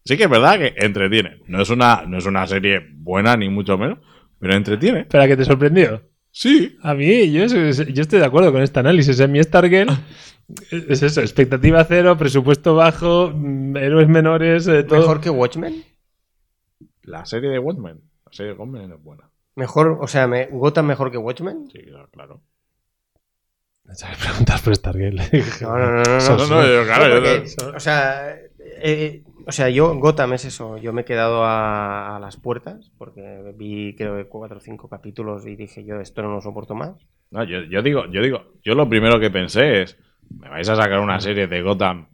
C: sí que es verdad que entretiene. No es una, no es una serie buena, ni mucho menos, pero entretiene.
B: Espera, que te sorprendió.
C: Sí,
B: A mí, yo, yo estoy de acuerdo con este análisis. En mi *laughs* Stargirl es eso, expectativa cero, presupuesto bajo, mm, héroes menores, eh, todo. *laughs*
A: Mejor que Watchmen.
C: La serie de Watchmen. La serie de Watchmen es buena.
A: Mejor, o sea, me, Gotham mejor que Watchmen.
C: Sí, claro, claro.
B: Sabes preguntas por Stargirl. *laughs*
A: No, no, no, no. no.
B: Son-
C: No, no, yo, claro, yo-
A: Porque, o sea, eh, eh, o sea, yo Gotham es eso. Yo me he quedado a, a las puertas porque vi creo que cuatro o cinco capítulos y dije yo esto no lo soporto más.
C: no, yo- yo digo, yo digo, yo lo primero que pensé es, ¿me vais a sacar una serie de Gotham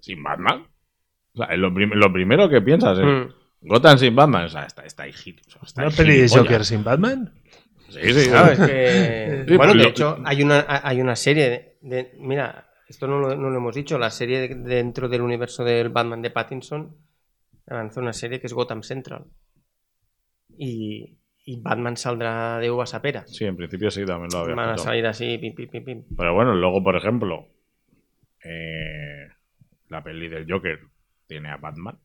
C: sin Batman? O sea, es lo, prim- lo primero que piensas ¿eh? es,
A: Mm.
C: Gotham sin Batman, o sea, está, está ahí gil- o sea, está
B: ¿Una
C: ahí
B: peli de
C: gilipollas.
B: Joker sin Batman?
C: Sí, sí,
A: Claro, es
C: sí.
A: que-
C: Sí,
A: bueno,
C: pero
A: de
C: lo-
A: hecho, hay una, ha- hay una serie de, de- Mira, esto no lo, no lo hemos dicho. La serie de- dentro del universo del Batman de Pattinson lanzó una serie que es Gotham Central. Y, y Batman saldrá de uvas a peras.
C: Sí, en principio sí, también lo había
A: Van a
C: escuchado.
A: salir así, pim, pim, pim, pim.
C: Pero bueno, luego, por ejemplo, eh, la peli del Joker tiene a Batman.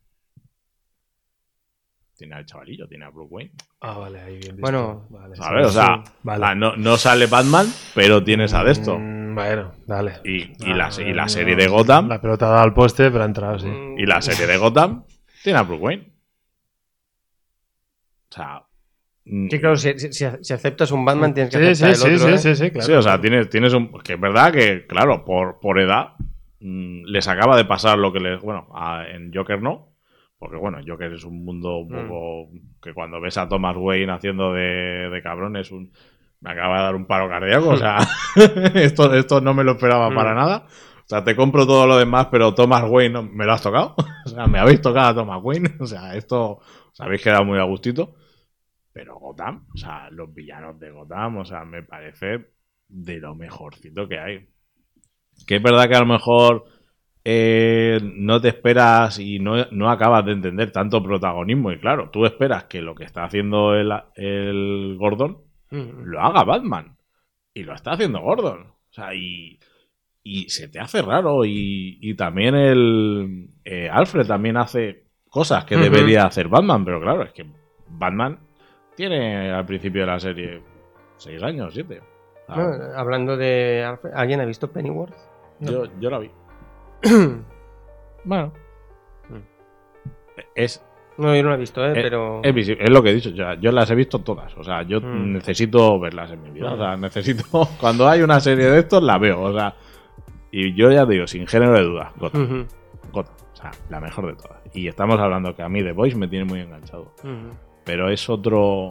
C: Tiene al chavalillo, tiene a Bruce Wayne.
B: Ah, vale, ahí bien visto.
A: Bueno,
B: vale,
C: A ver, o sea, ah, no, no sale Batman, pero tienes a de esto.
B: Mm, Bueno, dale.
C: Y, y la,
B: Ah,
C: y
B: no,
C: la serie de Gotham.
B: La pelota da al poste, pero ha entrado, sí.
A: Mm,
C: Y la serie de Gotham tiene a Bruce Wayne. O sea. mm,
A: Que claro, si, si- si aceptas un Batman tienes que
B: Sí, sí,
A: aceptar
B: sí,
A: el otro.
B: sí,
A: ¿eh?
B: sí, sí, claro.
C: Sí, o sea, tienes, tienes un. Que es verdad que, claro, por, por edad mm, les acaba de pasar lo que les. Bueno, a- en Joker no. Porque bueno, Joker es un mundo un
A: Mm.
C: poco. Que cuando ves a Thomas Wayne haciendo de, de cabrón es un. Me acaba de dar un paro cardíaco. O sea, *laughs* esto, esto no me lo esperaba
A: Mm.
C: para nada. O sea, te compro todo lo demás, pero Thomas Wayne no- me lo has tocado. *laughs* O sea, me habéis tocado a Thomas Wayne. *laughs* O sea, esto os habéis quedado muy a gustito. Pero Gotham, o sea, los villanos de Gotham, o sea, me parece de lo mejorcito que hay. Que es verdad que a lo mejor eh, no te esperas y no, no acabas de entender tanto protagonismo. Y claro, tú esperas que lo que está haciendo el, el Gordon
A: Mm.
C: lo haga Batman. Y lo está haciendo Gordon. O sea, y, y se te hace raro. Y, y también el eh, Alfred también hace cosas que
A: Ujú.
C: debería hacer Batman. Pero claro, es que Batman tiene al principio de la serie seis años, siete. O sea,
A: No, hablando de... Alfred, ¿Alguien ha visto Pennyworth?
C: yo, yo la vi. Bueno. Es,
A: No, yo no lo he visto, ¿eh?
C: es-
A: pero.
C: es visi- es lo que he dicho. ya, yo las he visto todas. O sea, yo
A: Mm.
C: necesito verlas en mi vida. O sea, necesito. *laughs* Cuando hay una serie de estos, la veo. O sea, y yo ya digo, sin género de duda, Gotham.
A: Ujú,
C: Gotham, o sea, la mejor de todas. Y estamos hablando que a mí The Voice me tiene muy enganchado.
A: ujú.
C: Pero es otro.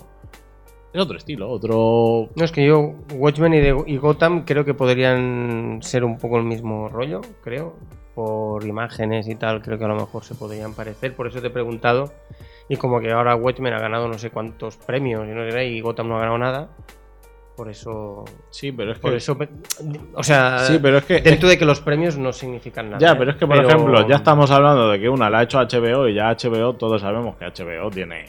C: Es otro estilo, otro.
A: No, es que yo, Watchmen y, de- y Gotham creo que podrían ser un poco el mismo rollo, creo. Por imágenes y tal, creo que a lo mejor se podrían parecer. Por eso te he preguntado. Y como que ahora Watchmen ha ganado no sé cuántos premios y, no sé qué, y Gotham no ha ganado nada. Por eso.
C: Sí, pero es
A: Por
C: que.
A: eso. pe- O sea,
C: sí, pero es que.
A: dentro de que los premios no significan nada.
C: Ya,
A: ¿eh?
C: pero es que, por ejemplo, ya estamos hablando de que una la ha hecho HBO y ya HBO, todos sabemos que HBO tiene.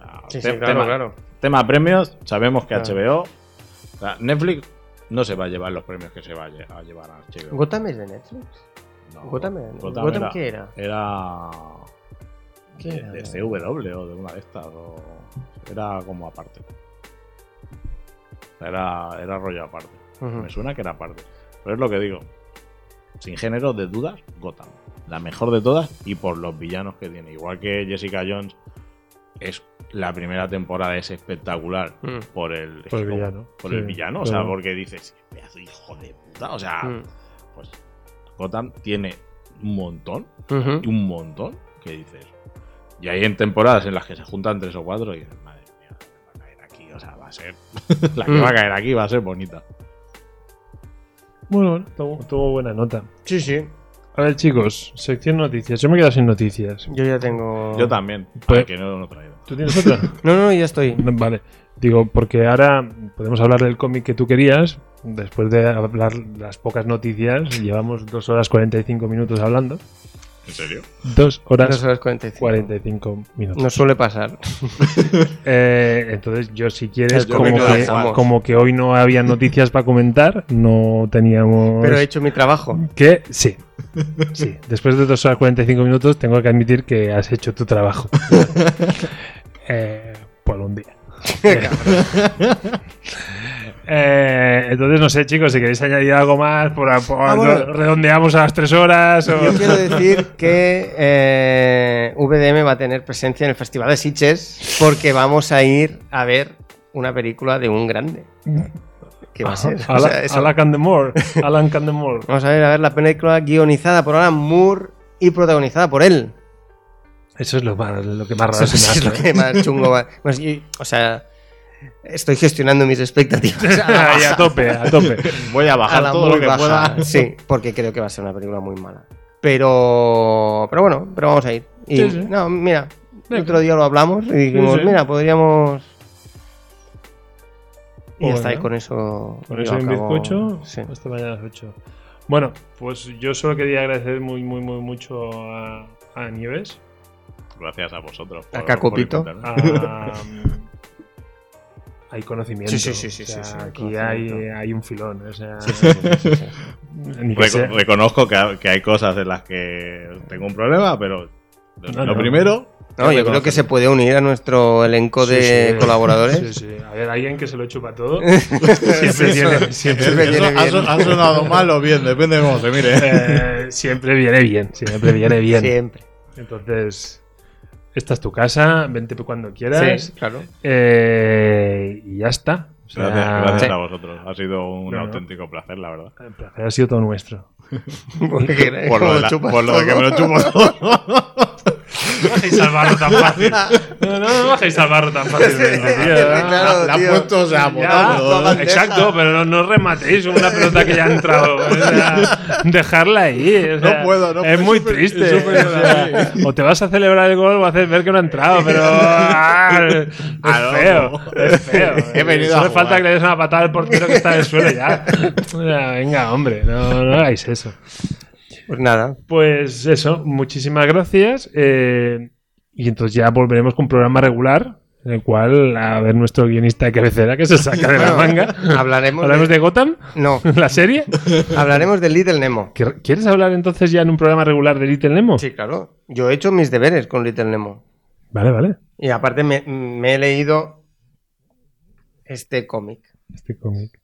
C: o
A: Sí,
C: sea, te-
A: sí, claro,
C: tema,
A: claro.
C: tema premios, sabemos que
A: Claro.
C: HBO. o sea, Netflix no se va a llevar los premios que se va a lle- a llevar a HBO.
A: ¿Gotham es de Netflix?
C: No,
A: ¿Gotham, era-
C: Gotham
A: Gotham
C: era,
A: qué era?
C: era
A: ¿Qué
C: de,
A: era?
C: de CW o de una de estas. o- Era como aparte. Era, era rollo aparte.
A: Ujú.
C: Me suena que era parte. Pero es lo que digo. Sin género de dudas, Gotham. La mejor de todas y por los villanos que tiene. Igual que Jessica Jones es la primera temporada, es espectacular
A: Mm.
C: por el,
B: Por el villano.
C: por
B: Sí,
C: el villano. O
B: claro.
C: sea, porque dices, pedazo de hijo de puta. O sea,
A: Mm.
C: pues Gotham tiene un montón
A: Ujú.
C: y un montón que dices. Y hay en temporadas en las que se juntan tres o cuatro y dices, madre mía, la que va a caer aquí, o sea, va a ser. *laughs* la que
A: Mm.
C: va a caer aquí va a ser bonita.
B: Bueno, bueno, tuvo, tuvo buena nota.
A: Sí, sí.
B: A ver, chicos, sección noticias. Yo me he quedado sin noticias.
A: Yo ya tengo.
C: Yo también,
B: Pues-
C: que no lo he traído.
B: ¿Tú tienes *laughs* otra?
A: No, no, ya estoy.
B: Vale. Digo, porque ahora podemos hablar del cómic que tú querías. Después de hablar las pocas noticias, llevamos 2 horas 45 minutos hablando.
C: ¿En serio?
B: 2
A: Dos
B: horas
A: horas 45.
B: 45 minutos.
A: No suele pasar.
B: Eh, entonces, yo si quieres,
C: Yo
B: como
C: creo
A: que
B: que,
A: dejamos.
B: como que hoy no había noticias para comentar, no teníamos...
A: Pero he hecho mi trabajo.
B: Que sí. Sí, después de 2 horas 45 minutos tengo que admitir que has hecho tu trabajo.
A: *laughs*
B: Eh, por un día. *laughs* Eh, entonces, no sé, chicos, si queréis añadir algo más, por, por-
A: Ah, bueno.
B: redondeamos a las 3 horas. o- *laughs*
A: Yo quiero decir que eh, VDM va a tener presencia en el Festival de Sitges porque vamos a ir a ver una película de un grande. ¿Qué va a ser? O
B: Ala-
A: sea, eso-
B: Alan Candemore. Alan Candemore.
A: Vamos a ver, a ver la película guionizada por Alan Moore y protagonizada por él.
B: Eso es lo, más- lo que más ¿eh? raro
A: Eso
B: se
A: es
B: me
A: lo
B: hace.
A: que más chungo va. Pues, y- O sea, estoy gestionando mis expectativas. a la
B: Ahí Ah, a
A: baja.
B: tope, a tope.
C: *laughs* Voy a
A: a
C: bajar
A: la
C: todo
A: muy
C: lo que
B: Ah.
A: baja.
C: pueda.
A: Sí, porque creo que va a ser una película muy mala. Pero, pero bueno, pero vamos a ir. Y,
B: Sí, sí.
A: No, mira,
B: Venga.
A: otro día lo hablamos y dijimos,
B: sí.
A: mira, podríamos. Y ya
B: Bueno.
A: está, y con eso.
B: Con
A: yo
B: eso y un
A: acabo.
B: bizcocho, pues
A: Sí.
B: hasta mañana a las 8. Bueno, pues yo solo quería agradecer muy, muy, muy mucho a, a Nieves,
C: Gracias a vosotros.
A: A Cacopito.
C: invitarme.
A: *laughs*
B: a- hay conocimiento.
A: Sí, sí, sí, sí,
B: o sea,
A: sí, sí,
B: aquí hay,
A: conocimiento.
B: hay un filón. O sea,
A: Sí, sí, sí, sí, sí.
B: *laughs* ni que
C: Reco-
B: sea-
C: reconozco que, ha- que hay cosas en las que tengo un problema, pero lo,
B: No,
C: lo
B: no.
C: primero.
A: No, yo creo que se puede unir a nuestro elenco
B: Sí,
A: de
B: sí.
A: colaboradores.
B: Sí, sí. A ver, alguien que se lo chupa todo. siempre viene, siempre,
A: Siempre
C: *laughs* Eso
A: viene
C: ha,
A: bien.
C: son- ha sonado mal o bien, depende de cómo
B: *laughs*
C: se mire.
B: eh, siempre viene bien. Siempre viene bien.
A: Siempre.
B: Entonces, esta es tu casa, vente cuando quieras.
A: Sí, claro.
B: Eh, y ya está. O sea,
C: Gracias, gracias
A: Sí.
C: a vosotros. Ha sido un
B: No, no.
C: auténtico placer, la verdad.
B: el placer ha sido todo nuestro.
A: Porque
C: Por lo,
A: como
C: de la-
A: chupas
C: por lo de que
A: todo.
C: me
A: *laughs*
C: lo chupo todo.
B: No bajéis al barro tan fácil. No, no, no bajéis al barro tan fácilmente,
A: *laughs*
B: tío.
A: Claro,
C: la, la
A: tío.
C: ha puesto, o sea,
B: Ya,
C: botando.
A: la-
B: exacto, pero no, no rematéis una pelota que ya ha entrado. O sea, dejarla ahí. o
C: No
B: sea,
C: puedo, no
B: Es
C: puedo,
B: muy
C: súper-
B: triste.
C: súper
B: o, sea, o te vas a celebrar el gol o haces ver que no ha entrado, pero. ah,
C: *laughs*
B: es
C: Ah, no.
B: feo. Es feo.
C: He venido a
B: Solo
C: jugar.
B: falta que le des una patada al portero que está en el suelo ya. O sea, venga, hombre, no, no hagáis eso.
A: *laughs* Pues nada.
B: Pues eso, muchísimas gracias. eh, y entonces ya volveremos con un programa regular, en el cual a ver nuestro guionista de cabecera que se saca de la
A: *laughs* Bueno,
B: manga.
A: Hablaremos.
B: Hablamos de Gotham, *laughs*
A: No,
B: la serie.
A: hablaremos de Little Nemo.
B: ¿Qui- ¿Quieres hablar entonces ya en un programa regular de Little Nemo?
A: Sí, claro. Yo he hecho mis deberes con Little Nemo.
B: Vale, vale.
A: Y aparte me, me he leído este cómic.
B: Este cómic.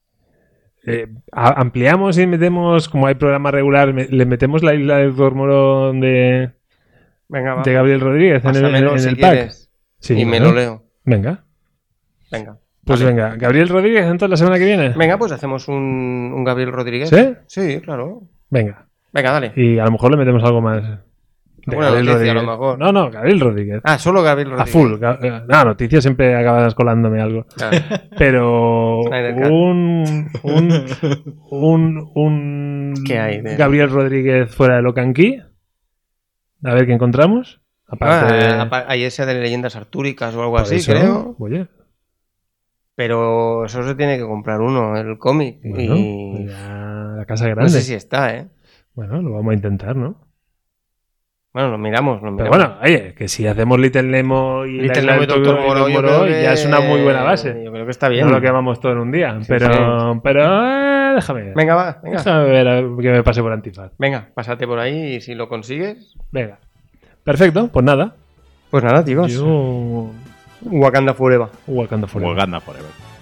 B: eh, a- ampliamos y metemos, como hay programa regular, me- le metemos la isla del Cormorón de,
A: Venga, va.
B: de Gabriel Rodríguez en el, en
A: Pásamelo
B: el
A: si
B: pack.
A: quieres.
B: Sí,
A: y me
B: bueno.
A: lo leo.
B: Venga.
A: Venga.
B: Pues
A: Vale.
B: venga, Gabriel Rodríguez, entonces la semana que viene.
A: Venga, pues hacemos un, un Gabriel Rodríguez.
B: ¿Sí?
A: Sí, claro.
B: Venga.
A: Venga, dale.
B: Y a lo mejor le metemos algo más. de
A: Alguna
B: Gabriel
A: noticia, a
B: Rodríguez.
A: lo mejor.
B: No, no, Gabriel Rodríguez.
A: Ah, solo Gabriel
B: a
A: Rodríguez.
B: full. Ga- eh, No, noticias siempre acabas colándome algo.
A: Ah,
B: Pero
A: Snyder Cut.
B: un, un, un, un
A: ¿Qué hay de-
B: Gabriel Rodríguez fuera de Locanqui. A ver qué encontramos. *laughs* Aparte de-
A: ah, apa- hay esa de leyendas artúricas o algo
B: por
A: así,
B: eso,
A: creo.
B: Oye,
A: Pero eso se tiene que comprar uno, el cómic.
B: bueno,
A: y
B: ya la casa grande.
A: no sé si está, ¿eh?
B: Bueno, lo vamos a intentar, ¿no?
A: Bueno, lo miramos, lo
B: Pero
A: miramos.
B: bueno, oye, que si hacemos Little Nemo y
A: Little
B: la isla
A: Nemo y
B: del
A: Doctor
B: Toro-
A: Moro, yo
B: Moro,
A: creo que- eh,
B: ya es una muy buena base.
A: Yo creo que está bien.
B: No lo quemamos todo en un día.
A: Mm. Sí,
B: pero, pero eh, déjame ver.
A: Venga, va, venga.
B: Déjame ver a ver que me pase por antifaz.
A: Venga, pásate por ahí y si lo consigues.
B: Venga. Perfecto, pues nada.
A: Pues nada, chicos.
B: Yo
A: Wakanda Forever.
B: Wakanda Forever.
C: Wakanda Pues Forever.